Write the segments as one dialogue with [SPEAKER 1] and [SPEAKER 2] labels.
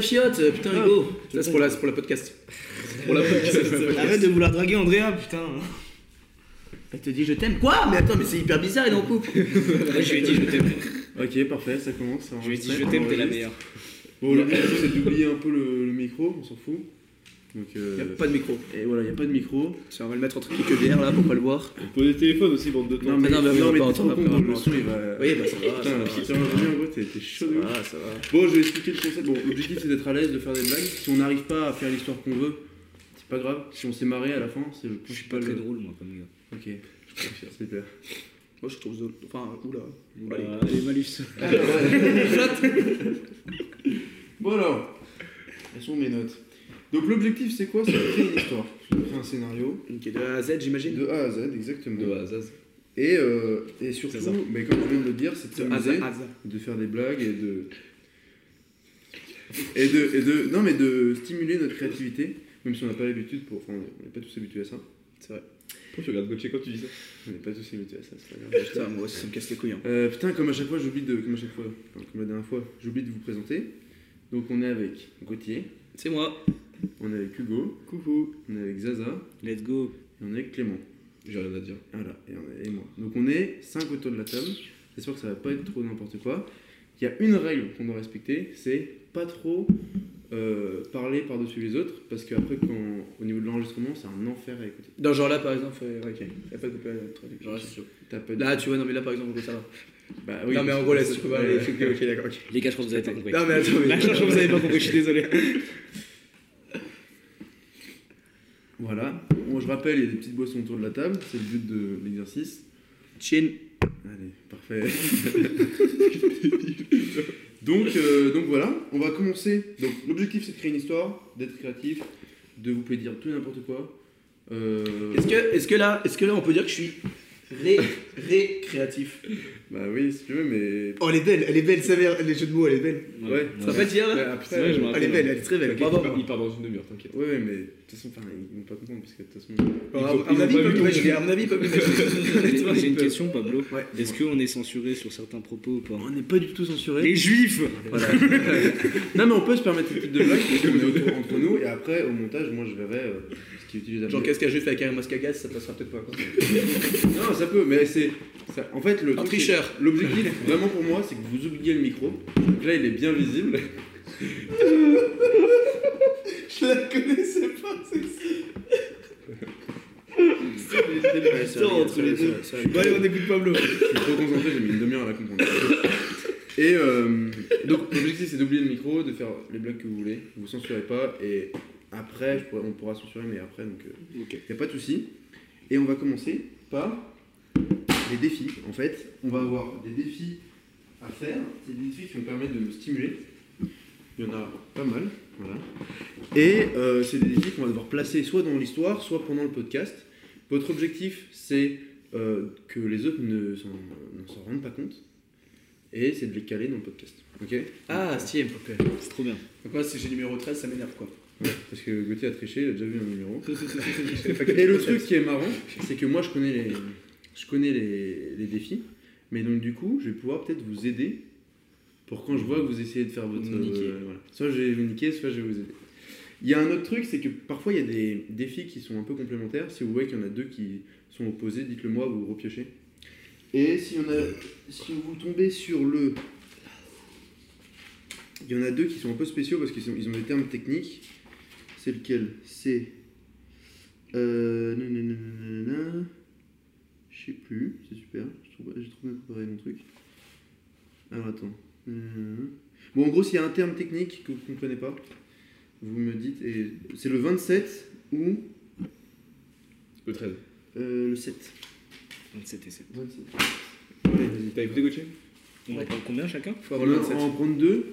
[SPEAKER 1] Chiotte, putain, Hugo. Ça, c'est pour, la- c'est pour le podcast. C'est Pour la podcast.
[SPEAKER 2] Arrête de vouloir draguer Andrea, putain.
[SPEAKER 1] Elle te dit je t'aime. Quoi Mais attends, mais c'est hyper bizarre, il est en couple.
[SPEAKER 3] Moi, je lui ai dit, je t'aime.
[SPEAKER 4] Ok, parfait, ça commence. ça
[SPEAKER 3] Je lui ai dit,
[SPEAKER 4] enregistre,
[SPEAKER 3] je
[SPEAKER 4] on
[SPEAKER 3] t'aime, t'es la
[SPEAKER 1] hein.
[SPEAKER 4] enregistre.
[SPEAKER 3] meilleure.
[SPEAKER 4] Bon, l'objectif c'est d'oublier un peu le, le micro, on s'en fout. Donc, euh,
[SPEAKER 1] Y a pas de micro.
[SPEAKER 4] Et voilà, il n'y a pas de micro.
[SPEAKER 1] Tiens, on va le mettre entre quelques bières là pour pas le voir.
[SPEAKER 5] Pose des téléphones aussi, bande de temps.
[SPEAKER 1] mais non, mais on va pas
[SPEAKER 4] t'es
[SPEAKER 1] entendre,
[SPEAKER 4] trop con,
[SPEAKER 1] après, on va
[SPEAKER 4] le
[SPEAKER 1] pas
[SPEAKER 4] son il va.
[SPEAKER 1] Oui, bah ça va.
[SPEAKER 4] Putain,
[SPEAKER 1] ça
[SPEAKER 4] la
[SPEAKER 1] va.
[SPEAKER 4] petite heure de en gros, t'es t'es chaud de ouf.
[SPEAKER 1] Ah, ça va.
[SPEAKER 4] Bon, je vais expliquer le concept. Bon, l'objectif c'est d'être à l'aise, de faire des blagues. Si on n'arrive pas à faire l'histoire qu'on veut, c'est pas grave. Si on s'est marré à la fin, c'est le
[SPEAKER 3] Je suis
[SPEAKER 4] principal.
[SPEAKER 3] pas très drôle, moi, comme gars.
[SPEAKER 4] Ok, c'est clair.
[SPEAKER 1] Moi je trouve. zone- Enfin, oula.
[SPEAKER 3] Bah, Allez, malus.
[SPEAKER 1] Ah,
[SPEAKER 4] Bon alors, elles sont mes notes. Donc l'objectif c'est quoi C'est de créer une histoire. Je crée un scénario
[SPEAKER 1] Ok, de A à Z, j'imagine.
[SPEAKER 4] de A à Z exactement.
[SPEAKER 1] De
[SPEAKER 5] bah,
[SPEAKER 1] A à Z.
[SPEAKER 4] Et, euh, et surtout,
[SPEAKER 3] C'est ça.
[SPEAKER 4] mais comme je viens de le dire, c'est de
[SPEAKER 1] De A à Z.
[SPEAKER 4] s'amuser,
[SPEAKER 1] à Z.
[SPEAKER 4] de faire des blagues et de... Et de, et de non mais de stimuler notre créativité, même si on n'a pas l'habitude, pour, enfin on n'est pas tous habitués à ça.
[SPEAKER 5] Pourquoi tu regardes Gauthier quand tu dis ça
[SPEAKER 4] On n'est pas tous habitués à ça, c'est pas grave.
[SPEAKER 1] Putain, moi aussi ça me casse les couilles. hein.
[SPEAKER 4] Euh, putain, comme à chaque fois, j'oublie de, comme à chaque fois, enfin, comme la dernière fois, j'oublie de vous présenter. Donc on est avec Gauthier,
[SPEAKER 3] C'est moi.
[SPEAKER 4] on est avec Hugo, coucou, on est avec Zaza
[SPEAKER 3] Let's go.
[SPEAKER 4] et on est avec Clément.
[SPEAKER 1] J'ai rien à dire.
[SPEAKER 4] Voilà, Ah et, on est- et moi. Donc on est 5 autour de la table. J'espère que ça va pas être trop n'importe quoi. Il y a une règle qu'on doit respecter, c'est pas trop euh, parler par-dessus les autres, parce qu'après, quand, au niveau de l'enregistrement, c'est un enfer à écouter.
[SPEAKER 1] Non, genre là par exemple, euh, ok, y a pas de coupure électronique. Genre là, c'est chaud.
[SPEAKER 4] T'as pas de-
[SPEAKER 1] Là, tu vois, non mais là par exemple, ça va.
[SPEAKER 4] Bah oui.
[SPEAKER 1] non mais en gros là, si tu peux pas aller.
[SPEAKER 4] Ouais.
[SPEAKER 1] Ok, ok, d'accord. ok.
[SPEAKER 3] Les gars, je pense que vous avez pas
[SPEAKER 5] Ah,
[SPEAKER 3] compris.
[SPEAKER 1] Non mais attends, mais.
[SPEAKER 3] Là, je pense que vous avez pas compris, je suis désolé.
[SPEAKER 4] Voilà. Bon, je rappelle, il y a des petites boissons autour de la table, c'est le but de l'exercice.
[SPEAKER 1] Chin.
[SPEAKER 4] Allez, parfait. donc, euh, donc voilà, on va commencer. Donc l'objectif c'est de créer une histoire, d'être créatif, de vous plaisir tout et n'importe quoi. Euh,
[SPEAKER 1] Est-ce que, est-ce que là, est-ce que là on peut dire que je suis ré, ré créatif
[SPEAKER 4] Bah oui, si tu veux, mais.
[SPEAKER 2] Oh, elle est belle, elle est belle, sa mère, les jeux de mots, elle est belle.
[SPEAKER 4] Ouais.
[SPEAKER 1] Ça va pas te dire là
[SPEAKER 4] Après,
[SPEAKER 3] C'est vrai, je me
[SPEAKER 2] Elle est
[SPEAKER 3] rappelle.
[SPEAKER 2] belle, elle est très belle.
[SPEAKER 5] T'inquiète,
[SPEAKER 1] Bravo.
[SPEAKER 5] il part- il part dans une demi-heure, t'inquiète.
[SPEAKER 4] Ouais, ouais, mais de toute façon, enfin, ils vont pas comprendre parce que de toute façon.
[SPEAKER 1] Bon,
[SPEAKER 5] Ils
[SPEAKER 1] à,
[SPEAKER 5] ont- ils
[SPEAKER 1] mon
[SPEAKER 5] ont
[SPEAKER 1] avis,
[SPEAKER 5] pas
[SPEAKER 1] ils peuvent
[SPEAKER 5] vu ton
[SPEAKER 1] imaginer. à mon avis, ils peuvent imaginer. Honnêtement,
[SPEAKER 3] J'ai
[SPEAKER 1] ils
[SPEAKER 3] une
[SPEAKER 1] peuvent.
[SPEAKER 3] question, Pablo.
[SPEAKER 1] Ouais.
[SPEAKER 3] Est-ce qu'on est censuré sur certains propos ou pas
[SPEAKER 4] On n'est pas du tout censuré.
[SPEAKER 3] Les juifs
[SPEAKER 4] Non, mais on peut se permettre ce type de blague parce qu'on est autour entre nous et après, au montage, moi je verrai euh, ce qui est utilisé.
[SPEAKER 1] Genre qu'est-ce qu'a juste fait avec Karim Moscagas, ça passera peut-être pas. quoi.
[SPEAKER 4] Non, ça peut, mais c'est. ça- En fait, le.
[SPEAKER 1] Un
[SPEAKER 4] truc,
[SPEAKER 1] tricheur.
[SPEAKER 4] c'est- L'objectif, vraiment pour moi, c'est que vous oubliez le micro. Donc là, il est bien visible.
[SPEAKER 2] Je la connaissais pas, celle-ci.
[SPEAKER 4] Ouais, c'est
[SPEAKER 1] Putain,
[SPEAKER 4] vrai,
[SPEAKER 1] entre
[SPEAKER 4] c'est
[SPEAKER 1] les
[SPEAKER 4] vrai,
[SPEAKER 1] deux.
[SPEAKER 4] c'est vrai.
[SPEAKER 2] Bon, allez, on écoute Pablo.
[SPEAKER 4] Je suis trop concentré, j'ai mis une demi-heure à la comprendre. Et euh, donc, l'objectif, c'est d'oublier le micro, de faire les blagues que vous voulez. Vous censurez pas. Et après, je pourrais- on pourra censurer, mais après, donc. euh,
[SPEAKER 3] Ok.
[SPEAKER 4] Y a pas de souci. Et on va commencer par les défis. En fait, on va avoir des défis à faire. C'est des défis qui vont permettre de nous stimuler. Il y en a pas mal. Voilà. Et euh, c'est des défis qu'on va devoir placer soit dans l'histoire, soit pendant le podcast. Votre objectif, c'est euh, que les autres ne s'en ne s'en rendent pas compte. Et c'est de les caler dans le podcast. Ok
[SPEAKER 1] Ah, si, donc
[SPEAKER 3] C'est trop bien.
[SPEAKER 1] moi si j'ai numéro 13, ça m'énerve quoi.
[SPEAKER 4] Parce que Gauthier a triché, il a déjà vu un numéro.
[SPEAKER 1] Je fais pas-
[SPEAKER 4] Et le truc qui est marrant, c'est que moi je connais les, je connais les, les défis, mais donc du coup je vais pouvoir peut-être vous aider pour quand je vois que vous essayez de faire votre. euh,
[SPEAKER 3] Vous niquez.
[SPEAKER 4] voilà. Soit je vais vous niquer, soit je vais vous aider. Il y a un autre truc, c'est que parfois il y a des défis qui sont un peu complémentaires. Si vous voyez qu'il y en a deux qui sont opposés, dites-le moi, vous repiochez. Et si, on a, si vous tombez sur le. Il y en a deux qui sont un peu spéciaux parce qu'ils sont- ils ont des termes techniques. C'est lequel C'est. Euh. nanana, nanana. Je sais plus, c'est super. je trouve- J'ai trop bien préparé mon truc. Alors attends. Nanana. Bon, en gros, s'il y a un terme technique que vous ne comprenez pas, vous me dites. Et c'est le 27 ou
[SPEAKER 5] Le 13.
[SPEAKER 4] euh, le 7
[SPEAKER 3] 27 et 7.
[SPEAKER 4] 27.
[SPEAKER 5] T'as écouté Gauthier
[SPEAKER 3] On en parle combien chacun
[SPEAKER 1] Faut
[SPEAKER 4] On
[SPEAKER 1] avoir le
[SPEAKER 4] va
[SPEAKER 1] 27.
[SPEAKER 4] en prendre deux.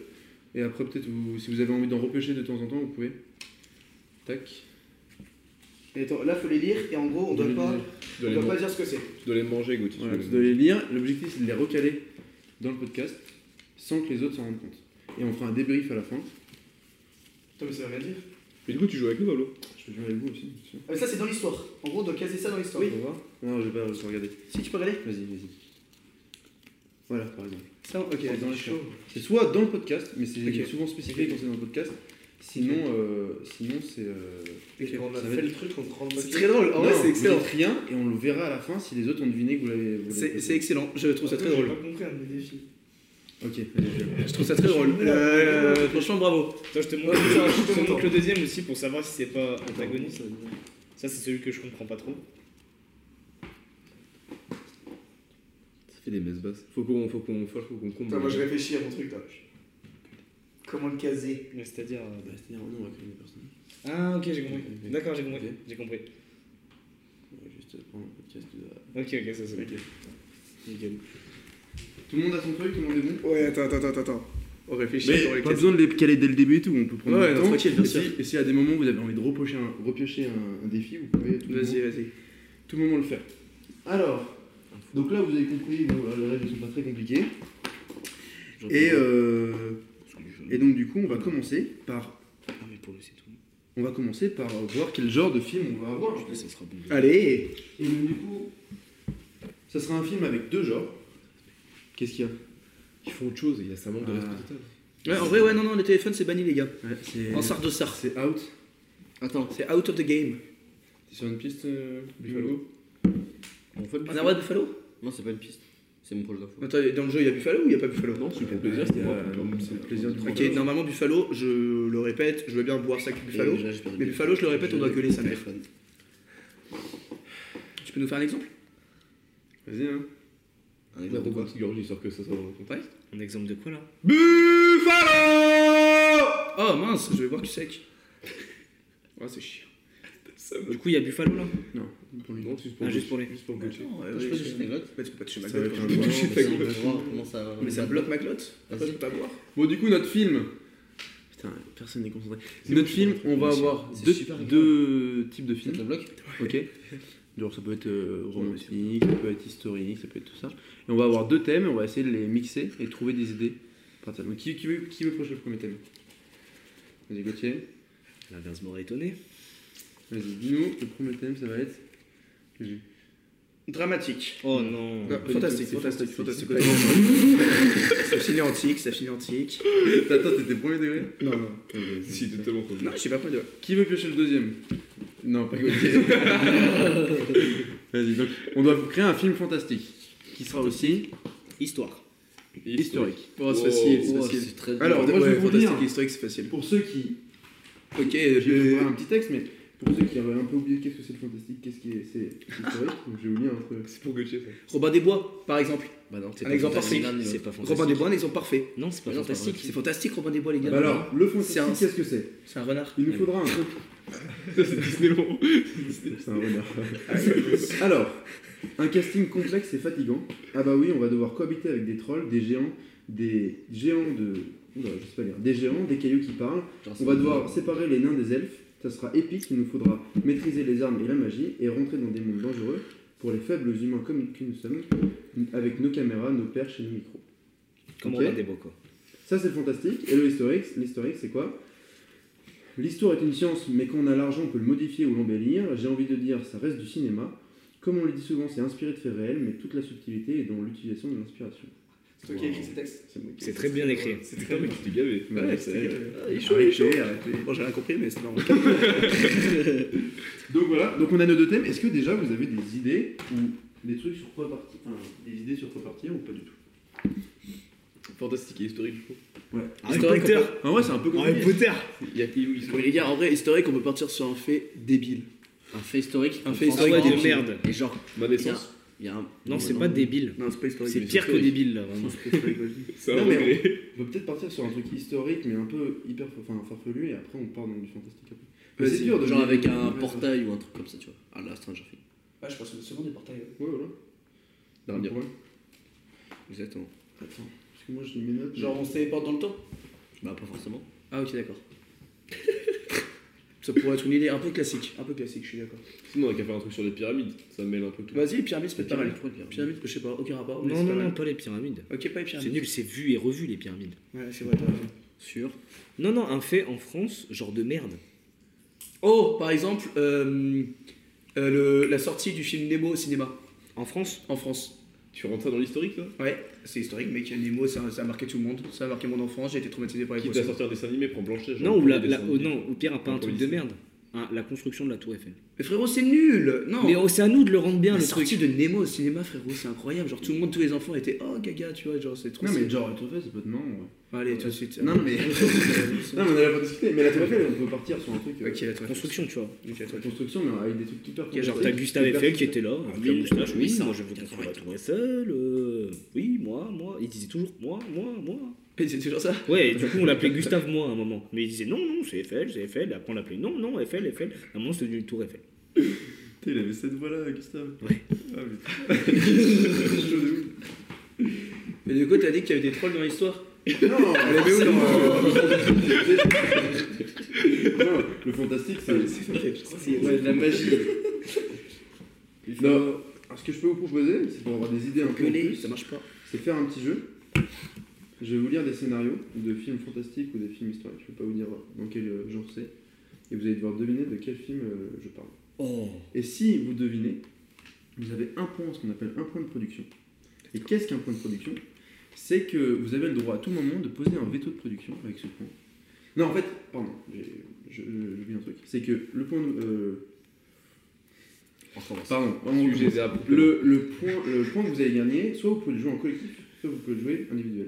[SPEAKER 4] Et après, peut-être, vous- si vous avez envie d'en repêcher de temps en temps, vous pouvez. Tac.
[SPEAKER 2] Et attends, là, faut les lire, et en gros, on doit pas,
[SPEAKER 5] Tu
[SPEAKER 2] on
[SPEAKER 5] dois les
[SPEAKER 2] doit pas
[SPEAKER 5] man-
[SPEAKER 2] dire ce que c'est.
[SPEAKER 5] tu dois les manger, Gauthier.
[SPEAKER 4] Voilà,
[SPEAKER 5] tu
[SPEAKER 4] tu
[SPEAKER 5] dois
[SPEAKER 4] dois
[SPEAKER 5] les-
[SPEAKER 4] les lire. L'objectif, c'est de les recaler dans le podcast sans que les autres s'en rendent compte. Et on fera un débrief à la fin.
[SPEAKER 2] Putain, mais ça veut rien dire.
[SPEAKER 5] Mais du coup, tu joues avec nous, Pablo
[SPEAKER 4] Je peux jouer avec vous aussi. bien sûr.
[SPEAKER 2] Ah, mais ça, c'est dans l'histoire. En gros, on doit caser ça dans l'histoire.
[SPEAKER 4] On va voir. Non, je vais pas je vais regarder.
[SPEAKER 2] Si, tu peux regarder
[SPEAKER 4] Vas-y, vas-y. Voilà, par exemple.
[SPEAKER 6] Ça, ok,
[SPEAKER 4] C'est dans les
[SPEAKER 6] chaud.
[SPEAKER 4] C'est soit dans le podcast, mais c'est
[SPEAKER 6] Ok.
[SPEAKER 4] souvent spécifié quand c'est dans le podcast. Sinon, euh, sinon c'est. euh,
[SPEAKER 6] Et on a
[SPEAKER 4] ça va
[SPEAKER 6] fait
[SPEAKER 4] être-
[SPEAKER 6] le truc, on prend le
[SPEAKER 1] C'est
[SPEAKER 6] papier.
[SPEAKER 1] très drôle. En vrai,
[SPEAKER 4] Non,
[SPEAKER 1] Ah c'est excellent.
[SPEAKER 4] Vous dites rien et on le verra à la fin si les autres ont deviné que vous l'avez. vous l'avez
[SPEAKER 1] C'est
[SPEAKER 4] posé.
[SPEAKER 1] c'est excellent. Je trouve ça très
[SPEAKER 7] J'ai
[SPEAKER 1] drôle.
[SPEAKER 7] pas compris un de mes défis.
[SPEAKER 4] Ok.
[SPEAKER 1] Je trouve ça très drôle. Euh, franchement, bravo.
[SPEAKER 3] Toi, je te montre, je te montre le deuxième aussi pour savoir si c'est pas antagoniste. Ça, c'est celui que je comprends pas trop.
[SPEAKER 8] Ça fait des messes basses. Faut qu'on faut qu'on faut qu'on comble.
[SPEAKER 4] Bah,
[SPEAKER 7] Attends, moi je réfléchis à mon truc là. Comment le caser
[SPEAKER 3] Mais C'est-à-dire. euh,
[SPEAKER 4] C'est-à-dire, on va créer une personne.
[SPEAKER 3] Ah, ok, j'ai compris.
[SPEAKER 4] Ok.
[SPEAKER 3] D'accord, j'ai compris.
[SPEAKER 4] Ok.
[SPEAKER 3] J'ai compris.
[SPEAKER 4] On va juste prendre le podcast. de-
[SPEAKER 3] Ok, ok, ça c'est
[SPEAKER 4] Ok.
[SPEAKER 3] Nickel.
[SPEAKER 4] Tout le monde a son truc, tout le monde est bon
[SPEAKER 1] Ouais, attends, attends, attends, attends. On réfléchit sur
[SPEAKER 4] Mais
[SPEAKER 1] les
[SPEAKER 4] pas
[SPEAKER 1] questions.
[SPEAKER 4] besoin de les caler dès le début et tout, on peut prendre
[SPEAKER 1] Ouais,
[SPEAKER 4] le
[SPEAKER 1] non,
[SPEAKER 4] temps.
[SPEAKER 1] tranquille, bien
[SPEAKER 4] et,
[SPEAKER 1] sûr.
[SPEAKER 4] Si, et si à des moments vous avez envie de repiocher un, repiocher un, un défi, vous pouvez à tout,
[SPEAKER 1] Vas-y,
[SPEAKER 4] moment,
[SPEAKER 1] vas-y.
[SPEAKER 4] tout moment le faire. Alors, donc là vous avez compris, bon, les règles ne sont pas très compliquées. Et, euh, et donc du coup on va commencer par,
[SPEAKER 3] Ah, mais pour le c'est tout.
[SPEAKER 4] on va commencer par voir quel genre de film on va avoir.
[SPEAKER 3] Putain, ça sera bon.
[SPEAKER 1] Allez.
[SPEAKER 4] Et donc du coup, ça sera un film avec deux genres. Qu'est-ce qu'il y a
[SPEAKER 8] Ils font autre chose, il y a ça manque de
[SPEAKER 4] Ah.
[SPEAKER 8] respect total.
[SPEAKER 1] Ouais, en vrai, ouais, non, non, le téléphone c'est banni, les gars.
[SPEAKER 4] Ouais, c'est-
[SPEAKER 1] En sort de sort.
[SPEAKER 4] C'est Out.
[SPEAKER 1] Attends, c'est out of the game.
[SPEAKER 8] T'es sur une piste euh,
[SPEAKER 4] Buffalo.
[SPEAKER 8] En fait,
[SPEAKER 1] On a droit à Buffalo
[SPEAKER 5] Non, c'est pas une piste. C'est mon projet d'info.
[SPEAKER 1] Attends, dans le jeu, il y a Buffalo ou il y a pas Buffalo
[SPEAKER 8] Non, c'est pour plaisir, c'est moi.
[SPEAKER 4] c'est le plaisir du
[SPEAKER 1] Ok, normalement, Buffalo, je le répète, je veux bien boire ça avec Buffalo.
[SPEAKER 5] Et déjà, j'ai perdu
[SPEAKER 1] Mais
[SPEAKER 5] le
[SPEAKER 1] Buffalo, je le répète, on doit gueuler sa mère.
[SPEAKER 5] téléphone.
[SPEAKER 1] Tu peux nous faire un exemple
[SPEAKER 4] Vas-y, hein.
[SPEAKER 5] Un exemple de
[SPEAKER 8] N'importe
[SPEAKER 5] quoi
[SPEAKER 8] quoi, parce que Gorgi, il sort que ça, ça va dans
[SPEAKER 1] Ouais.
[SPEAKER 3] Un exemple de quoi là
[SPEAKER 4] Buffalo
[SPEAKER 1] Oh mince, je vais boire du sec.
[SPEAKER 8] Ah, c'est chiant.
[SPEAKER 3] Du coup, il y a Buffalo là
[SPEAKER 4] Pour lui.
[SPEAKER 8] Non, c'est juste
[SPEAKER 3] Ah,
[SPEAKER 8] pour
[SPEAKER 3] juste pour les.
[SPEAKER 8] Juste pour coacher.
[SPEAKER 1] Non,
[SPEAKER 5] Je peux toucher ta glotte
[SPEAKER 1] Mais tu peux pas toucher ma
[SPEAKER 4] Ça va
[SPEAKER 1] glotte.
[SPEAKER 4] être
[SPEAKER 1] quand
[SPEAKER 4] un
[SPEAKER 1] je vais toucher
[SPEAKER 4] bon
[SPEAKER 1] ta
[SPEAKER 4] moment,
[SPEAKER 5] On
[SPEAKER 1] glotte.
[SPEAKER 5] va voir comment ça va.
[SPEAKER 1] Mais ça me bloque ma glotte. Je
[SPEAKER 5] Vas-y.
[SPEAKER 1] peux pas boire.
[SPEAKER 8] Bon, du coup, notre film.
[SPEAKER 4] Putain, personne n'est concentré.
[SPEAKER 8] C'est
[SPEAKER 4] Notre
[SPEAKER 8] bon,
[SPEAKER 4] film,
[SPEAKER 8] c'est bon,
[SPEAKER 4] on va
[SPEAKER 8] c'est
[SPEAKER 4] avoir
[SPEAKER 5] c'est
[SPEAKER 4] deux,
[SPEAKER 5] super
[SPEAKER 4] deux types de
[SPEAKER 5] Ça te
[SPEAKER 4] films.
[SPEAKER 5] le bloque
[SPEAKER 4] Ok Genre, ça peut être euh, romantique, ça peut être historique, ça peut être tout ça. Et on va avoir deux thèmes et on va essayer de les mixer et de trouver des idées. par thème. Donc, qui, qui veut, qui veut projeter le premier thème Vas-y, Gauthier.
[SPEAKER 3] L'inverse m'aurait étonné.
[SPEAKER 4] Vas-y, dis-nous, le premier thème, ça va être.
[SPEAKER 1] Dramatique.
[SPEAKER 3] Oh non.
[SPEAKER 4] Ah,
[SPEAKER 1] Non, fantastique, fantastique, fantastique. Ça finit antique, ça finit antique.
[SPEAKER 4] Attends, t'étais premier degré
[SPEAKER 1] Non, non.
[SPEAKER 8] Ah, Si, totalement.
[SPEAKER 1] Non, je suis pas prêt de.
[SPEAKER 4] Qui veut piocher le deuxième Non, pas Gauthier. Vas-y, donc on doit vous créer un film fantastique qui sera aussi
[SPEAKER 3] Histoire.
[SPEAKER 4] historique.
[SPEAKER 1] Bon, c'est facile, c'est
[SPEAKER 5] Oh,
[SPEAKER 1] facile.
[SPEAKER 5] très dur.
[SPEAKER 4] Alors, moi, je
[SPEAKER 1] ouais,
[SPEAKER 4] vais vous
[SPEAKER 1] fantastique
[SPEAKER 4] lire.
[SPEAKER 1] et historique, c'est facile.
[SPEAKER 4] Pour ceux qui.
[SPEAKER 1] Ok,
[SPEAKER 4] Eh, Je vais vous lire
[SPEAKER 1] euh,
[SPEAKER 4] un petit texte, mais pour ceux qui auraient un peu oublié qu'est-ce que c'est le fantastique, qu'est-ce qui est. C'est historique, donc je vais vous lire entre.
[SPEAKER 8] C'est pour coacher, ça.
[SPEAKER 1] Robin des Bois, par exemple.
[SPEAKER 5] Bah non, c'est
[SPEAKER 1] Un
[SPEAKER 5] pas
[SPEAKER 1] exemple
[SPEAKER 5] fantastique,
[SPEAKER 1] parfait.
[SPEAKER 5] l'un ni l'autre.
[SPEAKER 3] C'est pas fantastique.
[SPEAKER 1] Robin des Bois, un exemple parfait.
[SPEAKER 3] Non, c'est pas
[SPEAKER 5] Mais non, c'est pas
[SPEAKER 3] fantastique.
[SPEAKER 1] C'est fantastique, Robin des Bois, les gars.
[SPEAKER 4] Bah alors, le
[SPEAKER 1] C'est un-
[SPEAKER 4] fantastique, qu'est-ce que c'est
[SPEAKER 1] C'est un renard.
[SPEAKER 4] Il nous faudra un truc.
[SPEAKER 8] C'est Disney, bon.
[SPEAKER 4] C'est un renard. Alors, un casting complexe et fatigant. Ah bah oui, on va devoir cohabiter avec des trolls, des géants, des géants de. Oula, je sais pas lire. Des géants, des cailloux qui parlent.
[SPEAKER 5] Genre,
[SPEAKER 4] On
[SPEAKER 5] c'est
[SPEAKER 4] va
[SPEAKER 5] pas-
[SPEAKER 4] devoir séparer les nains des elfes. Ça sera épique, il nous faudra maîtriser les armes et la magie et rentrer dans des mondes dangereux pour les faibles humains comme que nous sommes, avec nos caméras, nos perches et nos micros.
[SPEAKER 3] Comme
[SPEAKER 4] Ok.
[SPEAKER 3] Robin des Bois quoi.
[SPEAKER 4] Ça, c'est le fantastique. Et le historique, l'historique, c'est quoi L'histoire est une science, mais quand on a l'argent, on peut le modifier ou l'embellir. J'ai envie de dire, ça reste du cinéma. Comme on le dit souvent, c'est inspiré de faits réels, mais toute la subtilité est dans l'utilisation de l'inspiration.
[SPEAKER 7] C'est toi qui as écrit ces textes
[SPEAKER 4] C'est moi qui-
[SPEAKER 3] C'est très bien écrit.
[SPEAKER 7] C'est très bien.
[SPEAKER 8] Tu t'es gavé.
[SPEAKER 4] Ouais,
[SPEAKER 1] Ouais,
[SPEAKER 4] c'est-
[SPEAKER 1] c'est-
[SPEAKER 4] Ah, Arrêtez, arrêtez.
[SPEAKER 1] Bon, j'ai rien compris, mais c'est normal.
[SPEAKER 4] Donc voilà, donc on a nos deux thèmes. Est-ce que déjà vous avez des idées ou des trucs sur quoi partir enfin, Des idées sur quoi partir ou pas du tout
[SPEAKER 8] Fantastique et historique, je trouve.
[SPEAKER 3] Ah, Harry
[SPEAKER 1] Historique,
[SPEAKER 3] Potter
[SPEAKER 4] En vrai, c'est un peu
[SPEAKER 3] Harry
[SPEAKER 4] compliqué.
[SPEAKER 3] Potter
[SPEAKER 8] Il y a Caillou, ils
[SPEAKER 1] Bon, les gars, en vrai, historique, on peut partir sur un fait débile.
[SPEAKER 5] Un fait historique.
[SPEAKER 1] Un fait
[SPEAKER 5] François
[SPEAKER 1] historique de
[SPEAKER 5] Hollande.
[SPEAKER 3] merde.
[SPEAKER 5] Et genre,
[SPEAKER 8] Ma
[SPEAKER 5] il y a-
[SPEAKER 8] naissance.
[SPEAKER 5] il y a un.
[SPEAKER 3] Non, c'est pas débile.
[SPEAKER 1] Non, c'est pas historique.
[SPEAKER 3] C'est pire que débile là, vraiment.
[SPEAKER 8] C'est
[SPEAKER 4] Non,
[SPEAKER 8] un
[SPEAKER 4] mais
[SPEAKER 8] regret.
[SPEAKER 4] On peut peut-être partir sur un truc historique, mais un peu hyper enfin, farfelu, et après on part dans du fantastique. après. Mais
[SPEAKER 1] Vas-y,
[SPEAKER 4] c'est dur de
[SPEAKER 5] Genre avec un
[SPEAKER 4] Ouais,
[SPEAKER 5] portail ou un truc comme ça, tu vois. Ah la Stranger Things.
[SPEAKER 7] Ah, je pense que le second des portails.
[SPEAKER 4] Ouais, voilà.
[SPEAKER 8] D'un bien.
[SPEAKER 4] Ouais.
[SPEAKER 5] Exactement.
[SPEAKER 4] Attends, parce que moi j'ai mes notes.
[SPEAKER 7] Genre, on se téléporte dans le temps.
[SPEAKER 5] Bah, pas forcément.
[SPEAKER 1] Ah, ok, d'accord. Ça pourrait être une idée un peu classique. Un peu classique, je suis d'accord.
[SPEAKER 8] Sinon, on a qu'à faire un truc sur les pyramides. Ça mêle un peu tout.
[SPEAKER 1] Vas-y, pyramide, c'est pas mal.
[SPEAKER 5] Pourquoi dire
[SPEAKER 1] Pyramide, je sais pas, aucun rapport. mais
[SPEAKER 3] Non,
[SPEAKER 1] c'est
[SPEAKER 3] non,
[SPEAKER 1] pas
[SPEAKER 3] non,
[SPEAKER 1] mal.
[SPEAKER 3] pas les pyramides.
[SPEAKER 1] Ok, pas les
[SPEAKER 3] C'est
[SPEAKER 1] pyramides.
[SPEAKER 3] nul, c'est vu et revu les pyramides.
[SPEAKER 1] Ouais, c'est vrai, t'as raison.
[SPEAKER 5] Sûr.
[SPEAKER 3] Non, non, un fait en France, genre de merde.
[SPEAKER 1] Oh, par exemple, euh, euh, le- la sortie du film Nemo au cinéma
[SPEAKER 3] En France
[SPEAKER 1] en France.
[SPEAKER 9] Tu rentres ça dans l'historique, toi
[SPEAKER 1] Ouais, c'est historique, mec. Nemo, ça, ça a marqué tout le monde. Ça a marqué mon enfance. J'ai été traumatisé par les
[SPEAKER 9] Quitte à
[SPEAKER 1] poissons.
[SPEAKER 9] sortir un dessin animé, prends Blanchet. genre,
[SPEAKER 5] Non, ou
[SPEAKER 9] prends
[SPEAKER 5] la,
[SPEAKER 9] un
[SPEAKER 5] la-
[SPEAKER 9] dessin
[SPEAKER 5] oh,
[SPEAKER 9] animé.
[SPEAKER 5] non, au pire, pas un
[SPEAKER 9] Pour
[SPEAKER 5] truc de
[SPEAKER 9] l'histoire.
[SPEAKER 5] merde. Hein, la construction de la Tour Eiffel.
[SPEAKER 1] Mais frérot, c'est nul Non
[SPEAKER 5] Mais oh, c'est à nous de le rendre bien,
[SPEAKER 1] La
[SPEAKER 5] le truc.
[SPEAKER 1] sortie de Nemo au cinéma, frérot, c'est incroyable. Genre, tout le monde, tous les enfants étaient Oh, gaga, tu vois, genre, c'est trop.
[SPEAKER 4] Non, mais
[SPEAKER 1] stylé.
[SPEAKER 4] genre, la tour Eiffel, ça peut être marrant. ouais.
[SPEAKER 1] Allez, tout de suite.
[SPEAKER 4] Non, mais. non, mais on a pas discuté. Mais la tour Eiffel, on peut partir sur un truc. euh,
[SPEAKER 1] Ok, la tour Eiffel.
[SPEAKER 5] Construction, tu vois.
[SPEAKER 4] sur la construction, mais avec des trucs hyper.
[SPEAKER 5] Ok, genre,
[SPEAKER 4] complexes,
[SPEAKER 5] t'as Gustave
[SPEAKER 4] hyper
[SPEAKER 5] Eiffel qui était là,
[SPEAKER 10] Ah,
[SPEAKER 5] lui,
[SPEAKER 10] comme
[SPEAKER 5] moustache, oui,
[SPEAKER 10] 800,
[SPEAKER 5] moi je veux construire la Tour Eiffel, euh, oui, moi, moi. Il disait toujours moi, moi, moi.
[SPEAKER 1] Et C'est toujours ça
[SPEAKER 5] Ouais, et du coup, on l'appelait Gustave Moi à un moment. Mais il disait non, non, c'est Eiffel, c'est Eiffel. Et après, on l'appelait non, non, Eiffel, Eiffel. À un moment, c'était devenu Tour Eiffel.
[SPEAKER 4] Putain, il avait cette voix-là, Gustave.
[SPEAKER 5] Ouais.
[SPEAKER 4] Ah, putain. Chaud de ouf.
[SPEAKER 1] Mais du coup, t'as dit qu'il y avait des trolls dans l'histoire
[SPEAKER 4] Non, elle avait où dans, euh, Non, le fantastique, c'est.
[SPEAKER 3] C'est ouais, de la magie.
[SPEAKER 4] Non, alors, ce que je peux vous proposer, c'est pour avoir des idées un peu en plus,
[SPEAKER 1] ça marche pas.
[SPEAKER 4] c'est faire un petit jeu. Je vais vous lire des scénarios de films fantastiques ou des films historiques. Je ne peux pas vous dire dans quel euh, genre c'est. Et vous allez devoir deviner de quel film euh, je parle.
[SPEAKER 10] Oh
[SPEAKER 4] Et si vous devinez, vous avez un point, ce qu'on appelle un point de production. Et qu'est-ce qu'un point de production C'est que vous avez le droit à tout moment de poser un veto de production avec ce point. Non, en fait, pardon, j'ai- je, je- j'oublie un truc. C'est que le point de. euh,
[SPEAKER 10] On recommence.
[SPEAKER 4] pardon, on
[SPEAKER 9] Sujet
[SPEAKER 4] recommence.
[SPEAKER 9] d'appropriation.
[SPEAKER 4] le, le point, le point que vous allez gagner, soit vous pouvez le jouer en collectif, soit vous pouvez le jouer individuel.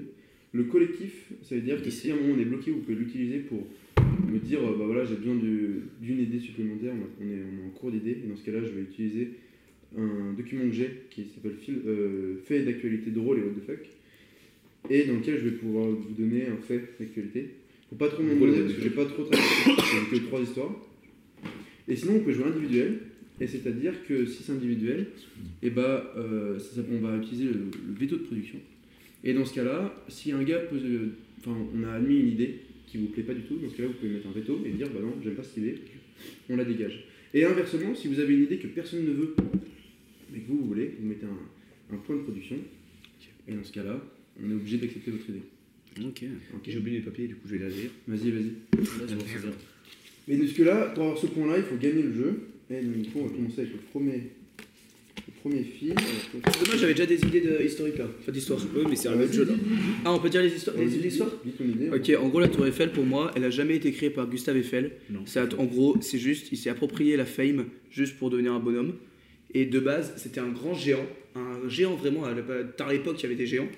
[SPEAKER 4] Le collectif, ça veut dire que si à un moment on est bloqué, vous pouvez l'utiliser pour me dire euh, bah voilà, j'ai besoin du- d'une idée supplémentaire, on, a- on est, on est en cours d'idée, et dans ce cas-là, je vais utiliser un document que j'ai qui s'appelle fil- euh, Fait d'actualité drôle et what the fuck, et dans lequel je vais pouvoir vous donner un fait d'actualité. Faut pas trop m'en
[SPEAKER 9] Drôle et what
[SPEAKER 4] demander parce
[SPEAKER 9] the
[SPEAKER 4] que j'ai pas trop travaillé, j'ai que trois histoires. Et sinon, on peut jouer individuel, et c'est-à-dire que si c'est individuel, et bah, euh, ça, ça- on va utiliser le, le veto de production. Et dans ce cas-là, si un gars pose, euh, enfin, on a admis une idée qui vous plaît pas du tout, dans ce cas-là, vous pouvez mettre un veto et dire bah non, j'aime pas cette idée, on la dégage. Et inversement, si vous avez une idée que personne ne veut, mais que vous, vous voulez, vous mettez un, un point de production. Et dans ce cas-là, on est obligé d'accepter votre idée.
[SPEAKER 5] Ok.
[SPEAKER 4] Ok.
[SPEAKER 11] J'ai oublié mes papiers, du coup je vais les lire.
[SPEAKER 4] Vas-y, vas-y.
[SPEAKER 5] Bah,
[SPEAKER 10] Là, je m'en souviens.
[SPEAKER 4] Mais de ce là, pour avoir ce point-là, il faut gagner le jeu. Et donc, du coup, on va commencer avec le premier, le premier film.
[SPEAKER 1] C'est dommage, j'avais déjà des idées de historique là. Enfin, d'histoire.
[SPEAKER 5] Ouais, mais c'est un autre jeu là.
[SPEAKER 1] Ah, on peut dire les histoires les- L'histoire
[SPEAKER 4] L'histoire Dis ton idée.
[SPEAKER 1] Ok, en gros, la Tour Eiffel, pour moi, elle a jamais été créée par Gustave Eiffel.
[SPEAKER 5] Non.
[SPEAKER 1] Ça, en gros, c'est juste, il s'est approprié la fame juste pour devenir un bonhomme. Et de base, c'était un grand géant, un géant vraiment. À l'époque, à l'époque, il y avait des géants.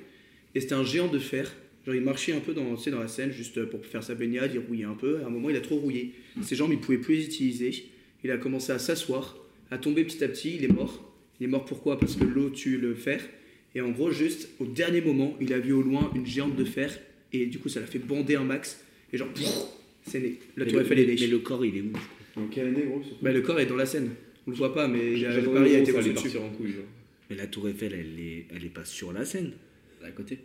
[SPEAKER 1] Et c'était un géant de fer. Genre, il marchait un peu dans, tu sais, dans la Seine juste euh, pour faire sa baignade, il rouillait un peu. À un moment, il a trop rouillé. Ses jambes, il pouvait plus les utiliser. Il a commencé à s'asseoir, à tomber petit à petit. Il est mort. Il est mort pourquoi Parce que l'eau tue le fer. Et en gros, juste au dernier moment, il a vu au loin une géante de fer. Et du coup, ça l'a fait bander un max. Et genre, pff, c'est né. La
[SPEAKER 5] Mais
[SPEAKER 1] Tour
[SPEAKER 5] le-
[SPEAKER 1] Eiffel est née.
[SPEAKER 5] Mais le corps, il est où
[SPEAKER 4] En quelle année, gros surtout
[SPEAKER 1] Bah, le corps est dans la Seine. On le voit pas, mais
[SPEAKER 9] J'ai-
[SPEAKER 1] la-
[SPEAKER 9] j'attendais
[SPEAKER 1] Paris a
[SPEAKER 9] le moment où
[SPEAKER 1] été
[SPEAKER 9] ça allait
[SPEAKER 1] construit dessus.
[SPEAKER 9] partir en couille, hein. genre.
[SPEAKER 5] Mais la Tour Eiffel, elle est, elle est pas sur la scène.
[SPEAKER 10] Là, à côté.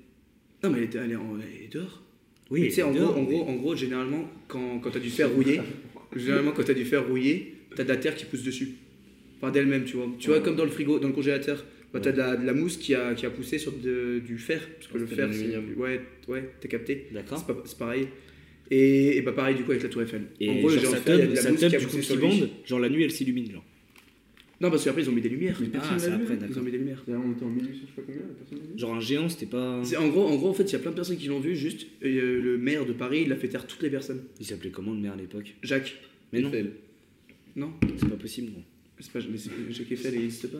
[SPEAKER 1] Non, mais elle était- elle est, en- elle est dehors.
[SPEAKER 5] Oui,
[SPEAKER 1] Mais tu sais, en,
[SPEAKER 5] elle est
[SPEAKER 1] gros, en,
[SPEAKER 5] dehors,
[SPEAKER 1] gros, en gros, généralement, quand, quand t'as du fer rouillé, généralement, quand t'as du fer rouillé, t'as de la terre qui pousse dessus. Par d'elle-même, tu vois. Tu vois, comme dans le frigo, dans le congélateur, bah, t'as de la, de la mousse qui a, qui a poussé sur de- du fer. Parce que le
[SPEAKER 9] c'est
[SPEAKER 1] fer,
[SPEAKER 9] de l'aluminium.
[SPEAKER 1] c'est- Ouais, ouais, t'as capté.
[SPEAKER 5] mais- D'accord.
[SPEAKER 1] C'est pas- C'est pareil. Et, et bah, pareil, du coup, avec la tour Eiffel.
[SPEAKER 5] Et
[SPEAKER 1] le
[SPEAKER 5] genre,
[SPEAKER 1] géant
[SPEAKER 5] sa
[SPEAKER 1] de fer, il y a
[SPEAKER 5] teub,
[SPEAKER 1] de la
[SPEAKER 5] sa
[SPEAKER 1] mousse
[SPEAKER 5] teub,
[SPEAKER 1] qui a
[SPEAKER 5] du coup,
[SPEAKER 1] poussé
[SPEAKER 5] qui
[SPEAKER 1] sur lui.
[SPEAKER 5] bande, genre la nuit, elle s'illumine, genre.
[SPEAKER 1] Non, parce qu'après, ils ont mis des lumières.
[SPEAKER 4] Mais personne
[SPEAKER 5] Ah, c'est
[SPEAKER 4] l'a vu,
[SPEAKER 5] après,
[SPEAKER 4] hein.
[SPEAKER 1] Ils ont
[SPEAKER 5] d'accord.
[SPEAKER 1] mis des lumières.
[SPEAKER 4] D'ailleurs, on était en 1800, je sais pas combien, la personne l'a vu
[SPEAKER 5] Genre un géant, c'était pas.
[SPEAKER 1] C'est- En gros, en gros, en fait, il y a plein de personnes qui l'ont vu, juste euh, le maire de Paris, il a fait taire toutes les personnes.
[SPEAKER 5] Il s'appelait comment le maire à l'époque
[SPEAKER 1] Jacques.
[SPEAKER 5] Mais non,
[SPEAKER 1] Non
[SPEAKER 5] c'est pas possible, non.
[SPEAKER 1] C'est pas, mais c'est- Jacques Eiffel, il n'existe pas.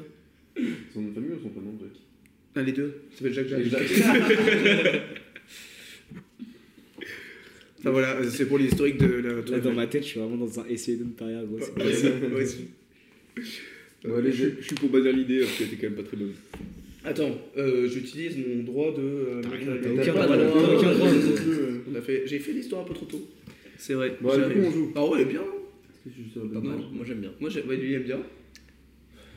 [SPEAKER 4] Son nom de famille ou son prénom, Jack
[SPEAKER 1] Ah, les deux. Ça s'appelle Jacques Jacques. Enfin voilà, euh, c'est pour l'historique de la
[SPEAKER 5] Là, dans ma tête, je suis vraiment dans un essayer de me parler à gros. c'est-
[SPEAKER 4] Bon, allez,
[SPEAKER 9] je, je suis pour bannir l'idée parce qu'elle était quand même pas très bonne.
[SPEAKER 1] Attends, euh, j'utilise mon droit de. euh,
[SPEAKER 5] T'as rien,
[SPEAKER 1] mec,
[SPEAKER 5] t'as
[SPEAKER 1] euh,
[SPEAKER 5] aucun
[SPEAKER 1] pas
[SPEAKER 5] droit,
[SPEAKER 1] le
[SPEAKER 5] t'as aucun droit.
[SPEAKER 4] Est-ce
[SPEAKER 1] On a fait, j'ai fait l'histoire un peu trop tôt. C'est vrai.
[SPEAKER 4] Bon, allez,
[SPEAKER 1] j'arrive.
[SPEAKER 4] on joue.
[SPEAKER 1] Ah ouais, bien.
[SPEAKER 4] que je suis
[SPEAKER 10] Pas mal. Moi, j'aime bien.
[SPEAKER 1] Moi, j'ai- ouais, lui, il aime bien.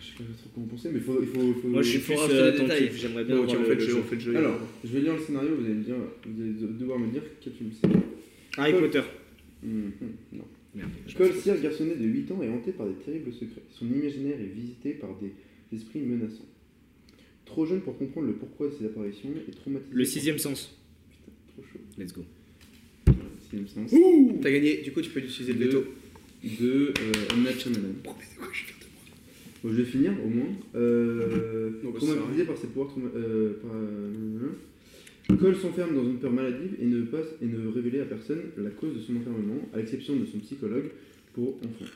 [SPEAKER 4] Je sais pas trop comment penser, mais il faut, il faut, faut-
[SPEAKER 5] Moi, je suis plus
[SPEAKER 10] rajouter des
[SPEAKER 5] euh, attentif,
[SPEAKER 10] détails.
[SPEAKER 5] j'aimerais bien
[SPEAKER 1] Bon, ok,
[SPEAKER 5] avoir
[SPEAKER 1] on fait
[SPEAKER 5] le
[SPEAKER 1] le
[SPEAKER 5] le
[SPEAKER 1] jeu,
[SPEAKER 5] jeu.
[SPEAKER 1] on fait le jeu.
[SPEAKER 4] Alors, je vais lire le scénario, vous allez, me dire, vous allez de- devoir me dire quel film c'est.
[SPEAKER 5] Harry Potter.
[SPEAKER 4] Hum, hum, non.
[SPEAKER 5] Merde.
[SPEAKER 4] Paul Sears, garçonnet de 8 ans, est hanté par des terribles secrets. Son imaginaire est visité par des esprits menaçants. Trop jeune pour comprendre le pourquoi de ses apparitions et traumatisé.
[SPEAKER 5] Le sixième sens.
[SPEAKER 4] Trop chaud.
[SPEAKER 5] Let's go.
[SPEAKER 4] Sixième sens.
[SPEAKER 1] T'as gagné, du coup, tu peux utiliser le
[SPEAKER 4] Deux.
[SPEAKER 1] veto.
[SPEAKER 12] Oh,
[SPEAKER 4] De euh, M. Night Shyamalan. Bon, je vais finir au moins. Euh,
[SPEAKER 12] Non, bah, ça sert à
[SPEAKER 4] traumatisé par ses pouvoirs trauma- euh, par- euh, Cole s'enferme dans une peur maladive et ne, passe, et ne révéler à personne la cause de son enfermement, à l'exception de son psychologue pour enfants.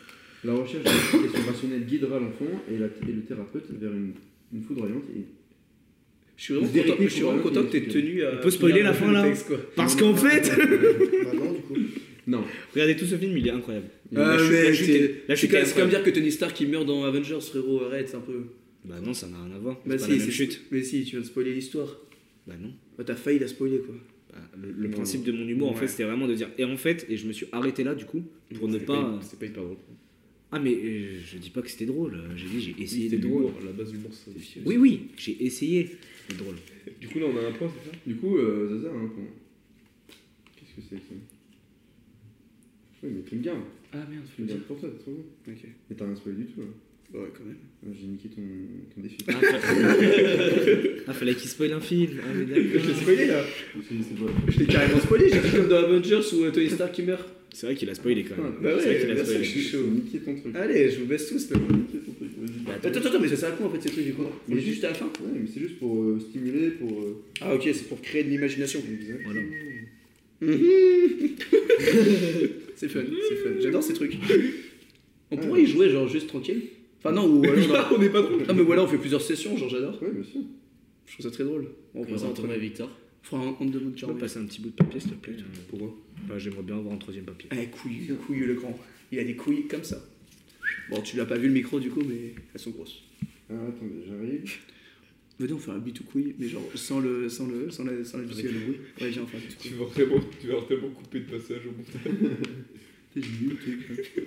[SPEAKER 4] La recherche d'explications rationnelles guidera l'enfant et, la- et le thérapeute vers une, une foudroyante et
[SPEAKER 1] Je suis vraiment
[SPEAKER 4] Vérité,
[SPEAKER 1] content, je suis
[SPEAKER 4] faut
[SPEAKER 1] vraiment
[SPEAKER 4] vraiment
[SPEAKER 1] content que
[SPEAKER 4] qu'il
[SPEAKER 1] t'aies
[SPEAKER 4] explique.
[SPEAKER 1] tenu à.
[SPEAKER 3] On peut spoiler la fin, là Ah,
[SPEAKER 1] Texte, quoi.
[SPEAKER 3] Parce qu'en fait,
[SPEAKER 13] Bah non, du coup.
[SPEAKER 3] regardez tout ce film, il est incroyable.
[SPEAKER 1] Ah,
[SPEAKER 3] la chute,
[SPEAKER 1] mais
[SPEAKER 3] la chute,
[SPEAKER 1] t'es-
[SPEAKER 3] est-
[SPEAKER 1] C'est
[SPEAKER 3] la chute est
[SPEAKER 1] comme, c'est comme
[SPEAKER 3] incroyable.
[SPEAKER 1] dire que Tony Stark il meurt dans Avengers, frérot, arrête, c'est un peu.
[SPEAKER 3] Bah non, ça n'a rien à voir.
[SPEAKER 1] Bah
[SPEAKER 3] c'est pas la
[SPEAKER 1] si,
[SPEAKER 3] même
[SPEAKER 1] c'est
[SPEAKER 3] chute.
[SPEAKER 1] Mais si, tu viens de spoiler l'histoire.
[SPEAKER 3] Bah non.
[SPEAKER 1] Bah t'as failli la spoiler quoi.
[SPEAKER 3] Bah, le le principe de mon humour, en fait, c'était vraiment de dire. Et en fait, et je me suis arrêté là, du coup, pour ne pas. euh,
[SPEAKER 12] C'est pas hyper drôle.
[SPEAKER 3] Ah, mais euh, je dis pas que c'était drôle. euh, J'ai dit, j'ai essayé
[SPEAKER 12] C'était
[SPEAKER 3] de
[SPEAKER 12] drôle.
[SPEAKER 3] l'humour.
[SPEAKER 12] La base du bourse, c'est
[SPEAKER 3] Oui, oui, j'ai essayé. C'est drôle.
[SPEAKER 12] Du coup, là, on a un point, c'est ça
[SPEAKER 4] Du coup, euh, Zaza, hein, comment- qu'est-ce que c'est que ça Oui, mais tu me gardes.
[SPEAKER 1] Ah merde,
[SPEAKER 4] Tu me gardes pour toi, c'est trop bon.
[SPEAKER 1] Ok. Bah
[SPEAKER 4] Et t'as rien spoilé du tout, là.
[SPEAKER 1] Ouais, quand même.
[SPEAKER 4] Ah, J'ai niqué ton, ton défi.
[SPEAKER 3] Ah, fa- Ah, fallait qu'il spoil un film. Ah, mais d'accord.
[SPEAKER 1] Spoiler là
[SPEAKER 4] C'est c'est pas...
[SPEAKER 1] Je l'ai carrément spoilé, j'ai fait comme dans Avengers où euh, Tony Stark qui meurt.
[SPEAKER 3] C'est vrai qu'il a spoilé quand même.
[SPEAKER 4] Bah
[SPEAKER 3] c'est vrai
[SPEAKER 1] ouais,
[SPEAKER 3] qu'il a
[SPEAKER 1] bien sûr que
[SPEAKER 3] spoilé.
[SPEAKER 1] je suis chaud.
[SPEAKER 4] niqué ton truc.
[SPEAKER 1] Allez, je vous baisse tous là.
[SPEAKER 4] Niqué ton truc, vas-y.
[SPEAKER 3] Bah, attends,
[SPEAKER 1] Attends, attends, mais ça sert à quoi en fait ces trucs du coup
[SPEAKER 4] Mais
[SPEAKER 1] Mais juste à la fin
[SPEAKER 4] Ouais, mais c'est juste pour euh, stimuler, pour... euh,
[SPEAKER 1] Ah ok, c'est pour créer de l'imagination.
[SPEAKER 4] exact.
[SPEAKER 3] Voilà.
[SPEAKER 1] C'est fun, c'est fun. J'adore ces trucs. On pourrait y jouer genre juste tranquille Enfin non, ou alors. on est pas drôle. Non mais voilà, on fait plusieurs sessions, genre j'adore.
[SPEAKER 4] Ouais, bien sûr.
[SPEAKER 1] Je trouve ça très drôle. On fera ça entre
[SPEAKER 5] Thomas Victor.
[SPEAKER 1] Fera un compte de mon
[SPEAKER 3] Tu
[SPEAKER 1] charme.
[SPEAKER 3] peux passer un petit bout de papier, s'il te plaît Pourquoi Bah, j'aimerais bien avoir un troisième papier.
[SPEAKER 1] Ah, couillu, couillu le grand. Il a des couilles comme ça. Bon, tu l'as pas vu le micro du coup, mais elles sont grosses.
[SPEAKER 4] Ah, attendez, j'arrive.
[SPEAKER 1] Venez, on fait un bitou couille, mais genre sans le, sans le, sans la, sans la visuelle. Ouais, viens, on fait un bitou couille.
[SPEAKER 12] Tu vas vraiment, tu vas vraiment couper de passage au bout.
[SPEAKER 4] T'es j'ai mis le truc.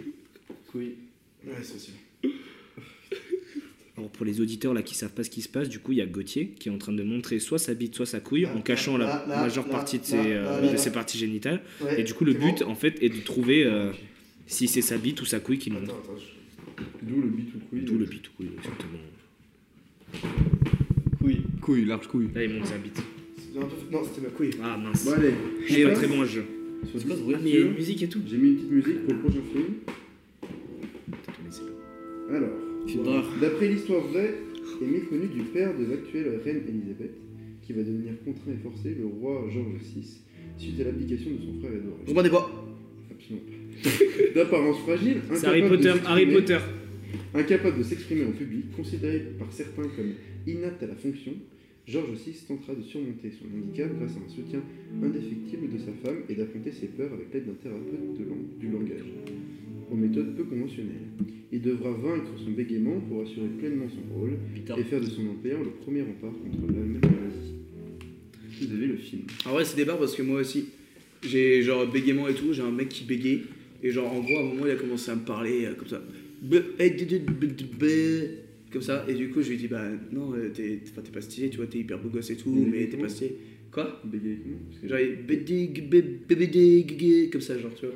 [SPEAKER 3] Alors pour les auditeurs là qui savent pas ce qui se passe, du coup il y a Gauthier qui est en train de montrer soit sa bite, soit sa couille
[SPEAKER 13] Là,
[SPEAKER 3] en cachant
[SPEAKER 13] là,
[SPEAKER 3] la
[SPEAKER 13] là, là,
[SPEAKER 3] majeure
[SPEAKER 13] là,
[SPEAKER 3] partie de ses,
[SPEAKER 13] là,
[SPEAKER 3] euh,
[SPEAKER 13] là, là,
[SPEAKER 3] de
[SPEAKER 13] là.
[SPEAKER 3] ses parties génitales.
[SPEAKER 13] Ouais,
[SPEAKER 3] Et du coup le
[SPEAKER 13] c'est bon
[SPEAKER 3] but en fait est de trouver euh, si c'est sa bite ou sa couille qui montre.
[SPEAKER 4] Attends, attends. je- D'où le beat ou couille.
[SPEAKER 3] D'où le bite ou couille exactement.
[SPEAKER 12] Couille, large couille.
[SPEAKER 3] Là il montre sa bite.
[SPEAKER 13] J'ai un peu fait- Non, c'était ma couille.
[SPEAKER 3] Ah mince.
[SPEAKER 4] Bon, allez.
[SPEAKER 3] Je suis pas très bon à ce jeu.
[SPEAKER 4] Sur
[SPEAKER 5] C'est quoi ce
[SPEAKER 4] 10,
[SPEAKER 5] bruit
[SPEAKER 4] sur-
[SPEAKER 5] Mais il y a une musique et tout.
[SPEAKER 4] J'ai mis une petite musique pour le prochain film.
[SPEAKER 3] Mais c'est pas-
[SPEAKER 4] Alors,
[SPEAKER 5] Film
[SPEAKER 4] voilà.
[SPEAKER 5] d'horreur.
[SPEAKER 4] d'après l'histoire vraie et méconnue du père de l'actuelle reine Elisabeth, qui va devenir contraint et forcé le roi George VI, suite à l'abdication de son frère Edward.
[SPEAKER 1] Je m'en ai pas.
[SPEAKER 4] Absolument pas. D'apparence fragile,
[SPEAKER 3] C'est Harry
[SPEAKER 4] incapable de
[SPEAKER 3] Potter,
[SPEAKER 4] s'exprimer-
[SPEAKER 3] Harry Potter.
[SPEAKER 4] Incapable de s'exprimer en public, considéré par certains comme inapte à la fonction, George VI tentera de surmonter son handicap grâce à un soutien indéfectible de sa femme et d'affronter ses peurs avec l'aide d'un thérapeute de lang- du langage, aux méthodes peu conventionnelles. Il devra vaincre son bégaiement pour assurer pleinement son rôle
[SPEAKER 5] Victor.
[SPEAKER 4] et faire de son empire le premier rempart contre l'Allemagne nazie. Vous avez le film.
[SPEAKER 1] En vrai, c'est des barres parce que moi aussi, j'ai genre bégaiement et tout, j'ai un mec qui bégaye. Et genre, en gros, à un moment, il a commencé à me parler euh, comme ça. Be- eh, du- du- be- du- be- Comme ça. Et du coup, je lui ai dit, bah non, euh, t'es enfin, t'es pas stylé, tu vois, t'es hyper beau gosse et tout,
[SPEAKER 4] Il est
[SPEAKER 1] mais t'es
[SPEAKER 4] comment
[SPEAKER 1] pas stylé. Quoi
[SPEAKER 4] Bégayer comment Parce que
[SPEAKER 1] Genre, il bédig, bé- bébédig, gué, comme ça, genre, tu vois.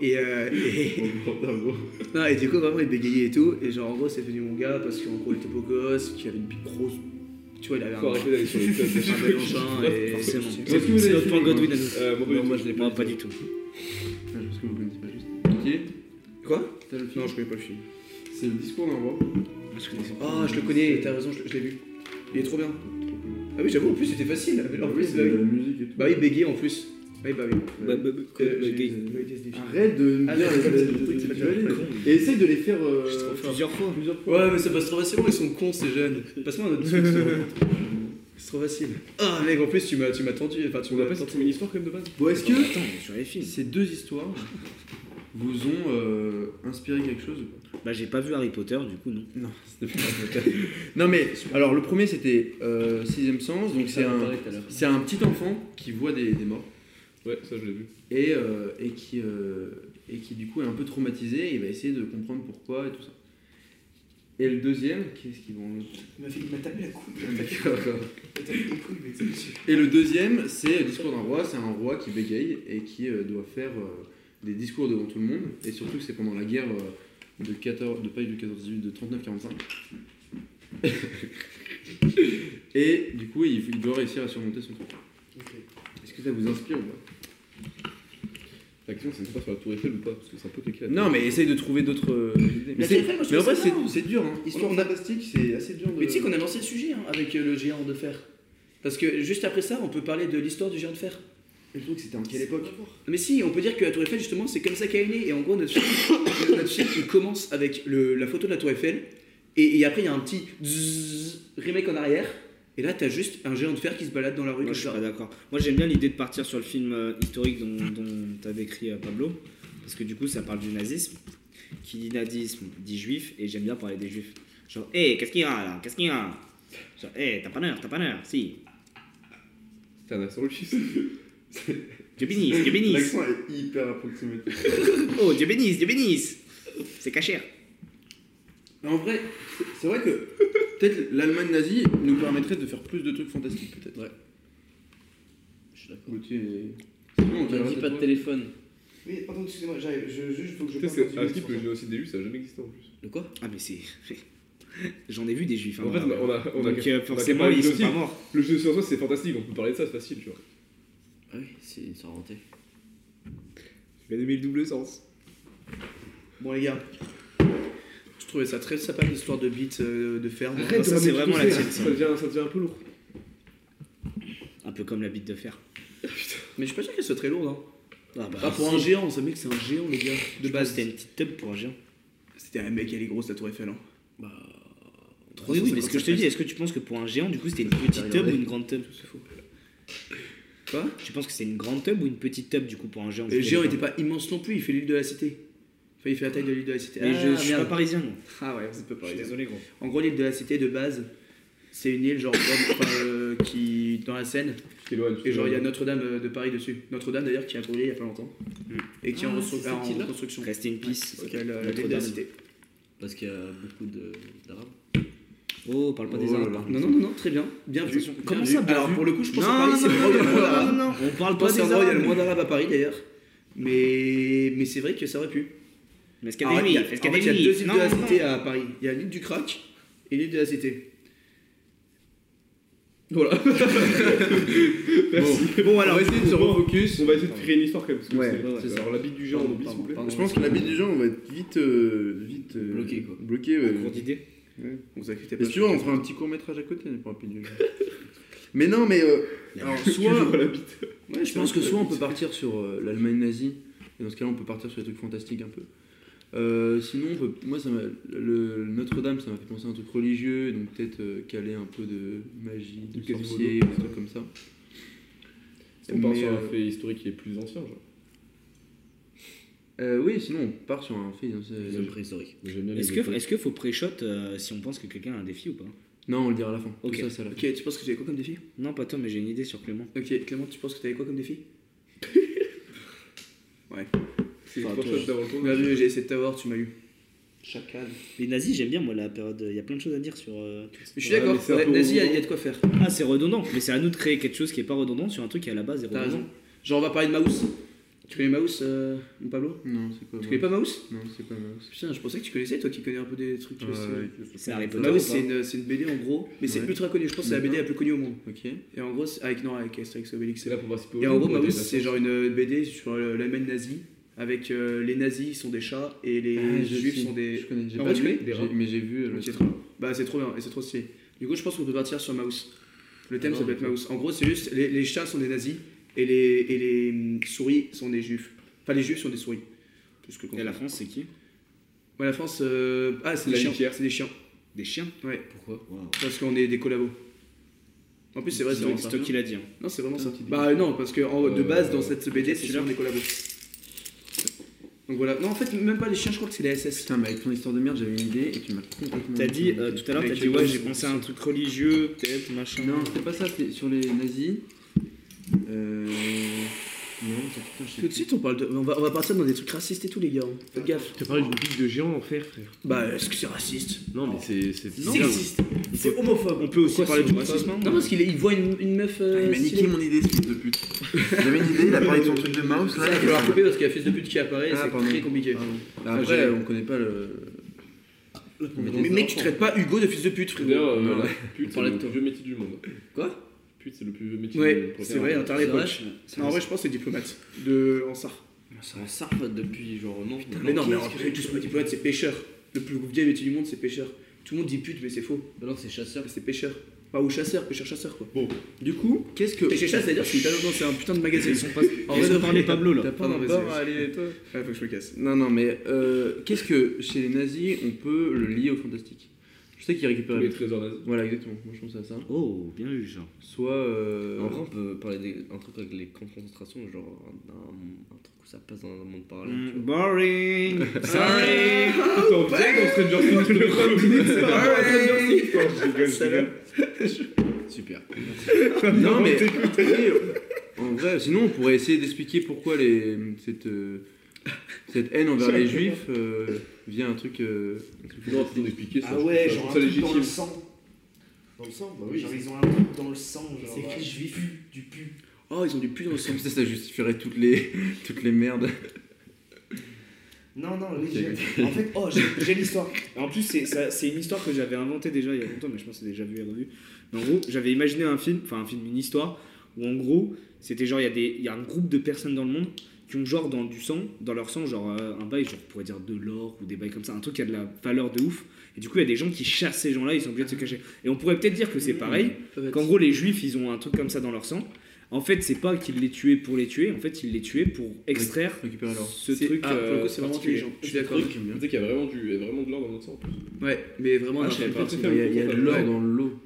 [SPEAKER 1] Et, euh, et- non, et du coup, vraiment, il bégayait et tout. Et genre, en gros, c'est devenu mon gars parce qu'en gros, il était beau gosse, qu'il avait une bite grosse. Tu vois, il avait un,
[SPEAKER 12] Faut arrêter d'aller sur les
[SPEAKER 1] un bel engin et.
[SPEAKER 3] Forcément.
[SPEAKER 1] c'est-
[SPEAKER 12] Est-ce que vous
[SPEAKER 3] C'est
[SPEAKER 12] avez
[SPEAKER 3] notre
[SPEAKER 12] suivi,
[SPEAKER 3] point
[SPEAKER 12] hein
[SPEAKER 3] Godwin à nous.
[SPEAKER 12] Euh, moi, pas
[SPEAKER 3] Non,
[SPEAKER 12] du
[SPEAKER 3] moi
[SPEAKER 12] tout.
[SPEAKER 3] je l'ai pas, pas du tout.
[SPEAKER 4] Ah, parce que vous connaissez pas juste.
[SPEAKER 1] Quoi
[SPEAKER 4] T'as le film
[SPEAKER 1] Non, je connais pas le film.
[SPEAKER 4] C'est le discours d'un roi.
[SPEAKER 1] Ah, je le connais, t'as raison, je, je l'ai vu. Il est trop bien. Ah oui, j'avoue, en plus, c'était facile. En
[SPEAKER 4] Ah
[SPEAKER 1] plus,
[SPEAKER 4] c'est
[SPEAKER 1] bah,
[SPEAKER 4] de
[SPEAKER 1] oui.
[SPEAKER 4] la musique et tout.
[SPEAKER 1] Bah oui, bégayer en plus. Oui, bah oui.
[SPEAKER 3] Bah, bah, bah, quoi,
[SPEAKER 1] Euh,
[SPEAKER 3] bah,
[SPEAKER 1] j'ai- j'ai
[SPEAKER 3] gay.
[SPEAKER 1] eu des défis.
[SPEAKER 4] Arrête de me
[SPEAKER 1] Ah,
[SPEAKER 4] dire
[SPEAKER 1] mais c'est
[SPEAKER 4] les- les-
[SPEAKER 1] pas-
[SPEAKER 4] les-
[SPEAKER 1] c'est
[SPEAKER 4] les-
[SPEAKER 1] pas-
[SPEAKER 4] tu
[SPEAKER 1] c'est
[SPEAKER 4] vas
[SPEAKER 1] pas-
[SPEAKER 4] les-
[SPEAKER 1] c'est
[SPEAKER 4] Et essaye de les faire euh,
[SPEAKER 3] Plusieurs fois.
[SPEAKER 4] plusieurs fois.
[SPEAKER 1] Ouais, mais ça passe trop facilement, ils sont cons ces jeunes. Passe-moi un autre truc, ça. C'est trop facile. Ah, mec, en plus, tu m'as tu m'as tendu. Enfin, tu
[SPEAKER 12] On a
[SPEAKER 1] m'as
[SPEAKER 12] pas
[SPEAKER 1] pas
[SPEAKER 12] sorti une histoire quand même de base
[SPEAKER 4] Bon, est-ce que
[SPEAKER 3] Attends, sur les films.
[SPEAKER 4] ces deux histoires vous ont euh, inspiré quelque chose ou pas
[SPEAKER 3] Bah j'ai pas vu Harry Potter du coup non.
[SPEAKER 4] Non, c'était pas Non, mais alors le premier c'était euh, Sixième Sens, donc c'est un, c'est un petit enfant qui voit des, des morts
[SPEAKER 12] Ouais, ça je l'ai vu.
[SPEAKER 4] et, euh, et, qui, euh, et qui du coup est un peu traumatisé et il va essayer de comprendre pourquoi et tout ça. Et le deuxième, qu'est-ce qu'ils vont. Ah,
[SPEAKER 13] Il m'a fait- il m'a tapé la couille. Il m'a tapé
[SPEAKER 4] D'accord.
[SPEAKER 13] il m'a tapé la couille, mais c'est dessus.
[SPEAKER 4] Et le deuxième, c'est le discours d'un roi. C'est un roi qui bégaye et qui euh, doit faire euh, des discours devant tout le monde. Et surtout que c'est pendant la guerre euh, de 14, de pas du 14 18, de 39-45. et du coup, il, il doit réussir à surmonter son truc.
[SPEAKER 13] Ok.
[SPEAKER 4] Est-ce que ça vous inspire ou pas
[SPEAKER 14] La question, c'est de faire sur la Tour Eiffel ou pas, parce que c'est un peu cliqué.
[SPEAKER 15] Non, mais essaye de trouver d'autres euh, idées.
[SPEAKER 13] La
[SPEAKER 15] c'est-
[SPEAKER 13] TFL, moi, je
[SPEAKER 15] mais en vrai,
[SPEAKER 13] trouve ça
[SPEAKER 15] c'est.
[SPEAKER 13] marrant.
[SPEAKER 4] C'est dur, hein. Histoire fantastique, c'est assez dur de.
[SPEAKER 1] Mais tu sais qu'on a lancé le sujet hein, avec euh, le géant de fer. Parce que juste après ça, on peut parler de l'histoire du géant de fer.
[SPEAKER 4] Mais je trouve que c'était en quelle époque
[SPEAKER 1] Mais si, on peut dire que la Tour Eiffel, justement, c'est comme ça qu'elle est née. Et en gros, notre film, notre film, il commence avec le- la photo de la Tour Eiffel. Et, et après, il y a un petit zzzz remake en arrière. Et là, t'as juste un géant de fer qui se balade dans la rue.
[SPEAKER 3] Moi,
[SPEAKER 1] comme
[SPEAKER 3] je suis
[SPEAKER 1] ça.
[SPEAKER 3] pas d'accord. Moi, j'aime bien l'idée de partir sur le film euh, historique dont, dont t'as décrit euh, Pablo, parce que du coup, ça parle du nazisme. Qui dit nazisme dit juif, et j'aime bien parler des juifs. Genre, hé, qu'est-ce qu'il y a là Qu'est-ce qu'il y a Genre, hé, t'as pas l'heure, t'as pas l'heure, si.
[SPEAKER 14] T'as un accent russe.
[SPEAKER 3] Dieu bénisse, Dieu bénisse.
[SPEAKER 4] L'accent est hyper approximatif.
[SPEAKER 3] Oh, Dieu bénisse, Dieu bénisse. C'est hein. cachère.
[SPEAKER 4] Mais en vrai, c'est- c'est vrai que peut-être l'Allemagne nazie nous permettrait de faire plus de trucs fantastiques, peut-être. Ouais.
[SPEAKER 5] Je suis d'accord.
[SPEAKER 4] Gauthier. C'est bon,
[SPEAKER 5] On a dit pas de téléphone.
[SPEAKER 13] Oui, pardon, excusez-moi, j'arrive. Je, juste, faut que je
[SPEAKER 14] Tu
[SPEAKER 13] parle
[SPEAKER 14] sais,
[SPEAKER 13] dans
[SPEAKER 14] c'est
[SPEAKER 13] une
[SPEAKER 14] un
[SPEAKER 13] minute,
[SPEAKER 14] type,
[SPEAKER 13] c'est
[SPEAKER 14] le
[SPEAKER 13] pour ça.
[SPEAKER 14] génocide des Russes, ça a jamais existé en plus.
[SPEAKER 5] De quoi
[SPEAKER 3] Ah, mais c'est. J'en ai vu des juifs. hein,
[SPEAKER 14] En fait, on
[SPEAKER 3] dans
[SPEAKER 14] a.
[SPEAKER 3] la-
[SPEAKER 14] on a- on a-
[SPEAKER 3] Donc,
[SPEAKER 14] on
[SPEAKER 3] euh,
[SPEAKER 14] a
[SPEAKER 3] forcément,
[SPEAKER 14] comparé
[SPEAKER 3] ils
[SPEAKER 14] le
[SPEAKER 3] sont pas
[SPEAKER 14] génocide.
[SPEAKER 3] morts.
[SPEAKER 14] Le génocide en soi, c'est fantastique, on peut parler de ça, c'est facile, tu vois.
[SPEAKER 5] Ah oui, c'est ça rentait.
[SPEAKER 3] Je vais donner le double sens.
[SPEAKER 1] Bon, les gars, je trouvais ça très sympa l'histoire de bite de fer. moi.
[SPEAKER 3] ça, c'est vraiment la tienne, ça.
[SPEAKER 14] Ça devient ça devient un peu lourd.
[SPEAKER 3] Un peu comme la bite de fer.
[SPEAKER 1] Mais je suis pas sûr qu'elle soit très lourde. Hein.
[SPEAKER 3] Ah, bah,
[SPEAKER 1] Ah, pour un géant, on savait que c'est un géant, les gars. De
[SPEAKER 3] je pense que
[SPEAKER 1] base,
[SPEAKER 3] c'était une petite tub pour un géant.
[SPEAKER 1] c'était un mec, elle est grosse la Tour Eiffel. Hein.
[SPEAKER 3] Oui, oui, mais ce que je te dis, est-ce que tu penses que pour un géant, du coup, c'était une petite tub ou une grande tub
[SPEAKER 1] Quoi
[SPEAKER 3] Tu penses que c'est une grande tub ou une petite tub, du coup, pour un géant
[SPEAKER 1] Et le géant était pas immense non plus, il fait l'île de la cité. Enfin, il fait la taille de l'île de la cité.
[SPEAKER 3] Mais
[SPEAKER 1] ah,
[SPEAKER 3] je, je suis
[SPEAKER 1] merde.
[SPEAKER 3] pas parisien, moi.
[SPEAKER 1] Ah ouais, vous êtes pas
[SPEAKER 3] Je
[SPEAKER 1] pareil.
[SPEAKER 3] suis désolé, gros.
[SPEAKER 1] En gros, l'île de la cité de base, c'est une île genre comme- enfin, euh, qui dans la Seine.
[SPEAKER 14] Je t'éloigne, je
[SPEAKER 1] Et genre il y a
[SPEAKER 14] t'éloigne.
[SPEAKER 1] Notre-Dame euh, de Paris dessus. Notre-Dame d'ailleurs qui a brûlé il y a pas longtemps
[SPEAKER 3] Hmm.
[SPEAKER 1] et qui est en,
[SPEAKER 5] Ah,
[SPEAKER 1] restru-
[SPEAKER 5] c'est
[SPEAKER 1] ah,
[SPEAKER 5] cette
[SPEAKER 1] en
[SPEAKER 5] île-là
[SPEAKER 1] reconstruction.
[SPEAKER 3] Rester une pisse.
[SPEAKER 1] Donc, elle, euh, L'île de la
[SPEAKER 5] Notre-Dame.
[SPEAKER 1] cité.
[SPEAKER 5] Parce qu'il y a beaucoup de- d'arabes.
[SPEAKER 3] Oh, parle pas des
[SPEAKER 4] Oh
[SPEAKER 3] arabes.
[SPEAKER 4] là là.
[SPEAKER 3] par contre.
[SPEAKER 1] Non non non non, très bien, bien vu.
[SPEAKER 3] Attention.
[SPEAKER 1] bien
[SPEAKER 3] Comment
[SPEAKER 1] vu.
[SPEAKER 3] ça, bien
[SPEAKER 1] Alors
[SPEAKER 3] vu
[SPEAKER 1] pour le coup, je pense
[SPEAKER 3] Non,
[SPEAKER 1] que Paris c'est
[SPEAKER 3] non,
[SPEAKER 1] le endroit où il y a le moins
[SPEAKER 3] non,
[SPEAKER 1] d'arabes.
[SPEAKER 3] non, non, on
[SPEAKER 1] Je
[SPEAKER 3] parle pas
[SPEAKER 1] pense que c'est
[SPEAKER 3] des
[SPEAKER 1] l'endroit où il y a le moins
[SPEAKER 3] arabes.
[SPEAKER 1] d'arabes à Paris d'ailleurs. Mais mais c'est vrai que ça aurait pu.
[SPEAKER 3] Mais est-ce qu'il y
[SPEAKER 1] Alors,
[SPEAKER 3] a des
[SPEAKER 1] il y a-
[SPEAKER 3] juifs Est-ce qu'il
[SPEAKER 1] en
[SPEAKER 3] y a
[SPEAKER 1] fait,
[SPEAKER 3] des
[SPEAKER 1] il y a deux
[SPEAKER 3] juifs
[SPEAKER 1] îles
[SPEAKER 3] Non,
[SPEAKER 1] de la
[SPEAKER 3] non.
[SPEAKER 1] cité à Paris. Il y a l'île du crack et l'île de la cité.
[SPEAKER 14] Voilà. Merci.
[SPEAKER 3] Bon, alors,
[SPEAKER 14] on va essayer de se
[SPEAKER 3] bon.
[SPEAKER 14] refocus. On va essayer de créer une histoire quand même. Parce que
[SPEAKER 4] Ouais,
[SPEAKER 14] c'est-
[SPEAKER 5] ouais,
[SPEAKER 14] c'est
[SPEAKER 5] ouais.
[SPEAKER 14] Alors la bite du géant, on oublie s'il vous plaît.
[SPEAKER 4] Je pense que la bite du gens, on va être vite. euh, vite euh,
[SPEAKER 5] Bloqué, quoi.
[SPEAKER 4] Bloqué, ouais.
[SPEAKER 3] Cours d'idée.
[SPEAKER 1] Vous inquiétez
[SPEAKER 4] Et
[SPEAKER 1] pas.
[SPEAKER 4] si tu vois, on fera un petit court métrage à côté pour la bite du gens. Mais non, mais. euh, alors, soit.
[SPEAKER 14] Toujours la bite.
[SPEAKER 4] Ouais, je pense que soit on peut partir sur euh, l'Allemagne nazie, et dans ce cas-là on peut partir sur des trucs fantastiques un peu. Euh, sinon, on peut- moi, ça m'a- le Notre-Dame, ça m'a fait penser à un truc religieux, donc peut-être euh, caler un peu de magie, de
[SPEAKER 14] Du
[SPEAKER 4] sorcier,
[SPEAKER 14] Quasimodo.
[SPEAKER 4] des trucs comme ça.
[SPEAKER 14] On part
[SPEAKER 4] Mais,
[SPEAKER 14] sur un
[SPEAKER 4] euh,
[SPEAKER 14] fait historique qui est plus ancien, genre.
[SPEAKER 4] Euh, oui, sinon, on part sur un fait. non, c'est-
[SPEAKER 5] Les hommes préhistoriques.
[SPEAKER 14] J'aime bien les
[SPEAKER 3] Est-ce que,
[SPEAKER 14] méthodes.
[SPEAKER 3] est-ce que faut pré-shot euh, si on pense que quelqu'un a un défi ou pas
[SPEAKER 4] Non, on le dira à la fin. Tout
[SPEAKER 3] Ok.
[SPEAKER 4] ça, c'est à la fin.
[SPEAKER 1] Ok, tu penses que j'avais quoi comme défi
[SPEAKER 3] Non, pas toi, mais j'ai une idée sur Clément.
[SPEAKER 1] Ok, Clément, tu penses que t'avais quoi comme défi
[SPEAKER 14] C'est
[SPEAKER 1] Enfin,
[SPEAKER 14] trois
[SPEAKER 1] toi,
[SPEAKER 14] choses d'avant le
[SPEAKER 1] Bien
[SPEAKER 14] tournage.
[SPEAKER 1] vu, j'ai essayé de t'avoir, tu m'as eu.
[SPEAKER 14] euh,
[SPEAKER 13] Chacal.
[SPEAKER 3] Les nazis, j'aime bien, moi, la période. Il y a plein de choses à dire sur. euh, tout ça.
[SPEAKER 1] Je suis
[SPEAKER 14] Ouais,
[SPEAKER 1] d'accord,
[SPEAKER 14] mais c'est un
[SPEAKER 1] ouais,
[SPEAKER 14] peu
[SPEAKER 1] vas-y, il y, a-
[SPEAKER 14] redondant.
[SPEAKER 1] il y a de quoi faire.
[SPEAKER 3] Ah, c'est redondant, mais c'est à nous de créer quelque chose qui est pas redondant sur un truc qui à la base est
[SPEAKER 1] T'as
[SPEAKER 3] redondant.
[SPEAKER 1] raison. Genre, on va parler de Maus. Tu connais Maus, euh, mon Pablo
[SPEAKER 4] Non, c'est pas
[SPEAKER 1] Tu connais
[SPEAKER 4] mal.
[SPEAKER 1] pas Maus
[SPEAKER 4] Non, c'est pas mal.
[SPEAKER 1] Putain, je pensais que tu connaissais, toi qui connais un peu des trucs.
[SPEAKER 4] Ouais,
[SPEAKER 1] Euh,
[SPEAKER 3] C'est Harry Potter.
[SPEAKER 1] Maus,
[SPEAKER 3] ou pas
[SPEAKER 1] c'est une, c'est une BD en gros, mais c'est
[SPEAKER 4] Ouais.
[SPEAKER 1] ultra connu. Je pense que c'est la BD la plus connue au monde.
[SPEAKER 4] Ok.
[SPEAKER 1] Et en gros, c'est- avec non, avec Asterix et Obélix.
[SPEAKER 14] C'est là pour participer au
[SPEAKER 1] Et en gros,
[SPEAKER 14] pour
[SPEAKER 1] Maus,
[SPEAKER 14] être
[SPEAKER 1] c'est genre une BD sur euh, l'Allemagne nazie, avec euh, les nazis qui sont des chats et les
[SPEAKER 4] Ah, je
[SPEAKER 1] juifs
[SPEAKER 4] sais.
[SPEAKER 1] sont des.
[SPEAKER 4] Je connais, j'ai
[SPEAKER 1] En
[SPEAKER 4] pas
[SPEAKER 1] vrai, tu
[SPEAKER 4] vu,
[SPEAKER 1] connais
[SPEAKER 4] j'ai- mais j'ai vu. euh, le-
[SPEAKER 1] C'est trop... Bah c'est trop bien et c'est trop stylé. Du coup je pense qu'on peut partir sur Mouse. Le thème ça peut être Mouse. En gros c'est juste les, les chats sont des nazis et les, et les hum, souris sont des juifs. Enfin les juifs sont des souris. Plus que
[SPEAKER 3] Et la France, c'est qui
[SPEAKER 1] Ouais, la France... euh, Ah c'est des
[SPEAKER 14] La
[SPEAKER 1] chiens.
[SPEAKER 14] litière.
[SPEAKER 1] C'est des chiens.
[SPEAKER 3] Des chiens
[SPEAKER 1] Ouais.
[SPEAKER 5] Pourquoi Waouh.
[SPEAKER 1] Parce qu'on est des collabos. En plus c'est vrai c'est vraiment
[SPEAKER 3] C'est
[SPEAKER 1] ça.
[SPEAKER 3] toi qui l'as dit. hein.
[SPEAKER 1] Non c'est vraiment ça.
[SPEAKER 4] Putain,
[SPEAKER 1] Bah euh, non parce que en- de
[SPEAKER 14] Euh,
[SPEAKER 1] base dans cette BD c'est
[SPEAKER 3] celui-là.
[SPEAKER 1] sûr des collabos. Donc voilà. Non en fait même pas les chiens je crois que c'est les SS.
[SPEAKER 4] Putain, mais avec ton histoire de merde, j'avais une idée et tu m'as
[SPEAKER 1] Mm.
[SPEAKER 4] complètement.
[SPEAKER 3] T'as dit euh, tout à l'heure, t'as
[SPEAKER 1] Avec
[SPEAKER 3] dit
[SPEAKER 1] les
[SPEAKER 3] ouais,
[SPEAKER 1] gosses,
[SPEAKER 3] j'ai pensé à un truc religieux, peut-être, machin.
[SPEAKER 4] Non, c'était pas ça, c'était sur les nazis. Euh. Non, ça, putain, je sais
[SPEAKER 1] Tout de suite on parle de... On va, on va partir dans des trucs racistes et tout les gars. hein. Faites gaffe.
[SPEAKER 14] T'as parlé d'une bite de géant en fer, frère.
[SPEAKER 1] Bah est-ce que c'est raciste
[SPEAKER 14] Non, mais c'est. C'est
[SPEAKER 1] Sexiste. C'est homophobe.
[SPEAKER 3] On peut aussi
[SPEAKER 14] Pourquoi
[SPEAKER 3] parler
[SPEAKER 14] c'est
[SPEAKER 3] du racisme.
[SPEAKER 1] Non, parce qu'il est- il voit une, une meuf.
[SPEAKER 4] Il
[SPEAKER 1] Euh,
[SPEAKER 4] m'a niqué
[SPEAKER 1] stylée.
[SPEAKER 4] mon idée, ce fils de pute. J'avais une idée, il a parlé de son truc de mouse là.
[SPEAKER 1] Ça, il va falloir couper parce qu'il y a fils de pute qui apparaît et
[SPEAKER 4] Ah,
[SPEAKER 1] c'est
[SPEAKER 4] pardon.
[SPEAKER 1] très compliqué.
[SPEAKER 4] Bah, après, on connaît pas le.
[SPEAKER 1] Mais mec, tu traites pas Hugo de fils de pute,
[SPEAKER 14] D'ailleurs,
[SPEAKER 1] frérot.
[SPEAKER 14] euh,
[SPEAKER 4] Non.
[SPEAKER 14] la pute, c'est
[SPEAKER 5] Parler
[SPEAKER 14] le
[SPEAKER 5] de
[SPEAKER 14] plus
[SPEAKER 5] toi.
[SPEAKER 14] vieux métier du monde.
[SPEAKER 5] Quoi
[SPEAKER 14] Pute, c'est le plus vieux métier du monde.
[SPEAKER 1] Ouais,
[SPEAKER 14] pour
[SPEAKER 1] c'est
[SPEAKER 14] faire
[SPEAKER 1] vrai,
[SPEAKER 14] un-
[SPEAKER 1] un tard l'époque.
[SPEAKER 5] C'est
[SPEAKER 1] Non, En vrai, je pense que c'est diplomate. De. En sar.
[SPEAKER 5] En Sarpate depuis genre non.
[SPEAKER 1] Mais non, mais alors, après, tous les diplomates, c'est pêcheur. Le plus vieil métier du monde, c'est pêcheur. Tout le monde dit pute, mais c'est faux.
[SPEAKER 5] Bah non, c'est chasseur.
[SPEAKER 1] C'est pêcheur. Pas ou chasseur, pêcheur-chasseur quoi.
[SPEAKER 4] Du coup, qu'est-ce que.
[SPEAKER 1] Pêcher chasse, c'est-à-dire c'est une- non, c'est un putain de magazine.
[SPEAKER 3] En vrai, de parler Pablo là.
[SPEAKER 4] T'as pas
[SPEAKER 1] Ah non, mais
[SPEAKER 4] encore
[SPEAKER 1] c'est-
[SPEAKER 4] à aller, toi
[SPEAKER 1] Ouais, faut que je me casse.
[SPEAKER 4] Non, non, mais euh, qu'est-ce que chez les nazis, on peut le lier au fantastique Je sais qu'ils récupèrent.
[SPEAKER 14] Les trésors nazis.
[SPEAKER 4] Voilà, exactement. Moi, je pense à ça.
[SPEAKER 3] Oh, bien vu, ça.
[SPEAKER 4] Soit. euh,
[SPEAKER 5] En vrai, on peut parler d'un truc avec les camps de concentration, genre un, un- un truc où ça passe dans un monde parallèle.
[SPEAKER 1] Mm.
[SPEAKER 3] Mmh.
[SPEAKER 5] tu vois.
[SPEAKER 3] Boring.
[SPEAKER 5] Sorry.
[SPEAKER 14] Attends, bien dans Stranger Things, le premier, c'est pas dans Stranger Things, quoi.
[SPEAKER 5] Super.
[SPEAKER 4] Non, mais. mais, En vrai, sinon, on pourrait essayer d'expliquer pourquoi les... cette, euh, cette haine envers les juifs euh, via un truc. euh, un truc
[SPEAKER 14] Non, c'est d'expliquer ça.
[SPEAKER 13] Ah
[SPEAKER 14] je
[SPEAKER 13] ouais,
[SPEAKER 14] trouve ça-
[SPEAKER 13] genre un
[SPEAKER 14] je
[SPEAKER 13] truc
[SPEAKER 14] trouve ça
[SPEAKER 13] dans le
[SPEAKER 14] légitime.
[SPEAKER 13] sang. Dans le sang, bah oui. Genre ils ont un truc dans le sang, genre. euh, C'est écrit juif. Du pu.
[SPEAKER 1] Oh, ils ont du pute dans le sang.
[SPEAKER 4] Comme ça, ça justifierait toutes les, toutes les merdes.
[SPEAKER 13] Non, non, oui, j'ai- En fait, oh, j'ai j'ai l'histoire.
[SPEAKER 3] En plus, c'est- ça- c'est une histoire que j'avais inventée déjà il y a longtemps, mais je pense que c'est déjà vu et revu. Mais en gros, j'avais imaginé un film, enfin un film, une histoire, où en gros, c'était genre, il y, a des- il y a un groupe de personnes dans le monde qui ont genre dans du sang, dans leur sang, genre euh, un bail, genre, on pourrait dire de l'or ou des bails comme ça, un truc qui a de la valeur de ouf. Et du coup, il y a des gens qui chassent ces gens-là, ils sont obligés de se cacher. Et on pourrait peut-être dire que c'est pareil, qu'en gros, les juifs, ils ont un truc comme ça dans leur sang. En fait, c'est pas qu'ils les tuaient pour les tuer, en fait, ils les tuaient pour extraire
[SPEAKER 4] Récupérer leur.
[SPEAKER 3] ce truc.
[SPEAKER 1] Ah, pour le
[SPEAKER 3] euh,
[SPEAKER 1] coup, c'est vraiment
[SPEAKER 3] particulier.
[SPEAKER 1] intelligent. Je suis d'accord.
[SPEAKER 14] Tu sais qu'il y a vraiment du, il y a vraiment de l'or dans notre sang. en plus.
[SPEAKER 1] Ouais, mais vraiment,
[SPEAKER 14] Ah,
[SPEAKER 1] un
[SPEAKER 14] je savais
[SPEAKER 1] truc-
[SPEAKER 14] pas.
[SPEAKER 4] Il y a, il y a de l'or
[SPEAKER 14] Ouais.
[SPEAKER 4] dans l'eau.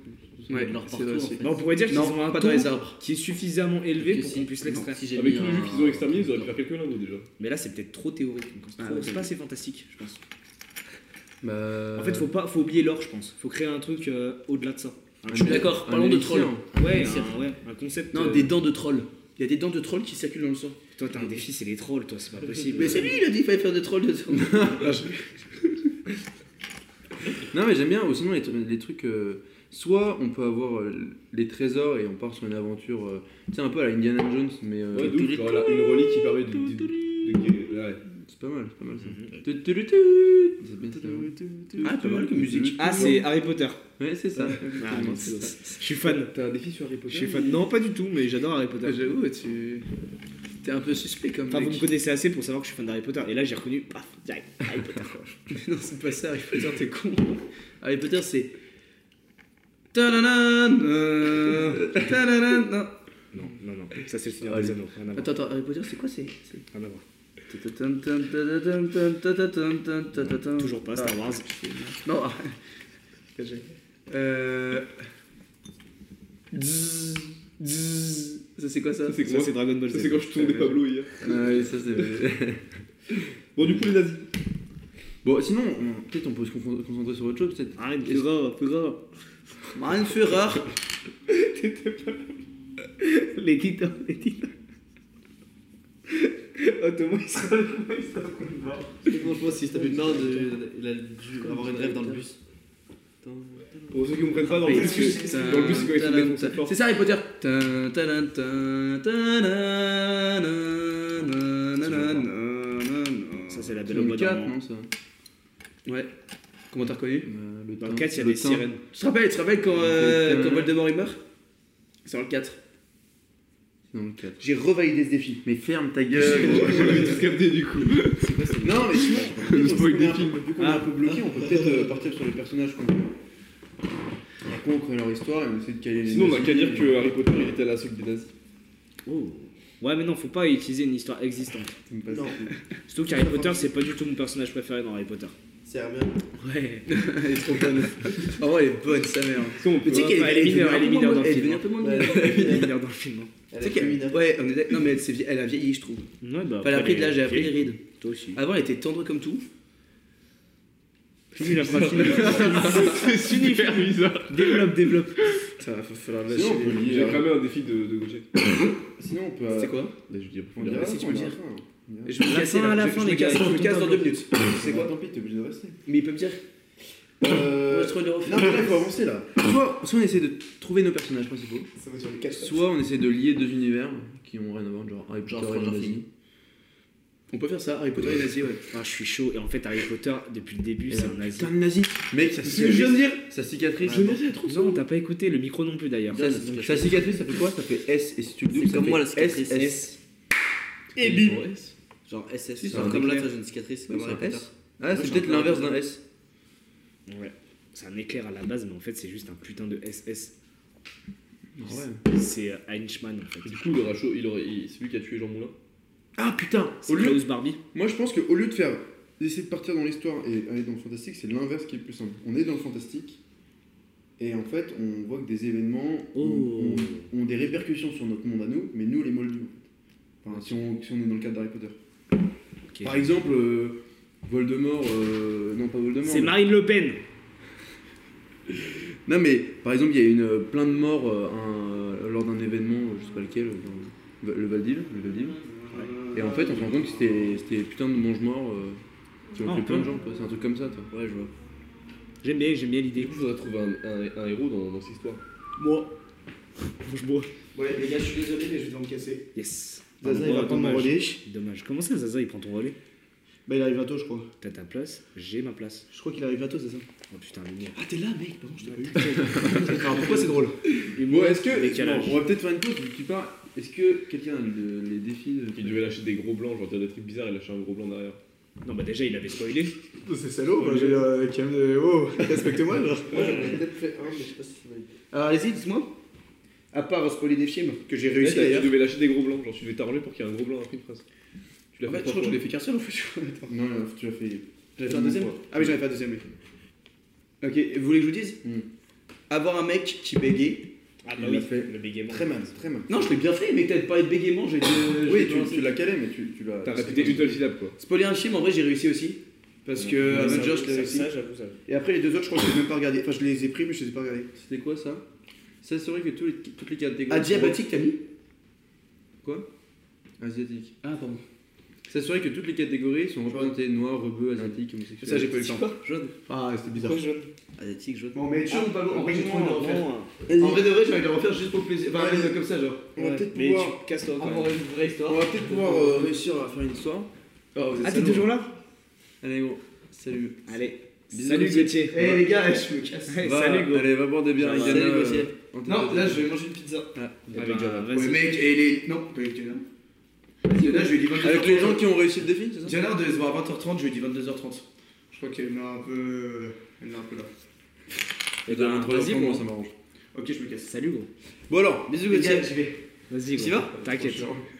[SPEAKER 1] Ouais,
[SPEAKER 5] de l'or
[SPEAKER 1] c'est
[SPEAKER 5] partout,
[SPEAKER 1] vrai,
[SPEAKER 5] en
[SPEAKER 1] c'est-
[SPEAKER 5] fait.
[SPEAKER 3] Mais Bah, on pourrait dire qu'ils ont
[SPEAKER 1] Non,
[SPEAKER 3] un
[SPEAKER 1] pas dans les
[SPEAKER 3] taux
[SPEAKER 1] arbres.
[SPEAKER 3] qui est suffisamment élevé pour qu'on puisse l'extraire.
[SPEAKER 5] Si j'ai
[SPEAKER 14] Avec
[SPEAKER 5] mis
[SPEAKER 14] tous les
[SPEAKER 5] un-
[SPEAKER 14] jeux qu'ils ont exterminés, ils auraient pu faire quelques lingots déjà.
[SPEAKER 3] Mais là, c'est peut-être trop théorique. donc c'est
[SPEAKER 1] Ah,
[SPEAKER 3] trop-
[SPEAKER 1] ouais.
[SPEAKER 3] C'est pas assez fantastique, je pense.
[SPEAKER 4] Bah,
[SPEAKER 3] En fait, faut pas, faut oublier l'or, je pense. Faut créer un truc euh, au-delà de ça. Un-
[SPEAKER 1] Je suis d'accord,
[SPEAKER 4] un
[SPEAKER 1] parlons de
[SPEAKER 4] élixir.
[SPEAKER 1] troll.
[SPEAKER 3] ouais, un, ouais, un concept.
[SPEAKER 1] Non,
[SPEAKER 3] euh,
[SPEAKER 1] des dents de troll. Il y a des dents de troll qui circulent dans le sang.
[SPEAKER 3] Toi, t'as un défi, c'est les trolls, toi, c'est pas possible.
[SPEAKER 1] Mais c'est lui, il a dit qu'il fallait faire des trolls de sang.
[SPEAKER 4] Non, mais j'aime bien, ou sinon les, tru- les trucs. euh, soit on peut avoir euh, les trésors et on part sur une aventure, euh, tu sais, un peu à la Indiana Jones, mais euh,
[SPEAKER 14] Ouais, d'où genre là, une relique qui permet de. de- de- de- ouais.
[SPEAKER 4] c'est pas mal, c'est pas mal ça.
[SPEAKER 3] Mhm.
[SPEAKER 4] Tu- tu- tu- tu- C'est bien, c'est pas mal.
[SPEAKER 1] Ah, pas mal comme musique.
[SPEAKER 3] Ah, c'est Harry Potter.
[SPEAKER 4] Ouais, c'est ça.
[SPEAKER 3] Ah, non, c'est- je suis fan.
[SPEAKER 14] T'as un défi sur Harry
[SPEAKER 3] Je
[SPEAKER 14] Potter
[SPEAKER 3] suis fan. Non, pas du tout, mais j'adore Harry Potter.
[SPEAKER 1] J'avoue, tu. T'es un peu suspect comme
[SPEAKER 3] Enfin, vous me
[SPEAKER 1] mec.
[SPEAKER 3] connaissez assez pour savoir que je suis fan d'Harry Potter. Et là, j'ai reconnu, paf, direct, Harry Potter. quoi.
[SPEAKER 1] non, c'est pas ça, Harry Potter, t'es con. Harry Potter, c'est. Ta-da-da-da, ta-da-da, non.
[SPEAKER 3] Non, non, non. Ça, c'est le Seigneur des Anneaux. Rien à voir.
[SPEAKER 1] Attends, attends, Harry Potter, c'est quoi c'est c'est-
[SPEAKER 3] Rien à voir.
[SPEAKER 1] Toujours
[SPEAKER 3] Toujours pas Star Wars.
[SPEAKER 1] Non. Euh... Dzz, dzz. Ça c'est quoi ça
[SPEAKER 14] C'est
[SPEAKER 3] Ça,
[SPEAKER 14] quoi
[SPEAKER 3] c'est Dragon Ball Z.
[SPEAKER 14] Ça, c'est quand je tournais Pablo hier.
[SPEAKER 4] Ah oui, ça c'est.
[SPEAKER 14] Bon, du coup, les nazis.
[SPEAKER 4] bon, sinon, on- peut-être on peut se confon- concentrer sur autre chose, peut-être.
[SPEAKER 3] Arrête, plus grave, plus grave.
[SPEAKER 1] Mein Führer.
[SPEAKER 3] Les titans, les titans. Oh, Thomas, il sera
[SPEAKER 5] Franchement, si t'as une merde, euh, il a dû avoir une rêve dans le bus.
[SPEAKER 14] Pour ceux qui comprennent pas, dans le bus, c'est- dans le bus, c'est quand ils sont défoncés fort.
[SPEAKER 1] C'est ça Harry Potter. Tin, tin, tin, tin, tin, nan, nan, nan, nan, nan.
[SPEAKER 3] Ça, c'est la belle
[SPEAKER 4] Dans le
[SPEAKER 3] mode.
[SPEAKER 4] 4, non, ça
[SPEAKER 1] Ouais. Comment t'as reconnu
[SPEAKER 4] Euh, le
[SPEAKER 3] Dans
[SPEAKER 4] teint,
[SPEAKER 3] le 4, il y a
[SPEAKER 4] le
[SPEAKER 3] des
[SPEAKER 4] teint.
[SPEAKER 3] sirènes.
[SPEAKER 1] Tu te rappelles, tu te rappelles quand, euh,
[SPEAKER 4] Tin,
[SPEAKER 1] quand
[SPEAKER 4] nan.
[SPEAKER 1] Voldemort il meurt C'est dans le 4.
[SPEAKER 4] C'est Dans le 4.
[SPEAKER 13] J'ai revalidé ce défi.
[SPEAKER 4] Mais ferme ta gueule
[SPEAKER 13] Non, mais sinon, vu qu'on est un peu- vu qu'on est
[SPEAKER 3] Ah.
[SPEAKER 13] un peu bloqué, on peut peut-être euh, partir.
[SPEAKER 4] sur les personnages qu'on a. On connaît leur histoire et on essaie de caler les
[SPEAKER 14] Sinon, on a qu'à dire que Harry Potter, il était à la soupe des nazis.
[SPEAKER 3] Oh. Ouais, mais non, faut pas utiliser une histoire existante.
[SPEAKER 13] Non,
[SPEAKER 3] Surtout qu'Harry Potter, c'est pas du tout mon personnage préféré dans Harry Potter.
[SPEAKER 13] c'est Hermione.
[SPEAKER 3] Ouais.
[SPEAKER 1] Elle est trop bonne. Ah ouais, elle est bonne sa mère. Mais tu sais qu'elle
[SPEAKER 3] Ouais,
[SPEAKER 1] elle est
[SPEAKER 3] mineure,
[SPEAKER 1] devenue
[SPEAKER 3] elle est
[SPEAKER 1] un peu
[SPEAKER 3] mineure dans le
[SPEAKER 1] moins- Elle
[SPEAKER 3] film,
[SPEAKER 1] est devenue un peu moins
[SPEAKER 13] Ouais,
[SPEAKER 1] mineure.
[SPEAKER 3] Elle est mineure dans le film. hein.
[SPEAKER 13] Elle
[SPEAKER 1] Tu sais
[SPEAKER 13] est
[SPEAKER 1] qu'elle-
[SPEAKER 13] féminine.
[SPEAKER 1] Ouais, on est d'accord. Non, mais elle, s'est vie- elle a vieilli, je trouve.
[SPEAKER 3] Ouais, bah.
[SPEAKER 1] Enfin, elle a pris de l'âge, elle a pris des
[SPEAKER 3] les
[SPEAKER 1] rides.
[SPEAKER 3] Toi aussi.
[SPEAKER 1] Avant, elle était tendre comme tout.
[SPEAKER 3] Fini la phrase. C'est super bizarre. Développe, développe.
[SPEAKER 1] Ça va falloir
[SPEAKER 4] lâcher Sinon, on peut les-
[SPEAKER 14] J'ai cramé un défi de de Gauthier.
[SPEAKER 4] Sinon, on peut. euh,
[SPEAKER 1] C'est quoi
[SPEAKER 14] Là, je dis,
[SPEAKER 4] on dira
[SPEAKER 1] si tu
[SPEAKER 4] on
[SPEAKER 1] veux
[SPEAKER 4] dira
[SPEAKER 1] dire.
[SPEAKER 4] ça.
[SPEAKER 1] Je vais me
[SPEAKER 3] La
[SPEAKER 1] casser
[SPEAKER 3] fin,
[SPEAKER 1] là.
[SPEAKER 3] la
[SPEAKER 1] Je-
[SPEAKER 3] fin,
[SPEAKER 1] je
[SPEAKER 3] les
[SPEAKER 1] me
[SPEAKER 3] gars,
[SPEAKER 1] casse- je me casse dans deux minutes.
[SPEAKER 4] C'est quoi Tant pis, t'es obligé de rester.
[SPEAKER 1] Mais il peut me dire
[SPEAKER 13] Euh,
[SPEAKER 1] Je te le refais.
[SPEAKER 13] Non, mais là, il faut avancer là.
[SPEAKER 4] Soit, soit on essaie de trouver nos personnages principaux,
[SPEAKER 13] Ça va sur les quatre.
[SPEAKER 4] soit on essaie de lier deux univers qui ont rien à voir, genre Harry Potter
[SPEAKER 5] Genre
[SPEAKER 4] et
[SPEAKER 5] Stranger
[SPEAKER 4] les nazis.
[SPEAKER 5] Things.
[SPEAKER 1] On peut faire ça, Harry Potter et Nazi, ouais.
[SPEAKER 3] Ah, je suis chaud. Et en fait, Harry Potter, depuis le début, c'est un nazi.
[SPEAKER 4] Eh ben,
[SPEAKER 3] Ah,
[SPEAKER 4] Putain, le nazi Mec, sa
[SPEAKER 1] Je viens de
[SPEAKER 4] cicatrice,
[SPEAKER 1] dire
[SPEAKER 4] sa cicatrice,
[SPEAKER 3] Non, t'as pas écouté le micro non plus d'ailleurs.
[SPEAKER 4] sa, sa cicatrice, ça fait quoi Ça fait S, et si tu le doubles,
[SPEAKER 5] C'est
[SPEAKER 4] ça
[SPEAKER 5] comme
[SPEAKER 4] fait
[SPEAKER 5] moi, la
[SPEAKER 4] S,
[SPEAKER 5] cicatrice.
[SPEAKER 4] S.
[SPEAKER 5] Et bim Genre SS.
[SPEAKER 1] Si,
[SPEAKER 5] genre
[SPEAKER 1] c'est un
[SPEAKER 5] comme là,
[SPEAKER 1] éclair.
[SPEAKER 5] toi, j'ai une cicatrice.
[SPEAKER 1] Ouais, c'est
[SPEAKER 5] comme un
[SPEAKER 1] un
[SPEAKER 5] répéteur.
[SPEAKER 1] S.
[SPEAKER 5] Ah, c'est peut-être l'inverse d'un S.
[SPEAKER 3] Ouais. C'est un éclair à la base, mais en fait, c'est juste un putain de SS.
[SPEAKER 4] Ah
[SPEAKER 3] C'est euh, Heinzmann en fait.
[SPEAKER 14] Du coup, le racho, il aurait, il- celui qui a tué Jean Moulin.
[SPEAKER 4] Ah putain
[SPEAKER 3] C'est Klaus Barbie.
[SPEAKER 4] Moi je pense qu'au lieu de faire d'essayer de partir dans l'histoire et aller dans le fantastique, c'est l'inverse qui est le plus simple. On est dans le fantastique et en fait on voit que des événements ont-
[SPEAKER 3] Oh.
[SPEAKER 4] ont, ont des répercussions sur notre monde à nous, mais nous les moldus. en fait. Enfin, si, on, si on est dans le cadre d'Harry Potter.
[SPEAKER 3] Ok.
[SPEAKER 4] Par exemple, euh, Voldemort, euh, non pas Voldemort.
[SPEAKER 3] C'est
[SPEAKER 4] mais-
[SPEAKER 3] Marine Le Pen.
[SPEAKER 4] Non mais par exemple il y a eu une, euh, plein de morts euh, un- euh, lors d'un événement, euh, je sais pas lequel, euh, dans- le Val d'Hiv, le Val d'Hiv. Et en fait on se rend compte que c'était c'était putain de mange-morts euh, qui ont
[SPEAKER 3] Ah,
[SPEAKER 4] tué
[SPEAKER 3] un
[SPEAKER 4] plein de
[SPEAKER 3] peu.
[SPEAKER 4] gens, quoi. c'est un truc comme ça. Toi.
[SPEAKER 14] Ouais, je vois.
[SPEAKER 3] J'aime bien, j'aime bien
[SPEAKER 14] Du
[SPEAKER 3] l'idée.
[SPEAKER 14] coup, faudrait trouver un, un- un héros dans, dans cette histoire.
[SPEAKER 3] Moi. Franchement.
[SPEAKER 16] Ouais, les gars, je suis désolé, mais je vais devoir me casser.
[SPEAKER 3] Yes.
[SPEAKER 16] Zaza, il
[SPEAKER 3] Oh,
[SPEAKER 16] va prendre mon
[SPEAKER 3] dommage.
[SPEAKER 16] relais.
[SPEAKER 3] Dommage. Comment ça, Zaza, il prend ton relais
[SPEAKER 16] Bah, il arrive bientôt, je crois.
[SPEAKER 3] T'as ta place, j'ai ma place.
[SPEAKER 16] Je crois qu'il arrive bientôt, c'est ça
[SPEAKER 3] Oh putain, le mien.
[SPEAKER 16] Ah, t'es là, mec Pardon, je t'ai pas eu. Alors, pourquoi c'est drôle
[SPEAKER 4] Bon, est-ce que.
[SPEAKER 3] Décalage.
[SPEAKER 4] bon, on va peut-être faire une pause, vu que tu pars. Est-ce que quelqu'un a le- les défis de.
[SPEAKER 14] Il devait lâcher des gros blancs, genre dire des trucs bizarres et lâcher un gros blanc derrière.
[SPEAKER 3] Non, bah déjà, il avait spoilé.
[SPEAKER 16] C'est salaud, moi, j'ai euh, quand même de. Oh, respecte-moi, là
[SPEAKER 4] Moi j'en ai peut-être fait un, mais je sais pas si ça va être.
[SPEAKER 1] Alors allez-y, dites-moi. À part spoiler des films, que j'ai
[SPEAKER 14] Ouais,
[SPEAKER 1] réussi
[SPEAKER 14] t'as-
[SPEAKER 1] d'ailleurs.
[SPEAKER 14] tu devais lâcher des gros blancs, genre tu devais t'arranger pour qu'il y ait un gros blanc après une phrase. Tu l'as
[SPEAKER 1] En
[SPEAKER 14] fait
[SPEAKER 1] fait, je
[SPEAKER 14] trois
[SPEAKER 1] crois que j'en
[SPEAKER 14] fois.
[SPEAKER 1] ai fait qu'un seul en fait. Attends.
[SPEAKER 4] Non, non, tu as fait.
[SPEAKER 1] J'avais fait un deuxième Ah oui, j'en ai fait un deuxième, oui. Ok, vous voulez que je vous dise
[SPEAKER 4] Hmm.
[SPEAKER 1] Avoir un mec qui bégaye.
[SPEAKER 3] Ah
[SPEAKER 4] bah oui,
[SPEAKER 3] le bégaiement.
[SPEAKER 4] Très mal, très mal.
[SPEAKER 1] Non, je l'ai bien fait, mais t'as parlé de bégaiement, j'ai dit. euh, j'ai
[SPEAKER 4] Oui,
[SPEAKER 1] balancé.
[SPEAKER 4] tu, tu l'as calé, mais tu, tu l'as.
[SPEAKER 14] T'as répété une seule syllabe quoi.
[SPEAKER 1] Spoiler un film, en vrai, j'ai réussi aussi. Parce que Avengers, je l'ai réussi.
[SPEAKER 3] j'avoue, ça.
[SPEAKER 1] Et après, les deux autres, je crois que je les ai même pas regardés. Enfin, je les ai pris, mais je les ai pas regardés.
[SPEAKER 14] C'était quoi ça S'assurer que tous les, toutes les catégories.
[SPEAKER 1] Adiabatique, t'as mis
[SPEAKER 14] Asiatique.
[SPEAKER 1] Ah, pardon.
[SPEAKER 14] S'assurer que toutes les catégories sont représentées noir, rebeu, asiatique, homosexuel.
[SPEAKER 1] Ça, j'ai pas eu le temps.
[SPEAKER 16] Ah, c'était bizarre.
[SPEAKER 3] Pourquoi jaune
[SPEAKER 5] Asiatique, Ah, jaune.
[SPEAKER 1] Bon, mais jaune ou pas jaune En vrai, j'ai trop envie de le refaire.
[SPEAKER 3] Non,
[SPEAKER 1] En vrai, de vrai, j'ai envie de le refaire juste pour le plaisir. Enfin,
[SPEAKER 4] Ouais.
[SPEAKER 1] euh, comme ça, genre.
[SPEAKER 4] On va peut-être
[SPEAKER 3] mais
[SPEAKER 4] pouvoir,
[SPEAKER 3] tu casses toi quand
[SPEAKER 1] Avoir
[SPEAKER 3] même.
[SPEAKER 1] une vraie histoire.
[SPEAKER 4] on va peut-être pouvoir euh, réussir à faire une histoire.
[SPEAKER 1] Oh, vous êtes
[SPEAKER 3] Ah, t'es
[SPEAKER 1] salauds.
[SPEAKER 3] toujours là
[SPEAKER 4] Allez, gros, salut.
[SPEAKER 3] Allez. Salut Gauthier.
[SPEAKER 1] Eh les gars, je me casse.
[SPEAKER 3] Hey,
[SPEAKER 4] Va,
[SPEAKER 3] Salut Gauthier.
[SPEAKER 4] Allez, va boire des bières avec
[SPEAKER 1] Salut,
[SPEAKER 4] Yana, euh,
[SPEAKER 1] Gauthier.
[SPEAKER 4] en tête
[SPEAKER 1] Non,
[SPEAKER 4] de-
[SPEAKER 1] là, je vais manger une pizza.
[SPEAKER 3] Avec
[SPEAKER 1] Ouais,
[SPEAKER 3] vas-y.
[SPEAKER 1] mec, et les. Non, pas avec Diana. Vas-y, Diana, je lui ai dit 22h30.
[SPEAKER 4] Avec les gens qui ont réussi le défi, c'est ça
[SPEAKER 1] Diana, on devait se voir à 20h30, je lui ai dit 22h30. Je crois qu'elle m'a un peu. Elle m'a un peu là.
[SPEAKER 3] Eh ben, vas-y,
[SPEAKER 4] Vas-y,
[SPEAKER 3] gros.
[SPEAKER 4] ça m'arrange.
[SPEAKER 1] Ok, je me casse.
[SPEAKER 3] Salut gros.
[SPEAKER 4] Bon alors,
[SPEAKER 5] Bisous,
[SPEAKER 1] Les gars,
[SPEAKER 5] Gauthier.
[SPEAKER 1] j'y vais.
[SPEAKER 3] Vas-y
[SPEAKER 5] T'y
[SPEAKER 3] gros.
[SPEAKER 5] vas
[SPEAKER 3] T'inquiète.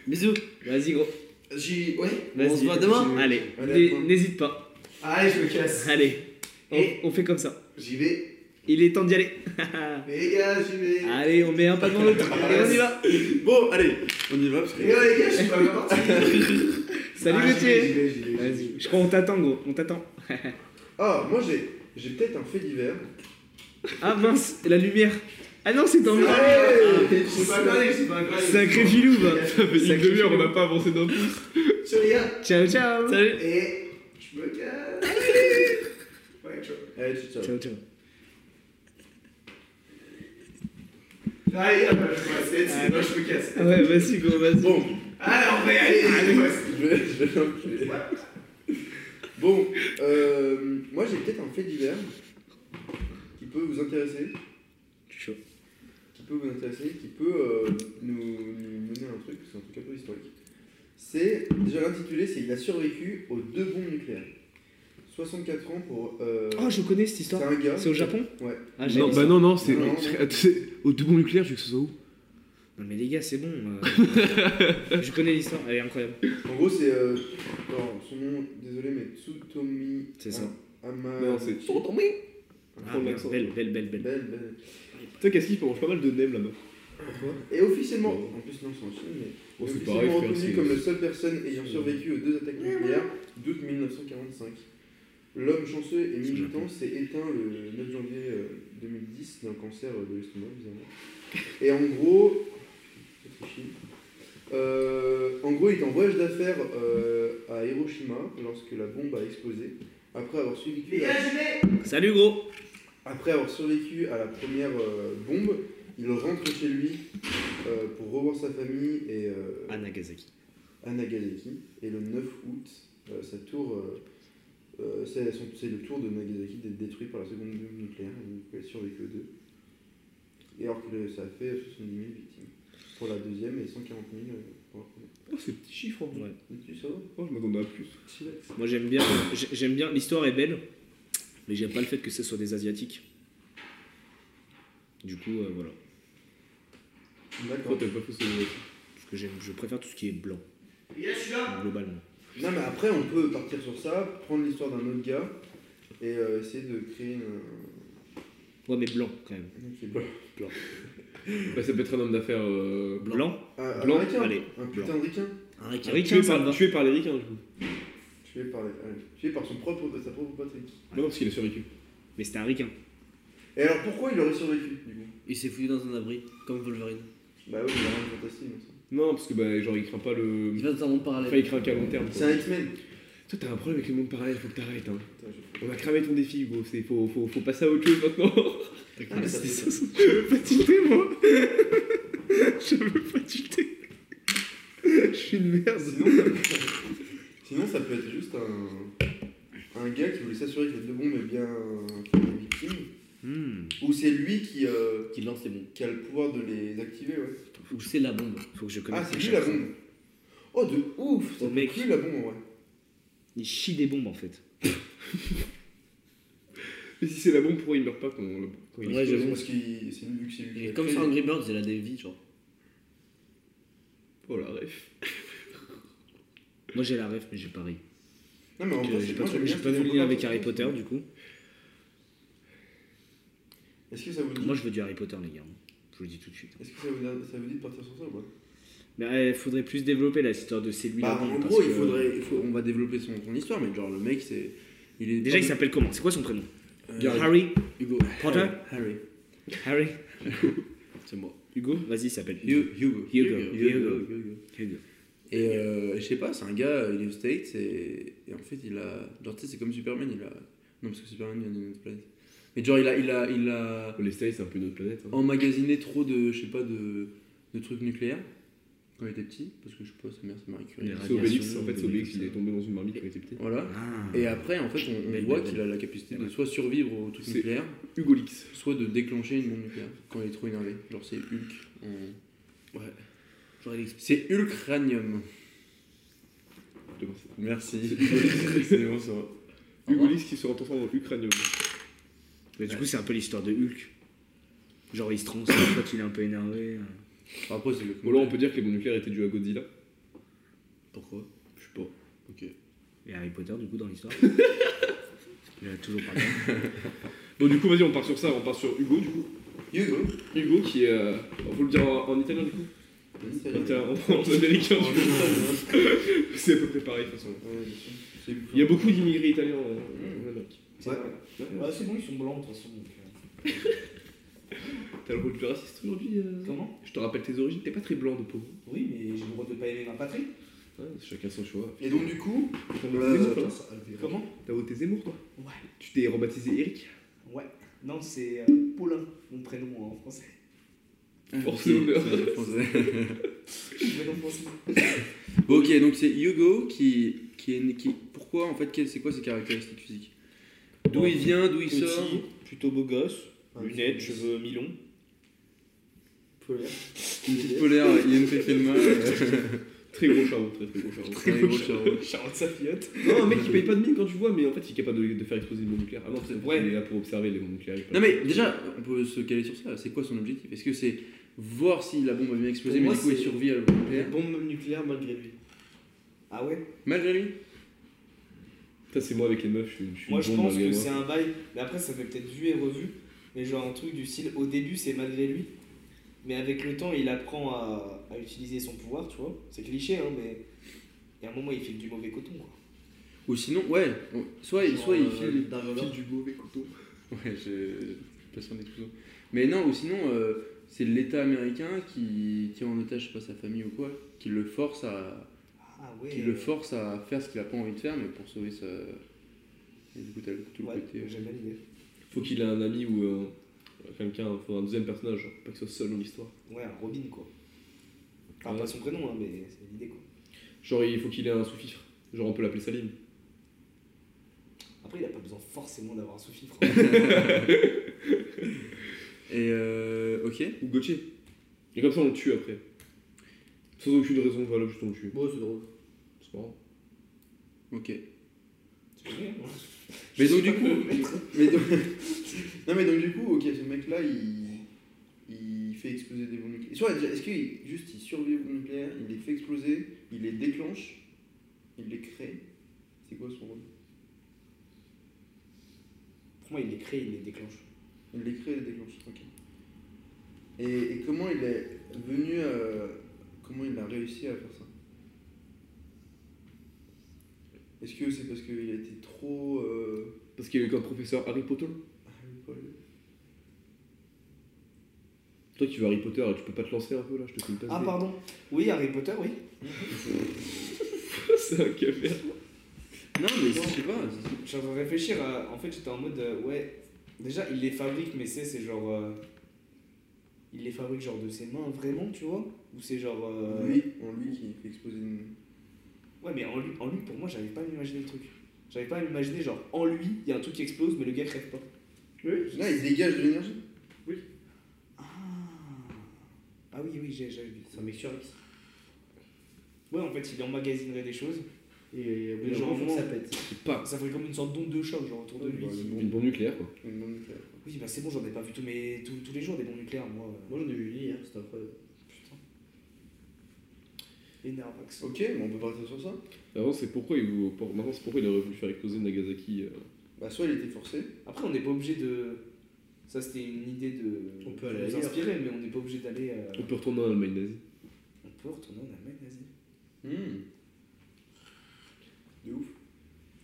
[SPEAKER 5] Bisous.
[SPEAKER 3] Vas-y gros.
[SPEAKER 1] J'y. Ouais.
[SPEAKER 3] Vas-y.
[SPEAKER 5] On se voit demain.
[SPEAKER 3] Allez.
[SPEAKER 4] Allez, à
[SPEAKER 3] N'hé-
[SPEAKER 4] toi.
[SPEAKER 3] N'hésite pas.
[SPEAKER 1] Allez, je me casse.
[SPEAKER 3] Allez.
[SPEAKER 1] Et-
[SPEAKER 3] On on fait comme ça.
[SPEAKER 1] J'y vais.
[SPEAKER 3] Il est temps d'y aller.
[SPEAKER 1] Mais les gars, j'y vais.
[SPEAKER 3] Allez, on met un pas devant l'autre. Allez, on y va.
[SPEAKER 4] bon, allez, on y va parce que.
[SPEAKER 1] Les gars, les gars, je suis pas bien parti.
[SPEAKER 3] Salut
[SPEAKER 1] Ah, j'y vais, j'y
[SPEAKER 3] Gauthier.
[SPEAKER 1] vais, j'y vais.
[SPEAKER 3] Vas-y. Je crois qu'on t'attend gros. On t'attend.
[SPEAKER 4] Ah, moi j'ai, j'ai peut-être un fait divers.
[SPEAKER 3] Ah mince, la lumière. Ah non, c'est dans le.
[SPEAKER 4] Ah,
[SPEAKER 3] Ah,
[SPEAKER 1] Je suis pas collé, je suis pas collé.
[SPEAKER 3] Sacré filou, bah. va.
[SPEAKER 14] Une demi-heure, on n'a pas avancé d'un peu.
[SPEAKER 1] Ciao les gars.
[SPEAKER 3] Ciao, ciao. Salut.
[SPEAKER 1] Et. Je me casse. Ouais, ciao.
[SPEAKER 4] Allez, ciao.
[SPEAKER 3] Ciao, ciao.
[SPEAKER 1] Allez, les gars, je me casse. C'est moi, je me casse.
[SPEAKER 3] Ah Ouais, vas-y, gros, vas-y.
[SPEAKER 4] Bon,
[SPEAKER 1] Allez, on va y aller. Allez,
[SPEAKER 4] je vais, je vais l'enculer. Bon, euh, moi j'ai peut-être un fait divers qui peut vous intéresser,
[SPEAKER 3] Je suis chaud.
[SPEAKER 4] qui peut vous intéresser, qui peut euh, nous, nous mener à un truc, c'est un truc un peu historique. C'est, déjà l'intitulé, c'est Il a survécu aux deux bombes nucléaires. 64 ans pour. euh,
[SPEAKER 3] Oh, je connais cette
[SPEAKER 4] c'est
[SPEAKER 3] histoire.
[SPEAKER 4] un gars.
[SPEAKER 3] C'est au Japon
[SPEAKER 4] Ouais.
[SPEAKER 3] Ah, j'ai
[SPEAKER 14] Non,
[SPEAKER 3] vu
[SPEAKER 14] bah
[SPEAKER 3] ça.
[SPEAKER 14] non, non, c'est.
[SPEAKER 4] Non, non.
[SPEAKER 14] Au deux bombes nucléaires, je veux que ce soit où
[SPEAKER 3] Non, mais les gars, c'est bon. euh, je connais l'histoire, elle est incroyable.
[SPEAKER 4] En gros, c'est. euh, alors, son nom, désolé, mais Tsutomi.
[SPEAKER 3] C'est ça.
[SPEAKER 4] Ama-
[SPEAKER 14] Non, c'est-
[SPEAKER 4] Tsutomi.
[SPEAKER 3] Ah, merde, belle, belle, belle,
[SPEAKER 4] Belle,
[SPEAKER 3] belle.
[SPEAKER 4] belle.
[SPEAKER 14] Toi, qu'est-ce qu'il mange pas mal de nems là-bas
[SPEAKER 4] Et officiellement, en plus non c'est en Chine, mais
[SPEAKER 14] Bon, c'est
[SPEAKER 4] officiellement
[SPEAKER 14] pareil, frère,
[SPEAKER 4] reconnu
[SPEAKER 14] c'est-
[SPEAKER 4] comme la seule personne ayant survécu aux deux attaques nucléaires d'août 1945. L'homme chanceux et militant s'est éteint le 9 janvier euh, 2010 d'un cancer euh, de l'estomac, bizarrement. Et en gros, c'est chiant. Euh, en gros, il était en voyage d'affaires euh, à Hiroshima lorsque la bombe a explosé. Après avoir survécu, à-
[SPEAKER 3] Salut, gros.
[SPEAKER 4] après avoir survécu à la première euh, bombe, il rentre chez lui euh, pour revoir sa famille et euh,
[SPEAKER 3] Ah, Nagasaki.
[SPEAKER 4] à Nagasaki. Et le 9 août, euh, sa tour, euh, euh, c'est son- c'est le tour de Nagasaki d'être détruit par la seconde bombe nucléaire. et donc elle a survécu aux deux. Et alors que ça a fait 70 000 victimes pour la deuxième et 140 000 euh,
[SPEAKER 14] Oh, ces petits chiffres en vrai.
[SPEAKER 3] Ouais.
[SPEAKER 1] Tu sais,
[SPEAKER 14] Oh, je m'attendais à plus.
[SPEAKER 3] Moi j'aime bien, j'ai- j'aime bien, l'histoire est belle, mais j'aime pas le fait que ce soit des Asiatiques. Du coup, euh, voilà.
[SPEAKER 14] Pourquoi
[SPEAKER 1] D'accord.
[SPEAKER 14] t'as pas fait ce.
[SPEAKER 3] Parce que j'aime- je préfère tout ce qui est blanc,
[SPEAKER 4] Il est celui-là
[SPEAKER 3] globalement.
[SPEAKER 1] Non, mais après, on peut partir sur ça, prendre l'histoire d'un autre gars et euh, essayer de créer une.
[SPEAKER 3] Ouais, mais blanc quand même.
[SPEAKER 14] Bah, ça peut être un homme d'affaires. euh,
[SPEAKER 3] Blanc,
[SPEAKER 1] Un, Ah, un
[SPEAKER 3] Blanc,
[SPEAKER 1] ricain
[SPEAKER 3] allez,
[SPEAKER 1] Un
[SPEAKER 3] blanc.
[SPEAKER 1] putain de ricain
[SPEAKER 3] Un ricain,
[SPEAKER 14] Tué
[SPEAKER 3] ça me
[SPEAKER 14] par,
[SPEAKER 3] va.
[SPEAKER 14] tué par les ricains, du coup.
[SPEAKER 1] Tué par, les- allez, tué par son propre, sa propre Patrick.
[SPEAKER 14] Non, parce qu'il a survécu.
[SPEAKER 3] Mais c'était un ricain.
[SPEAKER 1] Et alors, pourquoi il aurait survécu du coup
[SPEAKER 5] Il s'est fouillé dans un abri, comme Wolverine.
[SPEAKER 1] Bah oui, il a rien de fantastique. mais ça.
[SPEAKER 14] Non, parce que bah, genre, il craint pas le.
[SPEAKER 5] Il va dans un monde parallèle.
[SPEAKER 14] Enfin, il craint qu'à long terme. quoi.
[SPEAKER 1] C'est un X-Men.
[SPEAKER 14] Toi, t'as un problème avec le monde parallèle, faut que t'arrêtes. Hein.
[SPEAKER 1] Putain, je-
[SPEAKER 14] On a cramé ton défi, Hugo. C'est- Faut, faut, faut passer à autre chose maintenant.
[SPEAKER 1] Ah, mais ça fait ça.
[SPEAKER 14] Je veux pas tilter, moi. Je veux pas tilter. Je suis une merde.
[SPEAKER 1] Sinon, ça peut... Sinon, ça peut être juste un, un gars qui voulait s'assurer que les deux bombes aient bien fait les victimes.
[SPEAKER 3] Hmm.
[SPEAKER 1] Ou c'est lui qui, euh,
[SPEAKER 5] Qui lance les bombes.
[SPEAKER 1] qui a le pouvoir de les activer, ouais.
[SPEAKER 5] Ou c'est la bombe.
[SPEAKER 3] Faut que je connaisse.
[SPEAKER 1] Ah, c'est
[SPEAKER 3] à
[SPEAKER 1] lui
[SPEAKER 3] chaque
[SPEAKER 1] la
[SPEAKER 3] fois.
[SPEAKER 1] bombe. Oh, de ouf
[SPEAKER 3] Oh,
[SPEAKER 1] C'est
[SPEAKER 3] mec.
[SPEAKER 1] lui la bombe, ouais.
[SPEAKER 3] Il chie des bombes en fait.
[SPEAKER 14] Mais si c'est la bombe, pourquoi il meurt pas quand, on- quand il
[SPEAKER 5] Ouais,
[SPEAKER 14] explose
[SPEAKER 5] j'avoue.
[SPEAKER 1] Parce que c'est lui, vu que c'est lui. qui
[SPEAKER 5] Et
[SPEAKER 1] l'a
[SPEAKER 5] comme
[SPEAKER 1] créé.
[SPEAKER 5] sur Angry Birds, elle a des vies, genre.
[SPEAKER 14] Oh la ref.
[SPEAKER 3] Moi j'ai la ref, mais j'ai pas ri.
[SPEAKER 1] Non, mais en
[SPEAKER 3] Donc,
[SPEAKER 1] vrai,
[SPEAKER 3] euh,
[SPEAKER 1] c'est-
[SPEAKER 3] J'ai pas
[SPEAKER 1] moi,
[SPEAKER 3] trop-
[SPEAKER 1] j'aime
[SPEAKER 3] j'ai
[SPEAKER 1] bien
[SPEAKER 3] pas
[SPEAKER 1] cette
[SPEAKER 3] vu le lien avec
[SPEAKER 1] approche.
[SPEAKER 3] Harry Potter du coup.
[SPEAKER 1] Est-ce que ça vous dit
[SPEAKER 3] Moi je veux du Harry Potter les gars. Je vous le dis tout de suite.
[SPEAKER 1] Est-ce que ça vous, ça vous dit de partir sur ça ou pas
[SPEAKER 3] Mais il faudrait plus développer la histoire de c'est lui la
[SPEAKER 1] Bah,
[SPEAKER 3] bombe.
[SPEAKER 1] en
[SPEAKER 3] parce
[SPEAKER 1] gros, il
[SPEAKER 3] que-
[SPEAKER 1] faudrait. il faut- on va développer son, son histoire, mais genre, le mec, c'est. Il est.
[SPEAKER 3] Déjà il s'appelle comment C'est quoi son prénom
[SPEAKER 1] Euh,
[SPEAKER 3] Harry
[SPEAKER 1] Hugo.
[SPEAKER 3] Potter
[SPEAKER 1] Harry.
[SPEAKER 3] Harry
[SPEAKER 5] C'est moi.
[SPEAKER 3] Hugo Vas-y, il s'appelle
[SPEAKER 1] Hu- Hugo.
[SPEAKER 3] Hugo. Hugo.
[SPEAKER 1] Hugo.
[SPEAKER 3] Hugo.
[SPEAKER 1] Et euh, je sais pas, c'est un gars, il est aux States et, et en fait il a. Genre, tu sais, c'est comme Superman, il a. Non, parce que Superman vient d'une autre planète. Mais genre, il a, il a, il a
[SPEAKER 14] Les States, c'est un peu notre planète. Hein.
[SPEAKER 1] emmagasiné trop de, je sais pas, de, de trucs nucléaires quand il était petit, parce que je sais pas, sa mère, c'est Marie Curie.
[SPEAKER 3] Les
[SPEAKER 14] C'est Obélix.
[SPEAKER 3] radiations,
[SPEAKER 14] En fait, c'est
[SPEAKER 3] des
[SPEAKER 14] Obélix,
[SPEAKER 3] trucs
[SPEAKER 14] il est
[SPEAKER 3] comme
[SPEAKER 14] tombé dans une marmite quand il était petit.
[SPEAKER 1] Voilà.
[SPEAKER 3] Ah.
[SPEAKER 1] Et après, en fait, on, on
[SPEAKER 3] Belle,
[SPEAKER 1] voit
[SPEAKER 3] belle,
[SPEAKER 1] qu'il a la capacité de
[SPEAKER 3] Ouais.
[SPEAKER 1] soit survivre aux trucs
[SPEAKER 14] C'est-
[SPEAKER 1] nucléaires,
[SPEAKER 14] Hugo Lix.
[SPEAKER 1] soit de déclencher une bombe nucléaire quand il est trop énervé. Genre, c'est Hulk. en-
[SPEAKER 5] Genre, il explique.
[SPEAKER 1] C'est Hulk
[SPEAKER 3] euh,
[SPEAKER 1] Ranium.
[SPEAKER 14] Demain, c'est-
[SPEAKER 1] Merci.
[SPEAKER 14] C'est bon, ça va. Hugo Lix qui se rencontre dans l'Ukraine.
[SPEAKER 3] Mais du coup, c'est un peu l'histoire de Hulk. Genre, il se transforme quand il est un peu énervé. euh.
[SPEAKER 1] Après, c'est le.
[SPEAKER 14] Bon, là, on peut dire que les bombes nucléaires étaient dues à Godzilla.
[SPEAKER 5] Pourquoi
[SPEAKER 14] Je sais pas.
[SPEAKER 3] Et Harry Potter, du coup, dans l'histoire. il a toujours parlé.
[SPEAKER 14] Bon, du coup, vas-y, on part sur ça. On part sur Hugo, du coup.
[SPEAKER 1] Hugo.
[SPEAKER 14] Hugo qui est. euh, faut le dire en, en italien, du coup En
[SPEAKER 1] Vas-y,
[SPEAKER 14] italien, en, en américain, du coup.
[SPEAKER 1] Ouais,
[SPEAKER 14] C'est à peu près pareil, de toute façon.
[SPEAKER 1] bien sûr. C'est-
[SPEAKER 14] Il y a beaucoup d'immigrés italiens en en Amérique.
[SPEAKER 1] Ouais.
[SPEAKER 4] Bah, c'est bon, ils sont blancs de toute façon. donc, euh,
[SPEAKER 14] T'as le rôle du raciste aujourd'hui euh
[SPEAKER 4] Comment
[SPEAKER 14] Je te rappelle tes origines, t'es pas très blanc de peau.
[SPEAKER 4] Oui, mais j'ai le droit de pas aimer ma patrie.
[SPEAKER 14] Ouais, chacun son choix.
[SPEAKER 1] Et donc, du coup,
[SPEAKER 14] T'as voté
[SPEAKER 1] Euh,
[SPEAKER 14] Zemmour, toi
[SPEAKER 4] Comment
[SPEAKER 14] T'as voté Zemmour, toi
[SPEAKER 4] Ouais.
[SPEAKER 14] Tu t'es rebaptisé Eric
[SPEAKER 4] Ouais. Non, c'est euh, Paulin, mon prénom hein, en français.
[SPEAKER 14] Force et honneur.
[SPEAKER 4] Mon prénom français.
[SPEAKER 1] Bon, ok, donc c'est Hugo qui, qui est né- qui- pourquoi en fait quelles- c'est quoi ses caractéristiques physiques D'où
[SPEAKER 3] Bon,
[SPEAKER 1] il vient, d'où il
[SPEAKER 3] Petit,
[SPEAKER 1] sort
[SPEAKER 3] plutôt beau gosse, lunettes, cheveux mi-longs.
[SPEAKER 1] Une petite polaire, il y a une petite film.
[SPEAKER 14] Très gros charron, très très gros charron.
[SPEAKER 4] Charles Safiotte.
[SPEAKER 14] Non, un mec qui paye pas de mine quand tu vois, mais en fait il est capable de, de faire exploser une bombe nucléaire. Ah non, c'est
[SPEAKER 4] Ouais.
[SPEAKER 14] il est là pour observer les bombes nucléaires. il peut
[SPEAKER 1] Non
[SPEAKER 14] pas-
[SPEAKER 1] mais déjà, on peut se caler sur ça. C'est quoi son objectif Est-ce que c'est voir si la bombe a bien explosé,
[SPEAKER 4] Pour
[SPEAKER 1] mais
[SPEAKER 4] moi,
[SPEAKER 1] du coup il
[SPEAKER 4] c'est-
[SPEAKER 1] survit à la bombe
[SPEAKER 4] Les
[SPEAKER 1] nucléaire
[SPEAKER 4] bombes nucléaires malgré lui. Ah ouais
[SPEAKER 1] Malgré lui
[SPEAKER 14] Ça, c'est moi avec les meufs, je suis, je suis
[SPEAKER 4] Moi
[SPEAKER 14] une
[SPEAKER 4] je
[SPEAKER 14] bombe
[SPEAKER 4] pense
[SPEAKER 14] malgré
[SPEAKER 4] que
[SPEAKER 14] moi.
[SPEAKER 4] c'est un bail, mais après ça fait peut-être vu et revu, mais genre un truc du style au début c'est malgré lui, mais avec le temps il apprend à, à utiliser son pouvoir, tu vois. C'est cliché, hein, mais il y a un moment il fait du mauvais coton quoi.
[SPEAKER 1] Ou sinon, ouais, on- soit,
[SPEAKER 5] Genre,
[SPEAKER 1] soit il
[SPEAKER 5] euh,
[SPEAKER 1] file,
[SPEAKER 5] Dark
[SPEAKER 1] file
[SPEAKER 5] Vador.
[SPEAKER 1] du mauvais couteau. Ouais, j'ai passion des couteaux. Mais non, ou sinon, euh, c'est l'État américain qui tient en otage, je sais pas, sa famille ou quoi, qui le force à,
[SPEAKER 4] Ah ouais.
[SPEAKER 1] qui
[SPEAKER 3] euh,
[SPEAKER 17] euh,
[SPEAKER 1] le force à faire ce qu'il a pas envie de faire, mais pour sauver sa. Et du coup, t'as le- tout le
[SPEAKER 4] Ouais,
[SPEAKER 1] côté. euh,
[SPEAKER 4] j'aime bien l'idée.
[SPEAKER 14] Faut qu'il ait un ami ou euh, quelqu'un, faut un deuxième personnage, genre, pas que ce soit seul dans l'histoire.
[SPEAKER 4] Ouais, un Robin quoi. Enfin,
[SPEAKER 1] Ah
[SPEAKER 14] Ouais.
[SPEAKER 4] pas son prénom, hein, mais c'est l'idée quoi.
[SPEAKER 14] Genre, il faut qu'il ait un sous-fifre. Genre, on peut l'appeler Salim.
[SPEAKER 4] Après il a pas besoin forcément d'avoir un sous-fifre.
[SPEAKER 1] Et euh, ok.
[SPEAKER 3] Euh,
[SPEAKER 14] Ou Gauthier. Et comme ça, on le tue après. Sans aucune raison valable, je tombe dessus.
[SPEAKER 3] Bon, c'est drôle.
[SPEAKER 14] C'est pas grave.
[SPEAKER 4] Ok. Mais donc du coup, mais donc- non mais donc du coup, ok, ce mec-là, il, il fait exploser des bombes nucléaires. Soit, est-ce qu'il juste il survit aux bombes nucléaires, il les fait exploser, il les déclenche, il les crée. C'est quoi son rôle
[SPEAKER 3] Pour moi, il les crée, il les déclenche.
[SPEAKER 4] Il les crée et les déclenche. Ok. Et, et comment il est venu, euh, comment il a réussi à faire ça Est-ce que c'est parce qu'il a été trop euh,
[SPEAKER 14] Parce qu'il y a eu comme professeur Harry Potter.
[SPEAKER 4] Harry Potter
[SPEAKER 14] Toi qui veux Harry Potter, tu peux pas te lancer un peu là, je te fais une passe.
[SPEAKER 3] Ah,
[SPEAKER 14] D.
[SPEAKER 3] pardon. Oui, Harry Potter, oui.
[SPEAKER 14] C'est un café.
[SPEAKER 4] Non mais je sais pas.
[SPEAKER 3] Je suis en train de réfléchir. à- En fait, j'étais en mode, euh, ouais. Déjà, il les fabrique, mais c'est, c'est genre. euh, Il les fabrique genre de ses mains, vraiment, tu vois Ou c'est genre. euh,
[SPEAKER 4] Lui, en lui qui fait exploser une.
[SPEAKER 3] Ouais, mais en lui, en lui, pour moi, j'arrive pas à m'imaginer le truc. J'arrive pas à m'imaginer, genre, en lui, il y a un truc qui explose, mais le gars crève pas.
[SPEAKER 4] Là, il dégage de l'énergie.
[SPEAKER 3] Ah, ah oui, oui, j'ai j'ai vu. C'est un mec sur X. Ouais, en fait, il emmagasinerait des choses.
[SPEAKER 17] Et
[SPEAKER 3] Mais genre,
[SPEAKER 17] faut que
[SPEAKER 3] moi-
[SPEAKER 17] ça pète.
[SPEAKER 3] Ça ferait comme une sorte d'onde de choc, genre, autour de
[SPEAKER 4] Bah,
[SPEAKER 3] lui. qui-
[SPEAKER 14] Une bombe nucléaire quoi.
[SPEAKER 4] Une bombe nucléaire.
[SPEAKER 3] Oui, bah c'est bon, j'en ai pas vu tous, mes... tous, tous les jours des bombes nucléaires, moi. euh,
[SPEAKER 17] Moi j'en ai vu une hier, c'était incroyable.
[SPEAKER 3] Énerve, accent.
[SPEAKER 4] Ok, mais on peut partir sur ça.
[SPEAKER 14] Avant c'est pourquoi il vous... pour- maintenant c'est pourquoi il aurait voulu faire exploser Nagasaki. euh,
[SPEAKER 4] Bah, soit il était forcé.
[SPEAKER 3] Après, on n'est pas obligé de. Ça, c'était une idée de.
[SPEAKER 17] On peut aller
[SPEAKER 3] de nous
[SPEAKER 17] ailleurs.
[SPEAKER 3] inspirer, mais on n'est pas obligé d'aller. euh,
[SPEAKER 14] On peut retourner en Allemagne nazie.
[SPEAKER 3] On peut retourner en Allemagne, vas-y.
[SPEAKER 4] Hmm. De ouf.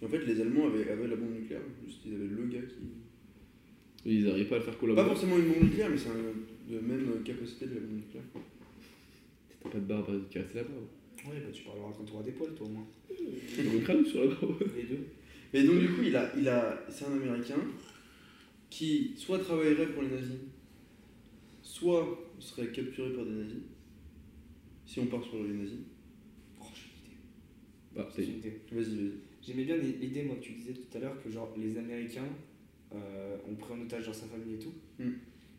[SPEAKER 4] En fait, les Allemands avaient, avaient la bombe nucléaire. Juste, ils avaient le gars qui.
[SPEAKER 14] Et Ils arrivaient pas à le faire
[SPEAKER 17] Euh,
[SPEAKER 4] Pas
[SPEAKER 14] collaborer.
[SPEAKER 4] forcément une bombe nucléaire, mais c'est un- de même capacité de la bombe nucléaire.
[SPEAKER 14] T'as pas de barbe hein, qui restait là-bas. ouais.
[SPEAKER 3] Ouais, bah tu parleras quand tu auras des poils, toi, au moins.
[SPEAKER 14] Comme un crâne sur la barbe.
[SPEAKER 3] Les deux.
[SPEAKER 4] Mais donc, du coup, il a, il a, c'est un Américain qui soit travaillerait pour les nazis, soit serait capturé par des nazis. Si on part sur les nazis.
[SPEAKER 3] Oh, j'ai
[SPEAKER 14] Bah,
[SPEAKER 3] une idée.
[SPEAKER 14] c'est
[SPEAKER 3] J'ai une idée.
[SPEAKER 4] Vas-y, vas-y.
[SPEAKER 3] J'aimais bien l'idée, moi, que tu disais tout à l'heure, que genre les Américains euh, ont pris en otage genre sa famille et tout.
[SPEAKER 14] Hmm.
[SPEAKER 4] Mm.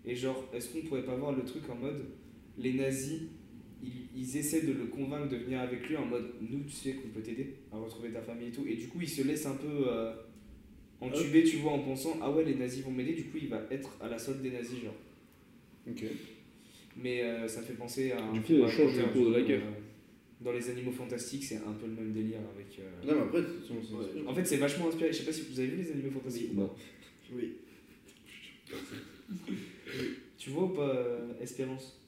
[SPEAKER 3] Et genre, est-ce qu'on pourrait pas voir le truc en mode les nazis, ils, ils essaient de le convaincre de venir avec lui en mode nous, tu sais qu'on peut t'aider à retrouver ta famille et tout. Et du coup, il se laisse un peu euh, entuber, tu vois, en pensant ah ouais, les nazis vont m'aider, du coup, il va être à la solde des nazis, genre.
[SPEAKER 4] Ok.
[SPEAKER 3] Mais euh, ça me fait penser à. un
[SPEAKER 14] Du coup,
[SPEAKER 3] film
[SPEAKER 14] on change le
[SPEAKER 3] raconté,
[SPEAKER 14] cours de la
[SPEAKER 3] euh,
[SPEAKER 14] guerre.
[SPEAKER 3] Dans les animaux fantastiques, c'est un peu le même délire avec. euh,
[SPEAKER 4] Non, mais après, c'est- c'est- c'est-
[SPEAKER 3] Ouais. En fait, c'est vachement inspiré. Je sais pas si vous avez vu les animaux fantastiques.
[SPEAKER 14] Non.
[SPEAKER 17] Oui.
[SPEAKER 3] Tu vois ou pas euh, Espérance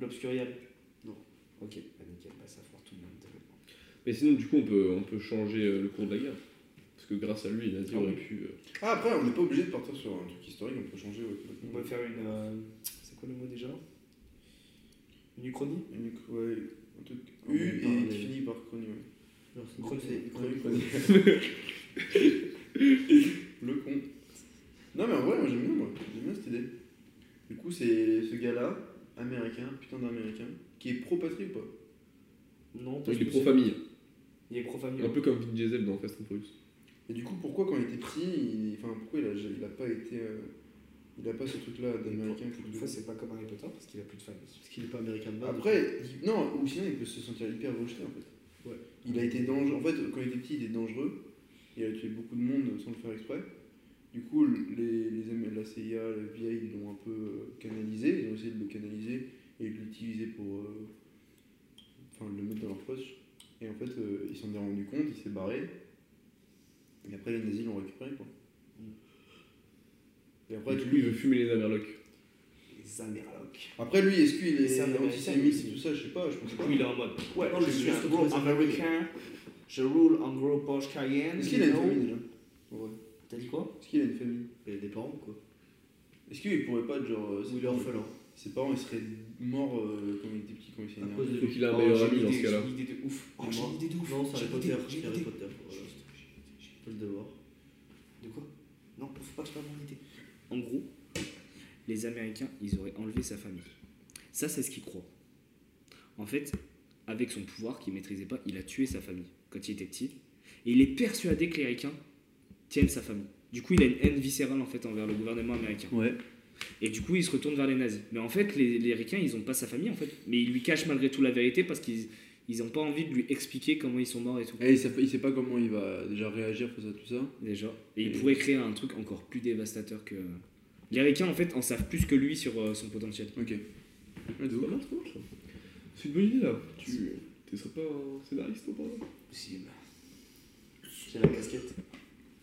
[SPEAKER 3] L'Obscurial
[SPEAKER 17] Non.
[SPEAKER 3] Ok, bah nickel, bah ça foire tout le monde. d'accord.
[SPEAKER 14] Mais sinon, du coup, on peut, on peut changer euh, le cours de la guerre. Parce que grâce à lui, les nazis
[SPEAKER 3] Ah oui.
[SPEAKER 14] auraient pu. euh,
[SPEAKER 4] Ah, après, on n'est pas obligé de partir sur un truc historique, on peut changer. ouais,
[SPEAKER 3] On
[SPEAKER 4] complètement.
[SPEAKER 3] peut faire une. euh, c'est quoi le mot déjà Une uchronie
[SPEAKER 4] Une ouais, un truc.
[SPEAKER 17] Un
[SPEAKER 4] U
[SPEAKER 17] bon
[SPEAKER 4] et
[SPEAKER 17] parallèle.
[SPEAKER 4] qui finit par connu. ouais.
[SPEAKER 17] Genre, c'est-
[SPEAKER 3] Chronique.
[SPEAKER 17] c'est-
[SPEAKER 4] Connu,
[SPEAKER 17] chronique.
[SPEAKER 4] connu. Le con. Non, mais en vrai, moi j'aime bien, moi. J'aime bien cette idée. Du coup, c'est ce gars-là, américain, putain d'américain, qui est pro-patrie ou pas
[SPEAKER 3] Non, pas
[SPEAKER 14] Il est
[SPEAKER 3] spécialement.
[SPEAKER 14] pro-famille.
[SPEAKER 3] Il est pro-famille.
[SPEAKER 14] Un peu comme Vin Diesel dans Fast and Furious.
[SPEAKER 4] Et du coup, pourquoi quand il était petit, il... enfin, pourquoi il a, il a pas été. euh, Il a pas ce truc-là d'américain
[SPEAKER 3] Pour une
[SPEAKER 4] qui-
[SPEAKER 3] fois, c'est pas comme Harry Potter parce qu'il a plus de famille.
[SPEAKER 17] Parce qu'il est pas américain de base.
[SPEAKER 4] Après, il- non, ou sinon il peut se sentir hyper rejeté en fait.
[SPEAKER 17] Ouais.
[SPEAKER 4] Il a été dangereux. En fait, quand il était petit, il était dangereux. Il a tué beaucoup de monde sans le faire exprès. Du coup, les, les, Am- la CIA, la FBI, ils l'ont un peu euh, canalisé. Ils ont essayé de le canaliser et de l'utiliser pour. euh, Enfin, le mettre dans leur poche. Et en fait, euh, il s'en est rendu compte, il s'est barré. Et après, les nazis l'ont récupéré quoi. Et après,
[SPEAKER 14] du coup,
[SPEAKER 4] lui,
[SPEAKER 14] il veut fumer les Amerlocs.
[SPEAKER 3] Les Amerlocs.
[SPEAKER 4] après, lui, est-ce qu'il
[SPEAKER 3] C'est
[SPEAKER 4] est,
[SPEAKER 3] un Américain,
[SPEAKER 4] antisémite et
[SPEAKER 3] lui.
[SPEAKER 4] tout ça Je sais pas, je pense
[SPEAKER 3] Du
[SPEAKER 4] pas.
[SPEAKER 3] coup, il est en mode Ouais,
[SPEAKER 17] Non,
[SPEAKER 3] je
[SPEAKER 17] mais
[SPEAKER 3] suis
[SPEAKER 17] juste
[SPEAKER 3] un
[SPEAKER 17] pour les
[SPEAKER 3] gros américain. Je roule en gros Porsche Cayenne.
[SPEAKER 4] Est-ce qu'il a une
[SPEAKER 3] you know.
[SPEAKER 4] famille déjà En vrai.
[SPEAKER 3] T'as dit quoi
[SPEAKER 4] Est-ce qu'il a une famille
[SPEAKER 17] Il a des parents quoi.
[SPEAKER 4] Est-ce qu'il pourrait pas être genre. euh,
[SPEAKER 17] Ou il est orphelin.
[SPEAKER 4] Ses parents ils seraient morts euh, quand il était petit, quand il s'est
[SPEAKER 17] À
[SPEAKER 4] énervé.
[SPEAKER 17] cause de
[SPEAKER 14] Faut
[SPEAKER 17] lui.
[SPEAKER 14] qu'il a un
[SPEAKER 3] Oh,
[SPEAKER 14] meilleur
[SPEAKER 3] j'ai
[SPEAKER 14] ami
[SPEAKER 3] une
[SPEAKER 14] dans
[SPEAKER 3] idée,
[SPEAKER 14] ce cas-là.
[SPEAKER 3] J'ai une idée de ouf. Oh,
[SPEAKER 17] Et
[SPEAKER 3] j'ai
[SPEAKER 17] moi
[SPEAKER 3] une idée de ouf.
[SPEAKER 17] Non, c'est Harry
[SPEAKER 3] J'ai une
[SPEAKER 17] Potter.
[SPEAKER 3] idée, j'ai
[SPEAKER 17] c'est
[SPEAKER 3] une
[SPEAKER 17] Harry
[SPEAKER 3] idée.
[SPEAKER 17] Potter. Voilà. Je peux le devoir.
[SPEAKER 3] De quoi Non, faut pas que je parle mon idée.
[SPEAKER 5] En gros, les Américains, ils auraient enlevé sa famille. Ça, c'est ce qu'il croit. En fait, avec son pouvoir qu'il maîtrisait pas, il a tué sa famille quand il était petit. Et il est persuadé que les Ricains tiennent sa famille. Du coup, il a une haine viscérale en fait envers le gouvernement américain.
[SPEAKER 4] Ouais.
[SPEAKER 5] Et du coup, il se retourne vers les nazis. Mais en fait, les, les Ricains, ils ont pas sa famille, en fait. Mais ils lui cachent malgré tout la vérité parce qu'ils ils ont pas envie de lui expliquer comment ils sont morts et tout.
[SPEAKER 4] Et Eh, il sait, il sait pas comment il va déjà réagir face à tout ça.
[SPEAKER 5] Déjà. Et il pourrait créer un truc encore plus dévastateur que. Les Ricains, en fait, en savent plus que lui sur euh, son potentiel.
[SPEAKER 4] Ok. Ouais, de
[SPEAKER 14] C'est
[SPEAKER 4] ouf.
[SPEAKER 14] pas mal, c'est pas mal, ça. C'est une bonne idée là. Tu t'es serais pas un scénariste ou pas
[SPEAKER 3] Possible. J'ai la casquette.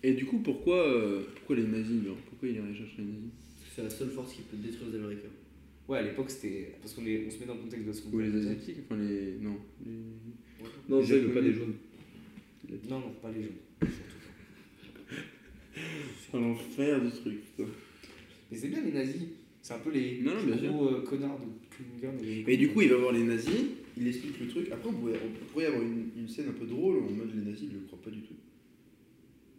[SPEAKER 4] Et du coup, pourquoi, euh, pourquoi les nazis genre Pourquoi il irait chercher les nazis
[SPEAKER 10] C'est la seule force qui peut détruire les Américains.
[SPEAKER 3] Ouais, à l'époque, c'était. Parce qu'on est... on se met dans le contexte de ce qu'on
[SPEAKER 4] Ou les
[SPEAKER 3] faisait.
[SPEAKER 4] asiatiques Enfin, les. Non. Les-
[SPEAKER 14] Non,
[SPEAKER 4] Déjà
[SPEAKER 14] ça, il veut pas
[SPEAKER 4] connu.
[SPEAKER 14] des jaunes.
[SPEAKER 3] Non, non, pas les jaunes.
[SPEAKER 4] Enfin, l'enfer du truc, putain.
[SPEAKER 3] Mais c'est bien les nazis. C'est un peu les
[SPEAKER 4] Non, non, bien sûr.
[SPEAKER 3] gros euh, connards de Klingon
[SPEAKER 4] Et du coup, il va voir les nazis, il explique le truc. Après, on pourrait, on pourrait avoir une, une scène un peu drôle en mode les nazis, ils le croient pas du tout.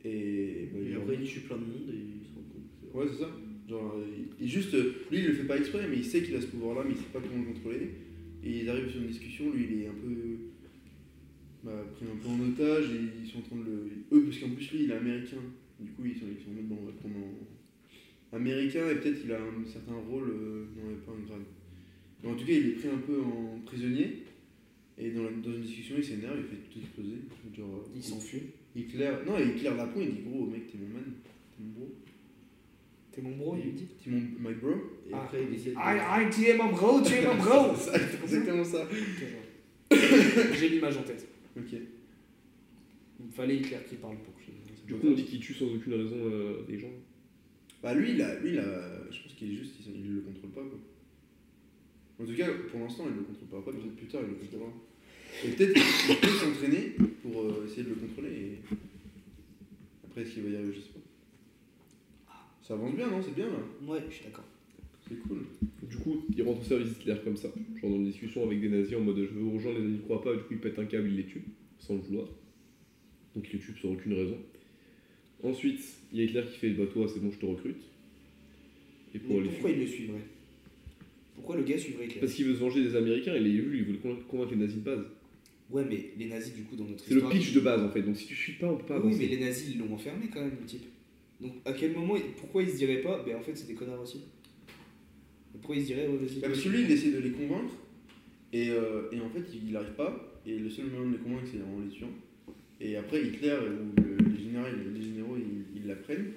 [SPEAKER 4] Et. bah,
[SPEAKER 10] Et
[SPEAKER 4] il-
[SPEAKER 10] après, il tue plein de monde et il se rend compte.
[SPEAKER 4] Ouais, c'est ça. Genre, euh, il, il juste, euh, lui, il le fait pas exprès, mais il sait qu'il a ce pouvoir-là, mais il sait pas comment le contrôler. Et ils arrivent sur une discussion, lui, il est un peu. Bah, pris un peu en otage, et ils sont en train de le. Eux, parce qu'en plus, lui, il est américain. Du coup, ils sont, ils sont en mode, bon, on va le prendre en. Américain, et peut-être il a un certain rôle, euh, non, mais pas un grade. Mais en tout cas, il est pris un peu en prisonnier. Et dans, la- dans une discussion, il s'énerve, il fait tout exploser. Genre, euh,
[SPEAKER 3] il s'enfuit.
[SPEAKER 4] il claire. Non, il claire la peau, il dit, gros, mec, t'es mon man, t'es mon bro.
[SPEAKER 3] T'es mon bro, il lui dit.
[SPEAKER 4] T'es mon my bro.
[SPEAKER 10] Et
[SPEAKER 3] Ah.
[SPEAKER 10] après, il essaie de.
[SPEAKER 3] I, I, tu es mon bro, tu es mon bro
[SPEAKER 4] C'est ça, c'est exactement ça.
[SPEAKER 3] J'ai l'image en tête.
[SPEAKER 4] Ok.
[SPEAKER 3] Il me fallait Hitler qui parle pour que je-
[SPEAKER 14] Du coup, on dit qu'il tue sans aucune raison euh, des gens.
[SPEAKER 4] Bah lui, il a, lui, il a- je pense qu'il est juste, il, il le contrôle pas quoi. En tout cas, pour l'instant, il le contrôle pas. Après, peut-être plus tard, il le contrôlera. Et peut-être qu'il peut s'entraîner pour euh, essayer de le contrôler. Et... Après, est-ce qu'il va y arriver Je sais pas. Ça avance bien, non C'est bien là.
[SPEAKER 3] Ouais, je suis d'accord.
[SPEAKER 4] C'est cool.
[SPEAKER 14] Du coup, il rentre au service Hitler comme ça. Genre dans une discussion avec des nazis en mode je veux rejoindre les nazis, ne croient pas, du coup il pète un câble, il les tue, sans le vouloir. Donc il les tue sans aucune raison. Ensuite, il y a Hitler qui fait bah toi c'est bon, je te recrute. Et pour
[SPEAKER 3] Mais
[SPEAKER 14] aller
[SPEAKER 3] pourquoi il le suivrait Pourquoi le gars suivrait Hitler
[SPEAKER 14] Parce qu'il veut se venger des Américains, il est élu, il veut le convaincre- convaincre les nazis de base.
[SPEAKER 3] Ouais, mais les nazis, du coup, dans notre
[SPEAKER 14] C'est le
[SPEAKER 3] histoire.
[SPEAKER 14] pitch de base en fait, donc si tu suis pas, on peut pas
[SPEAKER 3] oui,
[SPEAKER 14] avancer.
[SPEAKER 3] mais les nazis, ils l'ont enfermé quand même, le type. Donc, à quel moment, il- pourquoi il se dirait pas Ben, en fait, c'est des connards aussi. Et Pourquoi il se dirait, ouais, vas-y.
[SPEAKER 4] Bah, parce que lui, il essaie de les convaincre. Et, euh, et en fait, il n'arrive pas. Et le seul moyen de les convaincre, c'est en les tuant. Et après, Hitler euh, ou le- les, généraux, les généraux, ils, ils l'apprennent.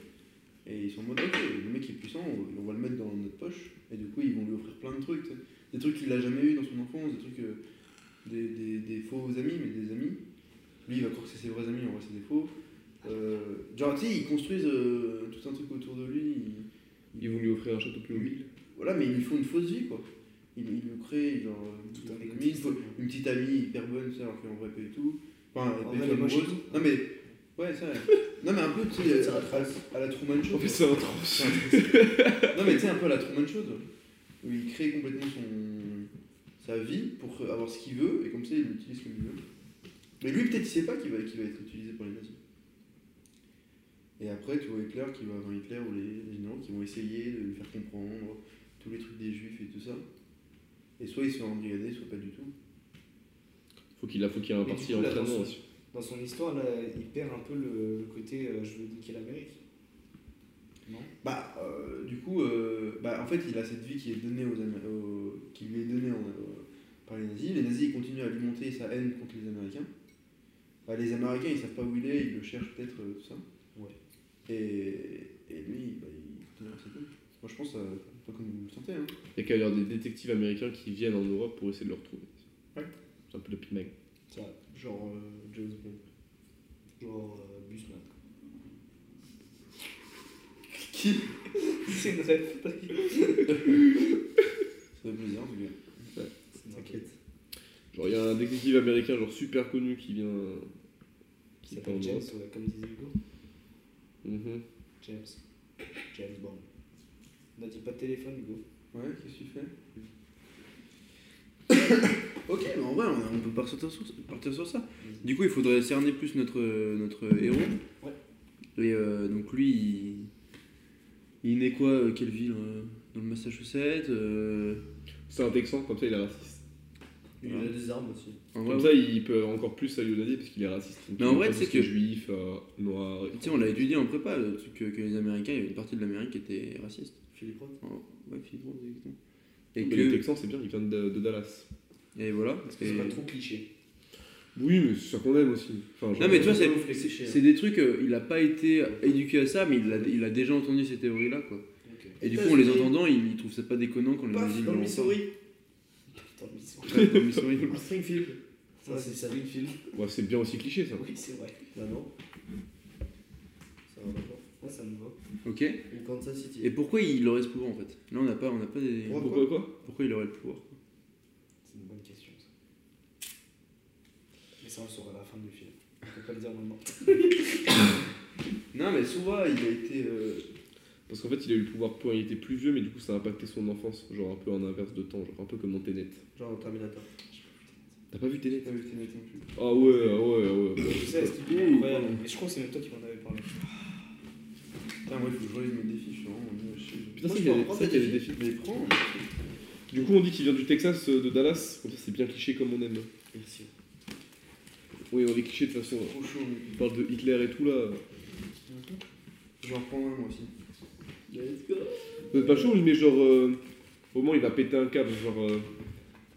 [SPEAKER 4] Et ils sont en mode, ok, le mec est puissant, on, on va le mettre dans notre poche. Et du coup, ils vont lui offrir plein de trucs. tu sais. Des trucs qu'il a jamais eu dans son enfance, des trucs. euh, des, des- des faux amis, mais des amis. Lui, il va croire que c'est ses vrais amis, en vrai, c'est des faux. Euh, genre, tu sais, ils construisent euh, tout un truc autour de lui. Ils-
[SPEAKER 14] Ils vont lui offrir un château plus
[SPEAKER 4] Oui.
[SPEAKER 14] mobile.
[SPEAKER 4] voilà, mais ils lui font une fausse vie, quoi. Ils, ils lui créent genre,
[SPEAKER 3] Tout un
[SPEAKER 4] une,
[SPEAKER 3] contexte.
[SPEAKER 4] une fausse- une petite amie hyper bonne, ça, alors qu'en vrai, pas du tout. Enfin,
[SPEAKER 3] En
[SPEAKER 4] pas du
[SPEAKER 3] vrai,
[SPEAKER 4] tout
[SPEAKER 3] elle est moche et
[SPEAKER 4] amoureuse.
[SPEAKER 3] tout.
[SPEAKER 4] Non, mais. Ouais, ça. non, mais un peu, tu sais, à, à- à la Truman Show.
[SPEAKER 14] En fait,
[SPEAKER 4] quoi.
[SPEAKER 14] c'est un tranche.
[SPEAKER 4] non, mais tu sais, un peu à la Truman Show, toi, où il crée complètement son, sa vie pour avoir ce qu'il veut, et comme ça, il l'utilise comme il veut. Mais lui, peut-être, il sait pas qu'il va, qu'il va être utilisé par les nazis. Et après, tu vois Hitler qui va avoir Hitler ou les les généraux qui vont essayer de lui faire comprendre tous les trucs des juifs et tout ça. Et soit ils sont embrigadés, soit pas du tout.
[SPEAKER 14] Faut qu'il a- faut qu'il y ait un
[SPEAKER 3] Mais du
[SPEAKER 14] parti
[SPEAKER 3] coup, là,
[SPEAKER 14] entièrement.
[SPEAKER 3] dans son-
[SPEAKER 14] aussi.
[SPEAKER 3] Dans son histoire, là, il perd un peu le, le côté euh, je veux niquer l'Amérique.
[SPEAKER 4] Bah, euh, du coup, euh, bah, en fait, il a cette vie qui est donnée aux Amé- aux- qui lui est donnée en- euh, par les nazis. Les nazis, ils continuent à alimenter sa haine contre les Américains. Bah, les Américains, ils savent pas où il est, ils le cherchent peut-être, euh, tout ça.
[SPEAKER 3] Ouais.
[SPEAKER 4] Et, et lui, bah, il continue à cette haine. Moi, je pense, euh, pas comme vous le sentez, hein.
[SPEAKER 14] Il y a qu'à y avoir des détectives américains qui viennent en Europe pour essayer de le retrouver.
[SPEAKER 4] Ouais.
[SPEAKER 14] C'est un peu le pitman.
[SPEAKER 3] Ça, genre euh, James Bond. Genre euh, Busman.
[SPEAKER 4] Qui
[SPEAKER 3] C'est une ref.
[SPEAKER 4] Ça fait plaisir, en tout cas.
[SPEAKER 3] T'inquiète.
[SPEAKER 14] Genre, il y a un détective américain, genre super connu, qui vient.
[SPEAKER 3] Qui
[SPEAKER 14] qui est en
[SPEAKER 3] s'appelle James,
[SPEAKER 14] Europe.
[SPEAKER 3] ouais, comme disait Hugo. Mm-hmm.
[SPEAKER 14] Mhm.
[SPEAKER 3] James. James Bond. On a dit pas de téléphone, Hugo.
[SPEAKER 4] Ouais, qu'est-ce que tu fais Ok, mais en vrai, on, on peut partir sur, partir sur ça. Du coup, il faudrait cerner plus notre, notre héros.
[SPEAKER 3] Ouais.
[SPEAKER 4] Et euh, donc, lui, il, il est né quoi euh, Quelle ville euh, Dans le Massachusetts euh,
[SPEAKER 14] C'est un Texan, comme ça il est raciste.
[SPEAKER 13] Il a des armes aussi.
[SPEAKER 14] Comme ça, il peut encore plus saluer Nazi parce qu'il est raciste. Donc,
[SPEAKER 17] Mais en
[SPEAKER 14] il est
[SPEAKER 17] vrai,
[SPEAKER 14] pas
[SPEAKER 17] tu
[SPEAKER 14] juste
[SPEAKER 17] sais que-
[SPEAKER 14] juif, euh, noir.
[SPEAKER 17] Tu sais, on l'a étudié en prépa, le truc que, que les Américains, il y avait une partie de l'Amérique qui était raciste.
[SPEAKER 13] Philippe Roth.
[SPEAKER 17] Oh, ouais, Philippe Roth, exactement.
[SPEAKER 14] Et
[SPEAKER 17] Et
[SPEAKER 14] Les
[SPEAKER 17] que.
[SPEAKER 14] Texans, c'est bien, ils viennent de, de Dallas.
[SPEAKER 17] Et voilà.
[SPEAKER 3] C'est
[SPEAKER 17] et-
[SPEAKER 3] pas trop cliché.
[SPEAKER 14] Oui, mais c'est ça qu'on aime aussi. Enfin, genre,
[SPEAKER 17] Non mais tu vois,
[SPEAKER 13] Ça
[SPEAKER 17] c'est-
[SPEAKER 13] vous fait
[SPEAKER 17] c'est
[SPEAKER 13] cliché, hein.
[SPEAKER 17] c'est des trucs, euh, il a pas été éduqué à ça, mais il a, il a déjà entendu ces théories-là, quoi.
[SPEAKER 3] Ok.
[SPEAKER 17] Et du coup, en les
[SPEAKER 13] États-Unis.
[SPEAKER 17] entendant, il, il trouve ça pas déconnant quand les
[SPEAKER 13] Paf,
[SPEAKER 17] nazis
[SPEAKER 13] dans
[SPEAKER 17] l'ont
[SPEAKER 13] le Missouri.
[SPEAKER 3] Putain, mais c'est-
[SPEAKER 17] Dans le Missouri.
[SPEAKER 13] À Springfield. Ça, c'est ça. Springfield.
[SPEAKER 14] ouais, c'est bien aussi cliché ça.
[SPEAKER 3] Oui, c'est vrai.
[SPEAKER 13] Bah non. Ça va d'accord.
[SPEAKER 3] Moi, ça me va.
[SPEAKER 17] ok.
[SPEAKER 13] Une Kansas City.
[SPEAKER 17] Et pourquoi il aurait ce pouvoir, en fait Là, on n'a pas, on n'a pas des...
[SPEAKER 13] Pourquoi
[SPEAKER 14] Pourquoi quoi
[SPEAKER 17] Pourquoi il aurait le pouvoir
[SPEAKER 3] C'est une bonne question, ça. Mais ça, on le saura à la fin du film. On peut pas le dire maintenant.
[SPEAKER 17] Non, mais souvent, il a été... euh,
[SPEAKER 14] Parce qu'en fait, il a eu le pouvoir quand il était plus vieux, mais du coup, ça a impacté son enfance. Genre un peu en inverse de temps, genre un peu comme dans Tenet.
[SPEAKER 13] Genre un Terminator.
[SPEAKER 14] T'as pas vu Tenet
[SPEAKER 4] T'as vu Tenet non plus.
[SPEAKER 14] Ah ouais, ah ouais, ah ouais.
[SPEAKER 3] Je sais, c'est incroyable. Mais je crois que c'est même toi qui m'en avais parlé.
[SPEAKER 4] Putain, moi, il faut que je relise mes défis, je suis vraiment nul à chier.
[SPEAKER 14] Putain,
[SPEAKER 13] Moi, je
[SPEAKER 14] ça, il y a
[SPEAKER 13] peux
[SPEAKER 14] des-
[SPEAKER 13] en prendre
[SPEAKER 14] ça, il y a
[SPEAKER 13] des
[SPEAKER 14] des défis.
[SPEAKER 4] Mais prends hein,
[SPEAKER 14] Du coup, on dit qu'il vient du Texas, euh, de Dallas. Comme ça, c'est bien cliché comme on aime.
[SPEAKER 13] Merci.
[SPEAKER 14] Oui, on est cliché de toute façon.
[SPEAKER 4] Trop chaud, mais-
[SPEAKER 14] On parle de Hitler et tout là.
[SPEAKER 4] Je vais en reprendre un, moi aussi.
[SPEAKER 13] Let's go.
[SPEAKER 14] Vous êtes pas chaud, mais genre. euh, au moins, il va péter un câble. Genre. euh,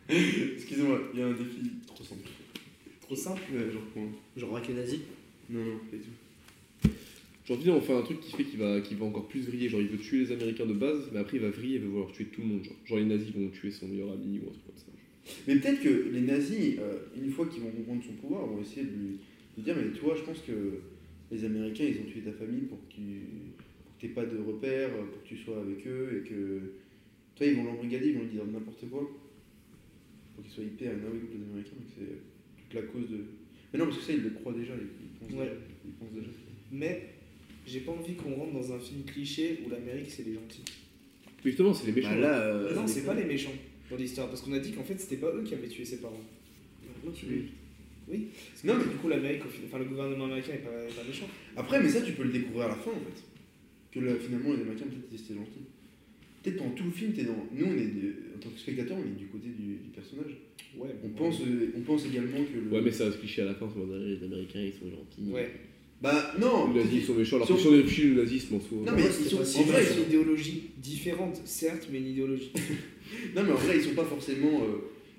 [SPEAKER 4] Excusez-moi, il y a un défi trop simple.
[SPEAKER 3] Trop simple.
[SPEAKER 4] Ouais, je reprends. un.
[SPEAKER 13] Genre raqué nazi.
[SPEAKER 4] Non, non, pas du tout.
[SPEAKER 14] Genre, viens, on fait un truc qui fait qu'il va, qu'il va encore plus vriller. Genre, il veut tuer les Américains de base, mais après, il va vriller et va vouloir tuer tout le monde. Genre, genre les nazis vont tuer son meilleur ami ou un truc comme ça.
[SPEAKER 4] Mais peut-être que les nazis, euh, une fois qu'ils vont comprendre son pouvoir, vont essayer de lui de dire Mais toi, je pense que les Américains, ils ont tué ta famille pour que tu n'aies pas de repères, pour que tu sois avec eux, et que. Toi, ils vont l'embrigader, ils vont lui dire n'importe quoi. Pour qu'il soit hyper énervé contre les Américains, mais que c'est toute la cause de. Mais non, parce que ça, ils le croient déjà, ils, ils pensent,
[SPEAKER 3] Ouais.
[SPEAKER 4] déjà, ils pensent déjà.
[SPEAKER 3] Mais j'ai pas envie qu'on rentre dans un film cliché où l'Amérique, c'est les gentils.
[SPEAKER 14] Mais justement, c'est les méchants.
[SPEAKER 17] Bah là...
[SPEAKER 3] Ah
[SPEAKER 17] euh,
[SPEAKER 3] non, c'est pas les méchants dans l'histoire. Parce qu'on a dit qu'en fait, c'était pas eux qui avaient tué ses parents. Oui. Parce que
[SPEAKER 4] Non, mais-
[SPEAKER 3] du coup, l'Amérique, au final- enfin, le gouvernement américain est pas, est pas méchant.
[SPEAKER 4] Après, mais ça, tu peux le découvrir à la fin, en fait. Que là, finalement, les Américains, peut-être, ils étaient gentils. Peut-être dans tout le film, t'es dans. Nous, on est de- en tant que spectateur, on est du côté du, du personnage.
[SPEAKER 3] Ouais,
[SPEAKER 4] On
[SPEAKER 3] bon,
[SPEAKER 4] pense, euh, on pense également que le.
[SPEAKER 14] Ouais, mais ça va se cliché à la fin. c'est en mode, Les Américains, ils sont gentils.
[SPEAKER 3] Ouais.
[SPEAKER 4] Bah, non
[SPEAKER 14] Les nazis, ils sont méchants. Alors que
[SPEAKER 4] Sauf-
[SPEAKER 14] sur le film, le nazisme en soi.
[SPEAKER 4] Non, mais ils sont.
[SPEAKER 13] pas si
[SPEAKER 4] En vrai,
[SPEAKER 13] mal,
[SPEAKER 4] ils
[SPEAKER 3] C'est
[SPEAKER 4] sont...
[SPEAKER 3] une idéologie différente, certes, mais une idéologie.
[SPEAKER 4] Non, mais en vrai, ils sont pas forcément. euh,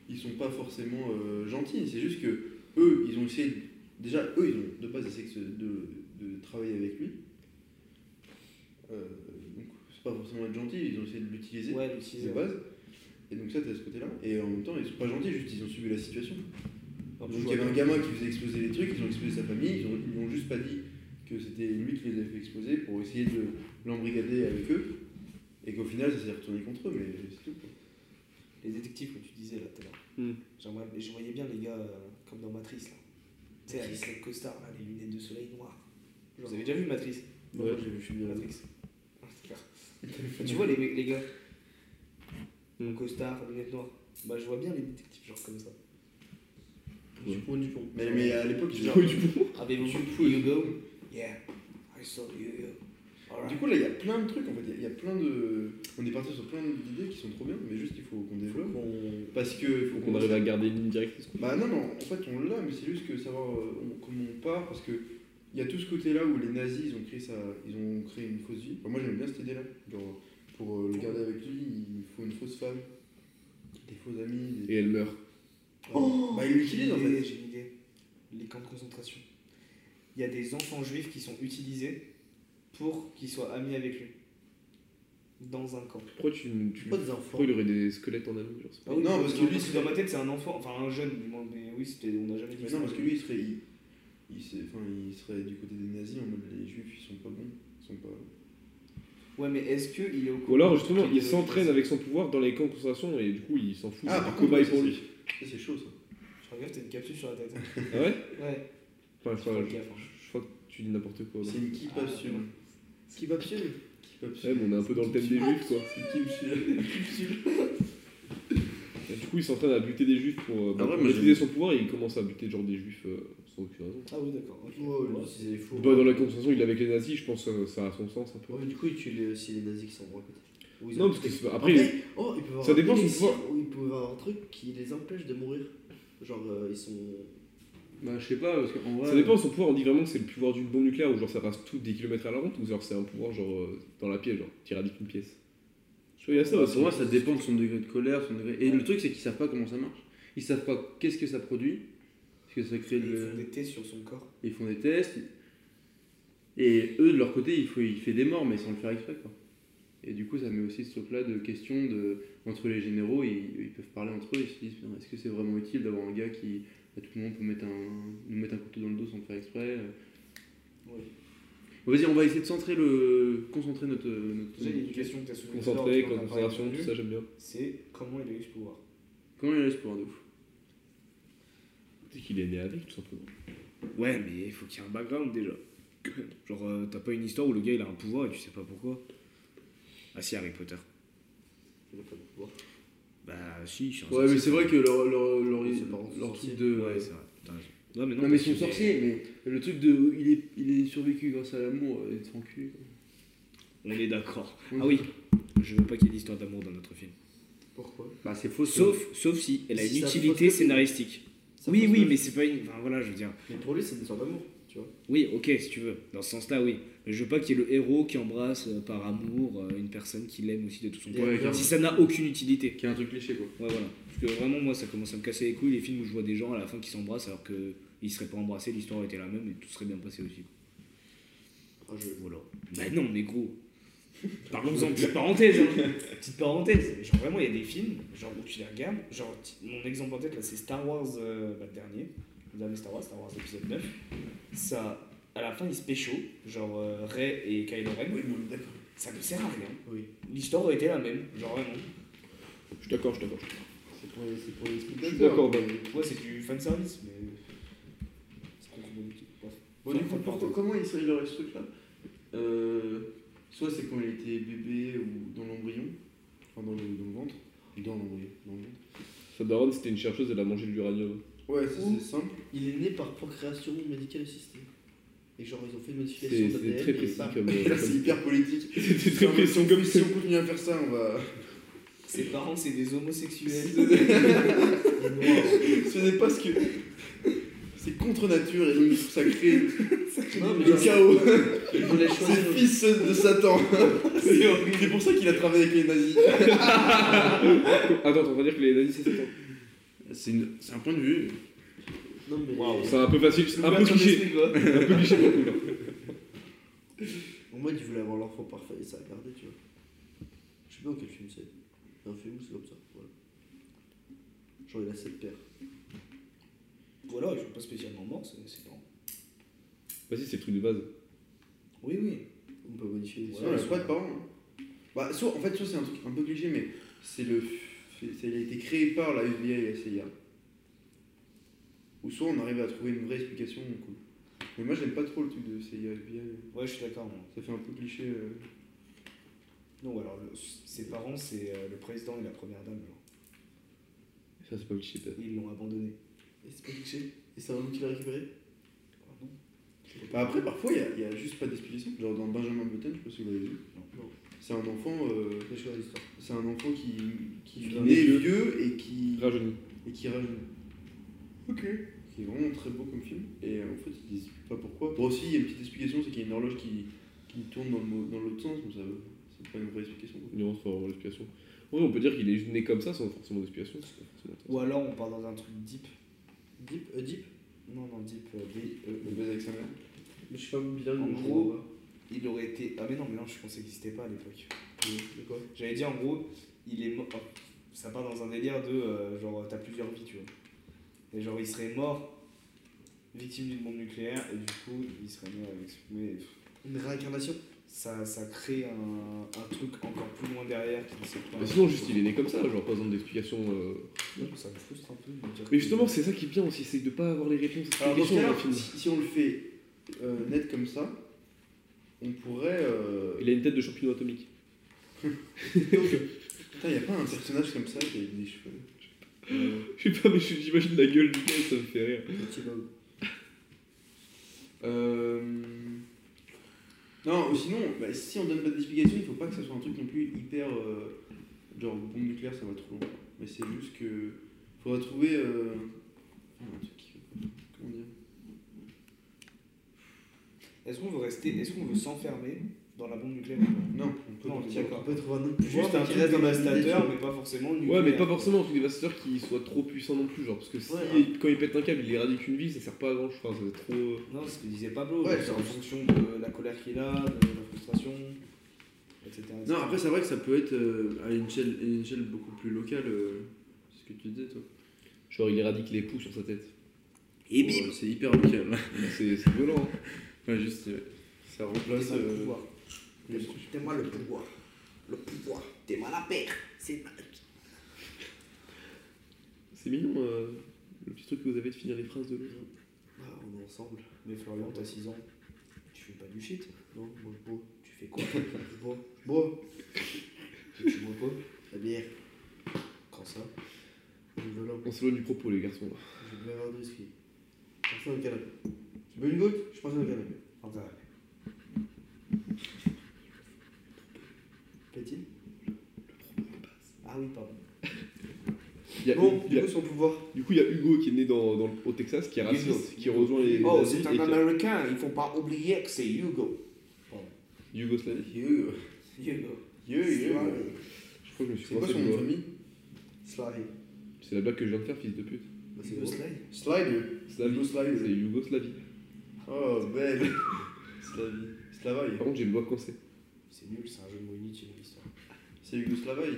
[SPEAKER 4] Ils sont pas forcément euh, gentils. C'est juste que. Eux, ils ont essayé. de- Déjà, eux, ils ont de base essayé que ce- de, de travailler avec lui. Euh, donc, c'est pas forcément être gentil, ils ont essayé de l'utiliser.
[SPEAKER 3] Ouais,
[SPEAKER 4] de
[SPEAKER 3] l'utiliser.
[SPEAKER 4] base. Et donc ça, t'as ce côté-là. Et en même temps, ils sont pas gentils, juste ils ont subi la situation.
[SPEAKER 3] En
[SPEAKER 4] Donc
[SPEAKER 3] plus,
[SPEAKER 4] il y
[SPEAKER 3] ouais.
[SPEAKER 4] avait un gamin qui faisait exploser les trucs, ils ont explosé sa famille, ils ont, ils lui ont juste pas dit que c'était lui qui les avait fait exploser pour essayer de l'embrigader avec eux. Et qu'au final, ça s'est retourné contre eux, mais c'est tout. quoi.
[SPEAKER 3] Les détectives que tu disais là tout à l'heure.
[SPEAKER 14] Hmm.
[SPEAKER 3] Genre, moi, je voyais bien les gars euh, comme dans Matrice là. Tu sais, avec les costards là, les lunettes de soleil noires. Vous avez déjà vu Matrice
[SPEAKER 14] Ouais.
[SPEAKER 13] j'ai vu, je suis bien.
[SPEAKER 3] Matrix. Ah, d'accord. tu vois les, mecs- les gars
[SPEAKER 14] Hmm.
[SPEAKER 3] Costards, lunettes noires. Bah, je vois bien les détectives genre comme ça.
[SPEAKER 13] Du pont du pont.
[SPEAKER 4] Mais, mais à l'époque, ils
[SPEAKER 14] Ouais, du coup.
[SPEAKER 3] Avez-vous vu Hugo Yeah, I saw Hugo. Alright.
[SPEAKER 4] Du coup, là, il y a plein de trucs en fait. Il y a- Il y, a plein de. On est parti sur plein d'idées qui sont trop bien, mais juste il faut qu'on développe. Parce que. il faut
[SPEAKER 14] Faut qu'on arrive à garder une ligne directrice.
[SPEAKER 4] Bah non, non, en fait on l'a, mais c'est juste que savoir euh, on- comment on part, parce que il y a tout ce côté-là où les nazis ils ont créé ça, ils ont créé une fausse vie. Enfin, moi j'aime bien cette idée-là. Genre, pour euh, le garder avec lui, il faut une fausse femme, des faux amis. Des...
[SPEAKER 14] Et elle meurt.
[SPEAKER 4] bah il l'utilise
[SPEAKER 3] Oh, J'ai
[SPEAKER 4] en
[SPEAKER 3] une idée,
[SPEAKER 4] fait.
[SPEAKER 3] J'ai une idée. Les camps de concentration. Il y a des enfants juifs qui sont utilisés pour qu'ils soient amis avec lui. Dans un camp.
[SPEAKER 14] Pourquoi tu. tu...
[SPEAKER 13] Pas des enfants.
[SPEAKER 14] Pourquoi il aurait des squelettes en ami genre, c'est pas-
[SPEAKER 4] Ah oui, non, parce que lui,
[SPEAKER 3] dans ma tête, c'est un enfant, enfin un jeune, du moins, mais oui, c'était- on n'a jamais dit
[SPEAKER 4] Mais
[SPEAKER 3] ça.
[SPEAKER 4] non, parce que lui il serait, il, il s'est- enfin, il serait du côté des nazis en mode les juifs ils sont pas bons, ils sont pas.
[SPEAKER 17] Ah,
[SPEAKER 3] Ouais, mais est-ce qu'il est au courant
[SPEAKER 14] Ou alors justement,
[SPEAKER 3] qu'il
[SPEAKER 14] il
[SPEAKER 3] est-
[SPEAKER 14] s'entraîne avec son pouvoir dans les camps de concentration et du coup il s'en fout,
[SPEAKER 4] Ah,
[SPEAKER 14] c'est un
[SPEAKER 4] par contre,
[SPEAKER 14] cobaye
[SPEAKER 4] ouais,
[SPEAKER 14] pour
[SPEAKER 4] ça,
[SPEAKER 14] lui.
[SPEAKER 4] Ça, c'est chaud ça.
[SPEAKER 3] Je regarde, t'as une capsule sur la tête.
[SPEAKER 14] Ah ouais
[SPEAKER 3] Ouais,
[SPEAKER 14] Enfin, je,
[SPEAKER 3] faut
[SPEAKER 14] crois,
[SPEAKER 3] le
[SPEAKER 14] je-
[SPEAKER 3] gaffe, hein.
[SPEAKER 14] je crois que tu dis n'importe quoi. là.
[SPEAKER 4] C'est une keep
[SPEAKER 3] Ah,
[SPEAKER 4] sur.
[SPEAKER 13] Skip
[SPEAKER 17] Euh,
[SPEAKER 13] Option.
[SPEAKER 14] Ouais, mais on est un peu dans le thème des juifs quoi. Et du coup il s'entraîne à buter des juifs pour, euh,
[SPEAKER 17] Ah
[SPEAKER 14] bah,
[SPEAKER 17] ouais,
[SPEAKER 14] pour
[SPEAKER 17] moi,
[SPEAKER 14] maîtriser son pouvoir et il commence à buter genre des juifs euh, sans aucune raison.
[SPEAKER 3] Ah oui, d'accord. ok.
[SPEAKER 13] Oh, c'est les faux.
[SPEAKER 14] Bah, dans la concentration il est avec les nazis, je pense euh, ça a son sens un peu.
[SPEAKER 13] Ouais, mais du coup, il tue les- aussi les nazis qui sont en droit côté. Ou ils
[SPEAKER 14] Non
[SPEAKER 13] ont-
[SPEAKER 14] parce que c'est pas- après, il-
[SPEAKER 13] Oh, il peut avoir
[SPEAKER 14] ça dépend
[SPEAKER 13] un
[SPEAKER 14] son
[SPEAKER 13] élixir
[SPEAKER 14] pouvoir.
[SPEAKER 13] où il peuvent avoir un truc qui les empêche de mourir. Genre, euh, ils sont.
[SPEAKER 17] Bah, je sais pas, parce qu'en vrai.
[SPEAKER 14] Ça dépend, son pouvoir, on dit vraiment que c'est le pouvoir d'une bombe nucléaire où genre ça passe tout des kilomètres à la ronde ou genre c'est un pouvoir genre euh, dans la pièce, genre t'éradiques une pièce. Je crois qu'il y a ça
[SPEAKER 4] Bah,
[SPEAKER 14] aussi.
[SPEAKER 4] pour moi, ça dépend de son degré de colère, son degré. Et le truc, c'est qu'ils savent pas comment ça marche. Ils savent pas qu'est-ce que ça produit. Parce que ça crée
[SPEAKER 3] Ils
[SPEAKER 4] le.
[SPEAKER 3] font des tests sur son corps.
[SPEAKER 4] Ils font des tests. Et eux, de leur côté, il, faut, il fait des morts, mais sans le faire exprès, quoi. Et du coup, ça met aussi ce truc-là de question de, entre les généraux, ils, ils peuvent parler entre eux, ils se disent Putain, est-ce que c'est vraiment utile d'avoir un gars qui, à tout moment, peut mettre un, nous mettre un couteau dans le dos sans le faire exprès euh. Vas-y, on va essayer de centrer le. concentrer notre. notre-
[SPEAKER 3] Déjà, il y a une question que t'as soulevée. tout à l'heure,
[SPEAKER 14] Concentré,
[SPEAKER 3] tu vois, on a parlé
[SPEAKER 14] concentration,
[SPEAKER 3] de
[SPEAKER 14] tout
[SPEAKER 3] lui.
[SPEAKER 14] ça j'aime bien.
[SPEAKER 3] C'est comment il a eu ce pouvoir.
[SPEAKER 4] Comment il a l'espoir de ouf
[SPEAKER 14] C'est qu'il est né avec tout simplement.
[SPEAKER 5] Ouais, mais il faut qu'il y ait un background déjà. Genre, euh, t'as pas une histoire où le gars il a un pouvoir et tu sais pas pourquoi. Ah si, Harry Potter.
[SPEAKER 13] Il a pas de pouvoir.
[SPEAKER 5] Bah si, je suis un
[SPEAKER 4] Ouais, mais
[SPEAKER 5] sorcier.
[SPEAKER 4] c'est vrai que leur, leur, leur,
[SPEAKER 13] Ses parents sont
[SPEAKER 4] leur
[SPEAKER 13] sorciers.
[SPEAKER 4] truc de.
[SPEAKER 5] Ouais, c'est vrai, t'as raison. Non, mais non,
[SPEAKER 4] Non mais ils
[SPEAKER 5] parce
[SPEAKER 4] sont
[SPEAKER 5] que-
[SPEAKER 4] sorciers, mais le truc de il est, il est survécu grâce à l'amour, euh, il est tranquille.
[SPEAKER 5] On est d'accord.
[SPEAKER 4] Oui.
[SPEAKER 5] Ah oui, je veux pas qu'il y ait d'histoire d'amour dans notre film.
[SPEAKER 13] Pourquoi
[SPEAKER 4] Bah c'est faux.
[SPEAKER 5] Sauf, sauf si elle a
[SPEAKER 13] Si
[SPEAKER 5] une
[SPEAKER 13] ça
[SPEAKER 5] utilité
[SPEAKER 13] fausse le film.
[SPEAKER 5] scénaristique.
[SPEAKER 13] Ça
[SPEAKER 5] Oui,
[SPEAKER 13] pose
[SPEAKER 5] oui,
[SPEAKER 13] pas-
[SPEAKER 5] mais c'est pas une. Enfin voilà, je veux dire.
[SPEAKER 13] Mais pour lui, c'est une histoire d'amour, tu vois.
[SPEAKER 5] Oui, ok, si tu veux. Dans ce sens-là, oui. Mais je veux pas qu'il y ait le héros qui embrasse euh, par amour euh, une personne qu'il aime aussi de tout son cœur.
[SPEAKER 4] Ouais,
[SPEAKER 5] Si ça n'a aucune utilité.
[SPEAKER 4] qui est un truc cliché quoi.
[SPEAKER 5] Ouais, voilà. Parce que vraiment, moi, ça commence à me casser les couilles, les films où je vois des gens à la fin qui s'embrassent alors qu'ils seraient pas embrassés, l'histoire était la même et tout serait bien passé aussi.
[SPEAKER 13] Ah, je...
[SPEAKER 5] Voilà. Bah non, mais gros. Parlons-en, petite parenthèse. hein.
[SPEAKER 3] Petite parenthèse, mais genre vraiment, il y a des films, genre où tu les regardes, genre ti- mon exemple en tête là, c'est Star Wars, euh, bah, le dernier, le dernier Star Wars, Star Wars épisode 9. Ça, à la fin, ils se pécho, genre euh, Rey et Kylo Ren.
[SPEAKER 13] Oui, non, mais d'accord.
[SPEAKER 3] Ça ne sert à rien.
[SPEAKER 13] Oui.
[SPEAKER 3] L'histoire aurait été la même, genre vraiment.
[SPEAKER 14] Je suis d'accord, je suis d'accord.
[SPEAKER 13] C'est pour, c'est pour les
[SPEAKER 14] Je suis d'accord,
[SPEAKER 13] mais-
[SPEAKER 3] Ouais, c'est du fan service, mais. C'est contre mon équipe. bref.
[SPEAKER 4] Bon du
[SPEAKER 3] Enfin,
[SPEAKER 4] coup
[SPEAKER 3] peu
[SPEAKER 4] pourquoi-
[SPEAKER 3] importe.
[SPEAKER 4] comment il s'est ce truc là Soit c'est quand il était bébé ou dans l'embryon, enfin dans le, dans le ventre. Dans l'embryon, dans le ventre.
[SPEAKER 14] Sa daronne c'était une chercheuse, elle a mangé de l'uranium.
[SPEAKER 4] Ouais, ça,
[SPEAKER 13] Ou-
[SPEAKER 4] c'est simple.
[SPEAKER 13] Il est né par procréation médicale assistée. Et genre, ils ont fait une
[SPEAKER 14] C'est
[SPEAKER 13] modification
[SPEAKER 14] c'est
[SPEAKER 13] d'ADN.
[SPEAKER 14] très précis comme. euh,
[SPEAKER 4] Là c'est
[SPEAKER 14] comme-
[SPEAKER 4] hyper politique.
[SPEAKER 14] C'est très précis
[SPEAKER 4] comme si on continue à faire ça, on va.
[SPEAKER 3] Ses parents, c'est des homosexuels.
[SPEAKER 4] Ce n'est pas ce que. C'est contre nature et donc ça crée
[SPEAKER 13] Non, mais
[SPEAKER 4] le chaos.
[SPEAKER 13] il voulait
[SPEAKER 4] C'est
[SPEAKER 13] choisir.
[SPEAKER 4] fils de Satan. C'est pour ça qu'il a travaillé avec les nazis.
[SPEAKER 14] Attends, on va dire que les nazis c'est Satan.
[SPEAKER 4] C'est une- c'est un point de vue.
[SPEAKER 13] Non, mais.
[SPEAKER 14] C'est un peu facile, c'est un peu cliché. Un peu cliché beaucoup là.
[SPEAKER 13] En mode, il voulait avoir l'enfant parfait et ça a gardé, tu vois. Je sais pas dans quel film c'est. Un film où c'est comme ça, voilà. Genre, il a 7 paires.
[SPEAKER 3] Ou alors, ils sont pas spécialement morts, c'est c'est pas.
[SPEAKER 14] Vas-y, Bah c'est le truc de base.
[SPEAKER 3] Oui, oui.
[SPEAKER 13] On peut modifier les
[SPEAKER 4] Ouais, soit de parents. Bah, soit, en fait, soit c'est un truc un peu cliché, mais c'est le. c'est- c'est- Il a été créé par la FBI et la CIA. Ou soit on arrive à trouver une vraie explication cool. Mais moi j'aime pas trop le truc de CIA FBI.
[SPEAKER 3] Ouais, je suis d'accord, moi.
[SPEAKER 4] Ça fait un peu cliché. euh.
[SPEAKER 3] Non, alors le- ses parents, c'est euh, le président et la première dame. genre.
[SPEAKER 14] Ça c'est pas cliché peut-être.
[SPEAKER 3] Ils l'ont abandonné.
[SPEAKER 13] Et c'est pas cliché. Et c'est un loup qui l'a récupéré
[SPEAKER 3] Ah non.
[SPEAKER 4] Bah, après, parfois il y a- il y, a juste pas d'explication. Genre dans Benjamin Button, je sais pas si vous l'avez vu.
[SPEAKER 13] Non.
[SPEAKER 4] C'est un enfant. euh,
[SPEAKER 13] Je connais l'histoire.
[SPEAKER 4] C'est un enfant qui, qui
[SPEAKER 14] Qui
[SPEAKER 4] naît
[SPEAKER 14] naît
[SPEAKER 4] vieux, et qui,
[SPEAKER 14] Rajeuni.
[SPEAKER 4] et qui rajeunit. Ok. Qui est vraiment très beau comme film. Et euh, en fait, ils disent pas pourquoi. Bon, aussi, il y a une petite explication c'est qu'il y a une horloge qui, qui tourne dans le mo- dans l'autre sens, mais ça c'est pas une vraie explication. quoi.
[SPEAKER 14] Non, c'est pas vraiment l'explication. Oui, on peut dire qu'il est juste né comme ça sans forcément d'explication. c'est pas forcément intéressant.
[SPEAKER 3] Ou alors on part dans un truc deep.
[SPEAKER 13] Deep euh, Deep
[SPEAKER 3] Non, non, deep. euh, D- euh,
[SPEAKER 4] Le baiser avec sa mère.
[SPEAKER 13] Mais je suis pas bilingue.
[SPEAKER 3] En
[SPEAKER 13] donc je
[SPEAKER 3] gros,
[SPEAKER 13] vois pas.
[SPEAKER 3] il aurait été. Ah, mais non, mais non, je pensais qu'il n'existait pas à l'époque.
[SPEAKER 13] De quoi
[SPEAKER 3] J'avais dit en gros, il est mort. Ça part dans un délire de euh, genre, t'as plusieurs vies, tu vois. Et genre, il serait mort, victime d'une bombe nucléaire, et du coup, il serait né avec. Mais pff,
[SPEAKER 13] Une réincarnation
[SPEAKER 3] ça, ça crée un, un truc encore plus loin derrière qui ne sait pas.
[SPEAKER 14] Mais sinon, juste il est né comme ça, genre pas besoin d'explication. euh.
[SPEAKER 3] Donc, Ça me frustre un peu. de me dire
[SPEAKER 14] Mais
[SPEAKER 3] que-
[SPEAKER 14] justement, c'est ça qui est bien aussi, c'est de pas avoir les réponses.
[SPEAKER 4] Alors, dans ce
[SPEAKER 14] Explications
[SPEAKER 4] cas-là,
[SPEAKER 14] dans le film.
[SPEAKER 4] si, si on le fait euh, net comme ça, on pourrait. euh,
[SPEAKER 14] Il a une tête de champignon atomique.
[SPEAKER 4] Putain, il y a pas un personnage comme ça qui a des cheveux.
[SPEAKER 14] Je sais pas, mais j'imagine la gueule du gars, ça me fait rire.
[SPEAKER 13] Petit Bob.
[SPEAKER 4] Euh... Non, ou sinon, bah, si on donne pas d'explication, il faut pas que ça soit un truc non plus hyper. euh, Genre, bombe nucléaire, ça va trop loin. Mais c'est juste que. Faudrait trouver. euh, un truc qui- Comment dire
[SPEAKER 3] Est-ce qu'on veut rester, est-ce qu'on veut s'enfermer dans la bombe nucléaire
[SPEAKER 4] Non, on peut
[SPEAKER 3] non,
[SPEAKER 4] partir.
[SPEAKER 3] d'accord.
[SPEAKER 13] On peut trouver un autre pouvoir,
[SPEAKER 3] Juste un
[SPEAKER 13] mais qui
[SPEAKER 3] pilote
[SPEAKER 13] reste dans
[SPEAKER 3] dévastateur,
[SPEAKER 13] l'idée,
[SPEAKER 3] mais pas forcément nucléaire.
[SPEAKER 14] Ouais, mais pas forcément un truc dévastateur qui soit trop puissant non plus, genre, parce que si,
[SPEAKER 3] Ouais,
[SPEAKER 14] quand il pète un câble, il éradique une ville, ça sert pas à grand chose, enfin, c'est trop.
[SPEAKER 3] Non, c'est ce que disait Pablo,
[SPEAKER 4] Ouais,
[SPEAKER 3] c'est
[SPEAKER 4] c'est
[SPEAKER 3] en
[SPEAKER 4] vrai.
[SPEAKER 3] fonction de la colère qu'il a, de la frustration, etc.
[SPEAKER 4] Non, après, c'est vrai que ça peut être euh, à une échelle, à une échelle beaucoup plus locale. euh, c'est ce que tu disais, toi.
[SPEAKER 14] Genre, il éradique les poux sur sa tête.
[SPEAKER 5] Et
[SPEAKER 4] Oh,
[SPEAKER 5] bim
[SPEAKER 4] C'est hyper local.
[SPEAKER 14] C'est c'est violent. hein.
[SPEAKER 4] Enfin, juste, euh, ça remplace.
[SPEAKER 13] T'es mal le
[SPEAKER 4] euh,
[SPEAKER 13] pouvoir. T'es mal le pouvoir. Le pouvoir. T'es mal la paire. C'est mal.
[SPEAKER 14] C'est mignon, euh, le petit truc que vous avez de finir les phrases de l'autre.
[SPEAKER 13] Ah, on est ensemble.
[SPEAKER 3] Mais Florian, t'as 6 ans, tu fais pas du shit.
[SPEAKER 13] Non, moi je bois. Tu fais quoi Je bois. Bois. Et tu bois quoi La bière.
[SPEAKER 3] Quand ça
[SPEAKER 13] Une volante.
[SPEAKER 14] On s'éloigne du propos, les garçons. là.
[SPEAKER 13] Je vais boire de whisky. Je passe dans le canapé. Tu veux une goutte Je passe dans le canapé.
[SPEAKER 3] En vrai.
[SPEAKER 13] Plaît-il Ah oui, pardon.
[SPEAKER 14] Il y a-
[SPEAKER 13] Bon,
[SPEAKER 14] il y
[SPEAKER 13] du
[SPEAKER 14] a-
[SPEAKER 13] coup, son pouvoir.
[SPEAKER 14] du coup, il y a Hugo qui est né dans, dans le- au Texas, qui est raciste, qui rejoint les.
[SPEAKER 3] Oh,
[SPEAKER 14] nazis
[SPEAKER 3] c'est
[SPEAKER 14] et
[SPEAKER 3] un
[SPEAKER 14] qui-
[SPEAKER 3] américain, il faut pas oublier que c'est Hugo.
[SPEAKER 14] Yougoslavie.
[SPEAKER 4] Yo,
[SPEAKER 3] Hugo.
[SPEAKER 4] yo, yo.
[SPEAKER 13] Slary.
[SPEAKER 14] Je crois que je me suis
[SPEAKER 4] C'est quoi
[SPEAKER 14] coincé
[SPEAKER 4] son
[SPEAKER 14] le
[SPEAKER 4] nom de
[SPEAKER 14] doigt.
[SPEAKER 4] famille
[SPEAKER 13] Slary.
[SPEAKER 14] C'est la blague que je viens de faire, fils de pute.
[SPEAKER 13] Bah, c'est
[SPEAKER 3] Hugo
[SPEAKER 13] bon.
[SPEAKER 3] Slade.
[SPEAKER 4] Slide
[SPEAKER 14] Slavie.
[SPEAKER 4] Yougoslavie.
[SPEAKER 14] C'est Yougoslavie.
[SPEAKER 4] Oh, belle Slavie. Slavaï.
[SPEAKER 14] Par contre, j'ai le doigt coincé.
[SPEAKER 3] C'est nul, c'est un jeu de mots inutile, l'histoire.
[SPEAKER 4] C'est Hugo Slavaï.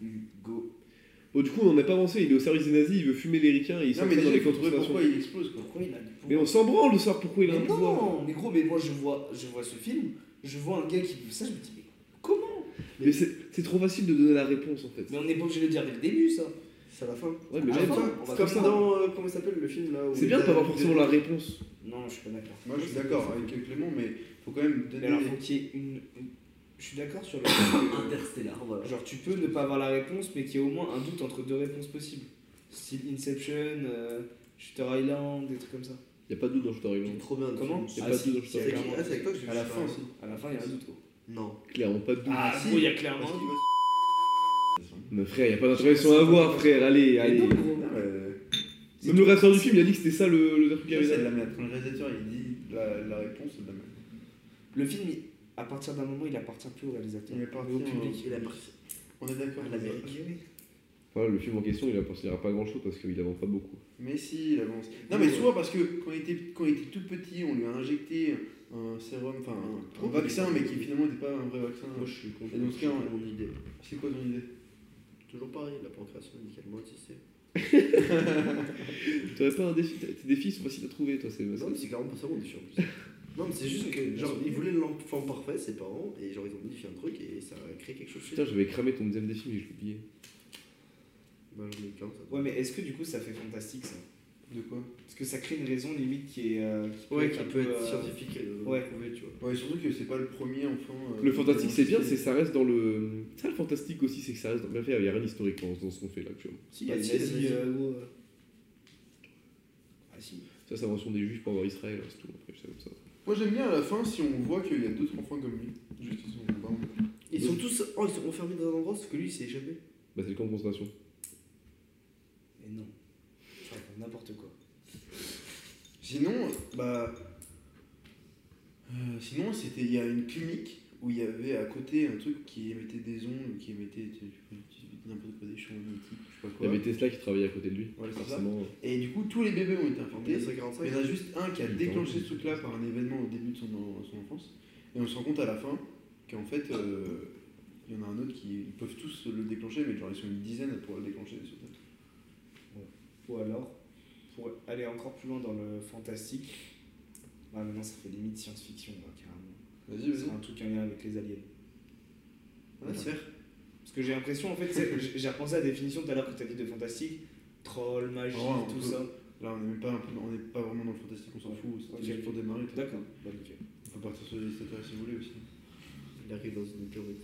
[SPEAKER 3] Hugo.
[SPEAKER 14] Bon, du coup, on n'en a pas avancé. Il est au service des nazis, il veut fumer les ricains et il
[SPEAKER 4] Non,
[SPEAKER 14] s'installe
[SPEAKER 4] mais
[SPEAKER 14] dans
[SPEAKER 4] déjà,
[SPEAKER 14] les
[SPEAKER 4] il faut
[SPEAKER 14] camps de
[SPEAKER 4] trouver
[SPEAKER 14] concentration.
[SPEAKER 4] pourquoi il explose, quoi.
[SPEAKER 3] Pourquoi il a du pouvoir
[SPEAKER 14] Mais on s'en branle de savoir pourquoi il a un
[SPEAKER 3] Mais
[SPEAKER 14] pouvoir.
[SPEAKER 3] non, mais gros, mais moi je vois, je vois ce film, je vois un gars qui dit ça, je me dis, mais comment
[SPEAKER 14] Mais c'est c'est trop facile de donner la réponse en fait.
[SPEAKER 3] Mais on n'est pas obligé de le dire dès le début, ça.
[SPEAKER 13] C'est à la fin.
[SPEAKER 14] Ouais, mais
[SPEAKER 3] Ah,
[SPEAKER 14] j'aime
[SPEAKER 3] attends,
[SPEAKER 14] ça.
[SPEAKER 3] on va
[SPEAKER 13] C'est comme ça
[SPEAKER 3] comprendre.
[SPEAKER 13] dans. euh, comment il s'appelle le film là où
[SPEAKER 14] Ah, C'est bien de
[SPEAKER 13] il
[SPEAKER 14] pas
[SPEAKER 13] a-
[SPEAKER 14] avoir forcément la réponse.
[SPEAKER 3] Non, je suis pas d'accord.
[SPEAKER 4] Moi, je suis d'accord avec euh, Clément, mais faut quand même
[SPEAKER 3] Mais
[SPEAKER 4] donner.
[SPEAKER 3] alors,
[SPEAKER 4] les-
[SPEAKER 3] faut qu'il y ait une. une- Je suis d'accord sur le fait
[SPEAKER 13] Interstellar, voilà.
[SPEAKER 3] que, Genre, tu peux ne pas avoir la réponse, mais qu'il y ait au moins un doute entre deux réponses possibles. Style Inception, euh, Shutter Island, des trucs comme ça.
[SPEAKER 14] Y'a pas de doute hein, dans Shutter
[SPEAKER 13] Il est
[SPEAKER 14] Island.
[SPEAKER 13] trop bien.
[SPEAKER 3] Comment
[SPEAKER 14] Y'a pas de doute dans Shutter
[SPEAKER 13] C'est avec,
[SPEAKER 14] Island.
[SPEAKER 13] ah, c'est avec toi que j'ai vu
[SPEAKER 4] À la
[SPEAKER 13] ça.
[SPEAKER 4] fin aussi.
[SPEAKER 3] À la fin, il y a un doute, quoi.
[SPEAKER 13] Non.
[SPEAKER 14] Clairement, pas de doute.
[SPEAKER 3] Ah,
[SPEAKER 13] si.
[SPEAKER 3] gros, il y a clairement
[SPEAKER 13] Parce
[SPEAKER 3] un
[SPEAKER 13] qu'il
[SPEAKER 3] doute.
[SPEAKER 13] va-
[SPEAKER 14] Mais frère, y'a pas d'intervention à avoir, frère. Allez,
[SPEAKER 3] Mais
[SPEAKER 14] allez.
[SPEAKER 3] non, gros.
[SPEAKER 4] Euh,
[SPEAKER 14] Même le réalisateur du film, il a dit que c'était ça le, le truc qu'il y
[SPEAKER 4] ça,
[SPEAKER 14] avait
[SPEAKER 4] c'est de
[SPEAKER 14] derrière.
[SPEAKER 4] la merde. Quand le réalisateur il dit la, la réponse, c'est de la merde.
[SPEAKER 3] Le film, il- à partir d'un moment, il appartient plus au réalisateur.
[SPEAKER 4] Il appartient
[SPEAKER 3] mais au
[SPEAKER 4] au-
[SPEAKER 3] public.
[SPEAKER 13] Il a
[SPEAKER 4] On est d'accord.
[SPEAKER 13] L'Amérique.
[SPEAKER 14] Voilà, le film en question, il apportera pas grand chose parce qu'il avance pas beaucoup.
[SPEAKER 4] Mais si, il avance. Non, mais souvent parce que quand il, était, quand il était tout petit, on lui a injecté un sérum, enfin un, un vaccin, mais qui finalement n'était pas un vrai vaccin.
[SPEAKER 13] Moi je suis contre
[SPEAKER 4] Et donc, tiens,
[SPEAKER 13] mon idée.
[SPEAKER 4] C'est quoi ton idée
[SPEAKER 13] Toujours pareil, la procréation médicale, moi tu sais.
[SPEAKER 14] T'aurais pas un défi Tes tes défis sont faciles à trouver, toi, c'est
[SPEAKER 13] Non, mais c'est 40% mon défi en plus. Non, mais c'est juste que, genre, ils voulaient l'enfant parfait, ses parents, et genre, ils ont modifié un truc et ça a créé quelque chose chez
[SPEAKER 14] Putain,
[SPEAKER 13] eux.
[SPEAKER 14] j'avais cramé ton deuxième défi, mais je l'ai oublié.
[SPEAKER 13] Bah, j'en ai eu qu'un, ça.
[SPEAKER 3] Ouais, mais est-ce que du coup, ça fait fantastique, ça
[SPEAKER 4] De quoi
[SPEAKER 3] Parce que ça crée une raison limite qui est. euh, qui
[SPEAKER 13] Ouais, qui
[SPEAKER 3] un
[SPEAKER 13] peut
[SPEAKER 3] peu,
[SPEAKER 13] être
[SPEAKER 3] euh,
[SPEAKER 13] scientifique et euh,
[SPEAKER 3] ouais.
[SPEAKER 13] prouvé, tu vois.
[SPEAKER 4] Ouais, surtout que c'est pas le premier enfant. euh,
[SPEAKER 14] Le fantastique, c'est bien,
[SPEAKER 4] qui a
[SPEAKER 14] c'est ça reste dans le. Ça, le fantastique aussi, c'est que ça reste dans. Bien fait, il y a rien d'historique dans, dans ce qu'on fait là, actuellement.
[SPEAKER 13] Si,
[SPEAKER 3] bah, si,
[SPEAKER 13] vas-y,
[SPEAKER 3] vas-y.
[SPEAKER 13] euh, gros, euh.
[SPEAKER 3] Ah, si.
[SPEAKER 14] Ça, c'est l'invention des juifs pour avoir Israël, hein, c'est tout. Après, c'est comme ça.
[SPEAKER 4] Moi j'aime bien à la fin si on voit qu'il y a d'autres enfants comme lui. Juste ils sont pas en-
[SPEAKER 13] Ils sont tous. Oh, ils sont enfermés dans un endroit, sauf que lui, il s'est échappé.
[SPEAKER 14] Bah, c'est le camp de concentration.
[SPEAKER 3] Mais non. Je raconte n'importe quoi.
[SPEAKER 4] Sinon, bah. euh, sinon, c'était. Il y a une clinique où il y avait à côté un truc qui émettait des ondes, qui émettait des- n'importe quoi, des champs magnétiques, je sais pas
[SPEAKER 14] Il
[SPEAKER 4] quoi.
[SPEAKER 14] y avait Tesla qui travaillait à côté de lui.
[SPEAKER 4] Ouais, c'est Ah, ça.
[SPEAKER 14] forcément.
[SPEAKER 4] Et du coup, tous les bébés ont été
[SPEAKER 13] En
[SPEAKER 4] informés. Il
[SPEAKER 13] 1945.
[SPEAKER 4] y en a juste un qui a déclenché ce truc-là par un événement au début de son, en- son enfance. Et on se rend compte à la fin qu'en fait, euh, il y en a un autre qui. Ils peuvent tous le déclencher, mais genre ils sont une dizaine pour le déclencher. ce truc.
[SPEAKER 3] Ou alors, pour aller encore plus loin dans le fantastique, bah maintenant ça fait limite science-fiction, là, carrément.
[SPEAKER 4] Vas-y,
[SPEAKER 3] C'est un truc en lien avec les aliens.
[SPEAKER 13] Ouais, c'est vrai.
[SPEAKER 3] Parce que j'ai l'impression, en fait, c'est- j'ai j'ai repensé à la définition tout à l'heure que t'as dit de fantastique, troll, magie,
[SPEAKER 4] Ah Ouais, on
[SPEAKER 3] tout
[SPEAKER 4] peut-
[SPEAKER 3] ça.
[SPEAKER 4] Là, on n'est même pas, un peu- on est pas vraiment dans le fantastique, on s'en fout.
[SPEAKER 3] Ok.
[SPEAKER 4] C'était juste pour démarrer. tout.
[SPEAKER 3] D'accord, bah nickel.
[SPEAKER 4] On peut partir sur les dictateurs si vous voulez aussi.
[SPEAKER 13] Il arrive dans une météorite.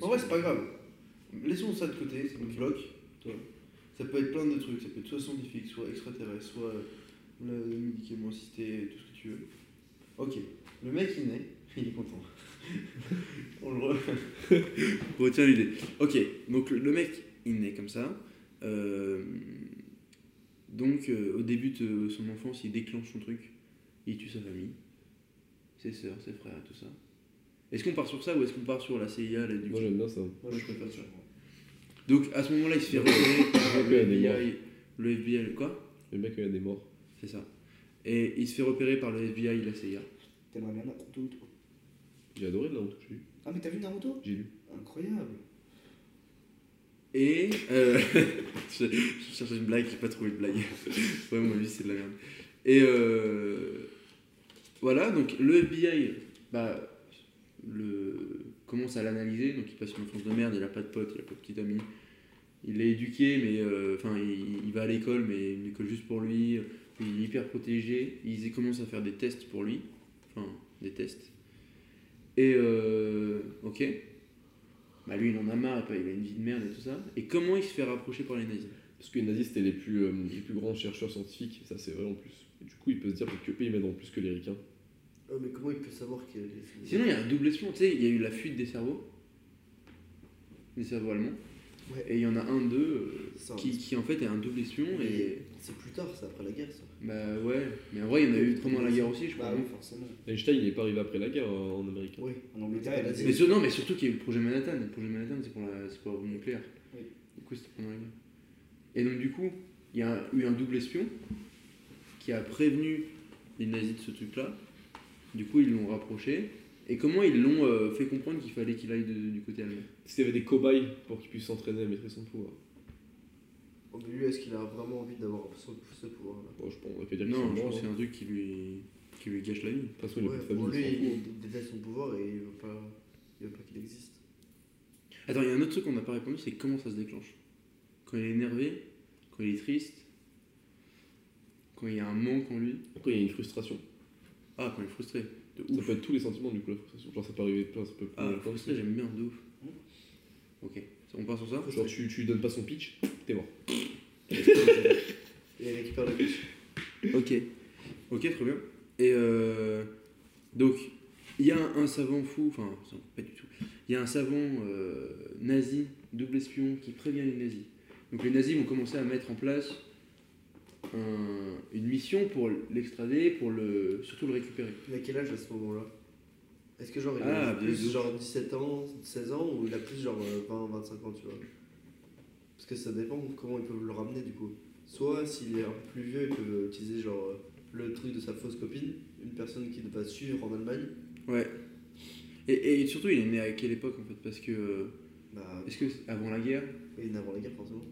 [SPEAKER 4] En vrai, c'est pas grave. Laissons ça de côté, ça nous bloque. Toi. Ça peut être plein de trucs, ça peut être soit scientifique, soit extraterrestre, soit euh, le médicament assisté, tout ce que tu veux. Ok, le mec il naît,
[SPEAKER 13] Il est content.
[SPEAKER 4] On le re- retient l'idée. Ok, donc le- le mec, il naît comme ça. Euh, donc euh, au début de son enfance, il déclenche son truc. Il tue sa famille, ses soeurs, ses frères et tout ça. Est-ce qu'on part sur ça ou est-ce qu'on part sur la CIA, la
[SPEAKER 14] Moi j'aime bien ça.
[SPEAKER 4] Moi, je préfère ça. Donc à ce moment-là, il se fait repérer par
[SPEAKER 14] Le
[SPEAKER 4] le
[SPEAKER 14] mec, il y a des
[SPEAKER 4] FBI. Le FBI, le quoi
[SPEAKER 14] Le mec, il y a des morts.
[SPEAKER 4] C'est ça. Et il se fait repérer par le FBI, la CIA.
[SPEAKER 3] T'aimerais bien Naruto toi.
[SPEAKER 14] J'ai adoré Naruto, j'ai lu.
[SPEAKER 3] Ah, mais t'as vu Naruto
[SPEAKER 14] J'ai lu.
[SPEAKER 3] Incroyable.
[SPEAKER 4] Et. euh, je, je cherchais une blague, j'ai pas trouvé de blague. ouais, mon avis, c'est de la merde. Et. euh, voilà, donc le FBI, bah. Le, commence à l'analyser, donc il passe une enfance de merde, il a pas de pote, il a pas de petit ami. Il est éduqué, mais. euh, Enfin, il, il va à l'école, mais une école juste pour lui. Il est hyper protégé. Ils commencent à faire des tests pour lui. Enfin, des tests. Et. euh, ok bah lui il en a marre, et pas- il a une vie de merde et tout ça. Et comment il se fait rapprocher par les nazis
[SPEAKER 14] Parce que les nazis c'était les plus, euh, les plus grands chercheurs scientifiques, ça c'est vrai en plus. Et du coup, il peut se dire que eux ils m'aideront plus que les ricains.
[SPEAKER 13] Ah, mais comment il peut savoir qu'il y a des-
[SPEAKER 4] Sinon il y a un double espion, tu sais, il y a eu la fuite des cerveaux, des cerveaux allemands.
[SPEAKER 13] Ouais.
[SPEAKER 4] Et il y en a un d'eux euh,
[SPEAKER 13] Ça,
[SPEAKER 4] qui, qui, en fait est un double espion et...
[SPEAKER 13] C'est plus tard, c'est après la guerre ça.
[SPEAKER 4] Bah ouais, mais en vrai il y en a eu pendant la guerre aussi je crois.
[SPEAKER 3] Bah
[SPEAKER 4] non
[SPEAKER 3] oui, forcément.
[SPEAKER 14] Einstein il est pas arrivé après la guerre euh, en Amérique.
[SPEAKER 13] Oui.
[SPEAKER 3] En Angleterre, il y a
[SPEAKER 4] mais sur- non mais surtout qu'il y a eu le projet Manhattan, le projet Manhattan c'est pour, la, c'est pour la bombe nucléaire.
[SPEAKER 3] Oui.
[SPEAKER 4] Du coup c'était pendant la guerre. Et donc du coup il y a eu un double espion qui a prévenu les nazis de ce truc là. Du coup ils l'ont rapproché. Et comment ils l'ont euh, fait comprendre qu'il fallait qu'il aille de- du côté allemand
[SPEAKER 14] Parce qu'il y avait des cobayes pour qu'ils puissent s'entraîner à maîtriser son pouvoir.
[SPEAKER 13] Oh, mais lui, est-ce qu'il a vraiment envie d'avoir ce, ce pouvoir là
[SPEAKER 14] Bon, Oh, je pense, on va pas dire que
[SPEAKER 4] Non,
[SPEAKER 14] c'est
[SPEAKER 4] je pense
[SPEAKER 14] mort.
[SPEAKER 4] que c'est
[SPEAKER 14] hein.
[SPEAKER 4] un truc qui lui, qui lui gâche la vie.
[SPEAKER 14] De toute façon, il a
[SPEAKER 13] Ouais,
[SPEAKER 14] pas de
[SPEAKER 13] pour lui,
[SPEAKER 14] famille. il s'en fout, hein.
[SPEAKER 13] il déteste son pouvoir et il veut pas, il veut pas qu'il existe.
[SPEAKER 4] Attends, il y a un autre truc qu'on n'a pas répondu, c'est comment ça se déclenche. Quand il est énervé, quand il est triste, quand il y a un manque en lui.
[SPEAKER 14] Après, il y a une frustration.
[SPEAKER 4] Ah, quand il est frustré. De
[SPEAKER 14] Ça
[SPEAKER 4] ouf.
[SPEAKER 14] peut être tous les sentiments du coup, la frustration. Genre, ça peut arriver plein, ça peut
[SPEAKER 4] Ah,
[SPEAKER 14] plein de
[SPEAKER 4] frustré, j'aime bien, de ouf. Ok, on part sur ça
[SPEAKER 14] Genre, tu, tu lui donnes pas son pitch, t'es mort.
[SPEAKER 13] Et il récupère le pitch.
[SPEAKER 4] Ok. Ok, très bien. Et euh, donc, il y a un, un savant fou, enfin, un savant, pas du tout. Il y a un savant euh, nazi, double espion, qui prévient les nazis. Donc, les nazis vont commencer à mettre en place un- une mission pour l'extrader, pour le, surtout le récupérer.
[SPEAKER 13] Il a quel âge à ce moment-là Est-ce que genre il
[SPEAKER 4] Ah,
[SPEAKER 13] a
[SPEAKER 4] bien
[SPEAKER 13] plus
[SPEAKER 4] sûr.
[SPEAKER 13] genre 17 ans, 16 ans ou il a plus genre euh, 20, 25 ans, tu vois Parce que ça dépend comment ils peuvent le ramener du coup. Soit s'il est un peu plus vieux, ils peuvent utiliser genre euh, le truc de sa fausse copine, une personne qui va suivre en Allemagne.
[SPEAKER 4] Ouais. Et, et surtout, il est né à quelle époque en fait Parce que. euh,
[SPEAKER 13] Bah,
[SPEAKER 4] Est-ce que c'est avant la guerre
[SPEAKER 13] il est né avant la guerre forcément.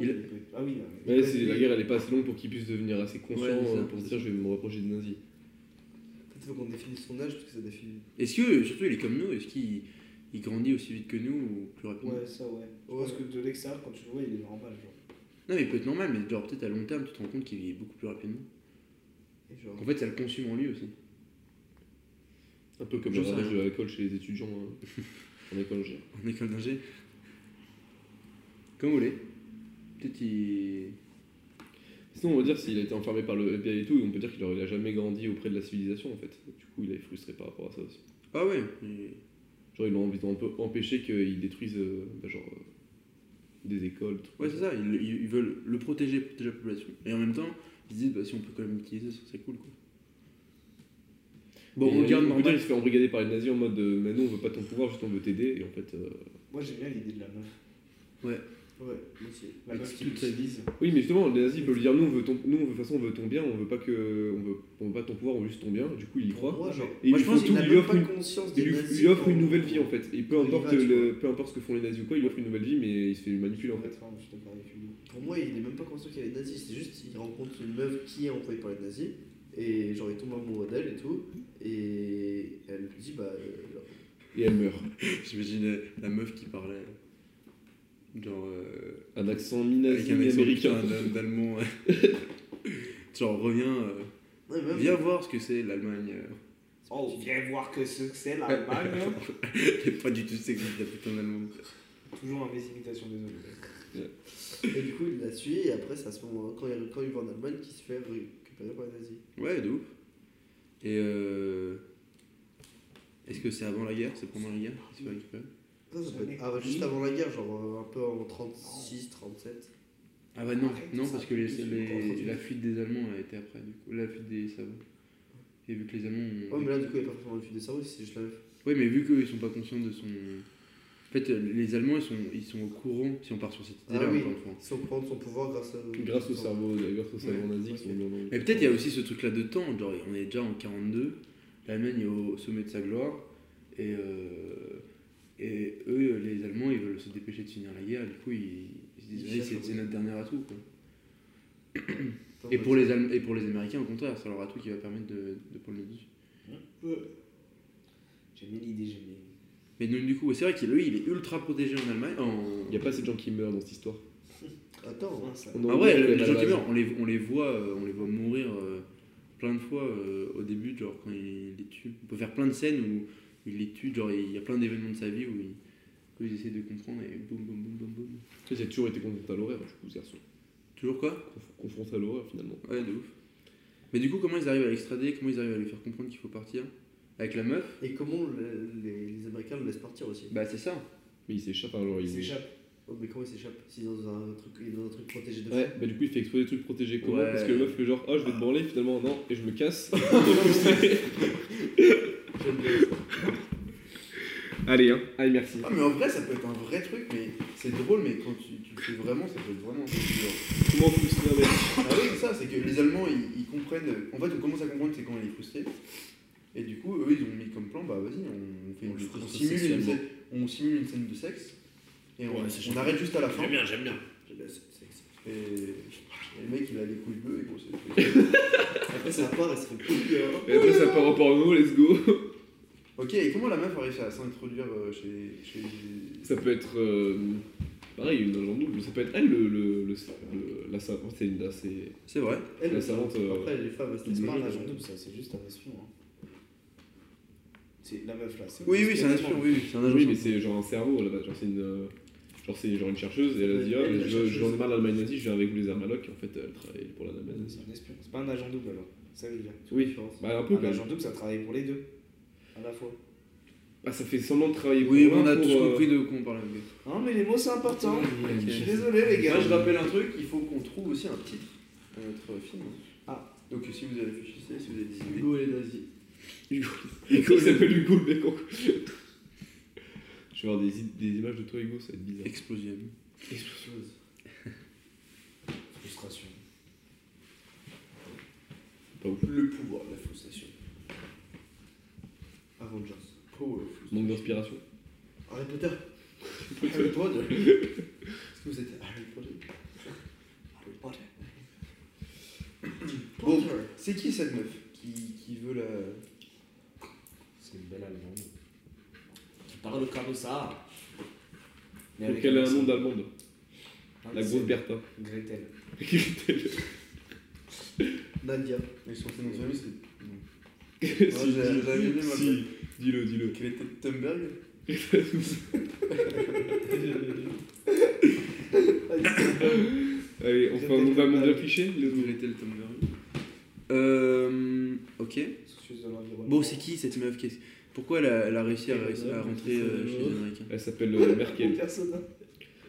[SPEAKER 13] euh,
[SPEAKER 4] Il-
[SPEAKER 3] Ah oui, ouais.
[SPEAKER 14] Mais c'est- la guerre elle est pas assez longue pour qu'il puisse devenir assez conscient
[SPEAKER 4] Ouais, c'est ça.
[SPEAKER 14] euh, pour se dire je vais me rapprocher des nazis.
[SPEAKER 13] Peut-être faut qu'on définisse son âge parce que ça définit.
[SPEAKER 4] Est-ce que, surtout, il est comme nous Est-ce qu'il il grandit aussi vite que nous ou plus rapidement
[SPEAKER 3] Ouais, ça, ouais. Je
[SPEAKER 13] Ouais.
[SPEAKER 3] pense que de l'extérieur, quand tu le vois, il est normal. Genre.
[SPEAKER 4] Non, mais il peut être normal, mais genre peut-être à long terme, tu te rends compte qu'il vieillit beaucoup plus rapidement.
[SPEAKER 13] Et genre,
[SPEAKER 4] En fait, ça le consume en lui aussi.
[SPEAKER 14] Un peu comme
[SPEAKER 4] J'en
[SPEAKER 14] le
[SPEAKER 4] sais
[SPEAKER 14] ramage de
[SPEAKER 4] rien.
[SPEAKER 14] l'alcool chez les étudiants hein, en école générale.
[SPEAKER 4] En école d'ingé. Comme vous voulez. Peut-être il.
[SPEAKER 14] Sinon, on va dire s'il a été enfermé par le FBI et tout, on peut dire qu'il aurait il a jamais grandi auprès de la civilisation en fait. Du coup, il est frustré par rapport à ça aussi.
[SPEAKER 4] Ah ouais il-
[SPEAKER 14] Genre, ils l'ont ils ont un peu empêché qu'il détruise euh, bah, genre, euh, des écoles. des trucs
[SPEAKER 4] Ouais,
[SPEAKER 14] comme
[SPEAKER 4] c'est ça, ils, ils veulent le protéger, protéger la population. Et en même temps, ils se disent, bah si on peut quand même l'utiliser, ça serait cool quoi. Bon,
[SPEAKER 14] Et
[SPEAKER 4] on
[SPEAKER 14] il-
[SPEAKER 4] regarde
[SPEAKER 14] on peut dire,
[SPEAKER 4] normal.
[SPEAKER 14] il se fait embrigader par les nazis en mode euh, mais nous on veut pas ton pouvoir, juste on veut t'aider. Et en fait, euh,
[SPEAKER 3] Moi, j'aime bien l'idée de la meuf.
[SPEAKER 13] ouais, moi aussi.
[SPEAKER 3] La meuf qui
[SPEAKER 4] Toute sa vie.
[SPEAKER 3] l'utilise.
[SPEAKER 14] Oui, mais justement, les nazis peuvent lui dire nous on veut ton, nous, on veut, de toute façon, on veut ton bien, on veut pas que, on veut, on veut pas ton pouvoir, on veut juste ton bien. Du coup, il y
[SPEAKER 13] Pour
[SPEAKER 14] croit.
[SPEAKER 13] moi, genre,
[SPEAKER 14] Et il
[SPEAKER 4] Moi,
[SPEAKER 14] lui
[SPEAKER 4] je
[SPEAKER 14] faut
[SPEAKER 4] pense
[SPEAKER 14] tout,
[SPEAKER 13] il n'a
[SPEAKER 14] il lui
[SPEAKER 13] même
[SPEAKER 14] offre
[SPEAKER 13] pas
[SPEAKER 14] une,
[SPEAKER 13] conscience des
[SPEAKER 14] il lui,
[SPEAKER 13] nazis
[SPEAKER 14] lui offre
[SPEAKER 13] quand-
[SPEAKER 14] une nouvelle vie en fait. Et peu
[SPEAKER 13] quand il
[SPEAKER 14] importe,
[SPEAKER 13] va, tu
[SPEAKER 14] le, peu importe ce que font les nazis ou quoi, il lui offre une nouvelle vie, mais il se fait manipuler en fait.
[SPEAKER 3] Attends, je suis d'accord avec lui.
[SPEAKER 13] Pour moi, il est même pas conscient qu'il y a des nazis, c'est juste il rencontre une meuf qui est employée par les nazis, et genre il tombe amoureux d'elle et tout, et elle lui dit bah. euh, genre,
[SPEAKER 14] Et elle meurt.
[SPEAKER 4] J'imagine euh, la meuf qui parlait. Genre. euh,
[SPEAKER 14] Un accent
[SPEAKER 4] avec
[SPEAKER 14] mi-nazi,
[SPEAKER 4] un accent
[SPEAKER 14] mi-américain.
[SPEAKER 4] putain d'al- d'allemand. Genre, reviens. euh,
[SPEAKER 13] Ouais, même,
[SPEAKER 4] viens voir ce que c'est l'Allemagne. euh.
[SPEAKER 3] Oh, viens voir que ce que c'est l'Allemagne. hein.
[SPEAKER 4] pas du tout sexiste la putain d'allemand.
[SPEAKER 3] Toujours un mes imitations, désolé.
[SPEAKER 13] Et du coup, il la suit, et après, c'est à ce moment quand il, quand il va en Allemagne qu'il se fait récupérer par les nazis.
[SPEAKER 4] Ouais, de ouf. Et euh... Est-ce que c'est avant la guerre C'est pendant la guerre qu'il se fait récupérer
[SPEAKER 13] Non, ça peut être ah, juste avant la guerre, genre euh, un peu en 36, 37.
[SPEAKER 4] Ah bah non,
[SPEAKER 13] Arrête,
[SPEAKER 4] non
[SPEAKER 13] ça,
[SPEAKER 4] parce que les-
[SPEAKER 13] ils sont
[SPEAKER 4] les-
[SPEAKER 13] pas en
[SPEAKER 4] la
[SPEAKER 13] 38.
[SPEAKER 4] fuite des Allemands a été après, du coup. La fuite des Savoies. Et vu que les Allemands. ont-
[SPEAKER 13] Ouais, mais là, du coup, il n'y a pas forcément le fil des cerveaux, c'est juste la meuf.
[SPEAKER 4] Oui, mais vu qu'ils sont pas conscients de son. En fait, les Allemands, ils sont, ils sont au courant, si on part sur cette
[SPEAKER 13] Ah
[SPEAKER 4] idée-là,
[SPEAKER 13] oui,
[SPEAKER 4] encore une fois.
[SPEAKER 13] ils sont prendre son pouvoir grâce, à-
[SPEAKER 14] Grâce au cerveau, grâce au cerveau
[SPEAKER 4] Ouais.
[SPEAKER 14] nazi qui sont mis en-
[SPEAKER 4] Mais peut-être il y a aussi ce truc-là de temps, genre on est déjà en 42, l'Allemagne est au sommet de sa gloire, et, euh, et eux, les Allemands, ils veulent se dépêcher de finir la guerre, et du coup ils, ils se disent
[SPEAKER 13] Ils
[SPEAKER 4] Allez,
[SPEAKER 13] cherchent
[SPEAKER 4] c'est
[SPEAKER 13] à
[SPEAKER 4] c'est notre dernier atout. quoi.
[SPEAKER 13] Attends,
[SPEAKER 4] Et,
[SPEAKER 13] bah,
[SPEAKER 4] pour
[SPEAKER 13] c'est-
[SPEAKER 4] les Allem- et pour les Américains, au contraire, c'est leur atout qui va permettre de, de prendre le dessus.
[SPEAKER 3] J'aime bien l'idée, j'aime bien.
[SPEAKER 4] Mais donc, du coup, c'est vrai qu'il lui, il est ultra protégé en Allemagne. En...
[SPEAKER 14] Il n'y a pas assez de gens qui meurent dans cette histoire.
[SPEAKER 13] Attends,
[SPEAKER 3] Mince, là.
[SPEAKER 14] On
[SPEAKER 4] Ah ouais,
[SPEAKER 14] aurait dû
[SPEAKER 4] les
[SPEAKER 14] aller à
[SPEAKER 4] gens
[SPEAKER 14] la
[SPEAKER 4] qui
[SPEAKER 14] base.
[SPEAKER 4] meurent, on les, on les voit, euh, on les voit mourir euh, plein de fois euh, au début, genre quand il les tue. On peut faire plein de scènes où il les tue, genre il y a plein d'événements de sa vie où il, où il essaie de comprendre et boum boum boum boum boum.
[SPEAKER 14] Tu sais, J'ai toujours été confronté à l'horreur, du coup, ce garçon.
[SPEAKER 4] Toujours quoi
[SPEAKER 14] Conf- Confronté à l'horreur, finalement.
[SPEAKER 4] Ouais, de ouf. Mais du coup, comment ils arrivent à l'extrader Comment ils arrivent à lui faire comprendre qu'il faut partir Avec la meuf
[SPEAKER 13] Et comment le- les, les Américains le laissent partir aussi
[SPEAKER 4] Bah, c'est ça.
[SPEAKER 14] Mais il s'échappe, hein, genre,
[SPEAKER 3] Il
[SPEAKER 14] il-
[SPEAKER 3] s'échappe.
[SPEAKER 13] Oh, Mais comment ils s'échappent S'ils sont dans un truc, ils sont dans un truc protégé de fou.
[SPEAKER 14] Ouais, bah du coup, il fait exploser des trucs protégés. Comment
[SPEAKER 4] Ouais.
[SPEAKER 14] Parce que le meuf, le genre, oh, je vais te branler, finalement, non, et je me casse.
[SPEAKER 5] Allez, hein.
[SPEAKER 14] Allez, merci.
[SPEAKER 4] Ah, mais en vrai, ça peut être un vrai truc, mais c'est drôle, mais quand tu, tu le fais vraiment, ça peut être vraiment un truc, genre,
[SPEAKER 14] Comment on peut se dire, mais-
[SPEAKER 4] Ah oui, c'est ça, c'est que les Allemands, ils, ils comprennent. En fait, on commence à comprendre c'est quand il est frustré. Et du coup, eux, ils ont mis comme plan, bah vas-y, on,
[SPEAKER 10] On
[SPEAKER 4] fait une-
[SPEAKER 10] le
[SPEAKER 4] on
[SPEAKER 10] frustre
[SPEAKER 4] simule une,
[SPEAKER 10] sexuellement.
[SPEAKER 4] scène- on simule une scène de sexe. Et on,
[SPEAKER 10] Ouais, c'est
[SPEAKER 4] on
[SPEAKER 10] chouette.
[SPEAKER 4] arrête juste à la fin.
[SPEAKER 10] bien, j'aime bien.
[SPEAKER 4] Et, et le mec, il a les couilles bleues et gros, c'est-
[SPEAKER 13] Après, ça part, elle se fait couper. hein.
[SPEAKER 14] Et après, ça part en porno, let's go.
[SPEAKER 4] Ok, et comment la meuf arrive à s'introduire euh, chez. chez...
[SPEAKER 14] Ça peut être. euh, Pareil, une agent double, mais ça peut être elle, le. le, le, le- la savante, c'est une assez.
[SPEAKER 4] C'est vrai.
[SPEAKER 13] Elle,
[SPEAKER 14] La savante. euh,
[SPEAKER 13] Après, les femmes, elles se
[SPEAKER 14] Ils
[SPEAKER 13] laissent
[SPEAKER 3] C'est pas un
[SPEAKER 13] parler.
[SPEAKER 3] agent double, ça, c'est juste un espion. hein. C'est la meuf là.
[SPEAKER 4] Oui, oui, c'est un espion, oui, oui, c'est un agent.
[SPEAKER 14] Oui, mais c'est genre un cerveau là-bas, genre c'est une. euh, Genre c'est genre une chercheuse et elle a
[SPEAKER 13] Ouais,
[SPEAKER 14] dit
[SPEAKER 13] elle,
[SPEAKER 14] ah,
[SPEAKER 13] la
[SPEAKER 14] je-
[SPEAKER 13] chercheuse.
[SPEAKER 14] j'en ai marre de l'Allemagne nazie, je viens avec vous les Armalocs et en fait elle travaille pour l'Allemagne nazie.
[SPEAKER 3] C'est un espion. C'est pas un agent double alors. C'est ça que je veux dire.
[SPEAKER 14] Oui, bah un peu quand
[SPEAKER 3] Un
[SPEAKER 14] même.
[SPEAKER 3] agent double, ça travaille pour les deux. À la fois.
[SPEAKER 14] Ah ça fait semblant de travailler pour
[SPEAKER 4] Oui,
[SPEAKER 14] l'un,
[SPEAKER 4] on a
[SPEAKER 14] pour,
[SPEAKER 4] tous
[SPEAKER 14] euh,
[SPEAKER 4] compris de quoi on parle. ok.
[SPEAKER 3] Hein, mais les mots c'est important.
[SPEAKER 4] Ok.
[SPEAKER 3] Je suis désolé les gars.
[SPEAKER 4] Moi, je rappelle un truc, il faut qu'on trouve aussi un titre à notre film. hein.
[SPEAKER 3] Ah.
[SPEAKER 4] Donc, si vous réfléchissez, si vous avez des idées.
[SPEAKER 13] Hugo et les nazis.
[SPEAKER 14] Hugo, il s'appelle Hugo le mec en Je vais avoir des, id- des images de toi Hugo, ça va être bizarre.
[SPEAKER 4] Explosion.
[SPEAKER 3] Frustration.
[SPEAKER 14] Pas ouf.
[SPEAKER 4] Le pouvoir de la frustration.
[SPEAKER 13] Avengers.
[SPEAKER 4] Power.
[SPEAKER 14] Manque d'inspiration.
[SPEAKER 13] Harry Potter.
[SPEAKER 4] Harry Potter. Est-ce que vous êtes Harry Potter Bon, c'est qui cette meuf qui, qui veut la.
[SPEAKER 3] C'est une belle allemande. Qui parle comme ça. Mais
[SPEAKER 14] Donc
[SPEAKER 3] avec
[SPEAKER 14] elle a un
[SPEAKER 3] accent.
[SPEAKER 14] nom d'allemande,
[SPEAKER 3] Hein,
[SPEAKER 14] la
[SPEAKER 3] c'est
[SPEAKER 14] grosse Bertha.
[SPEAKER 3] Gretel.
[SPEAKER 13] Nadia.
[SPEAKER 4] Mais son prénom de famille, c'est. j'ai-
[SPEAKER 14] Si,
[SPEAKER 4] j'ai jamais aimé, moi,
[SPEAKER 14] si, dis-le, dis-le.
[SPEAKER 4] Quelle était Thunberg
[SPEAKER 14] Allez, on, fait- on va monter l'afficher les
[SPEAKER 4] Quelle était le Thunberg Euh. Ok.
[SPEAKER 3] Soucieuse de l'environnement.
[SPEAKER 4] Bon, c'est qui cette meuf Qu'est-ce- Pourquoi elle a, elle a réussi à, à rentrer euh, chez les Américains
[SPEAKER 14] Elle s'appelle euh,
[SPEAKER 3] Quel
[SPEAKER 14] Merkel.
[SPEAKER 3] personnage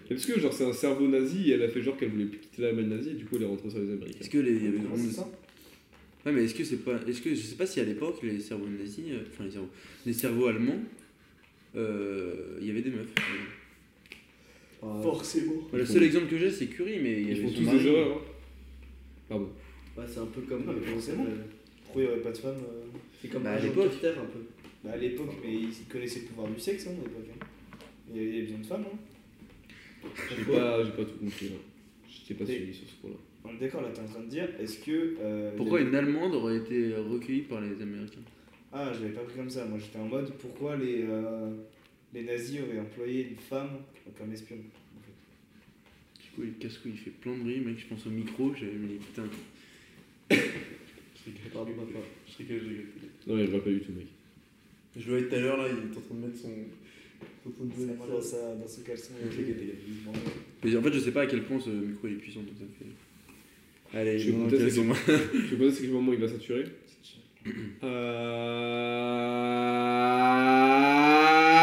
[SPEAKER 14] Et Parce que genre c'est un cerveau nazi et elle a fait genre qu'elle voulait quitter l'Allemagne nazie et du coup elle est rentrée sur les Américains.
[SPEAKER 4] Est-ce que les. il y avait
[SPEAKER 3] Non,
[SPEAKER 4] vraiment
[SPEAKER 3] C'est
[SPEAKER 4] des-
[SPEAKER 3] ça
[SPEAKER 4] Ouais, mais est-ce que c'est pas. Est-ce que je sais pas si à l'époque les cerveaux nazis, euh, enfin les cerveaux, les cerveaux allemands, euh, il y avait des meufs.
[SPEAKER 3] euh, Forcément.
[SPEAKER 4] Voilà, le seul exemple que j'ai, c'est Curie, mais il y
[SPEAKER 14] Ils
[SPEAKER 4] avait
[SPEAKER 14] font
[SPEAKER 4] son
[SPEAKER 14] tous
[SPEAKER 4] mari.
[SPEAKER 14] des erreurs. hein. Pardon.
[SPEAKER 13] Ouais, Ah, c'est un peu comme.
[SPEAKER 3] Non, mais
[SPEAKER 13] comment ça
[SPEAKER 3] forcément.
[SPEAKER 13] s'appelle
[SPEAKER 3] Pourquoi il n'y aurait pas de femme euh,
[SPEAKER 13] C'est comme
[SPEAKER 4] Bah, à
[SPEAKER 13] Agent
[SPEAKER 4] l'époque.
[SPEAKER 13] Carter, un peu.
[SPEAKER 3] Bah à l'époque, mais ils connaissaient le pouvoir du sexe hein, à l'époque. hein. Il y avait il y avait besoin de femmes. Hein.
[SPEAKER 14] J'ai pas, Bah, j'ai pas tout compris hein. là. J'étais pas
[SPEAKER 3] Mais-
[SPEAKER 14] suivi sur ce point là.
[SPEAKER 3] On est d'accord, là t'es en train de dire, est-ce que. euh,
[SPEAKER 4] Pourquoi
[SPEAKER 3] les-
[SPEAKER 4] une Allemande aurait été recueillie par les Américains
[SPEAKER 3] Ah, je l'avais pas pris comme ça, moi j'étais en mode pourquoi les, euh, les nazis auraient employé une femme comme espion.
[SPEAKER 4] Du coup, il casse il fait plein de bruit, mec. Je pense au micro, j'avais mis putain.
[SPEAKER 13] Pardon, papa.
[SPEAKER 4] Je rigole, je rigole.
[SPEAKER 14] Non mais je vois pas du tout mec.
[SPEAKER 4] Je le voyais tout à l'heure là, il est en train de mettre son.
[SPEAKER 3] Ça va dans, sa- dans ce caleçon.
[SPEAKER 4] Mais en fait, je sais pas à quel point ce micro il est puissant, donc ça me fait. Allez,
[SPEAKER 14] Je vais
[SPEAKER 4] non,
[SPEAKER 14] compter,
[SPEAKER 4] ok,
[SPEAKER 14] c'est
[SPEAKER 4] c'est
[SPEAKER 14] bon.
[SPEAKER 4] moi.
[SPEAKER 14] Je sais pas c'est quel moment il va saturer. Euh...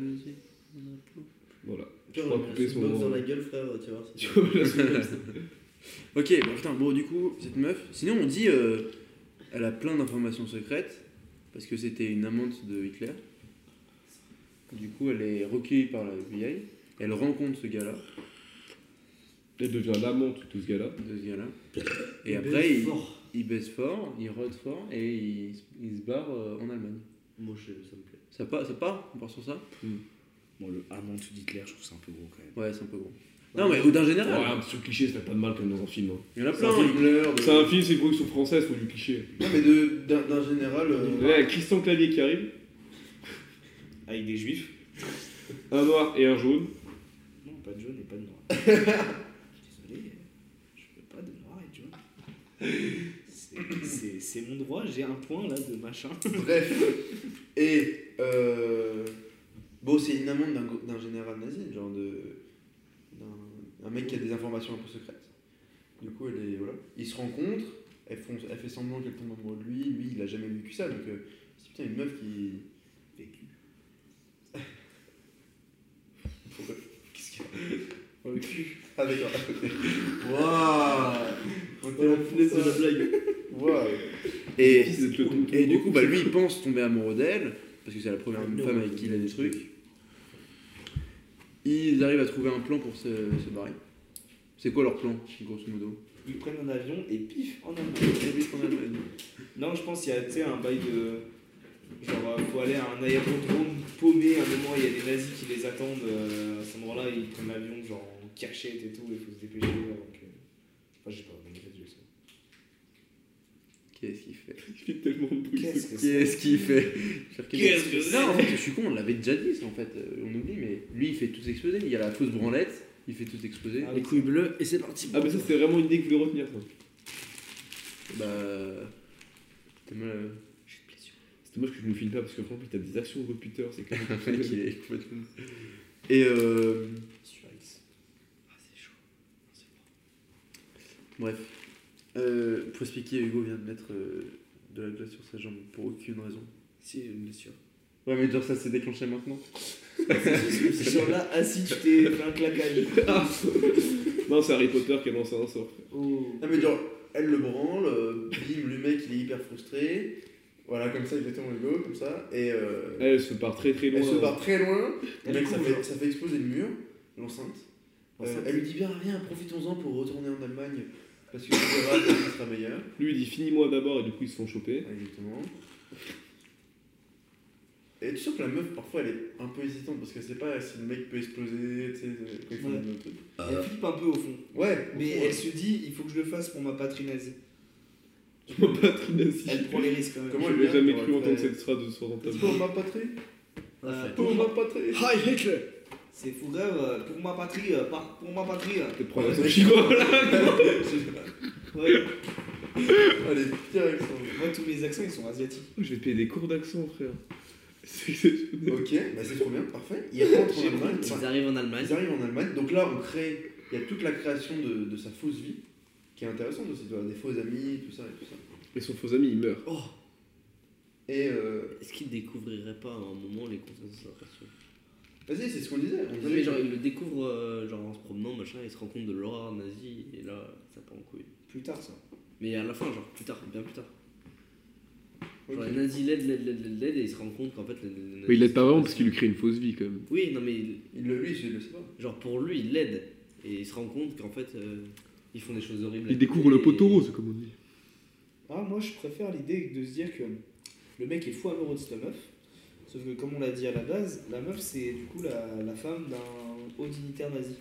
[SPEAKER 13] musique.
[SPEAKER 14] Voilà.
[SPEAKER 13] Tu
[SPEAKER 14] Je
[SPEAKER 13] vois,
[SPEAKER 14] crois
[SPEAKER 13] on a
[SPEAKER 14] couper hein.
[SPEAKER 13] une
[SPEAKER 14] ce
[SPEAKER 13] box dans
[SPEAKER 14] moment.
[SPEAKER 13] la gueule, frère, tu vois.
[SPEAKER 14] Tu vois, la souplesse.
[SPEAKER 4] ok, bon putain, bon du coup, cette meuf, sinon on dit, euh, elle a plein d'informations secrètes, parce que c'était une amante de Hitler. Du coup, elle est recueillie par la FBI, elle rencontre ce gars-là,
[SPEAKER 14] Elle devient l'amante de ce gars-là.
[SPEAKER 4] de ce gars-là, et
[SPEAKER 13] Il
[SPEAKER 4] après
[SPEAKER 13] baise
[SPEAKER 4] il,
[SPEAKER 13] fort.
[SPEAKER 4] il baisse fort, il rôde fort, et il, s- il se barre euh, en Allemagne.
[SPEAKER 13] Moi, je sais, ça me plaît.
[SPEAKER 4] Ça part, ça part, on part sur ça
[SPEAKER 5] Bon, le amant de Hitler, je trouve ça un peu gros quand même.
[SPEAKER 4] Ouais, c'est un peu gros. Non, mais ou d'un
[SPEAKER 14] Ouais,
[SPEAKER 4] général.
[SPEAKER 14] un petit cliché, ça fait pas de mal comme dans un film. hein.
[SPEAKER 4] Il y en a
[SPEAKER 14] C'est
[SPEAKER 4] plein,
[SPEAKER 14] un film.
[SPEAKER 4] Himmler, de-
[SPEAKER 14] C'est un film, c'est une production française, faut du cliché.
[SPEAKER 4] Non, mais de- d'un d'un général. euh,
[SPEAKER 14] Là, il y a Christian Clavier qui arrive,
[SPEAKER 3] Ah,
[SPEAKER 5] Avec des juifs
[SPEAKER 14] un noir et un jaune.
[SPEAKER 5] Non, pas de jaune et pas de noir. Désolé, euh, je veux pas de noir et de jaune.
[SPEAKER 3] C'est- C'est c'est mon droit, j'ai un point là de machin.
[SPEAKER 4] Bref. Et. euh, Bon, c'est une amende d'un go- d'un général nazi, genre de. d'un- Un mec qui a des informations un peu secrètes. Du coup, elle est. Voilà. Ils se rencontrent, elle, font- elle fait semblant qu'elle tombe amoureuse de lui, lui il a jamais vécu ça, donc. euh, C'est putain une meuf qui. Vécu. Pourquoi Qu'est-ce qu'il y a Pour le cul. Ah d'accord. Waouh
[SPEAKER 13] On a filé sur la blague.
[SPEAKER 4] Waouh Et.
[SPEAKER 14] Fils de Cloton.
[SPEAKER 4] Et du coup, bah, lui, il pense tomber amoureux d'elle, parce que c'est la première
[SPEAKER 13] Non.
[SPEAKER 4] femme avec qui il a des trucs. Ils arrivent à trouver un plan pour se, se barrer. C'est quoi leur plan, grosso modo
[SPEAKER 3] Ils prennent un avion et pif en Allemagne. Non, je pense qu'il y a tu sais, un bail de. Genre, euh, faut aller à un aérodrome paumé, à un moment il y a des nazis qui les attendent. euh, à ce moment-là, ils prennent l'avion, genre en cachette et tout, il faut se dépêcher. avant que... Enfin, j'ai pas vraiment réduit ça.
[SPEAKER 4] Qu'est-ce qu'il fait
[SPEAKER 14] Il fait tellement de bruit.
[SPEAKER 3] Qu'est-ce que c'est
[SPEAKER 4] Qu'est-ce qu'il fait
[SPEAKER 5] Qu'est-ce que c'est
[SPEAKER 4] Non, en fait, je suis con, on l'avait déjà dit, ça, en fait, euh, on oublie, mais lui, il fait tout exploser. Il y a la fausse branlette, il fait tout exploser.
[SPEAKER 3] Ah
[SPEAKER 5] Les couilles bleues, et c'est parti.
[SPEAKER 14] Ah, mais ça, c'était vraiment une idée que je voulais retenir, ça.
[SPEAKER 4] Bah. T'as mal.
[SPEAKER 14] C'est dommage que je ne filme pas euh, parce que franchement, il tape des actions au Peter, c'est clair.
[SPEAKER 4] Le mec, il est complètement. Et euh.
[SPEAKER 3] Sur X.
[SPEAKER 13] Ah, c'est chaud.
[SPEAKER 4] Bref. Euh, pour expliquer, Hugo vient de mettre euh, de la glace sur sa jambe pour aucune raison.
[SPEAKER 13] Si, bien sûr.
[SPEAKER 4] Ouais, mais genre ça s'est déclenché maintenant.
[SPEAKER 3] Genre là, assis, tu t'es fait un claquage.
[SPEAKER 14] non, c'est Harry Potter qui a lancé un sort.
[SPEAKER 3] Oh.
[SPEAKER 4] Non, mais genre, elle le branle, euh, bim, le mec il est hyper frustré. Voilà, comme ça, il fait tomber Hugo, comme ça. Et euh,
[SPEAKER 14] Eh, Elle, elle se part très très loin.
[SPEAKER 4] elle se barre très loin. Le
[SPEAKER 3] Elle
[SPEAKER 4] mec, ça
[SPEAKER 3] court,
[SPEAKER 4] fait, ça fait exploser le mur, l'enceinte. Euh,
[SPEAKER 3] L'enceinte.
[SPEAKER 4] elle lui dit bien, viens, profitons-en pour retourner en Allemagne. Parce que tu verras, ça sera meilleur.
[SPEAKER 14] Lui, il dit finis-moi d'abord et du coup, ils se font choper.
[SPEAKER 4] Exactement. Et tu sens que la meuf, parfois, elle est un peu hésitante parce qu'elle sait pas si le mec peut exploser, tu sais, quand il fait
[SPEAKER 3] Ouais.
[SPEAKER 4] un autre truc.
[SPEAKER 14] Euh,
[SPEAKER 3] Elle flippe un peu au fond.
[SPEAKER 4] Ouais,
[SPEAKER 3] Mais
[SPEAKER 4] au fond,
[SPEAKER 3] elle se dit, il faut que je le fasse pour ma patrie nazie.
[SPEAKER 14] Ma patrie nazie.
[SPEAKER 3] Elle prend les risques quand même.
[SPEAKER 4] Comment
[SPEAKER 14] Je
[SPEAKER 4] elle
[SPEAKER 14] n'ai
[SPEAKER 4] vient
[SPEAKER 14] jamais
[SPEAKER 4] pour
[SPEAKER 14] cru
[SPEAKER 4] être,
[SPEAKER 14] entendre
[SPEAKER 4] euh,
[SPEAKER 14] cette phrase de soir en
[SPEAKER 4] ouais.
[SPEAKER 14] table.
[SPEAKER 4] Pour ma patrie
[SPEAKER 3] Euh,
[SPEAKER 4] Pour ma patrie
[SPEAKER 3] Hi Hitler C'est fou grave, euh, pour ma patrie, euh, par- pour ma patrie. euh.
[SPEAKER 14] Je te prends la chihuahua
[SPEAKER 3] Ouais,
[SPEAKER 4] Allez, direct sans-
[SPEAKER 3] moi tous mes accents ils sont asiatiques.
[SPEAKER 14] Je vais te payer des cours d'accent, frère. C'est exceptionnel.
[SPEAKER 4] Ok, bah c'est trop bien, parfait. Ils rentrent en Allemagne.
[SPEAKER 10] Ils
[SPEAKER 4] enfin,
[SPEAKER 10] arrivent en Allemagne.
[SPEAKER 4] Ils arrivent en Allemagne. Donc là, on crée. Il y a toute la création de, de sa fausse vie qui est intéressante aussi. tu vois, Des faux amis, tout ça et tout ça.
[SPEAKER 14] Et son faux ami, il meurt.
[SPEAKER 4] Et euh,
[SPEAKER 10] Oh, Est-ce qu'ils découvriraient pas à un moment les concentrations
[SPEAKER 4] vas-y, c'est ce qu'on
[SPEAKER 3] Ah,
[SPEAKER 4] disait. On
[SPEAKER 10] Non,
[SPEAKER 4] disait
[SPEAKER 10] mais
[SPEAKER 4] que-
[SPEAKER 10] genre, ils le découvrent euh, genre, en se promenant, machin, ils se rendent compte de l'horreur nazie, et là, ça part en couille.
[SPEAKER 3] Plus tard ça.
[SPEAKER 10] Mais à la fin, genre, plus tard, bien plus tard. Genre,
[SPEAKER 4] Ok.
[SPEAKER 10] les nazis l'aident, l'aident, l'aident, l'aident, l'aident, et ils se rendent compte qu'en fait. Les, les nazis,
[SPEAKER 14] Mais il l'aide pas vraiment parce
[SPEAKER 10] c'est-
[SPEAKER 14] qu'il lui crée une fausse vie quand même.
[SPEAKER 10] Oui, non, mais il-
[SPEAKER 4] Il le, lui, je le sais pas.
[SPEAKER 10] genre, pour lui, il l'aide, et il se rend compte qu'en fait, euh, ils font des choses horribles. à
[SPEAKER 14] Il
[SPEAKER 10] côté,
[SPEAKER 14] découvre le
[SPEAKER 10] et-
[SPEAKER 14] poteau rose, comme on dit.
[SPEAKER 3] Ah moi je préfère l'idée de se dire que le mec est fou amoureux de cette meuf. Sauf que comme on l'a dit à la base, la meuf c'est du coup la, la femme d'un haut dignitaire nazi.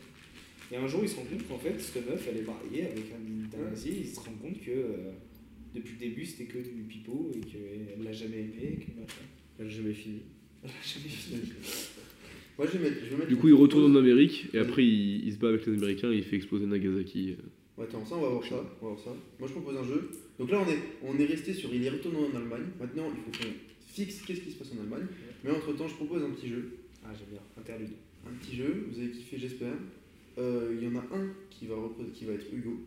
[SPEAKER 3] Et un jour ils se rendent compte qu'en fait cette meuf elle est mariée avec un dignitaire
[SPEAKER 4] Ouais.
[SPEAKER 3] nazi, ils se rendent compte que euh, depuis le début c'était que du pipeau et qu'elle l'a jamais aimé et que machin.
[SPEAKER 10] Elle a jamais fini.
[SPEAKER 3] Elle l'a jamais fini.
[SPEAKER 4] Moi, je vais mettre. je vais mettre
[SPEAKER 14] Du
[SPEAKER 4] une
[SPEAKER 14] coup, il
[SPEAKER 4] petite
[SPEAKER 14] retourne en
[SPEAKER 4] pause.
[SPEAKER 14] Amérique et après, il, il se bat avec les Américains et il fait exploser Nagasaki.
[SPEAKER 4] Ouais, attends, ça on va voir ça. On va voir ça. Moi je propose un jeu. Donc là on est, on est resté sur il est retourné en Allemagne. Maintenant il faut qu'on fixe qu'est-ce qui se passe en Allemagne. Mais entre temps je propose un petit jeu.
[SPEAKER 3] Ah j'aime bien, interlude.
[SPEAKER 4] Un petit jeu, vous avez kiffé j'espère. Euh, Il y en a un qui va, repré- qui va être Hugo.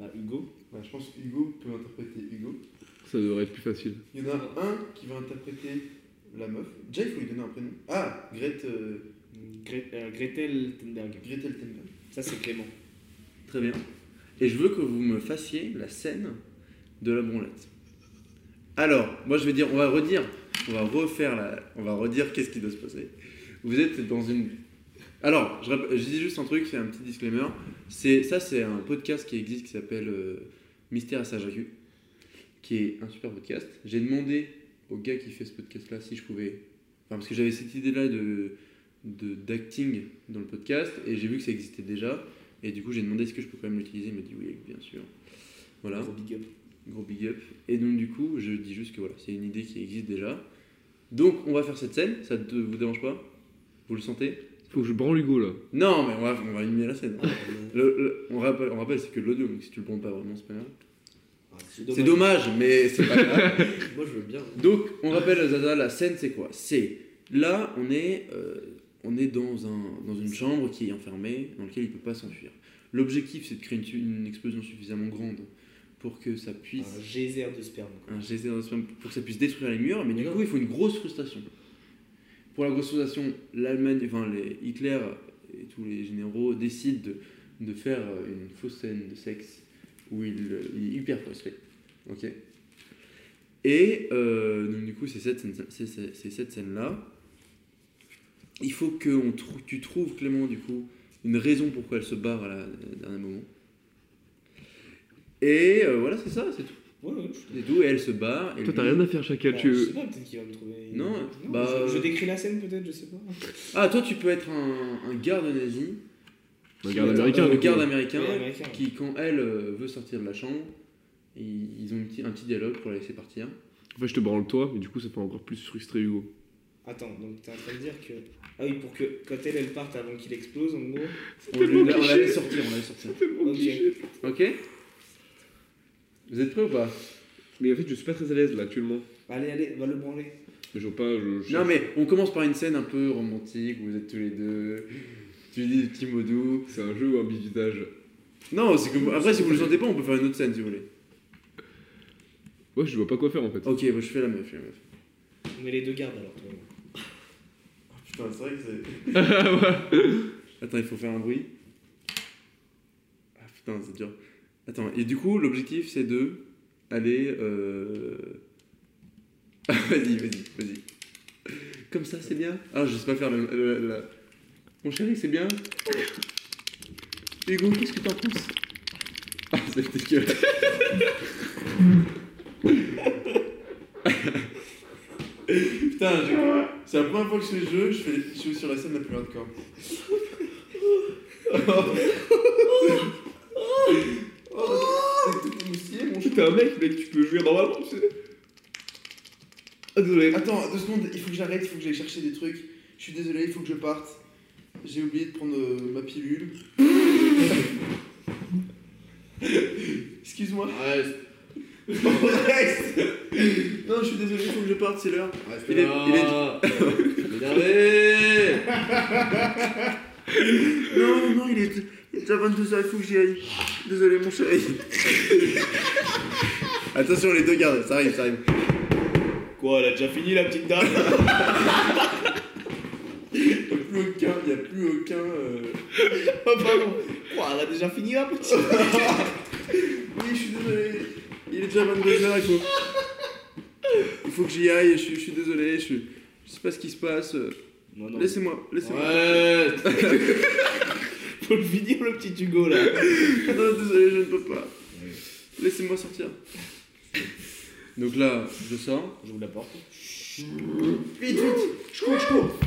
[SPEAKER 3] Bah Hugo,
[SPEAKER 4] Bah, je pense que Hugo peut interpréter Hugo.
[SPEAKER 14] Ça devrait être plus facile.
[SPEAKER 4] Il y en a un qui va interpréter la meuf. Déjà, il faut lui donner un prénom. Ah, Grete. euh,
[SPEAKER 5] Gre- euh, Gretel Tenberg.
[SPEAKER 4] Gretel Tenberg.
[SPEAKER 5] Ça, c'est Clément.
[SPEAKER 4] Très bien. Et je veux que vous me fassiez la scène de la branlette. Alors, moi je vais dire, on va redire, on va refaire la, on va redire qu'est-ce qui doit se passer. Vous êtes dans une. Alors, je, rapp- je dis juste un truc, c'est un petit disclaimer. C'est ça, c'est un podcast qui existe qui s'appelle euh, Mystère à Sajacu, qui est un super podcast. J'ai demandé au gars qui fait ce podcast-là si je pouvais, enfin parce que j'avais cette idée-là de de- d'acting dans le podcast et j'ai vu que ça existait déjà. Et du coup, j'ai demandé est-ce que je peux quand même l'utiliser. Il m'a dit oui, bien sûr. Voilà. Gros big up. Gros big up. Et donc, du coup, je dis juste que voilà, c'est une idée qui existe déjà. Donc, on va faire cette scène. Ça te, vous dérange pas Vous le sentez
[SPEAKER 9] Faut que je branle Hugo là.
[SPEAKER 4] Non, mais on va, on va animer la scène. Le- le- on rappelle, on rappelle c'est que de l'audio, donc si tu le prends pas vraiment, c'est pas grave.
[SPEAKER 10] Ah,
[SPEAKER 4] C'est dommage, mais c'est pas grave.
[SPEAKER 13] Moi, je veux bien.
[SPEAKER 4] Donc, on rappelle à Zaza, la scène c'est quoi C'est là, on est, euh, on est dans, un, dans une chambre qui est enfermée, dans laquelle il peut pas s'enfuir. L'objectif c'est de créer une, une explosion suffisamment grande pour que ça puisse.
[SPEAKER 3] Un geyser de sperme.
[SPEAKER 4] Un geyser de sperme pour que ça puisse détruire les murs, mais du coup il faut une grosse frustration. Pour la grosse frustration, l'Allemagne, enfin les Hitler et tous les généraux décident de, de faire euh, une fausse scène de sexe où il, il est hyper frustré. Ok Et euh, donc du coup c'est cette scène, c'est- c'est- c'est cette scène là. Il faut que on trou- tu trouves Clément du coup une raison pourquoi elle se barre à la, à dernier moment. Et euh, voilà c'est ça, c'est tout. C'est tout, et elle se barre. et
[SPEAKER 9] Toi, t'as
[SPEAKER 4] lui-
[SPEAKER 9] rien à faire, chacun, tu.
[SPEAKER 3] Bah, Je sais pas, peut-être qu'il va me trouver.
[SPEAKER 4] Non, bah-
[SPEAKER 3] je, je décris la scène peut-être, je sais pas.
[SPEAKER 4] Ah, toi, tu peux être un, un garde nazi.
[SPEAKER 9] Un
[SPEAKER 4] Qui-
[SPEAKER 9] garde américain,
[SPEAKER 4] Un
[SPEAKER 9] du coup.
[SPEAKER 4] garde américain,
[SPEAKER 3] Ouais, américain, ouais.
[SPEAKER 4] qui, quand elle euh, veut sortir de la chambre, ils, ils ont un petit, un petit dialogue pour la laisser partir.
[SPEAKER 9] En fait, je te branle toi, mais du coup, ça fait encore plus frustrer Hugo.
[SPEAKER 3] Attends, donc t'es en train de dire que. Ah oui, pour que quand elle, elle parte avant qu'il explose en gros.
[SPEAKER 4] On, lui- on la laisse sortir, on la laisse sortir.
[SPEAKER 3] Ok.
[SPEAKER 4] Ok Vous êtes prêts ou pas
[SPEAKER 14] Mais en fait, je suis pas très à l'aise là actuellement.
[SPEAKER 3] Allez, allez, va le branler.
[SPEAKER 14] Mais je vois pas. Je, je-
[SPEAKER 4] Non, mais on commence par une scène un peu romantique où vous êtes tous les deux. Tu dis des petits mots doux.
[SPEAKER 14] C'est un jeu ou un bidage
[SPEAKER 4] Non, c'est que. Après, si vous le sentez pas, on peut faire une autre scène si vous voulez.
[SPEAKER 14] Ouais, je vois pas quoi faire en fait.
[SPEAKER 4] Ok, bah, je fais la meuf. je fais la meuf.
[SPEAKER 3] On met les deux gardes alors, toi.
[SPEAKER 13] Putain, c'est vrai que c'est.
[SPEAKER 4] Attends, il faut faire un bruit. Ah putain, c'est dur. Attends, et du coup, l'objectif c'est de aller. Euh... Ah, vas-y, vas-y, vas-y. Comme ça, c'est bien Ah, je sais pas faire le. le- la- Mon chéri, c'est bien Hugo, qu'est-ce que t'en penses Ah, c'est dégueulasse. Putain, je- c'est la première fois que je fais le jeu, je, fais... je suis sur la scène la plus hardcore.
[SPEAKER 14] T'es un mec, mec, tu peux jouer normalement, tu sais. Ah, désolé.
[SPEAKER 4] Attends, deux secondes, il faut que j'arrête, il faut que j'aille chercher des trucs. Je suis désolé, il faut que je parte. J'ai oublié de prendre euh, ma pilule. Excuse-moi.
[SPEAKER 13] Reste,
[SPEAKER 4] Reste. Non, je suis désolé, il faut que je parte, c'est l'heure.
[SPEAKER 13] reste
[SPEAKER 4] Il est- il est-
[SPEAKER 13] là. Énervé.
[SPEAKER 4] Non, non, il est, il est déjà 22h, il faut que j'y aille. Désolé, mon chéri. Attention, les deux gardes, ça arrive, ça arrive.
[SPEAKER 5] Quoi, elle a déjà fini la petite dame
[SPEAKER 4] Il n'y a plus aucun. Il y a plus aucun euh,
[SPEAKER 5] Ah, pardon. Quoi, elle a déjà fini la petite
[SPEAKER 4] Oui, je suis désolé. Il est déjà 22h, il faut. Il faut que j'y aille, je suis, je suis désolé, je, suis- je sais pas ce qui se passe. euh,
[SPEAKER 5] Non, non.
[SPEAKER 4] Laissez-moi, laissez-moi.
[SPEAKER 13] Reste.
[SPEAKER 5] Faut le finir, le petit Hugo, là.
[SPEAKER 4] Non, désolé, je ne peux pas. Laissez-moi sortir. Donc là, je sors.
[SPEAKER 5] J'ouvre la porte.
[SPEAKER 4] Vite, vite, je cours, je cours.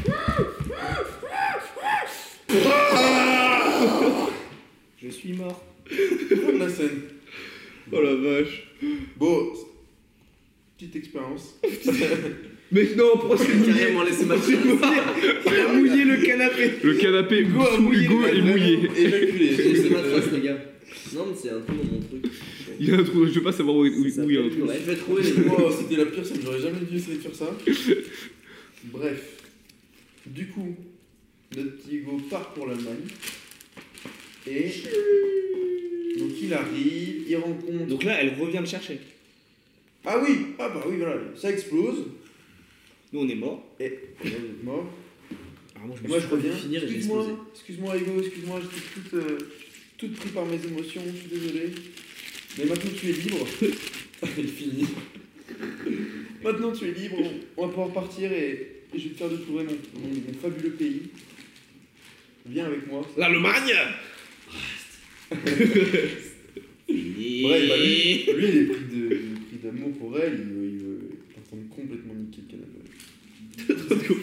[SPEAKER 5] Je suis mort.
[SPEAKER 4] Fin de la scène.
[SPEAKER 14] Oh la vache.
[SPEAKER 4] Bon, petite expérience.
[SPEAKER 14] Mec, non, pourquoi c'est mouillé
[SPEAKER 4] laissé ma
[SPEAKER 5] Il a mouillé le canapé.
[SPEAKER 9] Le canapé Hugo, Hugo est mouillé.
[SPEAKER 4] Éjaculé.
[SPEAKER 10] C'est ma trace, les gars. Non, mais c'est un trou dans mon truc.
[SPEAKER 9] Il y a un trou, je veux pas savoir où, où- où il y a un trou.
[SPEAKER 10] Ouais, je vais trouver.
[SPEAKER 4] Oh, c'était la pire scène, j'aurais jamais dû essayer de faire ça. Bref, du coup, notre petit Hugo part pour l'Allemagne. Et donc il arrive, il rencontre.
[SPEAKER 3] Donc là, elle revient le chercher.
[SPEAKER 4] Ah oui, ah bah oui, voilà, ça explose.
[SPEAKER 5] Nous, on est morts.
[SPEAKER 4] Et mort.
[SPEAKER 5] Alors moi, je me
[SPEAKER 4] Moi
[SPEAKER 5] suis
[SPEAKER 4] je
[SPEAKER 5] pas vu
[SPEAKER 4] reviens.
[SPEAKER 5] finir et j'ai
[SPEAKER 4] Excuse-moi,
[SPEAKER 5] explosé.
[SPEAKER 4] excuse-moi Ego, excuse-moi, je suis toute, euh, toute pris par mes émotions, je suis désolé. Mais maintenant tu es libre. Il finit. maintenant tu es libre, on, on va pouvoir partir et, et je vais te faire découvrir mon, mon, mon fabuleux pays. Viens avec moi.
[SPEAKER 14] L'Allemagne
[SPEAKER 4] Ouais, bah lui, lui, il est pris de- il est pris d'amour pour elle, il veut, il veut il est en train de complètement niquer le canapé.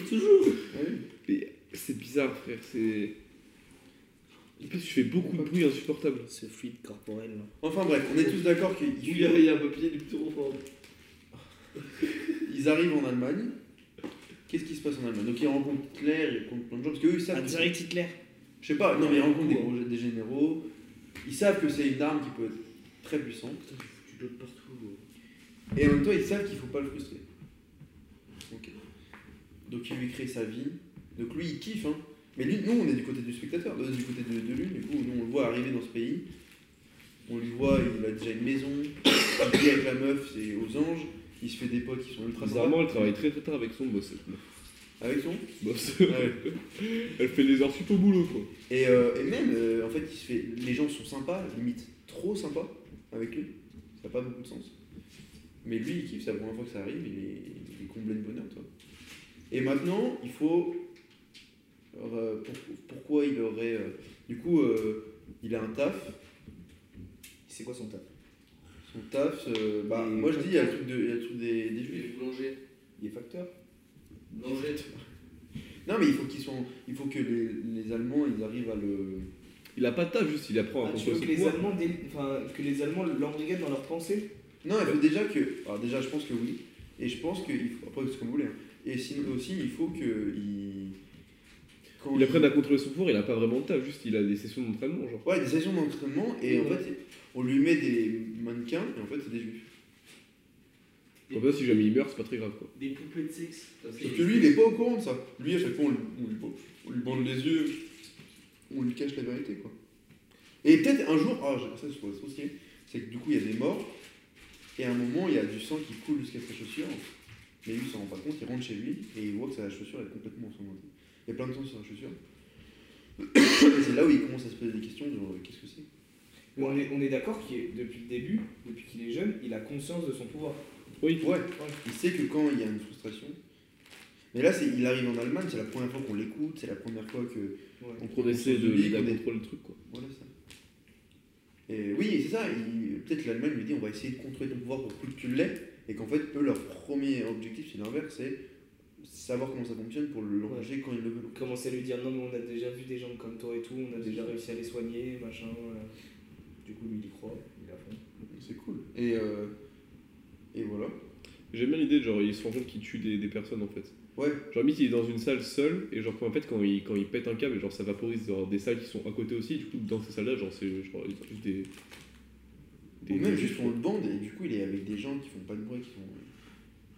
[SPEAKER 14] Mais c'est bizarre, frère, c'est. En plus, je fais beaucoup de bruit insupportable.
[SPEAKER 5] Ce fluide corporel. là.
[SPEAKER 4] Enfin bref, on est tous d'accord qu'ils
[SPEAKER 13] Il y a, il y a un papier du tour fort.
[SPEAKER 4] ils arrivent en Allemagne. Qu'est-ce qui se passe en Allemagne Donc ils rencontrent Hitler, ils rencontrent plein de gens, parce qu'eux ils savent.
[SPEAKER 5] Ah,
[SPEAKER 4] que-
[SPEAKER 5] direct Hitler.
[SPEAKER 4] Je sais pas, non mais ils rencontrent des, gros- des généraux, ils savent que c'est une arme qui peut être très puissante,
[SPEAKER 13] Tu dois partout.
[SPEAKER 4] et en même temps ils savent qu'il faut pas le frustrer. Ok. Donc il lui crée sa vie, donc lui il kiffe, hein. Mais lui, nous on est du côté du spectateur, euh, du côté de, de lui, du coup nous on le voit arriver dans ce pays, on lui voit, il a déjà une maison, il vit avec la meuf, c'est aux anges, il se fait des potes qui sont ultra
[SPEAKER 14] Bizarrement,
[SPEAKER 4] sympas.
[SPEAKER 14] elle travaille très très tard avec son boss. cette meuf.
[SPEAKER 4] Avec son
[SPEAKER 14] Boss.
[SPEAKER 4] Ouais.
[SPEAKER 14] Elle fait les heures sup au boulot, quoi.
[SPEAKER 4] Et, euh, et même, euh, en fait, il se fait, les gens sont sympas, limite trop sympas avec lui. Ça n'a pas beaucoup de sens. Mais lui, il kiffe, c'est la première fois que ça arrive, il est, il est comblé de bonheur, toi. Et maintenant, il faut. Alors, euh, pour- pourquoi il aurait. euh, du coup, euh, il a un taf.
[SPEAKER 3] C'est quoi son taf
[SPEAKER 4] Son taf, euh, bah,
[SPEAKER 3] Et
[SPEAKER 4] moi je dis, il y a le truc, de- il y a le truc des, des
[SPEAKER 17] Il
[SPEAKER 4] juifs.
[SPEAKER 17] est boulanger.
[SPEAKER 3] Il est facteur
[SPEAKER 17] Boulanger.
[SPEAKER 4] Non, mais il faut, qu'ils sont, il faut que les, les Allemands ils arrivent à le.
[SPEAKER 14] Il a pas de taf, juste il apprend à
[SPEAKER 3] Ah, tu veux
[SPEAKER 14] contrôler
[SPEAKER 3] que
[SPEAKER 14] son
[SPEAKER 3] les
[SPEAKER 14] pouvoir.
[SPEAKER 3] Allemands, dé- enfin, que les Allemands l'embrigadent dans leurs pensées
[SPEAKER 4] Non, il faut déjà que. Alors, déjà, je pense que oui. Et je pense que. il faut- Après, c'est ce qu'on voulait. hein. Et sinon aussi, il faut que. Il, quand
[SPEAKER 14] Il apprenne à contrôler son pouvoir, il a pas vraiment de taf, juste il a des sessions d'entraînement, genre.
[SPEAKER 4] Ouais, des sessions d'entraînement. Et en fait, on lui met des mannequins. Et en fait, c'est des juifs.
[SPEAKER 14] Comme ça, si jamais il meurt, c'est pas très grave, quoi.
[SPEAKER 13] Des poupées de sexe.
[SPEAKER 4] Sauf que lui, il est pas au courant de ça. Lui, à chaque fois, on lui, on lui, on lui bande les yeux. On lui cache la vérité, quoi. Et peut-être un jour. Ah, j'ai- ça, je trouve ça trop stylé. C'est que du coup, il y a des morts. Et à un moment, il y a du sang qui coule jusqu'à sa chaussure. Mais lui, il s'en rend pas compte, il rentre chez lui et il voit que sa chaussure est complètement ensanglantée. Il y a plein de sang sur sa chaussure. Et c'est là où il commence à se poser des questions genre, euh, qu'est-ce que c'est
[SPEAKER 3] Mais on est, on est d'accord qu'il est, depuis le début, depuis qu'il est jeune, il a conscience de son pouvoir.
[SPEAKER 14] Oui.
[SPEAKER 4] Ouais, il sait que quand il y a une frustration. Mais là, c'est, il arrive en Allemagne, c'est la première fois qu'on l'écoute, c'est la première fois que.
[SPEAKER 3] Ouais.
[SPEAKER 4] on
[SPEAKER 14] On essaie de,
[SPEAKER 4] lui,
[SPEAKER 14] de
[SPEAKER 4] qu'on est-
[SPEAKER 14] contrôler le truc, quoi.
[SPEAKER 4] Voilà ça. Et oui, c'est ça, il- peut-être l'Allemagne lui dit on va essayer de contrôler ton pouvoir pour plus que tu l'aies, et qu'en fait, eux, leur premier objectif, c'est l'inverse, c'est savoir comment ça fonctionne pour l'engager quand ils le veulent.
[SPEAKER 3] Il commence à lui dire non, mais on a déjà vu des gens comme toi et tout, on a déjà réussi à les soigner, machin. euh. Du coup, lui, il y croit, il a fond.
[SPEAKER 4] C'est cool. Et, euh, et voilà.
[SPEAKER 14] J'aime bien l'idée, de, genre, il se rend compte qu'il tue des, des personnes en fait.
[SPEAKER 4] Ouais.
[SPEAKER 14] Genre, limite, il est dans une salle seul, et genre, en fait, quand il, quand il pète un câble, genre, ça vaporise genre, des salles qui sont à côté aussi, du coup, dans ces salles-là, genre, c'est genre, il y a juste des.
[SPEAKER 4] Ou même juste on le bande et du coup il est avec des gens qui font pas de bruit, qui sont.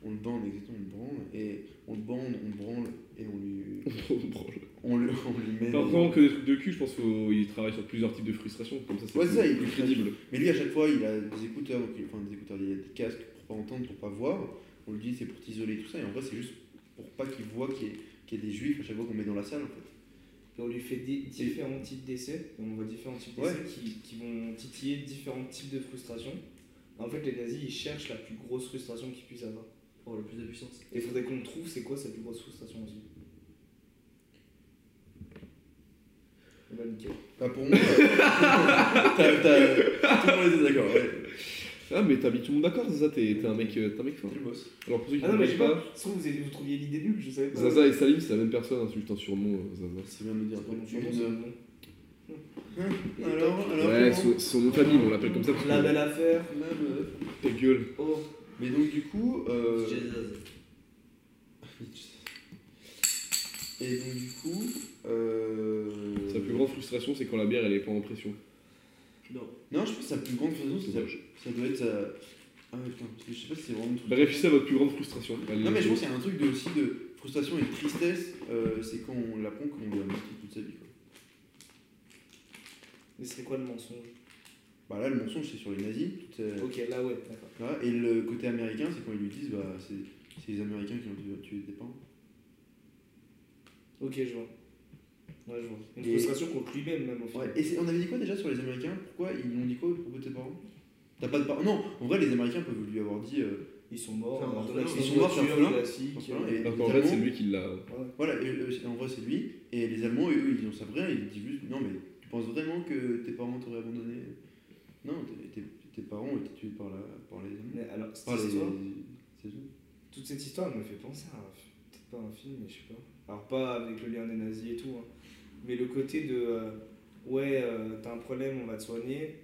[SPEAKER 4] On le bande exactement, on le branle et on le bande, on le branle et on lui.
[SPEAKER 14] on branle.
[SPEAKER 4] On, le, on lui met.
[SPEAKER 14] Pas
[SPEAKER 4] des-
[SPEAKER 14] vraiment que des trucs de cul, je pense qu'il travaille sur plusieurs types de frustrations, comme ça, c'est
[SPEAKER 4] Ouais,
[SPEAKER 14] plus,
[SPEAKER 4] ça, il-
[SPEAKER 14] plus crédible.
[SPEAKER 4] Mais lui à chaque fois il a des écouteurs, donc il- enfin des écouteurs, il a des casques pour pas entendre, pour pas voir. On lui dit c'est pour t'isoler tout ça et en vrai c'est juste pour pas qu'il voit qu'il y, ait- qu'il y ait des juifs à chaque fois qu'on met dans la salle en fait.
[SPEAKER 3] Et on lui fait di- différents types d'essais, et on voit différents types d'essais
[SPEAKER 4] Ouais.
[SPEAKER 3] qui, qui vont titiller différents types de frustrations. En fait, les nazis, ils cherchent la plus grosse frustration qu'ils puissent avoir.
[SPEAKER 13] Oh, le plus de puissance.
[SPEAKER 3] Et il faudrait qu'on trouve c'est quoi sa plus grosse frustration aussi. On va nickel.
[SPEAKER 4] Bah pour moi. euh, t'as- t'as- tout le monde était d'accord, ouais.
[SPEAKER 14] Ah, mais t'as mis tout le monde d'accord, Zaza, t'es t'es un, mec, euh, t'es un mec fort.
[SPEAKER 4] C'est le boss.
[SPEAKER 14] Alors, pour ceux qui
[SPEAKER 3] Ah non,
[SPEAKER 14] ne
[SPEAKER 3] mais je
[SPEAKER 14] connaissent
[SPEAKER 3] sais
[SPEAKER 14] pas,
[SPEAKER 3] pas, ça se trouve, vous, avez- vous trouviez l'idée nulle, je savais pas.
[SPEAKER 14] Zaza et Salim, c'est la même personne, hein, c'est juste un surnom, euh, Zaza.
[SPEAKER 4] C'est bien de nous dire.
[SPEAKER 3] C'est pas mon
[SPEAKER 4] Une,
[SPEAKER 3] surnom, c'est mon nom.
[SPEAKER 4] euh, Alors, alors.
[SPEAKER 14] ouais,
[SPEAKER 4] comment
[SPEAKER 14] son, son nom de famille, on l'appelle comme ça, parce
[SPEAKER 3] La
[SPEAKER 14] que
[SPEAKER 3] belle affaire.
[SPEAKER 4] Même, euh,
[SPEAKER 14] ta gueule.
[SPEAKER 3] Oh,
[SPEAKER 4] Mais donc du coup. euh,
[SPEAKER 13] J'ai des as.
[SPEAKER 4] Et donc du coup, euh...
[SPEAKER 14] Sa plus grande frustration, c'est quand la bière, elle est pas en pression.
[SPEAKER 4] Non, je pense que sa plus grande raison, c'est ça, ça doit être... euh, Ah ouais, putain, parce que je sais pas si c'est vraiment... tout.
[SPEAKER 14] Bah, réfléchissez à votre plus grande frustration. Allez,
[SPEAKER 4] Non mais je pense qu'il y a un truc de, aussi de frustration et de tristesse, euh, c'est quand on l'apprend qu'on lui a menti toute sa vie. Quoi.
[SPEAKER 3] mais c'est quoi le mensonge
[SPEAKER 4] Bah là,
[SPEAKER 14] Oh.
[SPEAKER 4] le mensonge, c'est sur les nazis, toute sa-
[SPEAKER 3] Ok, là ouais, d'accord.
[SPEAKER 4] voilà. et le côté américain, c'est quand ils lui disent, bah c'est C'est les Américains qui ont tué des pins.
[SPEAKER 3] Ok, je vois. Ouais, je vois. Une
[SPEAKER 4] Et-
[SPEAKER 3] frustration contre lui-même, même au final.
[SPEAKER 4] Ouais, et c'est- on avait dit quoi déjà sur les Américains Pourquoi ils ont dit quoi à propos de tes parents T'as pas de parents Non, en vrai, les Américains peuvent lui avoir dit.
[SPEAKER 3] ils sont morts,
[SPEAKER 4] Enfin,
[SPEAKER 3] euh, dans
[SPEAKER 4] orphelin,
[SPEAKER 3] l'accident
[SPEAKER 4] ils sont morts,
[SPEAKER 3] de
[SPEAKER 4] c'est un
[SPEAKER 3] voiture,
[SPEAKER 4] orphelin.
[SPEAKER 3] classique,
[SPEAKER 4] Orphelin,
[SPEAKER 3] euh,
[SPEAKER 4] et
[SPEAKER 14] Alors qu'en
[SPEAKER 4] les
[SPEAKER 14] fait, c'est
[SPEAKER 4] Allemands-
[SPEAKER 14] lui qui l'a.
[SPEAKER 4] Voilà, et, euh, c'est- en vrai, c'est lui. Et les Allemands, eux, ils en savent rien. Ils disent juste Non, mais tu penses vraiment que tes parents t'auraient abandonné Non, tes- tes tes parents ont été tués par, la, par les Allemands.
[SPEAKER 3] Mais alors,
[SPEAKER 4] Par
[SPEAKER 3] cette
[SPEAKER 4] les-
[SPEAKER 3] histoire-
[SPEAKER 4] c'est tout.
[SPEAKER 3] Toute cette histoire elle me fait penser à un fi- peut-être pas un film, mais je sais pas. Alors pas avec le lien des nazis et tout, hein. mais le côté de euh, ouais euh, t'as un problème, on va te soigner.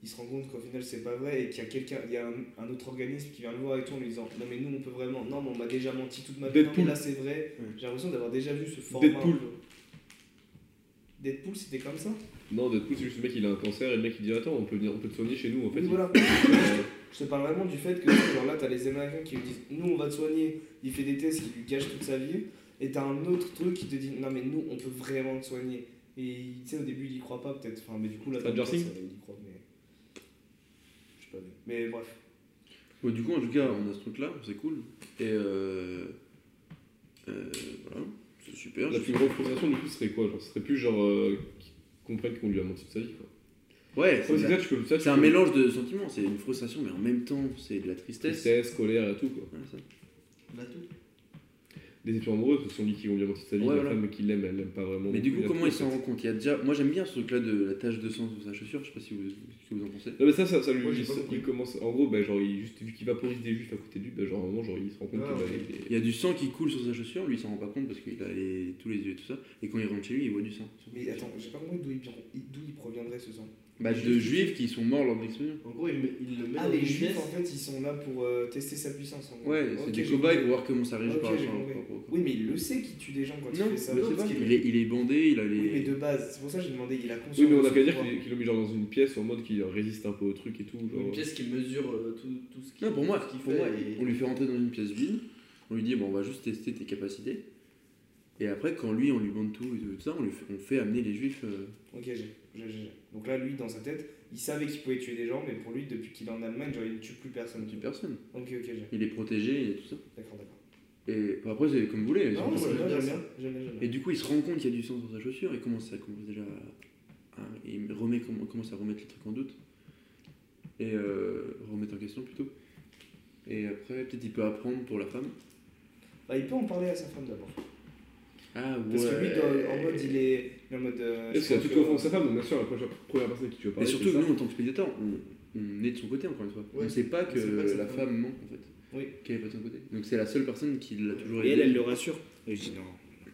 [SPEAKER 3] Il se rend compte qu'au final c'est pas vrai et qu'il y a quelqu'un, il y a un, un autre organisme qui vient le voir et tout en lui disant non mais nous on peut vraiment, non mais on m'a déjà menti toute ma vie, non, mais
[SPEAKER 14] Deadpool.
[SPEAKER 3] là c'est vrai.
[SPEAKER 4] Ouais.
[SPEAKER 3] J'ai l'impression d'avoir déjà vu ce format. un
[SPEAKER 14] Deadpool.
[SPEAKER 3] peu. Deadpool c'était comme ça.
[SPEAKER 14] Non, Deadpool, c'est juste le mec, il a un cancer et le mec il dit Attends, on peut, venir, on peut te soigner chez nous en fait.
[SPEAKER 3] Oui,
[SPEAKER 14] Il-
[SPEAKER 3] voilà.
[SPEAKER 14] Euh,
[SPEAKER 3] Je te parle vraiment du fait que genre là, t'as les Américains qui lui disent nous on va te soigner, il fait des tests qui lui gâchent toute sa vie, et t'as un autre truc qui te dit non mais nous on peut vraiment te soigner. Et tu sais au début il y croit pas peut-être, enfin mais du coup là
[SPEAKER 14] Stranger
[SPEAKER 3] dans le
[SPEAKER 14] Things
[SPEAKER 3] sens, il y croit mais. Je sais pas mais- Mais bref.
[SPEAKER 4] Bon, du coup, en tout cas, on a ce truc-là, c'est cool. Et euh, euh, voilà, c'est super.
[SPEAKER 14] La plus grosse frustration du coup, ce serait quoi genre, Ce serait plus genre euh, qu'ils comprennent qu'on lui a menti de sa vie quoi.
[SPEAKER 4] Ouais,
[SPEAKER 14] Ouais,
[SPEAKER 4] c'est
[SPEAKER 14] c'est
[SPEAKER 4] ça.
[SPEAKER 14] ça, tu peux- ça, tu
[SPEAKER 4] C'est un
[SPEAKER 14] peux-
[SPEAKER 4] mélange de sentiments, c'est une frustration, mais en même temps, c'est de la tristesse.
[SPEAKER 14] Tristesse, colère et tout quoi.
[SPEAKER 4] Ouais, ça.
[SPEAKER 13] Là, tout.
[SPEAKER 14] Déception amoureuse, parce que son lit qui ont bien menti de sa vie,
[SPEAKER 4] Ouais,
[SPEAKER 14] la
[SPEAKER 4] voilà.
[SPEAKER 14] femme qui l'aime, elle l'aime pas vraiment.
[SPEAKER 4] Mais du
[SPEAKER 14] Il
[SPEAKER 4] coup,
[SPEAKER 14] y a
[SPEAKER 4] comment
[SPEAKER 14] tout,
[SPEAKER 4] ils
[SPEAKER 14] en
[SPEAKER 4] s'en
[SPEAKER 14] fait.
[SPEAKER 4] rendent compte Il y a déjà, moi j'aime bien ce truc-là de la tache de sang sous sa chaussure. Je sais pas si vous, ce que vous en pensez.
[SPEAKER 14] Non, mais ça, ça, ça lui.
[SPEAKER 13] Moi, j'ai
[SPEAKER 14] il,
[SPEAKER 13] pas compris.
[SPEAKER 14] il commence. En gros, bah, genre, il, juste vu qu'il vaporise des juifs à côté de lui, bah, genre, à un moment, genre, il se rend compte
[SPEAKER 13] Ah,
[SPEAKER 14] qu'il va
[SPEAKER 13] ouais.
[SPEAKER 14] avec des-
[SPEAKER 4] Il y a du sang qui coule sur sa chaussure. Lui, il s'en rend pas compte parce qu'il a les- tous les yeux et tout ça. Et quand il rentre chez lui, il voit du sang.
[SPEAKER 3] Mais attends, j'ai pas compris d'où il, vient- d'où il proviendrait ce sang.
[SPEAKER 4] Bah, de juifs qui sont morts lors de l'explosion.
[SPEAKER 13] En gros, il, met- il le met
[SPEAKER 3] Ah
[SPEAKER 13] dans
[SPEAKER 3] les
[SPEAKER 13] une
[SPEAKER 3] juifs
[SPEAKER 13] pièce.
[SPEAKER 3] en fait ils sont là pour euh, tester sa puissance en gros.
[SPEAKER 4] Ouais, c'est
[SPEAKER 3] Ok,
[SPEAKER 4] des
[SPEAKER 3] j'ai
[SPEAKER 4] cobayes pour
[SPEAKER 3] compris.
[SPEAKER 4] voir comment ça réagit
[SPEAKER 3] Ok,
[SPEAKER 4] par rapport
[SPEAKER 3] j'ai
[SPEAKER 4] à-
[SPEAKER 3] compris.
[SPEAKER 4] par rapport à-
[SPEAKER 3] Oui mais il le sait qu'il tue des gens quand
[SPEAKER 4] Non,
[SPEAKER 3] il fait ça.
[SPEAKER 4] je sais
[SPEAKER 3] parce
[SPEAKER 4] pas.
[SPEAKER 3] qu'il-
[SPEAKER 4] il, est, il est bandé, il a les.
[SPEAKER 3] Oui mais de base, c'est pour ça que j'ai demandé, il a conscience.
[SPEAKER 14] Oui, mais on
[SPEAKER 3] de
[SPEAKER 14] a
[SPEAKER 3] son
[SPEAKER 14] qu'à dire
[SPEAKER 3] pouvoir.
[SPEAKER 14] qu'il qu'il l'ont mis genre dans une pièce en mode qu'il résiste un peu au truc et tout. Genre...
[SPEAKER 13] Une pièce qui mesure euh, tout, tout ce qui
[SPEAKER 4] Non, pour moi,
[SPEAKER 13] tout ce qu'il
[SPEAKER 4] pour
[SPEAKER 13] fait
[SPEAKER 4] moi,
[SPEAKER 13] et-
[SPEAKER 4] on lui fait rentrer dans une pièce vide, on lui dit bon, on va juste tester tes capacités. Et après, quand lui, on lui bande tout et tout ça, on, lui fait, on fait amener les juifs. euh,
[SPEAKER 3] Ok, j'ai, j'ai, j'ai. Donc là, lui, dans sa tête, il savait qu'il pouvait tuer des gens, mais pour lui, depuis qu'il est en Allemagne, genre, il ne tue plus personne.
[SPEAKER 4] une personne.
[SPEAKER 3] Ok, ok, j'ai.
[SPEAKER 4] Il est protégé et tout ça.
[SPEAKER 3] D'accord, d'accord.
[SPEAKER 4] Et bah, après, c'est comme vous voulez.
[SPEAKER 3] Non,
[SPEAKER 4] c'est-
[SPEAKER 3] c'est bien, j'aime
[SPEAKER 13] j'aime bien
[SPEAKER 3] bien, j'aime bien, j'aime
[SPEAKER 4] Et
[SPEAKER 3] bien.
[SPEAKER 4] du coup, il se rend compte qu'il y a du sang sur sa chaussure et commence à commence déjà à, à- il remet comment commence à remettre les trucs en doute et euh, remettre en question plutôt. Et après, peut-être il peut apprendre pour la femme.
[SPEAKER 3] Bah, il peut en parler à sa femme d'abord.
[SPEAKER 4] Ah ouais.
[SPEAKER 3] Parce que lui, dans- en mode, il est. il est en mode. euh,
[SPEAKER 14] Est-ce qu'il a
[SPEAKER 3] je
[SPEAKER 14] tout
[SPEAKER 3] pense que-
[SPEAKER 14] offensé sa femme, donc bien sûr, la prochaine- première personne avec qui tu vas
[SPEAKER 4] Mais
[SPEAKER 14] parler.
[SPEAKER 4] surtout,
[SPEAKER 14] c'est ça.
[SPEAKER 4] nous, en tant que spectateurs, on, on est de son côté encore une fois.
[SPEAKER 13] Ouais.
[SPEAKER 4] On sait pas que,
[SPEAKER 13] On sait pas que c'est
[SPEAKER 4] la
[SPEAKER 13] la
[SPEAKER 4] femme manque en fait.
[SPEAKER 3] Oui.
[SPEAKER 4] Qu'elle est pas de son côté. Donc c'est la seule personne qui l'a toujours
[SPEAKER 5] Et elle,
[SPEAKER 4] aidé.
[SPEAKER 5] elle le rassure. Et je dis non,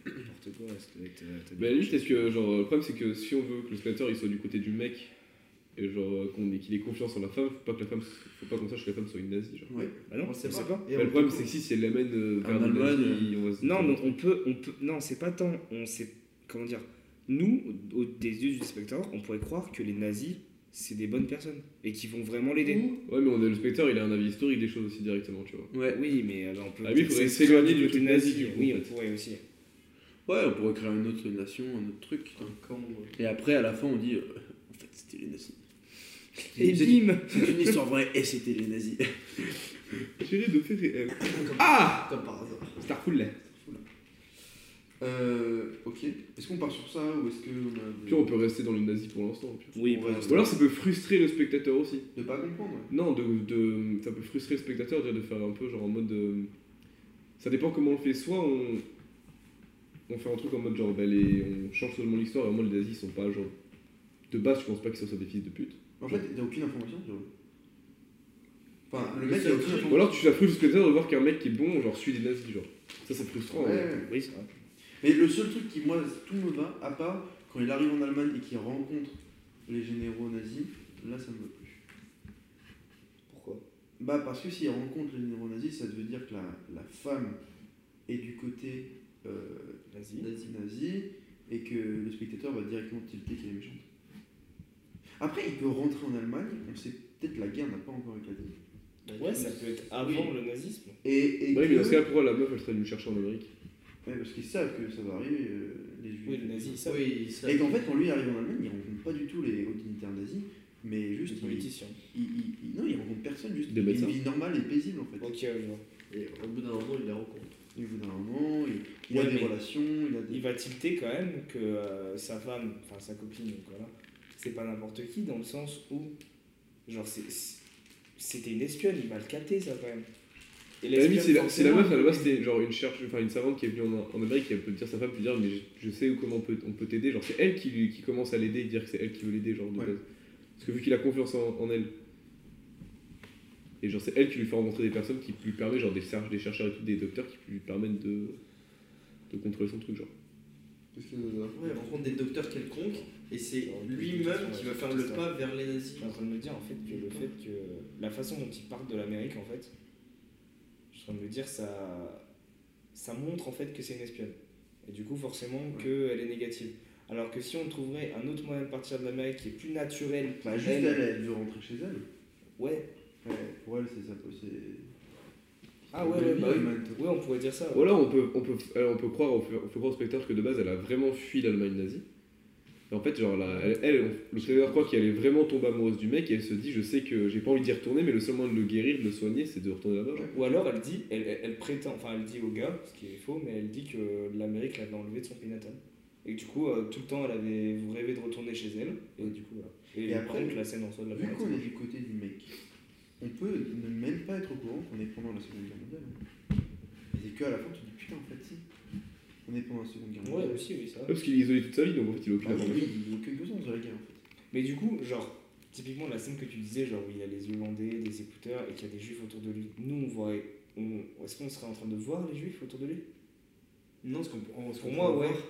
[SPEAKER 5] n'importe quoi, est-ce que t'as- t'as
[SPEAKER 14] Mais à la limite, est-ce que, genre, le problème, c'est que si on veut que le spectateur il soit du côté du mec, et genre, euh, qu'on ait- qu'il ait confiance en la femme, faut pas que la femme, faut pas qu'on sache que la femme soit une nazie, genre.
[SPEAKER 5] Bah non,
[SPEAKER 13] On le sait
[SPEAKER 5] on
[SPEAKER 13] pas.
[SPEAKER 5] sait pas.
[SPEAKER 13] Et
[SPEAKER 14] Bah,
[SPEAKER 13] on
[SPEAKER 14] le problème,
[SPEAKER 13] découvre.
[SPEAKER 14] c'est que si, si elle l'amène euh, vers
[SPEAKER 4] En
[SPEAKER 14] des
[SPEAKER 4] Allemagne,
[SPEAKER 14] nazis, on va se-
[SPEAKER 5] Non, mais on peut, on peut. Non, c'est pas tant. On sait. Comment dire Nous, au- des yeux du spectateur, on pourrait croire que les nazis, c'est des bonnes personnes et qui vont vraiment l'aider.
[SPEAKER 3] Mmh.
[SPEAKER 14] Ouais, mais on a, le spectateur, il a un avis historique des choses aussi directement, tu vois.
[SPEAKER 4] Ouais.
[SPEAKER 5] Oui, mais alors on peut.
[SPEAKER 14] Ah oui, faudrait s'éloigner du truc nazi, du coup,
[SPEAKER 5] Oui,
[SPEAKER 14] en
[SPEAKER 5] on
[SPEAKER 14] fait.
[SPEAKER 5] pourrait aussi.
[SPEAKER 4] Ouais, on pourrait créer une autre nation, un autre truc.
[SPEAKER 13] Un camp, ouais.
[SPEAKER 4] Et après, à la fin, on dit euh, en fait, c'était les nazis.
[SPEAKER 5] Et
[SPEAKER 4] C'est-
[SPEAKER 5] bim
[SPEAKER 4] C'est une histoire vraie et c'était les nazis.
[SPEAKER 14] J'irai de faire.
[SPEAKER 13] Comme par hasard.
[SPEAKER 14] Starful là.
[SPEAKER 4] Euh, ok. Est-ce qu'on part sur ça ou est-ce que on a
[SPEAKER 14] Puis on peut rester dans le nazi pour l'instant. puis.
[SPEAKER 5] Oui,
[SPEAKER 4] On
[SPEAKER 5] pour
[SPEAKER 4] va-
[SPEAKER 5] l'instant.
[SPEAKER 14] Ou alors ça peut frustrer le spectateur aussi.
[SPEAKER 4] de pas comprendre ouais.
[SPEAKER 14] Non, de, de- ça peut frustrer le spectateur de de faire un peu genre en mode. euh, ça dépend comment on le fait. Soit on, on fait un truc en mode genre bah, les, on change seulement l'histoire et au moins les nazis sont pas genre. De base, je pense pas qu'ils soient des fils de pute.
[SPEAKER 4] En fait, t'as aucune information sur eux. Enfin, le
[SPEAKER 13] Le
[SPEAKER 4] mec, il a
[SPEAKER 13] seul
[SPEAKER 4] aucune
[SPEAKER 13] truc-
[SPEAKER 4] information.
[SPEAKER 14] Ou alors tu ça frustre le spectateur de voir qu'un mec qui est bon genre suit des nazis genre. Ça c'est frustrant.
[SPEAKER 4] Ouais,
[SPEAKER 14] hein.
[SPEAKER 4] ouais.
[SPEAKER 5] Euh, Oui, c'est vrai.
[SPEAKER 4] Mais le seul truc qui, moi, tout me va, à part quand il arrive en Allemagne et qu'il rencontre les généraux nazis, là, ça me va plus.
[SPEAKER 3] Pourquoi
[SPEAKER 4] Bah parce que s'il rencontre les généraux nazis, ça veut dire que la, la femme est du côté euh,
[SPEAKER 3] Nazi.
[SPEAKER 4] nazi nazi et que le spectateur va directement tilter qu'elle est méchante. Après, il peut rentrer en Allemagne, on sait peut-être la guerre n'a pas encore éclaté.
[SPEAKER 3] Ouais, ça peut être avant le nazisme.
[SPEAKER 4] Et, et
[SPEAKER 14] Ouais,
[SPEAKER 4] que-
[SPEAKER 14] mais dans ce cas pourquoi la meuf elle serait venue chercher en Amérique
[SPEAKER 4] Ouais, parce qu'ils savent que ça va arriver, euh, les juifs.
[SPEAKER 3] Oui, le nazi, ça.
[SPEAKER 13] Oui, il sait.
[SPEAKER 4] Et qu'en fait, quand lui arrive en Allemagne, il rencontre pas du tout les haut dignitaires nazis, mais
[SPEAKER 3] Les
[SPEAKER 4] juste il,
[SPEAKER 3] politiciens.
[SPEAKER 4] il- il- il- non, il rencontre personne. personne, juste
[SPEAKER 14] Des
[SPEAKER 4] une
[SPEAKER 14] médecins.
[SPEAKER 4] vie normale et paisible en fait.
[SPEAKER 3] Ok, ouais, je vois.
[SPEAKER 13] Et au bout d'un moment, il les rencontre.
[SPEAKER 4] Au bout d'un moment, il, il
[SPEAKER 3] Ouais,
[SPEAKER 4] a des
[SPEAKER 3] mais-
[SPEAKER 4] relations, il a des.
[SPEAKER 3] Il va tilter quand même que euh, sa femme, enfin sa copine, donc voilà, c'est pas n'importe qui dans le sens où, genre, c'est- c'est- c'était une espionne, il va le capter ça quand même. Et
[SPEAKER 14] À la limite, Bah c'est la, c'est la
[SPEAKER 3] forcément-
[SPEAKER 14] meuf, à la base, c'était genre une cherche, enfin une savante qui est venue en, en Amérique, elle peut dire sa femme, peut dire, mais je, je sais comment on peut, on peut t'aider. Genre, c'est elle qui, lui- qui commence à l'aider et dire que c'est elle qui veut l'aider, genre de
[SPEAKER 4] Ouais.
[SPEAKER 14] base. Parce que vu qu'il a confiance en, en elle, et genre, c'est elle qui lui fait rencontrer des personnes qui lui permettent, genre des, cher- des chercheurs et tout, des docteurs qui lui permettent de, de contrôler son truc, genre.
[SPEAKER 4] Qu'est-ce qu'il y a dans la-
[SPEAKER 13] Ouais, il rencontre des docteurs quelconques et c'est lui-même qui va faire le pas vers les nazis.
[SPEAKER 3] Je suis en train de me dire en fait que le fait que la façon dont ils partent de l'Amérique en fait, je suis en train de me dire ça, ça montre en fait que c'est une espionne. Et du coup forcément qu'elle est négative. Alors que si on trouverait un autre moyen de partir de l'Amérique qui est plus naturel,
[SPEAKER 4] Bah,
[SPEAKER 3] plus
[SPEAKER 4] juste elle,
[SPEAKER 3] elle-
[SPEAKER 4] elle veut rentrer chez elle.
[SPEAKER 3] ouais.
[SPEAKER 4] Ouais, pour elle, c'est ça. c'est-
[SPEAKER 3] Ah ouais, ouais,
[SPEAKER 4] Oui,
[SPEAKER 3] bah
[SPEAKER 4] oui,
[SPEAKER 3] oui.
[SPEAKER 4] man.
[SPEAKER 3] Ouais, on pourrait dire ça. ouais.
[SPEAKER 14] Ou alors, on peut, on peut, alors, on peut croire, on peut, on peut croire au spectateur que de base, elle a vraiment fui l'Allemagne nazie. Et en fait, genre, la- elle, elle, on- le spectateur croit qu'elle est vraiment tombée amoureuse du mec et elle se dit, je sais que j'ai pas envie d'y retourner, mais le seul moyen de le guérir, de le soigner, c'est de retourner là-bas. genre.
[SPEAKER 3] Ou alors elle dit, elle, elle- elle prétend, enfin elle dit au gars, ce qui est faux, mais elle dit que l'Amérique l'avait enlevée de son pays natal. Et que du coup, euh, tout le temps, elle avait rêvé de retourner chez elle. Et du coup, voilà. Et,
[SPEAKER 4] Et après,
[SPEAKER 3] après, la scène en soi de la
[SPEAKER 4] Vu
[SPEAKER 3] planète.
[SPEAKER 4] qu'on est du côté du mec, on peut ne même pas être au courant qu'on est pendant la Seconde Guerre mondiale. hein. Et c'est que à la fin, tu te dis putain, en fait, si. On est pendant la Seconde Guerre
[SPEAKER 3] Ouais,
[SPEAKER 4] mondiale.
[SPEAKER 3] aussi, oui, ça.
[SPEAKER 14] Ouais, Parce qu'il est isolé toute sa vie, donc en fait, il a aucune
[SPEAKER 4] Ah oui,
[SPEAKER 14] information.
[SPEAKER 4] oui, il n'y a aucune conscience de la guerre en fait.
[SPEAKER 3] Mais du coup, genre, typiquement la scène que tu disais, genre où il y a les Hollandais, des écouteurs et qu'il y a des Juifs autour de lui. Nous, on voit. on- Est-ce qu'on serait en train de voir les Juifs autour de lui
[SPEAKER 13] Non, ce qu'on on- ce
[SPEAKER 3] Pour
[SPEAKER 13] qu'on
[SPEAKER 3] moi,
[SPEAKER 13] peut
[SPEAKER 3] ouais.
[SPEAKER 13] voir,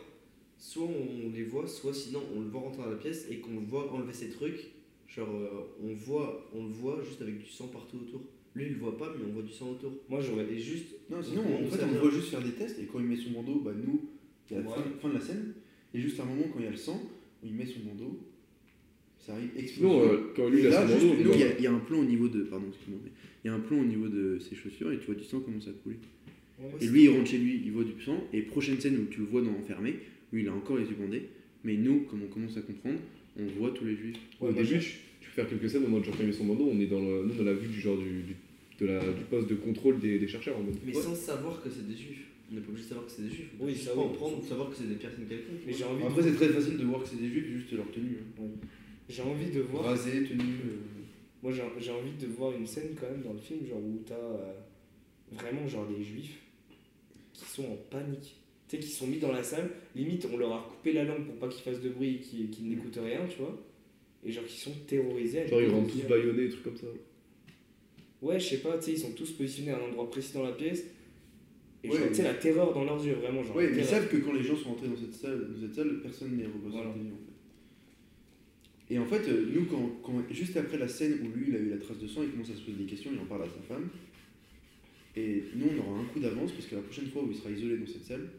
[SPEAKER 13] Soit on les voit, soit sinon on le voit rentrer dans la pièce et qu'on le voit enlever ses trucs. Genre, euh, on, voit, on le voit juste avec du sang partout autour. Lui, il le voit pas, mais on voit du sang autour.
[SPEAKER 3] Moi, j'aurais.
[SPEAKER 13] Et juste,
[SPEAKER 4] Non, sinon,
[SPEAKER 13] on-
[SPEAKER 4] en
[SPEAKER 13] on
[SPEAKER 4] fait,
[SPEAKER 13] sait
[SPEAKER 4] on le
[SPEAKER 13] rien.
[SPEAKER 4] voit juste faire des tests et quand il met son bandeau, bah nous, il y a la
[SPEAKER 3] Ouais.
[SPEAKER 4] fin, fin de la scène. Et juste à un moment, quand il y a le sang, où il met son bandeau, ça arrive explosion.
[SPEAKER 14] Non, euh, quand lui,
[SPEAKER 4] Et
[SPEAKER 14] il
[SPEAKER 4] là,
[SPEAKER 14] a son
[SPEAKER 4] juste,
[SPEAKER 14] bandeau,
[SPEAKER 4] nous, il y,
[SPEAKER 14] bah,
[SPEAKER 4] a- il y a un plan au niveau de. Pardon, excuse-moi, mais il y a un plan au niveau de ses chaussures et tu vois du sang commence à couler.
[SPEAKER 3] Ouais,
[SPEAKER 4] Et lui, il rentre chez lui, il voit du sang. Et prochaine scène où tu le vois dans Enfermé, lui, il a encore les yeux bandés. Mais nous, comme on commence à comprendre, on voit tous les juifs.
[SPEAKER 14] au début, tu peux faire quelques scènes au moment de genre, quand il met son bandeau, on est dans, le, nous, dans la vue du genre du, du- de la, du poste de contrôle des, des chercheurs en mode.
[SPEAKER 13] mais
[SPEAKER 14] Ouais.
[SPEAKER 13] sans savoir que c'est des juifs. On n'est pas obligé de savoir que c'est des juifs. On peut
[SPEAKER 3] Oui,
[SPEAKER 13] juste
[SPEAKER 3] ça,
[SPEAKER 13] pas
[SPEAKER 3] oui.
[SPEAKER 13] en prendre ou savoir que c'est des personnes quelconques.
[SPEAKER 3] Mais j'ai envie,
[SPEAKER 4] Après,
[SPEAKER 3] de...
[SPEAKER 4] c'est très facile de voir que c'est des juifs, juste leur tenue. hein.
[SPEAKER 3] j'ai envie de voir.
[SPEAKER 4] Rasés, tenue. euh,
[SPEAKER 3] Moi, j'ai j'ai envie de voir une scène quand même dans le film, genre où t'as euh, vraiment genre les juifs qui sont en panique. Tu sais, qui sont mis dans la salle, limite on leur a coupé la langue pour pas qu'ils fassent de bruit et qu'ils qu'ils n'écoutent rien, tu vois. Et genre qui sont terrorisés. à
[SPEAKER 14] Genre, ils
[SPEAKER 3] l'idée de
[SPEAKER 14] rentrent
[SPEAKER 3] se
[SPEAKER 14] tous
[SPEAKER 3] dire-
[SPEAKER 14] baïonnés, des trucs comme ça.
[SPEAKER 3] Ouais, je sais pas, tu sais, ils sont tous positionnés à un endroit précis dans la pièce. Et genre,
[SPEAKER 4] Ouais.
[SPEAKER 3] tu sais, la terreur dans leurs yeux, vraiment. Genre,
[SPEAKER 4] Ouais,
[SPEAKER 3] la
[SPEAKER 4] mais ils
[SPEAKER 3] terreur.
[SPEAKER 4] savent que quand les gens sont rentrés dans cette salle, dans cette salle personne n'est représenté.
[SPEAKER 3] Voilà.
[SPEAKER 4] En fait. Et en fait, euh, nous, quand, quand- juste après la scène où lui, il a eu la trace de sang, il commence à se poser des questions, il en parle à sa femme. Et nous, on aura un coup d'avance parce que la prochaine fois où il sera isolé dans cette salle,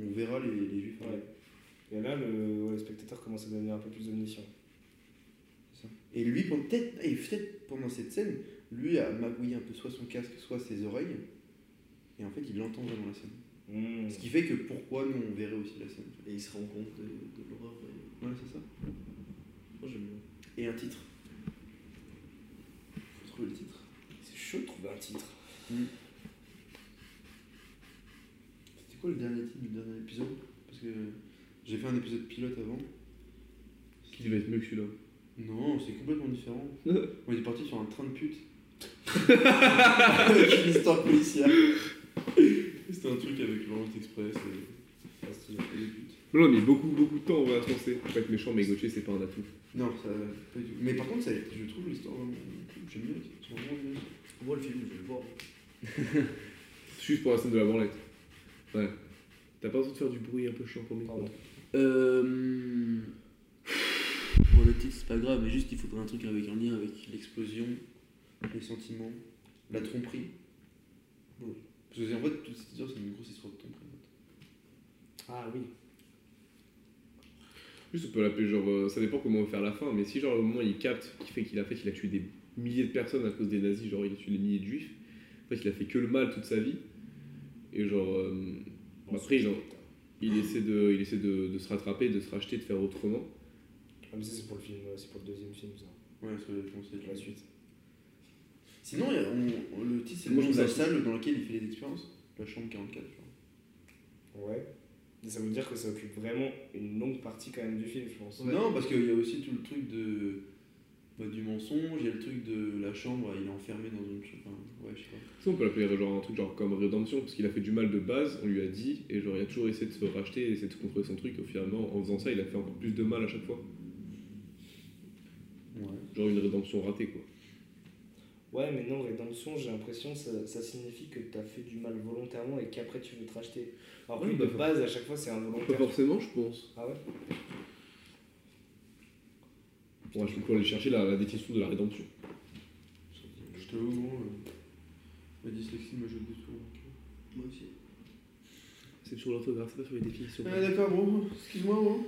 [SPEAKER 4] on verra les, les juifs.
[SPEAKER 3] Ouais. Et là, le, ouais, le spectateur commence à devenir un peu plus omniscient.
[SPEAKER 4] Et lui, pendant- peut-être et peut-être pendant cette scène, lui a magouillé un peu soit son casque, soit ses oreilles. Et en fait, il entend vraiment la scène.
[SPEAKER 3] Mmh.
[SPEAKER 4] Ce qui fait que pourquoi nous, on verrait aussi la scène. en
[SPEAKER 13] Et il se rend compte de, de l'horreur. et-
[SPEAKER 4] fait. Ouais, c'est ça.
[SPEAKER 13] Moi, j'aime bien.
[SPEAKER 4] Et un titre. Faut trouver le titre.
[SPEAKER 3] C'est chaud de trouver un titre.
[SPEAKER 4] C'était quoi le dernier titre du dernier épisode Parce que j'ai fait un épisode pilote avant.
[SPEAKER 14] Qui va être mieux que celui-là.
[SPEAKER 4] Non, c'est complètement différent. On est parti sur un train de pute. une histoire policière. C'était un truc avec l'Orient Express et, et les putes.
[SPEAKER 14] Non, non, mais beaucoup, beaucoup de temps, on va se lancer. Faut pas être méchant, mais Gauthier, c'est pas un atout.
[SPEAKER 4] Non, ça pas du tout. Mais par contre, ça, je trouve l'histoire vraiment cool. J'aime bien. c'est vraiment bien.
[SPEAKER 13] Moi, le film, je vais le voir.
[SPEAKER 14] Juste pour la scène de la branlette. Ouais. T'as pas besoin de faire du bruit un peu chiant pour micro.
[SPEAKER 3] Pardon.
[SPEAKER 4] Euh... Bon, le titre, c'est pas grave, mais juste il faudrait un truc avec un lien avec l'explosion, les sentiments, la tromperie.
[SPEAKER 3] Oui.
[SPEAKER 4] Parce que en fait, toute cette histoire, c'est une grosse histoire de tromperie. en fait.
[SPEAKER 3] Ah oui.
[SPEAKER 14] Juste, on peut l'appeler genre. euh, ça dépend comment on va faire la fin, mais si genre au moment il capte, qui fait qu'il a fait qu'il a tué des milliers de personnes à cause des nazis, genre il a tué des milliers de juifs, en fait il a fait que le mal toute sa vie, et genre. euh, bah, après, genre, il essaie, de, il essaie de, de se rattraper, de se racheter, de faire autrement.
[SPEAKER 3] Ah, mais ça, c'est pour le film, euh, c'est pour le deuxième film, ça.
[SPEAKER 4] Ouais, parce que je pensais
[SPEAKER 3] La suite.
[SPEAKER 4] Sinon, il y a- on- on- le titre, c'est le
[SPEAKER 14] Moi,
[SPEAKER 4] nom
[SPEAKER 14] je
[SPEAKER 4] de la
[SPEAKER 14] vous
[SPEAKER 4] salle dans laquelle il fait les expériences. La chambre 44, je crois.
[SPEAKER 3] Ouais. Mais ça veut dire que ça occupe vraiment une longue partie quand même du film, je pense.
[SPEAKER 4] Non, parce qu'il y a aussi tout le truc de bah, du mensonge, il y a le truc de la chambre, il est enfermé dans une chambre. Enfin, ouais, je sais pas.
[SPEAKER 14] Ça, on peut l'appeler genre un truc genre comme rédemption, parce qu'il a fait du mal de base, on lui a dit, et genre il a toujours essayé de se racheter et essayer de contrôler son truc, et au finalement, en faisant ça, il a fait encore plus de mal à chaque fois. Genre une rédemption ratée, quoi.
[SPEAKER 3] Ouais, mais non, rédemption, j'ai l'impression ça, ça signifie que t'as fait du mal volontairement et qu'après tu veux te racheter. Alors que
[SPEAKER 14] Oui,
[SPEAKER 3] de
[SPEAKER 14] bah,
[SPEAKER 3] base, à chaque fois, c'est
[SPEAKER 14] Pas
[SPEAKER 3] involontaire.
[SPEAKER 14] forcément, je pense.
[SPEAKER 3] Ah ouais
[SPEAKER 14] Ouais, je peux aller chercher la, la définition de la rédemption.
[SPEAKER 4] Je te l'avoue, gros, euh, la dyslexie me joue des tours.
[SPEAKER 13] Moi aussi.
[SPEAKER 10] C'est sur l'orthographe, pas sur les définitions.
[SPEAKER 4] Ah, d'accord, bon, excuse-moi, bon.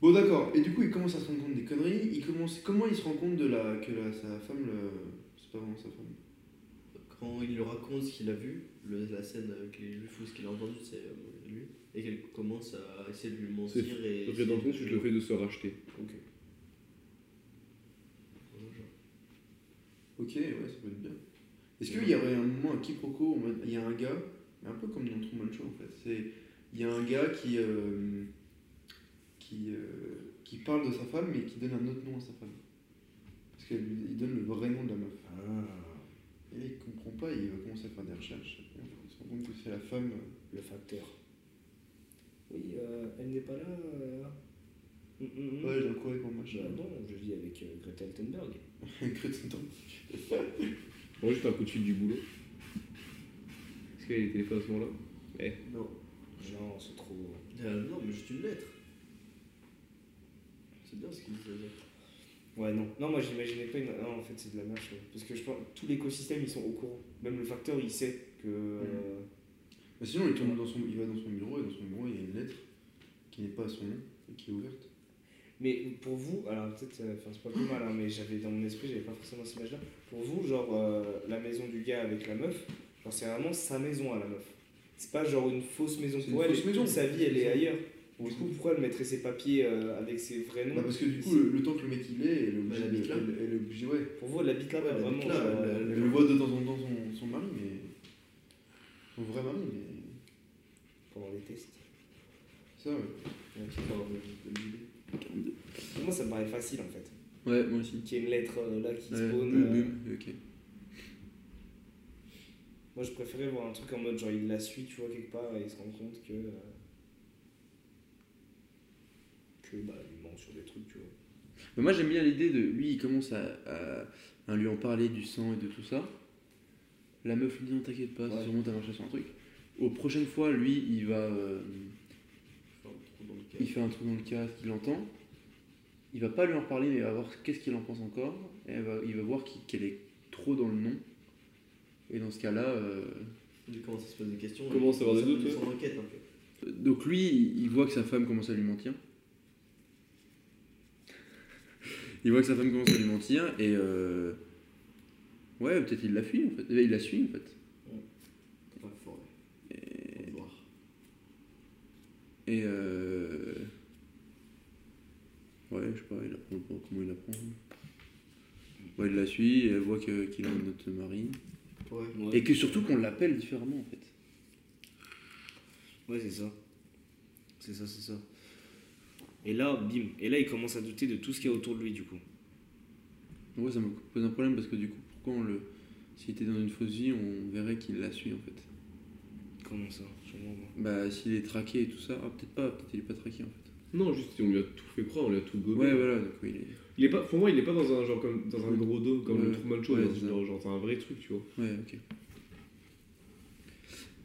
[SPEAKER 4] Bon, d'accord, et du coup, il commence à se rendre compte des conneries. Il commence... Comment il se rend compte de la... que la... sa femme. le- C'est pas vraiment sa femme.
[SPEAKER 13] Quand il lui raconte ce qu'il a vu, le- la scène avec les juifs ou ce qu'il a entendu, c'est euh, lui, et qu'elle commence à essayer de lui
[SPEAKER 14] C'est
[SPEAKER 13] mentir et.
[SPEAKER 14] la rédemption, c'est le fait de se racheter.
[SPEAKER 13] Ok.
[SPEAKER 4] Ok, ouais, ça peut être bien. Est-ce qu'il y aurait un moment, un quiproquo, en mode- il y a un gars, un peu comme dans Truman Show en fait, c'est, il y a un gars qui, euh, qui, euh, qui parle de sa femme mais qui donne un autre nom à sa femme. Parce qu'il donne le vrai nom de la meuf.
[SPEAKER 3] Ah.
[SPEAKER 4] Et il comprend pas, il va commencer à faire des recherches. Il se rend compte que c'est la femme.
[SPEAKER 3] Le facteur. Oui, euh, elle n'est pas là. euh. Mm, mm, mm.
[SPEAKER 4] Ouais, j'ai un courrier pour moi.
[SPEAKER 3] Bah non, je vis avec euh, Greta Thunberg.
[SPEAKER 14] Moi, juste un coup de fil du boulot. Est-ce qu'il y a les téléphones à ce moment-là Eh,
[SPEAKER 13] Non.
[SPEAKER 3] Non, c'est trop.
[SPEAKER 13] Euh, non, mais juste une lettre. C'est bien ce qu'il dit, la lettre.
[SPEAKER 3] Ouais, non. Non, moi j'imaginais pas une. Non, en fait, c'est de la merde. je trouve. Parce que je pense tout l'écosystème, ils sont au courant. Même le facteur, il sait que.
[SPEAKER 13] Mm.
[SPEAKER 3] euh,
[SPEAKER 4] Mais sinon, il, tombe dans son, il va dans son bureau et dans son bureau, il y a une lettre qui n'est pas à son nom et qui est ouverte.
[SPEAKER 3] Mais pour vous, alors peut-être, euh, enfin c'est pas plus mal, hein, mais j'avais dans mon esprit, j'avais pas forcément cette image-là. Pour vous, genre euh, la maison du gars avec la meuf, genre c'est vraiment sa maison à la meuf. C'est pas genre une fausse maison
[SPEAKER 4] C'est
[SPEAKER 3] pour
[SPEAKER 4] une
[SPEAKER 3] elle.
[SPEAKER 4] fausse maison.
[SPEAKER 3] toute Sa vie, elle est ailleurs.
[SPEAKER 4] Ouais.
[SPEAKER 3] Du coup, pourquoi elle mettrait ses papiers euh, avec ses vrais noms
[SPEAKER 4] Bah, parce que du coup, le, le temps que le mec il est, elle est
[SPEAKER 13] Bah,
[SPEAKER 4] obligée.
[SPEAKER 13] elle habite
[SPEAKER 4] de-
[SPEAKER 13] là.
[SPEAKER 4] elle- elle est obligée, ouais.
[SPEAKER 3] Pour vous, elle habite là-bas,
[SPEAKER 13] Elle
[SPEAKER 3] vraiment.
[SPEAKER 13] habite là,
[SPEAKER 3] genre,
[SPEAKER 13] elle-
[SPEAKER 3] euh,
[SPEAKER 13] elle-
[SPEAKER 4] Elle le voit de temps en temps son, son mari, mais. Son vrai mari, mais.
[SPEAKER 3] Pendant les tests.
[SPEAKER 4] Ça, ouais.
[SPEAKER 3] Pour moi, ça me paraît facile en fait.
[SPEAKER 4] Ouais, moi aussi.
[SPEAKER 3] Qu'il y ait une lettre euh, là qui
[SPEAKER 4] Ouais,
[SPEAKER 3] se pose.
[SPEAKER 4] boum, boum, ok.
[SPEAKER 3] Moi, je préférais voir un truc en mode genre il la suit, tu vois, quelque part, et il se rend compte que. euh, que bah, il ment sur des trucs, tu vois.
[SPEAKER 4] Mais moi, j'aime bien l'idée de. Lui, il commence à, à, à lui en parler du sang et de tout ça. La meuf lui dit non, t'inquiète pas, c'est sûrement t'as marché sur un truc. Aux prochaines fois, lui, il va. euh, il fait un trou dans le casque, il l'entend. Il va pas lui en reparler, mais il va voir qu'est-ce qu'il en pense encore. Et elle va- il va voir qu'il- qu'elle est trop dans le nom. Et dans ce cas-là. euh,
[SPEAKER 13] Il commence à se poser des questions.
[SPEAKER 14] Commence à avoir des doutes,
[SPEAKER 13] Son enquête un peu.
[SPEAKER 4] Donc lui, il voit que sa femme commence à lui mentir. Il voit que sa femme commence à lui mentir et euh... ouais, peut-être il la fuit en fait. Eh bien, Il la suit en fait.
[SPEAKER 13] Pas fort. Faut le voir.
[SPEAKER 4] Et euh... ouais, je sais pas, il apprend pas comment il apprend. Ouais, il la suit, et elle voit que- qu'il a un autre mari
[SPEAKER 13] Ouais.
[SPEAKER 4] et que surtout qu'on l'appelle différemment en fait.
[SPEAKER 5] Ouais, c'est ça. C'est ça, c'est ça. Et là, bim. Et là, il commence à douter de tout ce qu'il y a autour de lui, du coup.
[SPEAKER 4] Ouais, ça me pose un problème parce que du coup, pourquoi on le s'il était dans une fausse vie, on verrait qu'il la suit en fait.
[SPEAKER 5] Comment ça Je comprends pas.
[SPEAKER 4] Bah, s'il est traqué et tout ça, ah, peut-être pas, peut-être il est pas traqué en fait.
[SPEAKER 14] Non, juste, on lui a tout fait croire, on lui a tout gobé.
[SPEAKER 4] Ouais, voilà, donc oui, il est.
[SPEAKER 14] Il est pas, pour moi, il est pas dans un genre comme dans un gros dôme comme le
[SPEAKER 4] Ouais.
[SPEAKER 14] Truman Show,
[SPEAKER 4] Ouais,
[SPEAKER 14] dans
[SPEAKER 4] c'est
[SPEAKER 14] une-
[SPEAKER 4] ça.
[SPEAKER 14] genre, genre, c'est un vrai truc, tu vois.
[SPEAKER 4] Ouais, ok.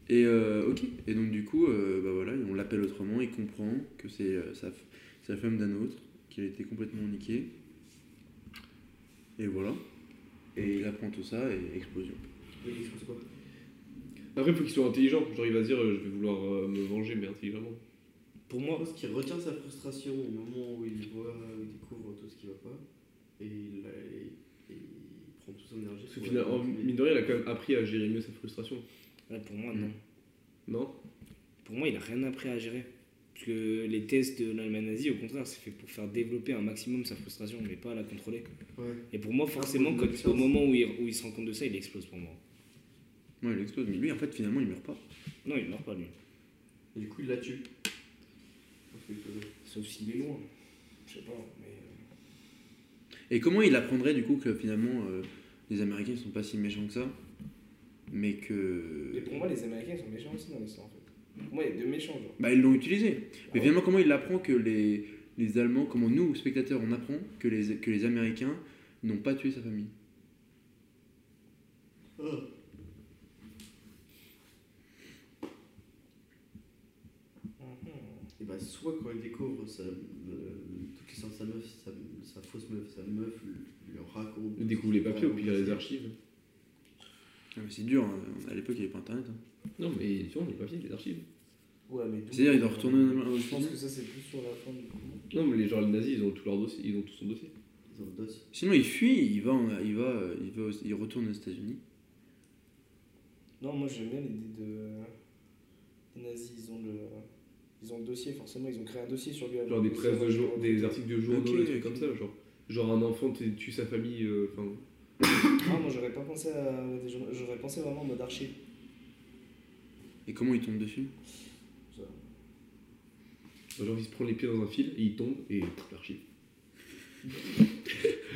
[SPEAKER 4] Et euh, ok, et donc du coup, euh, bah voilà, on l'appelle autrement, il comprend que c'est euh, sa, f- c'est la femme d'un autre, qu'il a été complètement niqué. Et voilà. Et il apprend tout ça et explosion.
[SPEAKER 13] Oui, je pense quoi
[SPEAKER 14] Après, il faut qu'il soit intelligent. Genre, il va se dire, euh, je vais vouloir euh, me venger, mais intelligemment.
[SPEAKER 5] Pour moi,
[SPEAKER 13] Je pense qu'il retient sa frustration au moment où il voit, il découvre tout ce qui va pas, et il, la- et- et il prend toute son énergie.
[SPEAKER 14] Parce que
[SPEAKER 13] pour la
[SPEAKER 14] finalement,
[SPEAKER 13] manipuler.
[SPEAKER 14] mine de rien, il a quand même appris à gérer mieux sa frustration.
[SPEAKER 3] Hmm.
[SPEAKER 5] ouais, pour moi, non.
[SPEAKER 14] Non
[SPEAKER 5] Pour moi, il a rien appris à gérer.
[SPEAKER 18] Parce que les tests de l'Allemagne nazie, au contraire, c'est fait pour faire développer un maximum sa frustration, mais pas la contrôler.
[SPEAKER 13] Ouais.
[SPEAKER 18] Et pour moi, forcément,
[SPEAKER 13] Ah,
[SPEAKER 18] quand-
[SPEAKER 13] conscience.
[SPEAKER 18] au moment où il, où il se rend compte de ça, il explose pour moi.
[SPEAKER 1] Ouais, il explose, mais lui en fait finalement il meurt pas.
[SPEAKER 18] Non, il meurt pas, lui.
[SPEAKER 13] Et du coup, il la tue.
[SPEAKER 18] Sauf s'il est loin. Je sais pas, mais.
[SPEAKER 1] Et comment il apprendrait du coup que finalement euh, les Américains sont pas si méchants que ça Mais
[SPEAKER 3] Mais
[SPEAKER 1] que.
[SPEAKER 3] euh, pour moi, les Américains sont méchants aussi dans l'histoire en fait. Pour moi, il y a deux méchants, genre.
[SPEAKER 1] Bah ils l'ont utilisé.
[SPEAKER 3] Ah
[SPEAKER 1] Mais
[SPEAKER 3] ouais
[SPEAKER 1] finalement comment il apprend que les, les Allemands, comment nous spectateurs on apprend que les, que les Américains n'ont pas tué sa famille
[SPEAKER 13] Et bah, soit quand il découvre sa, euh, toute l'histoire de sa meuf, sa, sa fausse meuf, sa meuf lui lui raconte.
[SPEAKER 14] Il découvre les papiers, au pire les archives.
[SPEAKER 1] Ah, mais c'est dur, hein. à l'époque il n'y avait pas internet. hein.
[SPEAKER 14] Non, mais tu vois, les papiers, les archives.
[SPEAKER 3] Ouais, mais d'où-
[SPEAKER 1] C'est-à-dire, il doit retourner en Allemagne-
[SPEAKER 3] Je pense que ça, c'est plus sur la fin du coup.
[SPEAKER 14] Non, mais les gens, les nazis, ils ont tout leur dossier, ils ont tout son dossier.
[SPEAKER 13] Ils ont le dos.
[SPEAKER 1] Sinon il fuit, il va, en- il, va, euh, il, va aux- il retourne aux États-Unis.
[SPEAKER 3] Non, moi, j'aime bien l'idée de. Les nazis, ils ont le. Ils ont le dossier, forcément, ils ont créé un dossier sur lui.
[SPEAKER 14] Genre des presse de jour, des articles de journaux,
[SPEAKER 1] Ok,
[SPEAKER 14] des trucs
[SPEAKER 1] ok.
[SPEAKER 14] comme ça, genre. Genre un enfant tue tue sa famille, euh, enfin.
[SPEAKER 3] Ah, moi, j'aurais pas pensé à. ouais, des journaux- J'aurais pensé vraiment en mode archive.
[SPEAKER 1] Et comment il tombe dessus
[SPEAKER 14] genre il se prend les pieds dans un fil, et il tombe, et pff, l'archive.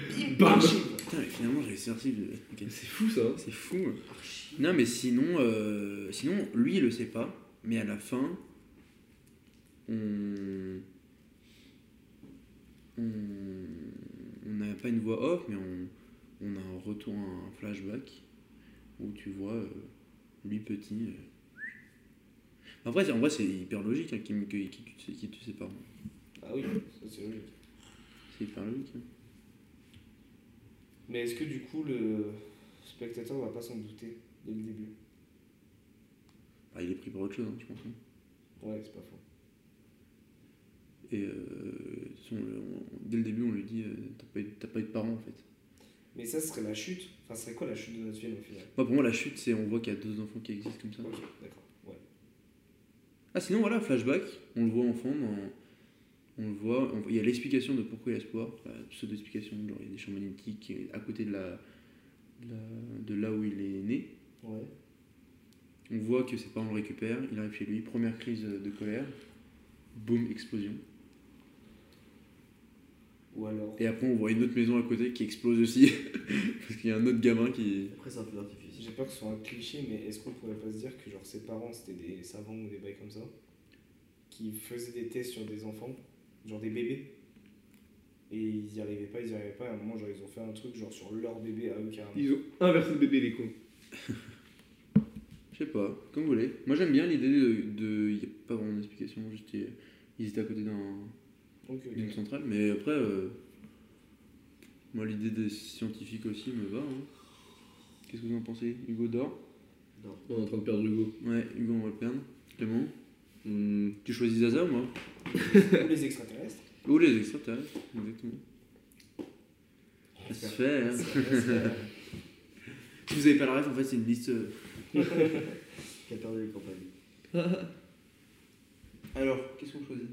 [SPEAKER 1] Putain, mais finalement j'ai réussi un article de- ok.
[SPEAKER 14] C'est fou ça. hein.
[SPEAKER 1] C'est fou. hein. Non, mais sinon, euh, sinon, lui, il le sait pas. Mais à la fin, on. On on n'a pas une voix off, mais on, on a un retour, un flashback où tu vois euh, lui petit. euh. Après, c'est- en vrai, c'est hyper logique hein, qu'il qu'il- qu'il tue- qu'il tue ses parents.
[SPEAKER 3] Ah oui, ça, c'est logique.
[SPEAKER 1] C'est hyper logique. hein.
[SPEAKER 3] Mais est-ce que du coup, le spectateur va pas s'en douter dès le début
[SPEAKER 1] Bah, il est pris par autre chose, hein, je pense. hein.
[SPEAKER 3] Ouais, c'est pas faux.
[SPEAKER 1] Et euh, de toute façon, on- on- dès le début, on lui dit euh, T'as pas eu- T'as pas eu de parents en fait.
[SPEAKER 3] Mais ça, ce serait la chute. Enfin, ce serait quoi la chute de notre film au final
[SPEAKER 1] Moi, pour moi, la chute, c'est on voit qu'il y a deux enfants qui existent comme ça.
[SPEAKER 3] Ok, d'accord. Ouais.
[SPEAKER 1] Ah, sinon, voilà, flashback, on le voit enfant, dans- on le voit, on- il y a l'explication de pourquoi il a espoir, la pseudo-explication, genre il y a des champs magnétiques qui est à côté de, la, de, la- de là où il est né.
[SPEAKER 3] Ouais.
[SPEAKER 1] On voit que ses parents le récupèrent, il arrive chez lui, première crise de colère, boum, explosion.
[SPEAKER 3] Ou alors.
[SPEAKER 1] Et après, on voit une autre maison à côté qui explose aussi, parce qu'il y a un autre gamin qui.
[SPEAKER 13] Après, c'est un peu d'artifice.
[SPEAKER 3] J'ai peur que ce soit un cliché, mais est-ce qu'on pourrait pas se dire que genre ses parents c'était des savants ou des bails comme ça qui faisaient des tests sur des enfants, genre des bébés et ils y arrivaient pas, ils y arrivaient pas. À un moment, genre, ils ont fait un truc genre sur leur bébé à eux carrément.
[SPEAKER 14] Ils ont inversé le bébé, les cons.
[SPEAKER 1] Je sais pas, comme vous voulez. Moi, j'aime bien l'idée de. de- Il n'y a pas vraiment d'explication, juste il- ils étaient à côté d'un.
[SPEAKER 3] Ok, ok.
[SPEAKER 1] D'une centrale, mais après, euh, moi l'idée des scientifiques aussi me va. hein. Qu'est-ce que vous en pensez Hugo dort
[SPEAKER 13] Non.
[SPEAKER 14] On est en train de perdre Hugo.
[SPEAKER 1] Ouais, Hugo, on va le perdre. Clément
[SPEAKER 14] Hmm,
[SPEAKER 1] Tu choisis Zaza ou moi
[SPEAKER 3] Ou les extraterrestres.
[SPEAKER 1] Ou les extraterrestres, exactement. Ça se fait, hein. Si vous avez pas la ref, en fait, c'est une liste. euh,
[SPEAKER 13] Qui a perdu les campagnes.
[SPEAKER 1] Alors, qu'est-ce qu'on choisit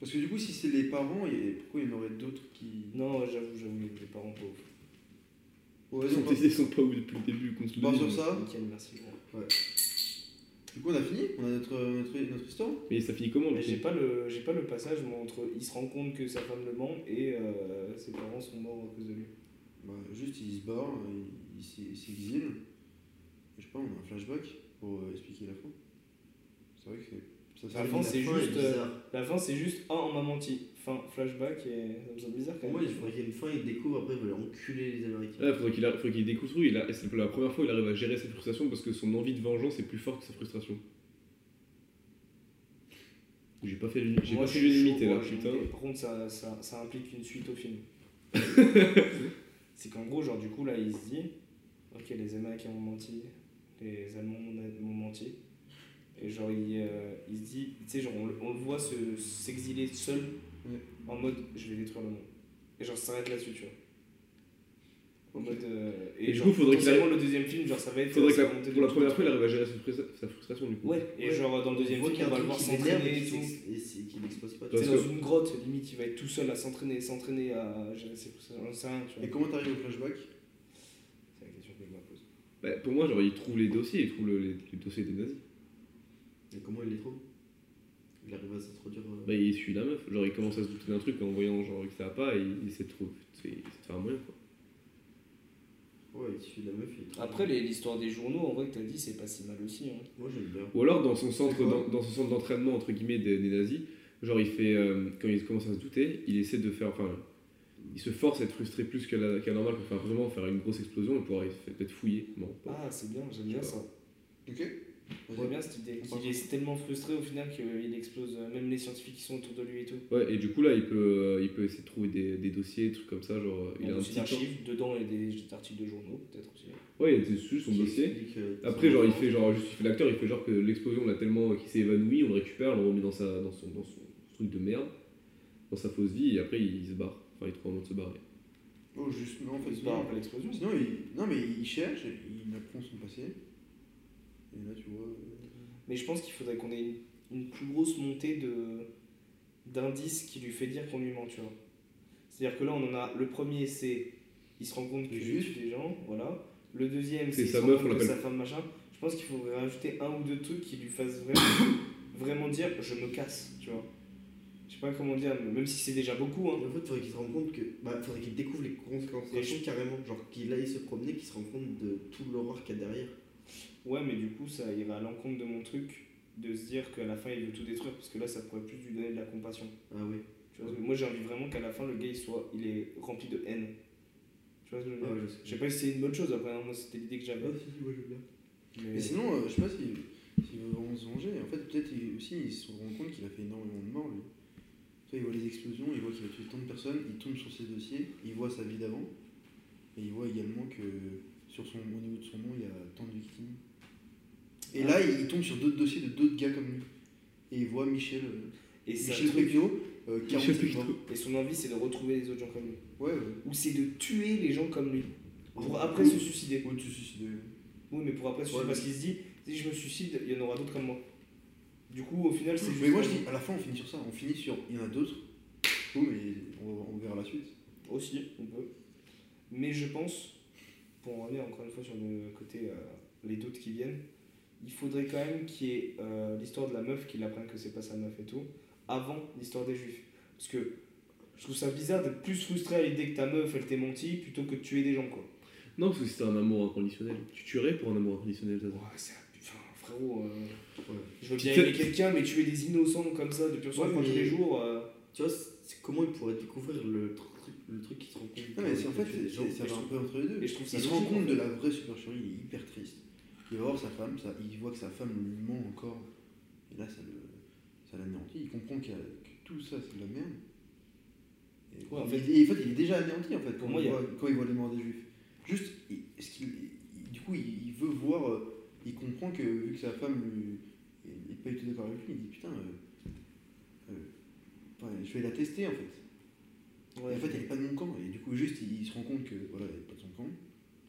[SPEAKER 1] Parce que du coup, si c'est les parents, et pourquoi il y en aurait d'autres qui.
[SPEAKER 3] non, ouais, j'avoue, j'avoue, les parents pauvres.
[SPEAKER 1] Ouais,
[SPEAKER 14] Ils
[SPEAKER 1] non,
[SPEAKER 14] sont, ils sont pas où depuis le début, qu'on se
[SPEAKER 1] pas-
[SPEAKER 14] le
[SPEAKER 1] pas
[SPEAKER 14] dise,
[SPEAKER 1] sur
[SPEAKER 14] mais-
[SPEAKER 1] ça.
[SPEAKER 3] Nickel, merci.
[SPEAKER 1] Du coup, on a fini On a notre, euh, notre, notre histoire
[SPEAKER 14] Mais ça finit comment le
[SPEAKER 3] Mais j'ai
[SPEAKER 14] film
[SPEAKER 3] pas le, j'ai pas le passage moi, entre il se rend compte que sa femme le ment et euh, ses parents sont morts à cause de lui.
[SPEAKER 1] Bah, juste, il se barre, il, il s'e- il s'exile. Et Je sais pas, on a un flashback pour euh, expliquer la fin. C'est vrai que c'est- ça
[SPEAKER 3] La
[SPEAKER 1] sert à
[SPEAKER 3] fin,
[SPEAKER 1] rien.
[SPEAKER 3] c'est
[SPEAKER 13] fin est
[SPEAKER 3] juste, euh,
[SPEAKER 13] bizarre.
[SPEAKER 3] La fin, c'est juste ah, on m'a menti. Fin, flashback, et ça me semble bizarre quand
[SPEAKER 13] Pour
[SPEAKER 3] même.
[SPEAKER 13] moi, il faudrait qu'il y ait une fin, il découvre, après, il veut enculer les Américains.
[SPEAKER 14] Ouais, faudrait qu'il arri- faudrait qu'il découvre ce truc, il a- et c'est pour la première fois il arrive à gérer sa frustration parce que son envie de vengeance est plus forte que sa frustration. J'ai pas fait l'uni- j'ai
[SPEAKER 3] Moi,
[SPEAKER 14] pas
[SPEAKER 3] je
[SPEAKER 14] fait
[SPEAKER 3] suis
[SPEAKER 14] l'unité
[SPEAKER 3] chaud,
[SPEAKER 14] là,
[SPEAKER 3] ouais, j'ai
[SPEAKER 14] putain.
[SPEAKER 3] une idée. Par contre, ça, ça, ça implique une suite au film. c'est qu'en gros, genre, du coup, là, il se dit Ok, les Américains ont menti, les Allemands m'ont- m'ont menti. Et genre, il, euh, il se dit Tu sais, genre, on, le- on le voit se- s'exiler seul en mode Je vais détruire le monde. Et genre, ça s'arrête là-dessus, tu vois. En mode, euh,
[SPEAKER 14] Et du coup, faudrait qu'il
[SPEAKER 3] potentiellement,
[SPEAKER 14] arrive-
[SPEAKER 3] le deuxième film, genre, ça va être. euh,
[SPEAKER 14] Faudrait que
[SPEAKER 3] ça
[SPEAKER 14] la-
[SPEAKER 3] va monter
[SPEAKER 14] pour la
[SPEAKER 3] de-
[SPEAKER 14] première fois, il arrive à gérer sa frustra- sa frustration du coup.
[SPEAKER 3] Ouais, et genre euh, dans le deuxième
[SPEAKER 13] voit
[SPEAKER 3] film,
[SPEAKER 13] qu'il
[SPEAKER 3] on
[SPEAKER 13] y a
[SPEAKER 3] va
[SPEAKER 13] un
[SPEAKER 3] le voir
[SPEAKER 13] truc qui l'énerve
[SPEAKER 3] s'entraîner et
[SPEAKER 13] et
[SPEAKER 3] tout.
[SPEAKER 13] qui s'ex- et c'est- qui l'expose pas.
[SPEAKER 14] Parce
[SPEAKER 3] C'est dans
[SPEAKER 14] que-
[SPEAKER 3] une grotte, limite, il va être tout seul à s'entraîner, s'entraîner à gérer ses poussées, j'en sais rien, tu vois.
[SPEAKER 4] Et comment t'arrives au flashback
[SPEAKER 3] C'est la question que je me pose.
[SPEAKER 14] Bah, pour moi, genre, il trouve les dossiers, il trouve le- les, les dossiers des nazis.
[SPEAKER 13] Et comment il les trouve Il arrive à s'introduire. euh,
[SPEAKER 14] Bah, il suit la meuf. Genre, il commence à se douter d'un truc en voyant genre, que ça va pas et il essaie de trouver, il essaie de faire un moyen quoi.
[SPEAKER 13] Ouais, il suit la meuf. il trouve-
[SPEAKER 3] Après, les- l'histoire des journaux, en vrai, que t'as dit, c'est pas si mal aussi. Hein.
[SPEAKER 13] Moi j'aime bien.
[SPEAKER 14] Ou alors, dans son centre,
[SPEAKER 13] C'est quoi
[SPEAKER 14] dans, dans son centre d'entraînement, entre guillemets, des, des nazis, genre, il fait. euh, quand il commence à se douter, il essaie de faire. Enfin, il se force à être frustré plus qu'à la, qu'à normal pour faire vraiment faire une grosse explosion et pouvoir être- peut-être fouiller. Bon, bon.
[SPEAKER 3] Ah, c'est bien, j'aime bien ça.
[SPEAKER 4] Ok.
[SPEAKER 3] J'aime bien cette idée. Il est tellement frustré au final qu'il explose euh, même les scientifiques qui sont autour de lui et tout.
[SPEAKER 14] Ouais, et du coup, là, il peut, euh, il peut essayer de trouver des, des dossiers, des trucs comme ça. Genre, euh, il a un petit.
[SPEAKER 3] des
[SPEAKER 14] temps.
[SPEAKER 3] archives, dedans il y a des des articles de journaux, peut-être aussi.
[SPEAKER 14] Ouais, il a des sujets, son
[SPEAKER 13] Qui
[SPEAKER 14] dossier.
[SPEAKER 13] explique, euh,
[SPEAKER 14] Après,
[SPEAKER 13] son-
[SPEAKER 14] genre, il fait genre, juste, il fait l'acteur, il fait genre que l'explosion l'a tellement euh, qu'il s'est évanoui, on le récupère, on le remet dans, sa, dans, son, dans son truc de merde, dans sa fausse vie, et après il, il se barre. Enfin, il trouve un moyen de se barrer.
[SPEAKER 4] Oh, juste, non, en fait,
[SPEAKER 3] Il se barre après l'explosion.
[SPEAKER 4] Sinon, il... Non, mais il cherche, il apprend son passé. Et là, tu vois. euh,
[SPEAKER 3] Mais je pense qu'il faudrait qu'on ait une, une plus grosse montée de d'indices qui lui fait dire qu'on lui ment, tu vois. C'est-à-dire que là, on en a le premier, c'est il se rend compte que
[SPEAKER 4] Les
[SPEAKER 3] tue
[SPEAKER 4] Juifs.
[SPEAKER 3] des gens, voilà. Le deuxième,
[SPEAKER 14] C'est
[SPEAKER 3] c'est il
[SPEAKER 14] sa
[SPEAKER 3] se rend
[SPEAKER 14] meuf, on
[SPEAKER 3] compte que
[SPEAKER 14] l'appelle.
[SPEAKER 3] sa femme machin. Je pense qu'il faudrait rajouter un ou deux trucs qui lui fassent vraiment, vraiment dire je me casse, tu vois. Je sais pas comment dire, mais même si c'est déjà beaucoup, hein.
[SPEAKER 13] En fait, faudrait qu'il se rende compte que. Bah, faudrait qu'il découvre les conséquences
[SPEAKER 3] Et
[SPEAKER 13] de
[SPEAKER 3] je-
[SPEAKER 13] choses carrément. Genre qu'il aille se promener, qu'il se rende compte de tout l'horreur qu'il y a derrière.
[SPEAKER 3] Ouais, mais du coup, ça irait à l'encontre de mon truc de se dire qu'à la fin, il veut tout détruire parce que là, ça pourrait plus lui donner de la compassion.
[SPEAKER 13] Ah ouais.
[SPEAKER 3] Tu vois, parce que moi j'ai envie vraiment qu'à la fin le gars il soit il est rempli de haine. Tu vois ce que je veux
[SPEAKER 13] Ah
[SPEAKER 3] dire
[SPEAKER 13] ouais, je sais.
[SPEAKER 3] Je sais pas si c'est une bonne chose après, hein, moi c'était l'idée que j'avais.
[SPEAKER 13] Ah, si, si, moi j'aime bien.
[SPEAKER 3] Mais
[SPEAKER 4] Mais sinon, euh, je sais pas s'il s'il veut vraiment se venger. En fait, peut-être il- aussi, il se rend compte qu'il a fait énormément de morts, lui. Tu vois, il voit les explosions, il voit qu'il a tué tant de personnes, il tombe sur ses dossiers, il voit sa vie d'avant. Et il voit également que sur son, au niveau de son nom, il y a tant de victimes. Et là, il, il tombe sur d'autres dossiers de d'autres gars comme lui. Et il voit Michel, euh,
[SPEAKER 3] et, c'est un
[SPEAKER 4] Michel
[SPEAKER 3] truc-
[SPEAKER 4] Pecno, euh, 47 morts.
[SPEAKER 3] et son envie c'est de retrouver les autres gens comme lui.
[SPEAKER 4] Ouais, ouais.
[SPEAKER 3] Ou c'est de tuer les gens comme lui. Pour après
[SPEAKER 4] Ou-
[SPEAKER 3] se suicider.
[SPEAKER 4] Ou de se suicider.
[SPEAKER 3] Oui mais pour après se suicider.
[SPEAKER 4] Ouais,
[SPEAKER 3] Parce qu'il se dit, si je me suicide, il y en aura d'autres comme moi. Du coup au final c'est
[SPEAKER 4] Mais moi, je
[SPEAKER 3] comme-
[SPEAKER 4] dis, à la fin, on finit sur ça. On finit sur, il y en a d'autres. Boum, et on, on verra la suite.
[SPEAKER 3] Aussi, on peut. Mais je pense, pour en revenir encore une fois sur le côté euh, les doutes qui viennent, il faudrait quand même qu'il y ait euh, l'histoire de la meuf qui l'apprenne que c'est pas sa meuf et tout, avant l'histoire des juifs. Parce que je trouve ça bizarre d'être plus frustré à l'idée que ta meuf elle t'ait menti plutôt que de tuer des gens quoi.
[SPEAKER 14] Non, parce que c'est un amour inconditionnel. Tu tuerais pour un amour inconditionnel, ça
[SPEAKER 3] Ouais, c'est un- enfin, frérot, euh,
[SPEAKER 13] Ouais.
[SPEAKER 3] je veux bien
[SPEAKER 14] Putain.
[SPEAKER 3] aimer quelqu'un, mais tuer des innocents comme ça de pur sang
[SPEAKER 13] Ouais,
[SPEAKER 3] froid tous
[SPEAKER 13] mais-
[SPEAKER 3] les jours. euh,
[SPEAKER 13] Tu vois, c'est c'est comment il pourrait découvrir le truc, le truc qui se rend compte.
[SPEAKER 4] Non, mais c'est en
[SPEAKER 13] que
[SPEAKER 4] fait,
[SPEAKER 13] tu
[SPEAKER 4] c'est-
[SPEAKER 13] es
[SPEAKER 4] c'est- ça
[SPEAKER 13] des
[SPEAKER 4] va
[SPEAKER 13] gens.
[SPEAKER 4] un peu entre les deux.
[SPEAKER 3] Et je trouve ça
[SPEAKER 4] il se rend
[SPEAKER 3] logique, en
[SPEAKER 4] compte
[SPEAKER 3] fait.
[SPEAKER 4] de la vraie supercherie, il est hyper triste. Il va voir sa femme, ça, il voit que sa femme lui ment encore. Et là, ça le- ça l'anéantit. Il comprend qu'il y a- que tout ça, c'est de la merde. Et,
[SPEAKER 3] Ouais, en
[SPEAKER 4] il-
[SPEAKER 3] fait-
[SPEAKER 4] et en fait, il est déjà anéanti en fait,
[SPEAKER 3] Pour
[SPEAKER 4] quand,
[SPEAKER 3] moi,
[SPEAKER 4] il,
[SPEAKER 3] il y a-
[SPEAKER 4] voit, quand il voit les morts des juifs. Juste, il- ce qu'il- il- du coup, il, il veut voir, euh, il comprend que vu que sa femme lui, il n'est pas du tout d'accord avec lui, il dit putain, euh, euh, ouais, je vais la tester en fait. Et en fait, il n'y avait pas de mon camp. Et du coup, juste, il, il se rend compte que voilà, il n'y avait pas de son camp.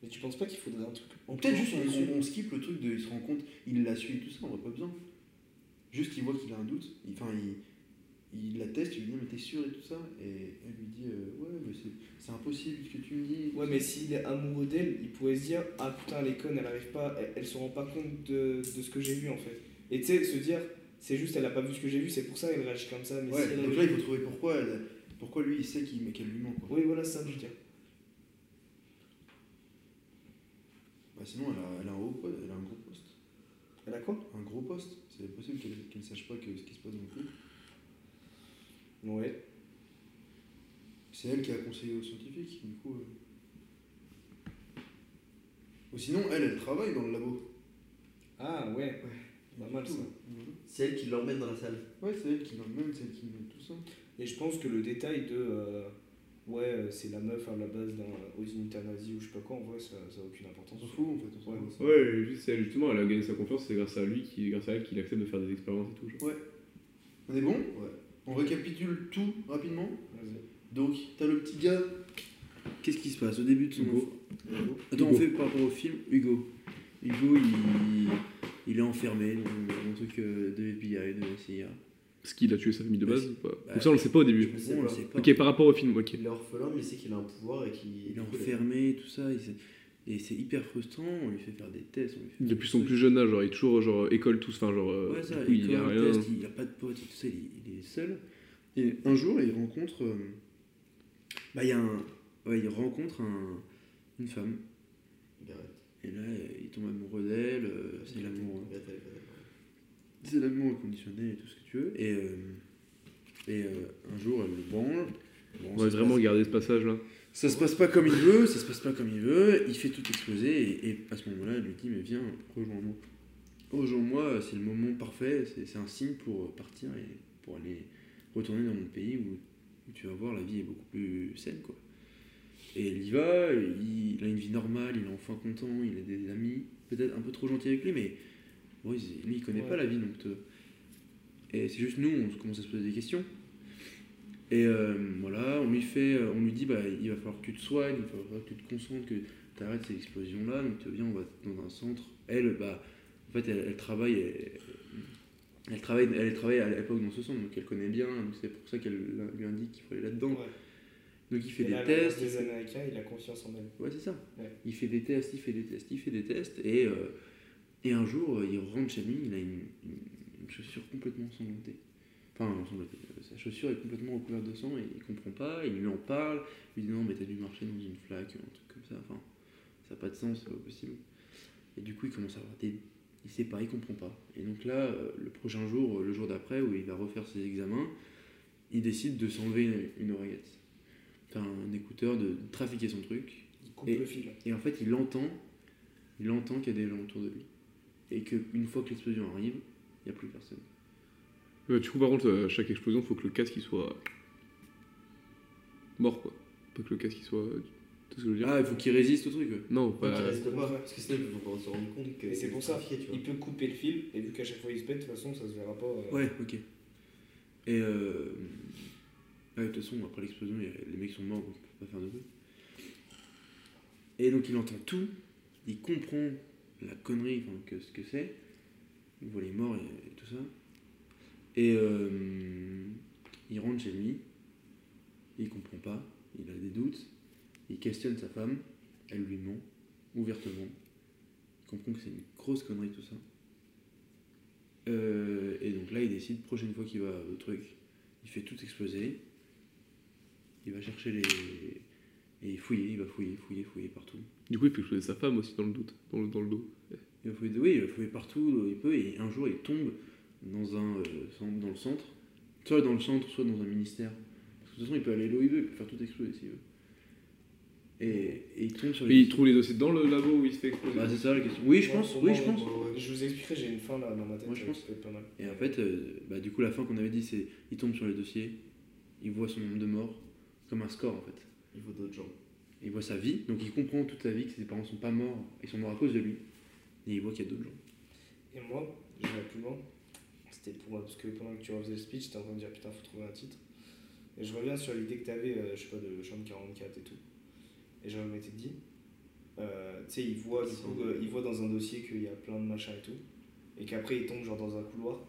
[SPEAKER 3] Mais tu penses pas qu'il faudrait un truc
[SPEAKER 4] Ou peut-être juste,
[SPEAKER 3] en
[SPEAKER 4] on, on- on skip le truc de il se rend compte, il la suit et tout ça, on aurait pas besoin. Juste, il voit qu'il a un doute. il- Enfin, il, il la teste, il lui dit, mais t'es sûr et tout ça. Et elle lui dit, euh, ouais, mais c'est, c'est impossible ce que tu me dis.
[SPEAKER 3] Ouais, mais s'il est amoureux d'elle, il pourrait se dire Ah putain, elle est conne, elle arrive pas, elle, elle se rend pas compte de, de ce que j'ai vu en fait. Et tu sais, se dire C'est juste, elle a pas vu ce que j'ai vu, c'est pour ça qu'elle réagit comme ça. Mais
[SPEAKER 4] Ouais,
[SPEAKER 3] si elle
[SPEAKER 4] donc
[SPEAKER 3] avait
[SPEAKER 4] là, il
[SPEAKER 3] vu-
[SPEAKER 4] faut trouver pourquoi, elle- pourquoi lui, il sait qu'il, mais qu'elle lui ment. Quoi.
[SPEAKER 3] Oui, voilà, ça, je veux dire.
[SPEAKER 4] Bah, sinon, elle a, elle a un haut poste, elle a un gros poste.
[SPEAKER 3] Elle a quoi
[SPEAKER 4] Un gros poste. C'est possible qu'elle, qu'elle sache pas que ce qui se passe dans le couple.
[SPEAKER 3] Ouais.
[SPEAKER 4] C'est elle qui a conseillé aux scientifiques, du coup. euh. Ou sinon, elle, elle travaille dans le labo.
[SPEAKER 3] Ah ouais. Pas mal, ça.
[SPEAKER 4] Ouais,
[SPEAKER 13] C'est elle qui l'emmène dans la salle.
[SPEAKER 4] Mhm. Ouais, c'est elle qui l'emmène, c'est elle qui met tout ça.
[SPEAKER 3] Et je pense que le détail de euh, Ouais, euh, c'est la meuf à la base d'un, aux unités nazis ou je sais pas quoi, en vrai, ça, ça a aucune
[SPEAKER 4] On
[SPEAKER 3] importance.
[SPEAKER 4] s'en fout, en fait. On s'en
[SPEAKER 3] Ouais.
[SPEAKER 4] fout.
[SPEAKER 14] Ouais, et juste, c'est elle, justement, elle a gagné sa confiance, c'est grâce à lui, qui, grâce à elle, qu'il accepte de faire des expériences et tout. genre.
[SPEAKER 4] On est bon Ouais. On récapitule tout rapidement.
[SPEAKER 3] Vas-y.
[SPEAKER 4] Donc, t'as le petit gars. Qu'est-ce qui se passe au début de son go Attends, on fait par rapport au film Hugo. Hugo, il, il est enfermé dans un truc euh, de FBI, de CIA.
[SPEAKER 14] Parce qu'il a tué sa famille de
[SPEAKER 4] Bah,
[SPEAKER 14] base
[SPEAKER 4] si.
[SPEAKER 14] ou pas
[SPEAKER 4] Bah,
[SPEAKER 14] Ou ça, on le sait pas au début.
[SPEAKER 4] je sais On le pas. sait pas.
[SPEAKER 14] Ok, par rapport au film, ok.
[SPEAKER 13] Il est orphelin, mais il sait qu'il a un pouvoir et qu'il.
[SPEAKER 4] Il est enfermé, tout ça. il s'est- Et c'est hyper frustrant. On lui fait faire des tests. On lui fait...
[SPEAKER 14] Depuis son plus jeune âge, genre, il est toujours genre école, tous, enfin genre. euh,
[SPEAKER 4] Ouais, ça,
[SPEAKER 14] du coup, il y a
[SPEAKER 4] école,
[SPEAKER 14] rien.
[SPEAKER 4] test, il a pas de potes, et tout ça, il, est- il est seul. Et un jour, il rencontre. euh, bah, il y a un. Ouais, il rencontre un- une femme. Et là, euh, il tombe amoureux d'elle. euh, c'est l'amour. euh, C'est l'amour inconditionnel et tout ce que tu veux. Et, euh, et euh, un jour, elle le branle. Bon,
[SPEAKER 14] On
[SPEAKER 4] ça
[SPEAKER 14] va
[SPEAKER 4] se
[SPEAKER 14] vraiment
[SPEAKER 4] passe-
[SPEAKER 14] garder ce passage là.
[SPEAKER 4] ça se passe pas comme il veut, ça se passe pas comme il veut, il fait tout exploser et, et à ce moment-là, elle lui dit mais viens, rejoins-moi. Rejoins-moi, c'est le moment parfait, c'est c'est un signe pour euh, partir et pour aller retourner dans mon pays où, où tu vas voir la vie est beaucoup plus saine quoi. Et il y va, il, il a une vie normale, il est enfin content, il a des amis, peut-être un peu trop gentil avec lui, mais bon, il- lui il connaît
[SPEAKER 3] Ouais.
[SPEAKER 4] pas la vie donc. te- et c'est juste nous, on commence à se poser des questions. Et euh, voilà, on lui fait, on lui dit, bah, il va falloir que tu te soignes, il va falloir que tu te concentres, que tu arrêtes ces explosions-là, donc tu viens, on va dans un centre. Elle, bah, en fait, elle, elle travaille, elle, elle travaille, elle travaille à l'époque dans ce centre, donc elle connaît bien, donc c'est pour ça qu'elle lui indique qu'il faut aller là-dedans. Donc il fait
[SPEAKER 3] Et
[SPEAKER 4] des
[SPEAKER 3] là, à l'inverse
[SPEAKER 4] tests. il
[SPEAKER 3] des
[SPEAKER 4] fait-
[SPEAKER 3] Américains, il a confiance en elle.
[SPEAKER 4] Ouais, c'est ça.
[SPEAKER 3] Ouais.
[SPEAKER 4] Il fait des tests, il fait des tests, il fait des tests, et, euh, et un jour, euh, il rentre chez lui, il a une, une- une chaussure complètement ensanglantée. Enfin, ensanglantée, euh, sa chaussure est complètement recouverte de sang, et il comprend pas, il lui en parle, il lui dit non, mais t'as dû marcher dans une flaque, un truc comme ça, enfin, ça n'a pas de sens, c'est pas possible. Et du coup, il commence à avoir des. Il sait pas, il comprend pas. Et donc là, euh, le prochain jour, euh, le jour d'après, où il va refaire ses examens, il décide de s'enlever une, une oreillette. Enfin, un écouteur, de trafiquer son truc,
[SPEAKER 3] Il coupe
[SPEAKER 4] et,
[SPEAKER 3] le fil.
[SPEAKER 4] et en fait, il entend, il entend qu'il y a des gens autour de lui. Et qu'une fois que l'explosion arrive, il n'y a plus personne.
[SPEAKER 14] Ouais, du coup, par contre, euh, à chaque explosion, faut que le casque il soit. mort quoi. Pas que le casque il soit. Tu sais ce que je veux dire
[SPEAKER 4] Ah, il faut qu'il résiste au truc. ouais.
[SPEAKER 14] Non, pas.
[SPEAKER 13] Il reste pas, parce que sinon ils vont pas se rendre compte que.
[SPEAKER 3] Et c'est pour ça,
[SPEAKER 13] trafiqué, tu vois.
[SPEAKER 3] il peut couper le fil, et vu qu'à chaque fois il se pète, de toute façon ça se verra pas. euh,
[SPEAKER 4] Ouais, ok. Et euh... ouais, de toute façon, après l'explosion, il y a- les mecs sont morts, donc ils peuvent pas faire de bruit. Et donc il entend tout, il comprend la connerie, enfin, que, ce que c'est. Il voit les morts et, et tout ça. Et euh, il rentre chez lui, il comprend pas, il a des doutes, il questionne sa femme, elle lui ment, ouvertement. Il comprend que c'est une grosse connerie tout ça. Euh, et donc là, il décide, prochaine fois qu'il va au truc, il fait tout exploser. Il va chercher les. Et fouiller, il va fouiller, fouiller, fouiller partout.
[SPEAKER 14] Du coup, il fait exploser sa femme aussi dans le doute, dans le, dans le dos.
[SPEAKER 4] Il va fouiller, oui, il va fouiller partout où il peut, et un jour, il tombe dans, un, euh, centre- dans le centre. Soit dans le centre, soit dans un ministère. Parce que de toute façon, il peut aller là où il veut, il peut faire tout exploser s'il veut. Et, et il tombe sur
[SPEAKER 14] Et il trouve les dossiers dans le labo où il se fait exploser.
[SPEAKER 4] Bah, c'est ça la question. Oui, je
[SPEAKER 3] moi,
[SPEAKER 4] pense,
[SPEAKER 3] pour
[SPEAKER 4] oui,
[SPEAKER 3] moi,
[SPEAKER 4] je pense.
[SPEAKER 3] moi, Je vous expliquerai, j'ai une fin là dans ma tête.
[SPEAKER 4] Moi, je
[SPEAKER 3] euh,
[SPEAKER 4] pense.
[SPEAKER 3] qui peut être pas mal.
[SPEAKER 4] Et en fait, euh, bah, du coup, la fin qu'on avait dit, c'est il tombe sur les dossiers, il voit son nombre de morts, comme un score en fait.
[SPEAKER 13] Il faut d'autres gens.
[SPEAKER 4] Il voit sa vie, donc il comprend toute sa vie que ses parents sont pas morts, ils sont morts à cause de lui. Et il voit qu'il y a d'autres gens.
[SPEAKER 3] Et moi, je vais plus loin. C'était pour moi, parce que pendant que tu refaisais le speech, t'es en train de dire putain, faut trouver un titre. Et je reviens sur l'idée que t'avais, euh, je sais pas, de chambre 44 et tout. Et je m'étais dit, euh, tu sais, il voit, du coup, euh, il voit dans un dossier qu'il y a plein de machins et tout. Et qu'après, il tombe genre dans un couloir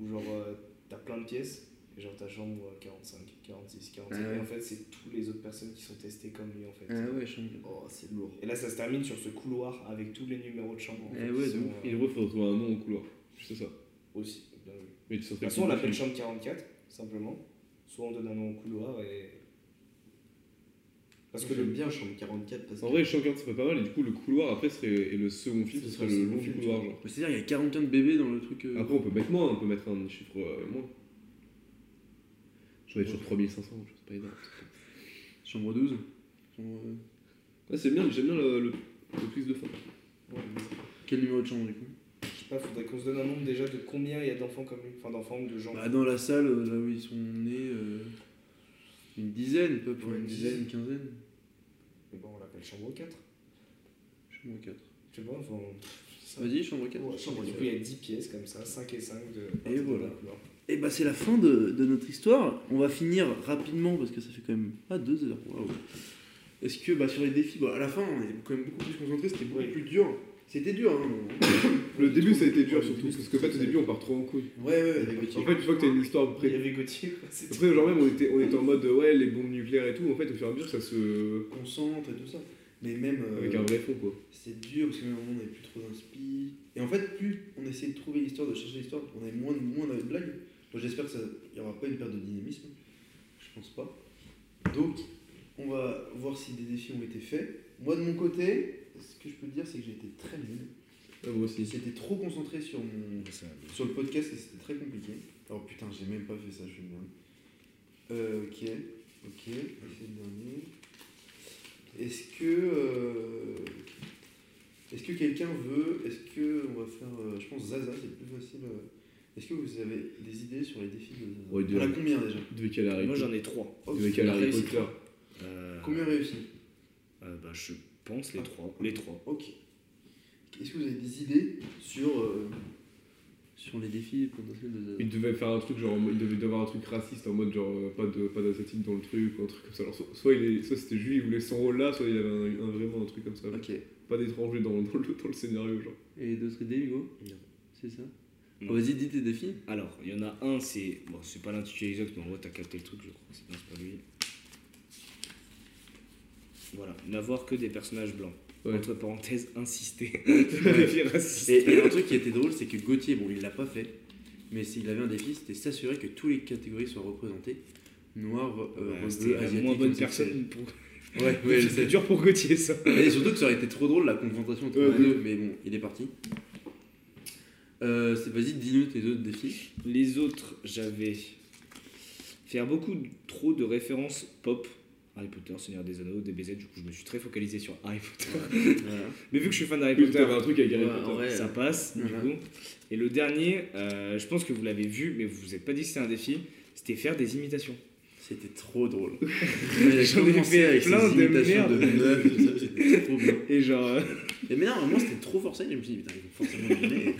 [SPEAKER 3] où genre euh, t'as plein de pièces. Et genre ta chambre euh, 45, 46, 47.
[SPEAKER 4] Ah ouais.
[SPEAKER 3] Et en fait, c'est toutes les autres personnes qui sont testées comme lui en fait.
[SPEAKER 4] Ah ouais, je suis
[SPEAKER 13] Oh, c'est lourd.
[SPEAKER 3] Et là, ça se termine sur ce couloir avec tous les numéros de chambre. en
[SPEAKER 4] Eh
[SPEAKER 3] fait,
[SPEAKER 4] ouais, de
[SPEAKER 3] qui sont,
[SPEAKER 4] ouf.
[SPEAKER 3] euh,
[SPEAKER 14] Il faut trouver un nom au couloir. C'est ça.
[SPEAKER 3] aussi. bien vu.
[SPEAKER 14] Mais tu
[SPEAKER 3] De
[SPEAKER 14] sais,
[SPEAKER 3] toute façon, on l'appelle chambre 44, simplement. Soit on donne un nom au couloir et. Parce que le
[SPEAKER 19] Mhm.
[SPEAKER 13] j'aime bien Chambre 44 parce
[SPEAKER 14] En
[SPEAKER 13] que-
[SPEAKER 14] vrai, Shogun, ça fait pas mal, et du coup, le couloir après serait. Et le second film, ce
[SPEAKER 13] Ce
[SPEAKER 14] serait
[SPEAKER 13] serait
[SPEAKER 14] le
[SPEAKER 13] le
[SPEAKER 14] long du
[SPEAKER 13] film,
[SPEAKER 14] couloir,
[SPEAKER 13] tu
[SPEAKER 14] genre.
[SPEAKER 4] Mais C'est-à-dire, il y a 41 de bébés dans le truc. euh,
[SPEAKER 14] Après, on peut mettre moins, on peut mettre un chiffre euh, moins. Je vais être sur 3500, je sais pas énorme.
[SPEAKER 4] Chambre 12. Chambre, euh,
[SPEAKER 14] Ouais, c'est bien, j'aime bien le, le, le twist de fin.
[SPEAKER 4] Quel numéro de chambre du coup
[SPEAKER 3] je sais pas, faudrait qu'on se donne un nombre déjà de combien il y a d'enfants comme lui. Enfin, d'enfants ou de gens.
[SPEAKER 4] Bah, dans la salle, euh, là où ils sont nés, euh, une dizaine, peut pour
[SPEAKER 3] Ouais,
[SPEAKER 4] une
[SPEAKER 3] une
[SPEAKER 4] dizaine, une quinzaine.
[SPEAKER 3] Mais bon, on l'appelle chambre 4.
[SPEAKER 4] Chambre 4.
[SPEAKER 3] Je sais pas, enfin.
[SPEAKER 4] Vas-y, chambre 4.
[SPEAKER 13] Ouais, Chambre
[SPEAKER 3] Et du
[SPEAKER 13] 4.
[SPEAKER 3] coup, il y a 10 pièces comme ça, 5 et 5 de.
[SPEAKER 4] Et
[SPEAKER 3] dans
[SPEAKER 4] voilà.
[SPEAKER 3] le couloir.
[SPEAKER 4] Et bah, c'est la fin de, de notre histoire. On va finir rapidement parce que ça fait quand même. Ah, deux heures. Waouh. Est-ce que bah, sur les défis, bah, à la fin, on était quand même beaucoup plus concentrés, c'était beaucoup plus dur. C'était dur. Hein.
[SPEAKER 14] Le début, ça a été dur surtout, parce qu'en fait, au début, on part trop en couille.
[SPEAKER 4] Ouais, ouais, avec
[SPEAKER 14] En fait, une fois que t'as une histoire après.
[SPEAKER 3] Il y avait Gauthier, quoi. c'était-
[SPEAKER 14] Après, genre même, on était, on était en mode, ouais, les bombes nucléaires et tout, en fait, au fur et à mesure, ça se.
[SPEAKER 4] Concentre euh, et tout ça. Mais même. euh,
[SPEAKER 14] Avec un vrai fond, quoi.
[SPEAKER 4] C'était dur parce que même à un moment on n'avait plus trop d'inspi. Et en fait, plus on essayait de trouver l'histoire, de chercher l'histoire, on avait moins de, moins de blagues. Donc j'espère qu'il n'y aura pas une perte de dynamisme. Je pense pas. Donc, on va voir si des défis ont été faits. Moi, de mon côté, ce que je peux te dire, c'est que j'ai été très nul.
[SPEAKER 14] moi aussi.
[SPEAKER 4] J'étais trop concentré sur, mon, sur le podcast et c'était très compliqué. Alors putain, j'ai même pas fait ça, je suis bien. Euh, ok, ok, c'est le dernier. Est-ce que. euh, Est-ce que quelqu'un veut. Est-ce que. On va faire. euh, je pense Zaza, c'est le plus facile. euh. Est-ce que vous avez des idées sur les défis de Zaza
[SPEAKER 14] Ouais, de-
[SPEAKER 4] On a combien déjà
[SPEAKER 14] De quel Harry
[SPEAKER 19] Moi,
[SPEAKER 14] Potter
[SPEAKER 19] j'en ai trois.
[SPEAKER 4] Oh,
[SPEAKER 14] De quel Harry
[SPEAKER 4] réussi.
[SPEAKER 14] Potter
[SPEAKER 19] Euh,
[SPEAKER 4] Combien réussi
[SPEAKER 19] euh, bah, je pense
[SPEAKER 3] Ah.
[SPEAKER 19] les trois. Les trois.
[SPEAKER 4] Ok. Est-ce que vous avez des idées sur. euh, sur les défis potentiels de Zaza
[SPEAKER 14] Il devait faire un truc genre, il devait devoir un truc raciste en mode genre euh, pas de pas d'asiatique dans le truc ou un truc comme ça. Alors, soit, soit il est- soit c'était juif, il voulait son rôle là, soit il avait un, un- vraiment un truc comme ça.
[SPEAKER 4] Ok.
[SPEAKER 14] Pas d'étranger dans, dans le, dans le scénario genre.
[SPEAKER 20] Et d'autres idées, Hugo
[SPEAKER 19] Non.
[SPEAKER 20] C'est ça
[SPEAKER 19] Non.
[SPEAKER 20] Vas-y, dis tes défis.
[SPEAKER 19] Alors, il y en a un, c'est. Bon, c'est pas l'intitulé exact, mais en gros, t'as capté le truc, je crois. C'est non, c'est pas lui. Voilà, n'avoir que des personnages blancs.
[SPEAKER 14] Ouais.
[SPEAKER 19] Entre parenthèses, insister. Défi raciste.
[SPEAKER 1] Et, et un truc qui était drôle, c'est que Gauthier, bon, il l'a pas fait, mais s'il avait un défi, c'était s'assurer que toutes les catégories soient représentées. Noir, euh,
[SPEAKER 19] Ouais,
[SPEAKER 1] rebeu,
[SPEAKER 19] C'était la
[SPEAKER 1] asiatique,
[SPEAKER 19] moins bonne
[SPEAKER 1] homosexuel.
[SPEAKER 19] personne pour.
[SPEAKER 1] Ouais, ouais, je
[SPEAKER 19] c'est
[SPEAKER 1] sais.
[SPEAKER 19] dur pour Gauthier, ça.
[SPEAKER 1] Et surtout que ça aurait été trop drôle la confrontation entre
[SPEAKER 14] Ouais,
[SPEAKER 1] les deux, mais bon, il est parti. Euh, c'est- Vas-y, dis-nous tes autres défis.
[SPEAKER 19] Les autres, j'avais. Faire beaucoup de- trop de références pop. Harry Potter, Seigneur des Anneaux, DBZ, du coup, je me suis très focalisé sur Harry Potter. Mais vu que je suis fan d'Harry
[SPEAKER 14] Il
[SPEAKER 19] Potter,
[SPEAKER 14] avait un truc avec Harry
[SPEAKER 1] Ouais,
[SPEAKER 14] Potter.
[SPEAKER 1] en vrai,
[SPEAKER 19] ça
[SPEAKER 1] euh,
[SPEAKER 19] passe du
[SPEAKER 1] voilà.
[SPEAKER 19] coup. Et le dernier, euh, je pense que vous l'avez vu, mais vous vous êtes pas dit que c'était un défi. C'était faire des imitations.
[SPEAKER 1] c'était trop drôle. J'en ai fait avec
[SPEAKER 19] plein
[SPEAKER 1] ces
[SPEAKER 19] de
[SPEAKER 1] imitations de
[SPEAKER 19] merde.
[SPEAKER 1] meufs, tout ça, c'était trop bien.
[SPEAKER 19] Et genre, euh,
[SPEAKER 1] Et mais non, vraiment, c'était trop forcé. Je me suis dit, putain, ils vont forcément le donner.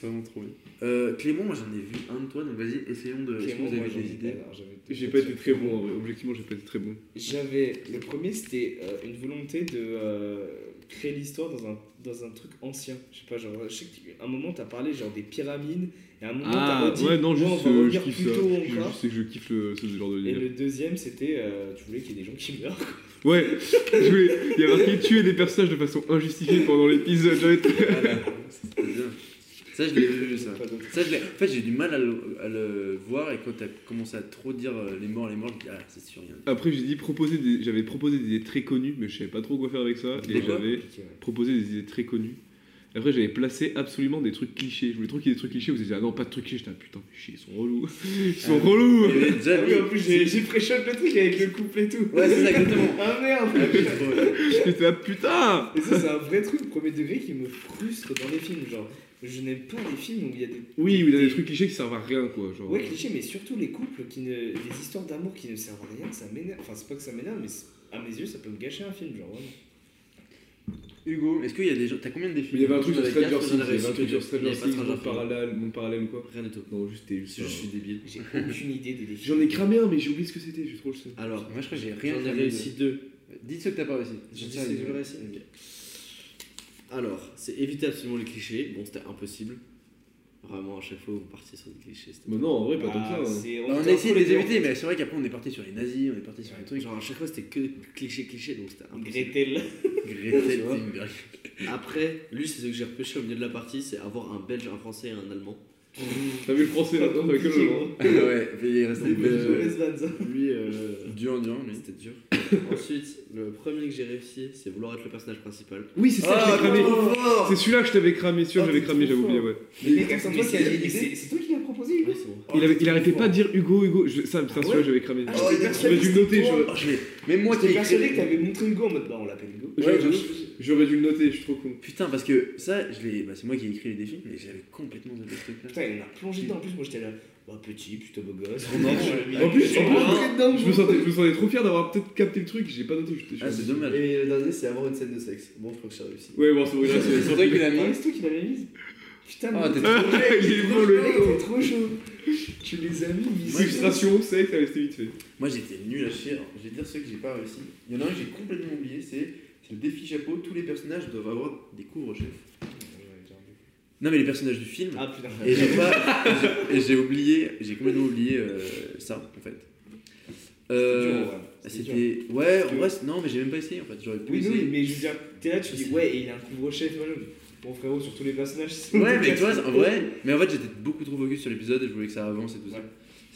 [SPEAKER 1] Vraiment trop bien. Euh, Clément, moi j'en ai vu un de toi, donc vas-y, essayons de. Est-ce que
[SPEAKER 3] Clément,
[SPEAKER 1] vous
[SPEAKER 3] moi,
[SPEAKER 1] avez
[SPEAKER 3] j'en ai-
[SPEAKER 1] des idées
[SPEAKER 3] alors, j'avais-
[SPEAKER 14] J'ai pas été très bon en vrai. objectivement j'ai pas été très bon.
[SPEAKER 3] J'avais. Le premier, c'était euh, une volonté de euh, créer l'histoire dans un, dans un truc ancien. Je sais pas, genre, je sais qu'à un moment, t'as parlé genre des pyramides, et à un moment, t'as dit,
[SPEAKER 14] Ah, ouais non
[SPEAKER 3] Ah, ouais,
[SPEAKER 14] juste
[SPEAKER 3] on va
[SPEAKER 14] euh, je
[SPEAKER 3] revenir
[SPEAKER 14] kiffe
[SPEAKER 3] plus
[SPEAKER 14] ça.
[SPEAKER 3] tôt
[SPEAKER 14] Je, je
[SPEAKER 3] encore.
[SPEAKER 14] sais que je kiffe le- ce genre de
[SPEAKER 3] Et
[SPEAKER 14] délire.
[SPEAKER 3] le deuxième, c'était, euh, tu voulais qu'il y ait des gens qui meurent.
[SPEAKER 14] Ouais, je voulais, il y a marqué tuer des personnages de façon injustifiée pendant l'épisode. j'avais été-
[SPEAKER 1] Voilà. C'était bien. Ça, je l'ai vu, ça.
[SPEAKER 3] Pas d'autres.
[SPEAKER 1] ça je l'ai- en fait, j'ai du mal à le, à le voir, et quand t'as commencé à trop dire euh, les morts, les morts, je me dis, ah, c'est sûr, il y en a.
[SPEAKER 14] Après j'ai dit proposer des, j'avais proposé des idées très connues mais je savais pas trop quoi faire avec ça
[SPEAKER 1] Des
[SPEAKER 14] et
[SPEAKER 1] quoi
[SPEAKER 14] j'avais proposé des idées très connues. Après j'avais placé absolument des trucs clichés. Je voulais trop qu'il y ait des trucs clichés. Vous avez dit ah non pas de trucs clichés. J'étais ah, putain fais chier, ils sont relous. Ils sont relous.
[SPEAKER 1] Il y avait déjà
[SPEAKER 3] Ah oui, en plus, j'ai j'ai pré-shot le truc avec le couple et tout.
[SPEAKER 1] Ouais, c'est ça, exactement.
[SPEAKER 3] Ah
[SPEAKER 1] Ah
[SPEAKER 3] merde
[SPEAKER 1] oui, trop bien.
[SPEAKER 14] J'étais là putain.
[SPEAKER 3] Et ça, c'est un vrai truc, premier degré, qui me frustre dans les films. Genre, je n'aime pas les films où il y a des.
[SPEAKER 14] Oui il y a des trucs clichés qui servent à rien quoi. Genre.
[SPEAKER 3] Ouais, cliché, mais surtout les couples, qui ne... les histoires d'amour qui ne servent à rien, ça m'énerve. Enfin, c'est pas que ça m'énerve, mais c'est- à mes yeux, ça peut me gâcher un film, genre vraiment.
[SPEAKER 1] Hugo, est-ce qu'il y a des gens. T'as combien de défis
[SPEAKER 14] Mais il y avait un truc sur
[SPEAKER 1] J'en avais
[SPEAKER 14] Stranger
[SPEAKER 1] quatre,
[SPEAKER 14] Things. Il
[SPEAKER 1] j'en avais
[SPEAKER 14] y avait
[SPEAKER 1] réussi
[SPEAKER 14] un truc
[SPEAKER 1] que
[SPEAKER 14] sur
[SPEAKER 1] deux. Il
[SPEAKER 14] Stranger
[SPEAKER 1] y avait pas Stranger
[SPEAKER 14] Things. Mon
[SPEAKER 1] Things.
[SPEAKER 14] parallèle, mon parallèle quoi.
[SPEAKER 1] Rien du tout.
[SPEAKER 14] Non juste t'es juste.
[SPEAKER 1] Je suis débile.
[SPEAKER 3] J'ai aucune idée des défis.
[SPEAKER 14] J'en ai cramé un mais j'ai oublié ce que c'était. Je suis trop le seul.
[SPEAKER 1] Alors, moi je crois que j'ai rien
[SPEAKER 5] J'en ai
[SPEAKER 1] fait.
[SPEAKER 5] réussi deux.
[SPEAKER 1] Dis ceux que t'as pas réussi.
[SPEAKER 5] J'ai dit c'est du réussi. Alors, c'est éviter absolument les clichés. Bon, c'était impossible. Vraiment, à chaque fois, vous partiez sur des clichés. c'était
[SPEAKER 14] Mais Bah non en vrai pas tant
[SPEAKER 3] Ah,
[SPEAKER 14] que ça. hein.
[SPEAKER 3] c'est-
[SPEAKER 1] Bah, on a
[SPEAKER 3] était
[SPEAKER 1] essayé de les
[SPEAKER 3] entre deux.
[SPEAKER 1] éviter, mais c'est vrai qu'après on est parti sur les nazis, on est parti sur les trucs.
[SPEAKER 5] Genre, à chaque fois, c'était que cliché, cliché. Donc, c'était impossible.
[SPEAKER 3] Gretel.
[SPEAKER 1] Gretel
[SPEAKER 5] Tu vois.
[SPEAKER 1] Thunberg.
[SPEAKER 5] Après, lui, c'est ce que j'ai repêché au milieu de la partie c'est avoir un belge, un français et un allemand.
[SPEAKER 14] T'as vu le français maintenant t'as que le genre.
[SPEAKER 1] Ah ouais, mais il est resté
[SPEAKER 3] Mauvaise vanne, ça.
[SPEAKER 5] Lui, euh,
[SPEAKER 1] euh, dur, dur, mais.
[SPEAKER 5] c'était dur. Ensuite, le premier que j'ai réussi, c'est vouloir être le personnage principal.
[SPEAKER 14] Oui,
[SPEAKER 1] Ah,
[SPEAKER 14] c'est ça que je l'ai cramé.
[SPEAKER 1] trop fort
[SPEAKER 14] C'est celui-là que je t'avais cramé, sûr,
[SPEAKER 3] Ah,
[SPEAKER 14] j'avais
[SPEAKER 3] t'es
[SPEAKER 14] cramé,
[SPEAKER 3] trop
[SPEAKER 14] j'avais oublié,
[SPEAKER 3] fort.
[SPEAKER 14] ouais.
[SPEAKER 3] Mais mec, attends, mais
[SPEAKER 1] qui a l'idée
[SPEAKER 3] c'est c'est- c'est toi qui l'as proposé, Hugo
[SPEAKER 5] Ouais, c'est bon.
[SPEAKER 14] il, avait, il arrêtait pas de dire Hugo, Hugo. Je- ça, c'est un
[SPEAKER 3] Ah
[SPEAKER 14] celui-là
[SPEAKER 3] ouais
[SPEAKER 14] que j'avais cramé.
[SPEAKER 3] Ah,
[SPEAKER 1] Oh,
[SPEAKER 3] j'étais
[SPEAKER 1] il est
[SPEAKER 3] persuadé
[SPEAKER 14] dû
[SPEAKER 3] que c'était
[SPEAKER 14] noter,
[SPEAKER 3] toi.
[SPEAKER 1] Oh, je l'ai- Même moi qui ai
[SPEAKER 3] J'étais persuadé
[SPEAKER 1] écrit.
[SPEAKER 3] que t'avais montré Hugo en mode bah on l'appelle Hugo.
[SPEAKER 1] Ouais,
[SPEAKER 14] J'aurais- J'aurais dû le noter, je suis trop con.
[SPEAKER 1] Putain, parce que ça, je l'ai. Bah, c'est moi qui ai écrit les défis, mais j'avais complètement zappé ce truc-là.
[SPEAKER 3] Putain, il en a plongé dedans. En plus, moi j'étais là, bah petit, plutôt beau gosse.
[SPEAKER 14] En plus, en plus,
[SPEAKER 1] Ah,
[SPEAKER 3] dedans,
[SPEAKER 14] je me sentais, je me sentais trop fier d'avoir peut-être capté le truc, j'ai pas noté. j'étais-
[SPEAKER 1] Ah, c'est
[SPEAKER 14] j'étais-
[SPEAKER 1] dommage.
[SPEAKER 5] Et le dernier, c'est avoir une scène de sexe. Bon, je crois que j'ai réussi.
[SPEAKER 14] Ouais, bon, c'est bon, là, c'est
[SPEAKER 1] C'est toi qui l'as
[SPEAKER 3] Ah,
[SPEAKER 1] mis
[SPEAKER 3] C'est toi qui l'avais mise Putain,
[SPEAKER 14] Ah,
[SPEAKER 3] mais
[SPEAKER 14] t'es trop chaud.
[SPEAKER 3] Il est bon, le
[SPEAKER 14] con.
[SPEAKER 3] T'es trop chaud. Tu les as mis, ils sont-
[SPEAKER 14] Illustration, c'est que t'as resté vite fait.
[SPEAKER 4] Moi j'étais nul à chier. Alors, Je vais dire ceux que j'ai pas réussi. Il y en a un que j'ai complètement oublié, c'est c'est le défi chapeau. Tous les personnages doivent avoir des couvre-chefs. Non mais les personnages du film.
[SPEAKER 3] Ah putain.
[SPEAKER 14] Euh,
[SPEAKER 4] Et j'ai pas- et j'ai- et j'ai oublié, j'ai complètement oublié euh, ça en fait. Euh,
[SPEAKER 3] dur, ouais. C'était
[SPEAKER 4] C'était ouais, en vrai, c'est- non mais j'ai même pas essayé en fait. J'aurais pu
[SPEAKER 3] Oui,
[SPEAKER 4] essayer.
[SPEAKER 3] oui, mais je veux dire, t'es là, tu dis, ouais, et il a un couvre-chef, moi, je- Bon, frérot, sur tous les personnages, c'est.
[SPEAKER 4] Ouais, mais tu vois, en vrai, mais en fait, j'étais beaucoup trop focus sur l'épisode et je voulais que ça avance et tout ça.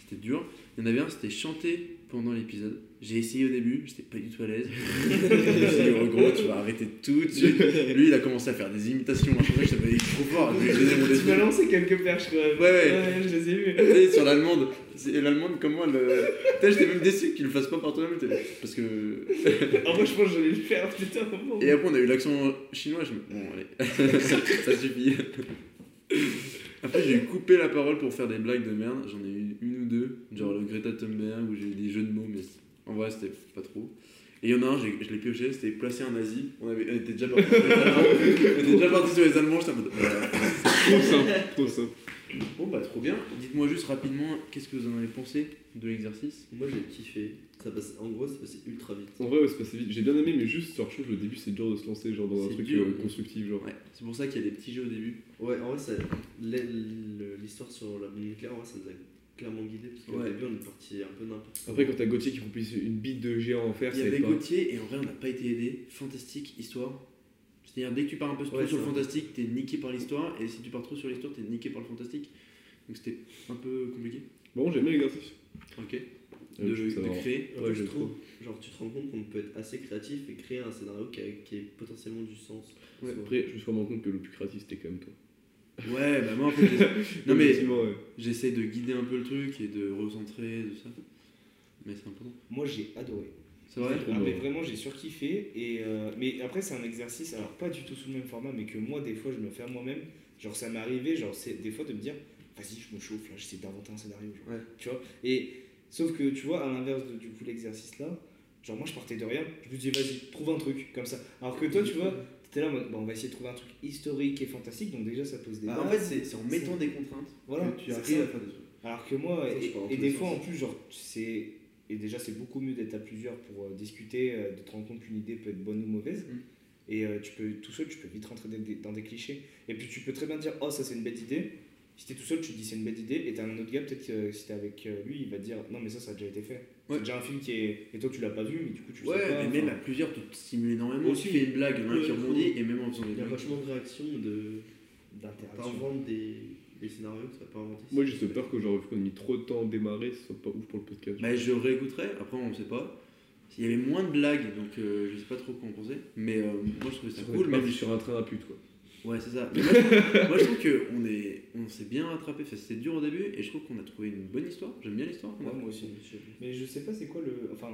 [SPEAKER 4] C'était dur. Il y en avait un, c'était chanter pendant l'épisode. J'ai essayé au début, j'étais pas du tout à l'aise. J'ai dit, oh gros, tu vas arrêter tout de suite. Lui, il a commencé à faire des imitations. Hein. Je trouvais que ça m'avait trop fort. Je lui ai donné mon
[SPEAKER 3] Tu
[SPEAKER 4] défi.
[SPEAKER 3] m'as lancé quelques perches quand même.
[SPEAKER 4] Ouais, ouais.
[SPEAKER 3] je les ai
[SPEAKER 4] Tu
[SPEAKER 3] vus.
[SPEAKER 4] sais, sur l'allemande, c'est- l'allemande, comment elle. euh, Putain, j'étais même déçu qu'il le fasse pas par toi-même. t'es- Parce que.
[SPEAKER 3] En vrai, je pense que j'allais le faire, putain, vraiment.
[SPEAKER 4] Et après, on a eu l'accent chinois. Je me bon, allez, ça suffit. Après, j'ai coupé la parole pour faire des blagues de merde. J'en ai eu une ou deux, genre le Greta Thunberg, où j'ai eu des jeux de mots, mais c- en vrai, c'était pas trop. Et il y en a un, j'ai- je l'ai pioché, c'était placer un nazi. On, avait, on était déjà parti sur les Allemands. On était déjà parti sur les Allemands, j'étais en mode. voilà.
[SPEAKER 14] Trop simple, trop simple.
[SPEAKER 4] Bon, bah, trop bien. Dites-moi juste rapidement, qu'est-ce que vous en avez pensé de l'exercice
[SPEAKER 13] Moi j'ai kiffé. Ça passe, en gros, ça passait ultra vite.
[SPEAKER 14] En vrai, ouais, c'est passé vite. J'ai bien aimé, mais juste, genre, je trouve que le début, c'est dur de se lancer, genre, dans un
[SPEAKER 13] C'est
[SPEAKER 14] truc
[SPEAKER 13] dur.
[SPEAKER 14] euh, constructif, genre.
[SPEAKER 4] Ouais, c'est pour ça qu'il y a des petits jeux au début.
[SPEAKER 13] Ouais, en vrai, ça- l'e- le- l'histoire sur la bombe nucléaire, en vrai, ça nous a clairement guidé parce qu'au
[SPEAKER 4] Ouais.
[SPEAKER 13] début, on est parti un peu n'importe
[SPEAKER 14] Après, quand t'as Gauthier qui propose une bite de géant en fer,
[SPEAKER 4] Il y
[SPEAKER 14] ça aide
[SPEAKER 4] avait
[SPEAKER 14] pas.
[SPEAKER 4] Gauthier et en vrai on n'a pas été aidé. Fantastique histoire. C'est-à-dire dès que tu pars un peu trop
[SPEAKER 13] Ouais,
[SPEAKER 4] sur le
[SPEAKER 13] c'est vrai.
[SPEAKER 4] fantastique, t'es niqué par l'histoire et si tu pars trop sur l'histoire, t'es niqué par le fantastique. Donc c'était un peu compliqué.
[SPEAKER 14] Bon, j'aime bien l'exercice.
[SPEAKER 4] Ok.
[SPEAKER 14] Euh,
[SPEAKER 4] de,
[SPEAKER 14] je trouve ça
[SPEAKER 4] de
[SPEAKER 14] marrant.
[SPEAKER 4] créer.
[SPEAKER 13] En
[SPEAKER 14] Ouais,
[SPEAKER 13] fait,
[SPEAKER 14] je
[SPEAKER 13] je
[SPEAKER 14] le
[SPEAKER 13] trouve, genre, tu te rends compte qu'on peut être assez créatif et créer un scénario qui, a- qui ait potentiellement du sens.
[SPEAKER 4] Ouais.
[SPEAKER 13] Soit-
[SPEAKER 14] Après, je me suis rendu compte que le plus créatif, c'était quand même toi.
[SPEAKER 4] Ouais, bah moi en fait, j'essa- non mais
[SPEAKER 14] Effectivement, ouais.
[SPEAKER 4] j'essaie de guider un peu le truc et de recentrer, de ça. Mais c'est important.
[SPEAKER 3] Moi, j'ai adoré.
[SPEAKER 4] C'est vrai
[SPEAKER 14] Trop
[SPEAKER 3] Ah, mais
[SPEAKER 14] marrant.
[SPEAKER 3] vraiment, j'ai surkiffé. Et, euh, mais après, c'est un exercice, alors pas du tout sous le même format, mais que moi, des fois, je me fais à moi-même. Genre, ça m'est arrivé, genre, c'est des fois de me dire, vas-y, je me chauffe, là, j'essaie d'inventer un scénario. genre.
[SPEAKER 4] Ouais.
[SPEAKER 3] Tu vois Et sauf que, tu vois, à l'inverse de, du coup, l'exercice là, genre, moi, je partais de rien. Je me disais, vas-y, trouve un truc, comme ça. Alors que toi, tu vois, t'étais là, en mode, bon, on va essayer de trouver un truc historique et fantastique, donc déjà, ça pose des.
[SPEAKER 4] Bah, en
[SPEAKER 3] bases.
[SPEAKER 4] fait, c'est c'est en mettant des contraintes
[SPEAKER 3] voilà,
[SPEAKER 4] que tu
[SPEAKER 3] c'est
[SPEAKER 4] arrives
[SPEAKER 3] ça.
[SPEAKER 4] à faire des trucs.
[SPEAKER 3] Alors que moi,
[SPEAKER 13] Ça, je
[SPEAKER 3] et,
[SPEAKER 13] pars dans
[SPEAKER 3] et
[SPEAKER 13] tous les
[SPEAKER 3] des fois
[SPEAKER 13] sens.
[SPEAKER 3] en plus, genre, c'est. Et déjà, c'est beaucoup mieux d'être à plusieurs pour euh, discuter, euh, de te rendre compte qu'une idée peut être bonne ou mauvaise.
[SPEAKER 4] Mm.
[SPEAKER 3] Et euh, tu peux, tout seul, tu peux vite rentrer dans des, dans des clichés. Et puis, tu peux très bien dire, oh, ça c'est une bête idée. Si t'es tout seul, tu te dis c'est une bête idée. Et t'as un autre gars, peut-être que si t'es avec euh, lui, il va te dire, non, mais ça, ça a déjà été fait.
[SPEAKER 4] Ouais.
[SPEAKER 3] C'est déjà un film qui est. Et toi, tu l'as pas vu, mais du coup, tu le
[SPEAKER 4] Ouais,
[SPEAKER 3] sais pas.
[SPEAKER 4] mais même à
[SPEAKER 3] enfin.
[SPEAKER 4] plusieurs, tu te stimules énormément. tu
[SPEAKER 13] Aussi.
[SPEAKER 4] fais une blague, il y en a un qui
[SPEAKER 13] Ouais,
[SPEAKER 4] rebondit et même en faisant des
[SPEAKER 13] Il y a
[SPEAKER 4] blagues.
[SPEAKER 13] vachement de réactions et de.
[SPEAKER 3] D'interaction.
[SPEAKER 13] T'inventes des, des scénarios que t'as pas inventés.
[SPEAKER 14] Moi, j'ai juste peur que, genre, vu qu'on a mis trop de temps à démarrer, ce soit pas ouf pour le podcast.
[SPEAKER 4] Bah, je réécouterai, après on sait pas. Il y avait moins de blagues, donc euh, je sais pas trop quoi en penser. Mais euh, moi je trouvais ça
[SPEAKER 14] C'est
[SPEAKER 4] cool.
[SPEAKER 14] cool,
[SPEAKER 4] Même...
[SPEAKER 14] même sur un train à pute, quoi.
[SPEAKER 4] Ouais, c'est ça. Mais moi, je- moi, je trouve qu'on est... on s'est bien rattrapé. Enfin, c'était dur au début et je trouve qu'on a trouvé une bonne histoire. J'aime bien l'histoire. qu'on a.
[SPEAKER 3] Ouais, moi aussi. Mais je sais pas, c'est quoi le. Enfin,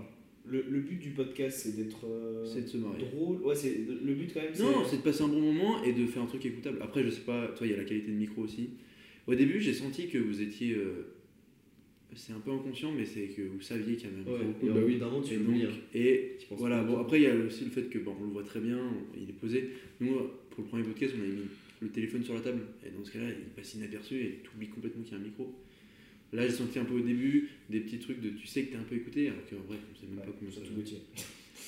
[SPEAKER 3] le, le but du podcast, c'est d'être. euh,
[SPEAKER 4] C'est de se marier.
[SPEAKER 3] Drôle. Ouais, c'est le but quand même.
[SPEAKER 4] Non, c'est de passer un bon moment et de faire un truc écoutable. Après, je sais pas, toi, il y a la qualité de micro aussi. Au début, j'ai senti que vous étiez. euh, C'est un peu inconscient, mais c'est que vous saviez qu'il y avait un micro.
[SPEAKER 13] Ouais, et
[SPEAKER 14] Bah
[SPEAKER 13] au bout
[SPEAKER 14] oui.
[SPEAKER 13] d'un moment, tu
[SPEAKER 4] Et
[SPEAKER 13] veux
[SPEAKER 4] donc-
[SPEAKER 13] lire.
[SPEAKER 5] hein.
[SPEAKER 4] et
[SPEAKER 13] Tu penses
[SPEAKER 4] Voilà,
[SPEAKER 13] pas.
[SPEAKER 4] bon après il y a aussi le fait que bon, on le voit très bien, il est posé. Nous, pour le premier podcast, on avait mis le téléphone sur la table, et dans ce cas-là, il passe inaperçu et tu oublies complètement qu'il y a un micro. Là, j'ai senti un peu au début des petits trucs de tu sais que t'es un peu écouté, alors qu'en vrai, on sait même pas comment ça
[SPEAKER 3] Surtout Gauthier.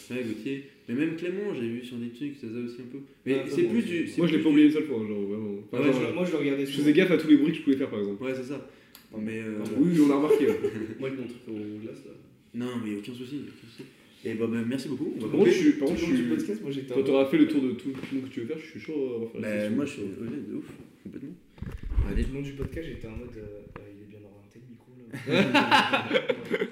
[SPEAKER 4] va. Ouais, Gauthier. Mais même Clément, j'ai vu sur des trucs, ça ça aussi un peu. Mais
[SPEAKER 3] Ouais,
[SPEAKER 4] c'est
[SPEAKER 3] bon,
[SPEAKER 4] plus
[SPEAKER 3] bon.
[SPEAKER 4] du. c'est
[SPEAKER 14] Ah, Moi, je l'ai
[SPEAKER 4] plus
[SPEAKER 14] pas
[SPEAKER 4] du-
[SPEAKER 14] oublié une seule fois, hein, genre, vraiment. Enfin,
[SPEAKER 4] Ouais,
[SPEAKER 14] Ah genre,
[SPEAKER 4] je-
[SPEAKER 3] Moi je le regardais
[SPEAKER 14] Je faisais gaffe à tous les bruits que je pouvais faire, par exemple.
[SPEAKER 4] Ouais, c'est ça. Mais. euh,
[SPEAKER 14] Oui, on a remarqué, ouais.
[SPEAKER 13] Moi, avec mon truc en glace là.
[SPEAKER 4] Non, mais aucun souci. aucun souci. Et bah, bah, merci beaucoup. On va
[SPEAKER 14] Par contre, je
[SPEAKER 4] couper.
[SPEAKER 14] suis. Par
[SPEAKER 3] Tout
[SPEAKER 14] contre,
[SPEAKER 3] le
[SPEAKER 14] je
[SPEAKER 3] long du
[SPEAKER 14] suis-
[SPEAKER 3] podcast, moi j'étais.
[SPEAKER 14] Quand t'auras fait le tour de tout tout ce que tu veux faire, je suis chaud à refaire la
[SPEAKER 4] Bah,
[SPEAKER 14] session.
[SPEAKER 4] moi, je suis. ouais, de ouf, complètement. Allez.
[SPEAKER 3] Tout le long du podcast, j'étais en mode. euh, euh, il est bien orienté le micro là.